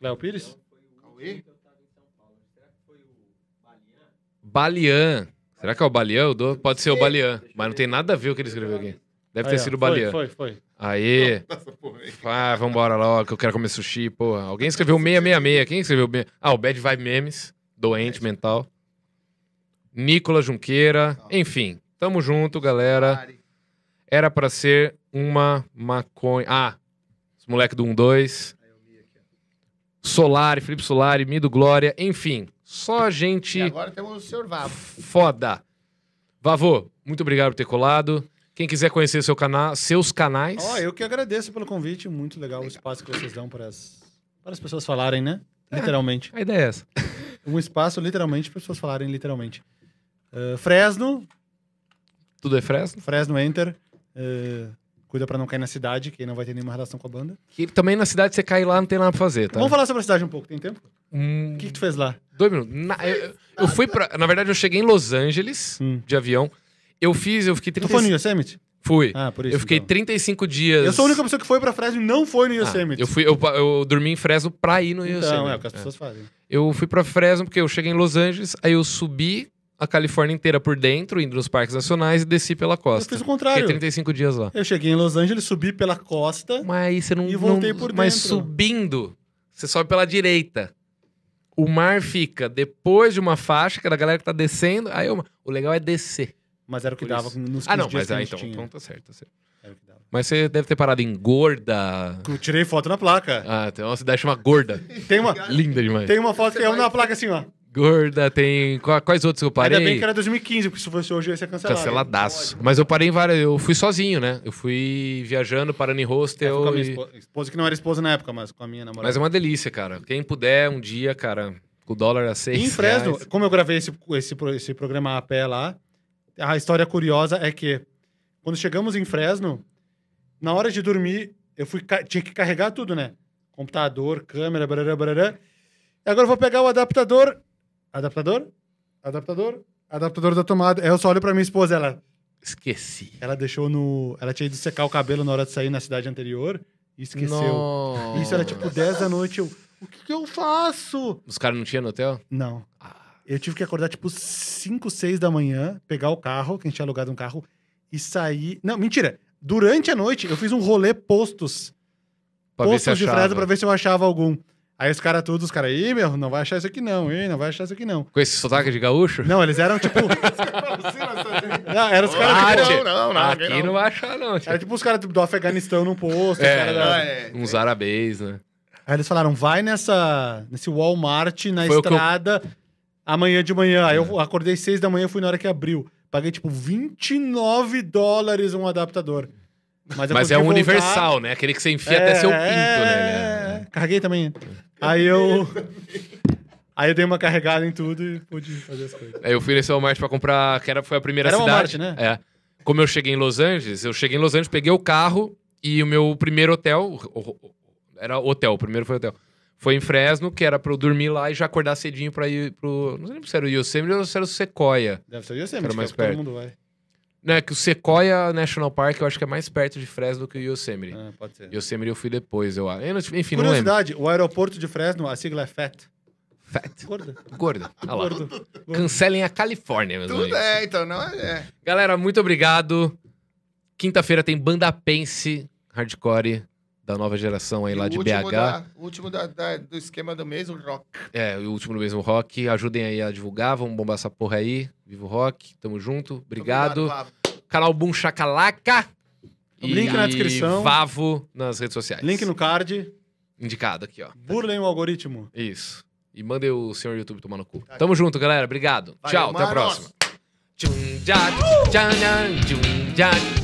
S3: Léo Pires?
S2: Cauê?
S1: Balian. Será que é o Balian? O do- Pode ser o Balian. Mas não tem nada a ver o que ele escreveu aqui. Deve ter
S3: Aí, ó.
S1: sido o Balian.
S3: Foi, foi, foi.
S1: Aê!
S2: Nossa, porra aí.
S1: Ah, vambora logo, que eu quero comer sushi, porra. Alguém escreveu 666. Quem escreveu? me- Ah, o Bad Vibe Memes, doente mental. Nicolas Junqueira. Enfim, tamo junto, galera.
S2: Ari.
S1: Era pra ser uma maconha. Ah, os moleque do 1-2.
S2: Aí eu li aqui, ó.
S1: Solari, Felipe Solari, Mido Glória. Enfim, só
S2: E
S1: gente
S2: agora temos o Sr. Vavo.
S1: foda. Vavô, muito obrigado por ter colado. Quem quiser conhecer seu canal, seus canais.
S3: Ó, eu que agradeço pelo convite. Muito legal, o espaço que vocês dão para as, para as pessoas falarem, né? Literalmente.
S1: A ideia é essa.
S3: Um espaço, literalmente, para as pessoas falarem, literalmente. Ah, Fresno,
S1: Tudo é fresno?
S3: Fresno Enter. eh, cuida pra não cair na cidade, que aí não vai ter nenhuma relação com a banda.
S1: Que também na cidade você cai lá, não tem nada pra fazer, tá?
S3: Vamos falar sobre a cidade um pouco, tem tempo?
S1: Hum,
S3: O que, que tu fez lá?
S1: dois minutos. Na- eu, eu fui pra. Na verdade, eu cheguei em Los Angeles
S3: Hum.
S1: de avião. Eu fiz, eu fiquei
S3: Tu foi no
S1: 35.
S3: Yosemite?
S1: Fui.
S3: Ah, por isso.
S1: eu fiquei
S3: então.
S1: 35 dias.
S3: Eu sou a única pessoa que foi pra Fresno e não foi no
S1: Ah,
S3: Yosemite.
S1: eu fui, eu, pa- eu dormi em Fresno pra ir no né?
S3: Então,
S1: Yosemite.
S3: é o que as pessoas fazem.
S1: Eu fui pra Fresno porque eu cheguei em Los Angeles, aí eu subi a Califórnia inteira por dentro, indo nos parques nacionais e desci pela
S3: Eu
S1: costa.
S3: fiz um o
S1: Fiquei um.
S3: contrário.
S1: 35 dias lá.
S3: Eu cheguei em Los Angeles, subi pela costa.
S1: Mas aí você não.
S3: É. E voltei
S1: não-
S3: por
S1: Mas
S3: dentro.
S1: subindo, você sobe pela direita. O mar fica depois de uma faixa, que é da galera que tá descendo. Aí uma- o legal é descer.
S3: Mas era o que
S1: Por
S3: dava
S1: isso.
S3: nos 15
S1: Ah, não,
S3: dias
S1: mas
S3: que a
S1: aí
S3: gente
S1: então,
S3: tinha.
S1: então tá certo, tá certo.
S3: Era o que dava.
S1: Mas você deve ter parado em gorda.
S3: Eu tirei foto na placa.
S1: Ah, tem uma cidade chamada Gorda.
S3: Tem uma,
S1: Linda demais.
S3: tem uma foto que é na placa assim, ó.
S1: Gorda, tem. qua- Quais outros que eu parei?
S3: Ainda bem que era 2015, porque se fosse hoje ia ser cancelado.
S1: Canceladaço. Mas eu parei em várias. Eu fui sozinho, né? Eu fui viajando, parando em
S3: Eu fui
S1: hostel.
S3: É, com a minha
S1: e-
S3: esposa, né? esposa que não era esposa na época, mas com a minha namorada.
S1: Mas é uma delícia, cara. Quem puder, um dia, cara, com o dólar a seis.
S3: E em Fresno,
S1: reais.
S3: como eu gravei esse, esse, pro- esse programa a pé lá, a história curiosa é que quando chegamos em Fresno, na hora de dormir, eu fui, ca- tinha que carregar tudo, né? Computador, câmera, barará, barará. E agora eu vou pegar o adaptador. Adaptador? Adaptador? Adaptador da tomada. Aí eu só olho pra minha esposa, ela,
S1: Esqueci.
S3: ela deixou no. Ela tinha ido secar o cabelo na hora de sair na cidade anterior e esqueceu.
S1: Nossa.
S3: Isso era tipo 10 da noite. Eu, o que que eu faço?
S1: Os caras não tinham no hotel?
S3: Não.
S1: Ah.
S3: Eu tive que acordar tipo 5, 6 da manhã, pegar o carro, que a gente tinha alugado um carro, e sair. Não, mentira. Durante a noite, eu fiz um rolê postos.
S1: Pra ver se
S3: postos de
S1: achava.
S3: Fresno pra ver se eu achava algum. Aí os caras todos, os caras, ih, meu, não vai achar isso aqui não, hein, não vai achar isso aqui não.
S1: Com esse sotaque de gaúcho?
S3: Não, eles eram tipo. não, eram os
S1: Ah,
S3: caras tipo.
S1: tio.
S2: não, não, não.
S1: Aqui não. vai achar, não. tio.
S3: Era tipo os caras do Afeganistão num posto. os
S1: É,
S3: caras
S2: Não,
S3: da-
S2: é,
S1: Uns árabes, né?
S3: Aí eles falaram, vai nessa, nesse Walmart na
S1: Foi o que eu-
S3: estrada amanhã de manhã. Aí eu acordei seis da manhã, fui na hora que abriu. Paguei, tipo, 29 dólares um adaptador. Mas, eu
S1: Mas é um
S3: consegui voltar.
S1: universal, né? Aquele que você enfia até seu pinto, né?
S3: é, Carreguei também. Aí eu... Aí eu dei uma carregada em tudo e pude fazer as coisas.
S1: Aí É, eu fui nesse Walmart pra comprar, que era, foi a primeira
S3: Era
S1: cidade.
S3: Walmart, né?
S1: É. Como eu cheguei em Los Angeles, eu cheguei em Los Angeles, peguei o carro e o meu primeiro hotel. o- o- o- era hotel, o primeiro foi hotel. Foi em Fresno, que era pra eu dormir lá e já acordar cedinho pra ir pro. Não lembro se era o Yosemite ou se era o Sequoia.
S3: Deve ser Yosemite,
S1: Quero
S3: que é
S1: mais
S3: o que todo
S1: perto.
S3: mundo vai.
S1: Né, que o Sequoia National Park eu acho que é mais perto de Fresno que o Yosemite.
S3: Ah, pode ser.
S1: Yosemite eu fui depois, eu acho. Eu não- Enfim, não lembro.
S3: Curiosidade, o aeroporto de Fresno, a sigla é FAT.
S1: Fat.
S3: Gorda.
S1: Gorda. Ah lá.
S3: Gordo. Gordo.
S1: Cancelem a Califórnia, meus
S2: Tudo
S1: amigos.
S2: é, então, não é.
S1: Galera, muito obrigado. Quinta-feira tem Banda Pense Hardcore da nova geração aí
S2: E
S1: lá
S2: o
S1: de BH.
S2: último da- o último da- da- do esquema do mês, o rock.
S1: É, o último do mesmo rock. Ajudem aí a divulgar, vamos bombar essa porra aí. Vivo Rock, tamo junto. Obrigado.
S2: Pablo.
S1: Canal Boom Chacalaca. E
S3: Link na descrição.
S1: Vavo nas redes sociais.
S3: Link no card.
S1: Indicado aqui, ó.
S3: Burlem o algoritmo.
S1: Isso. E mandem o senhor YouTube tomar no cu. Tamo junto, galera. Obrigado.
S2: Tá. Valeu,
S1: Tchau, até a
S2: Manos.
S1: próxima. Tchum, já, tchau, já, tchum, já,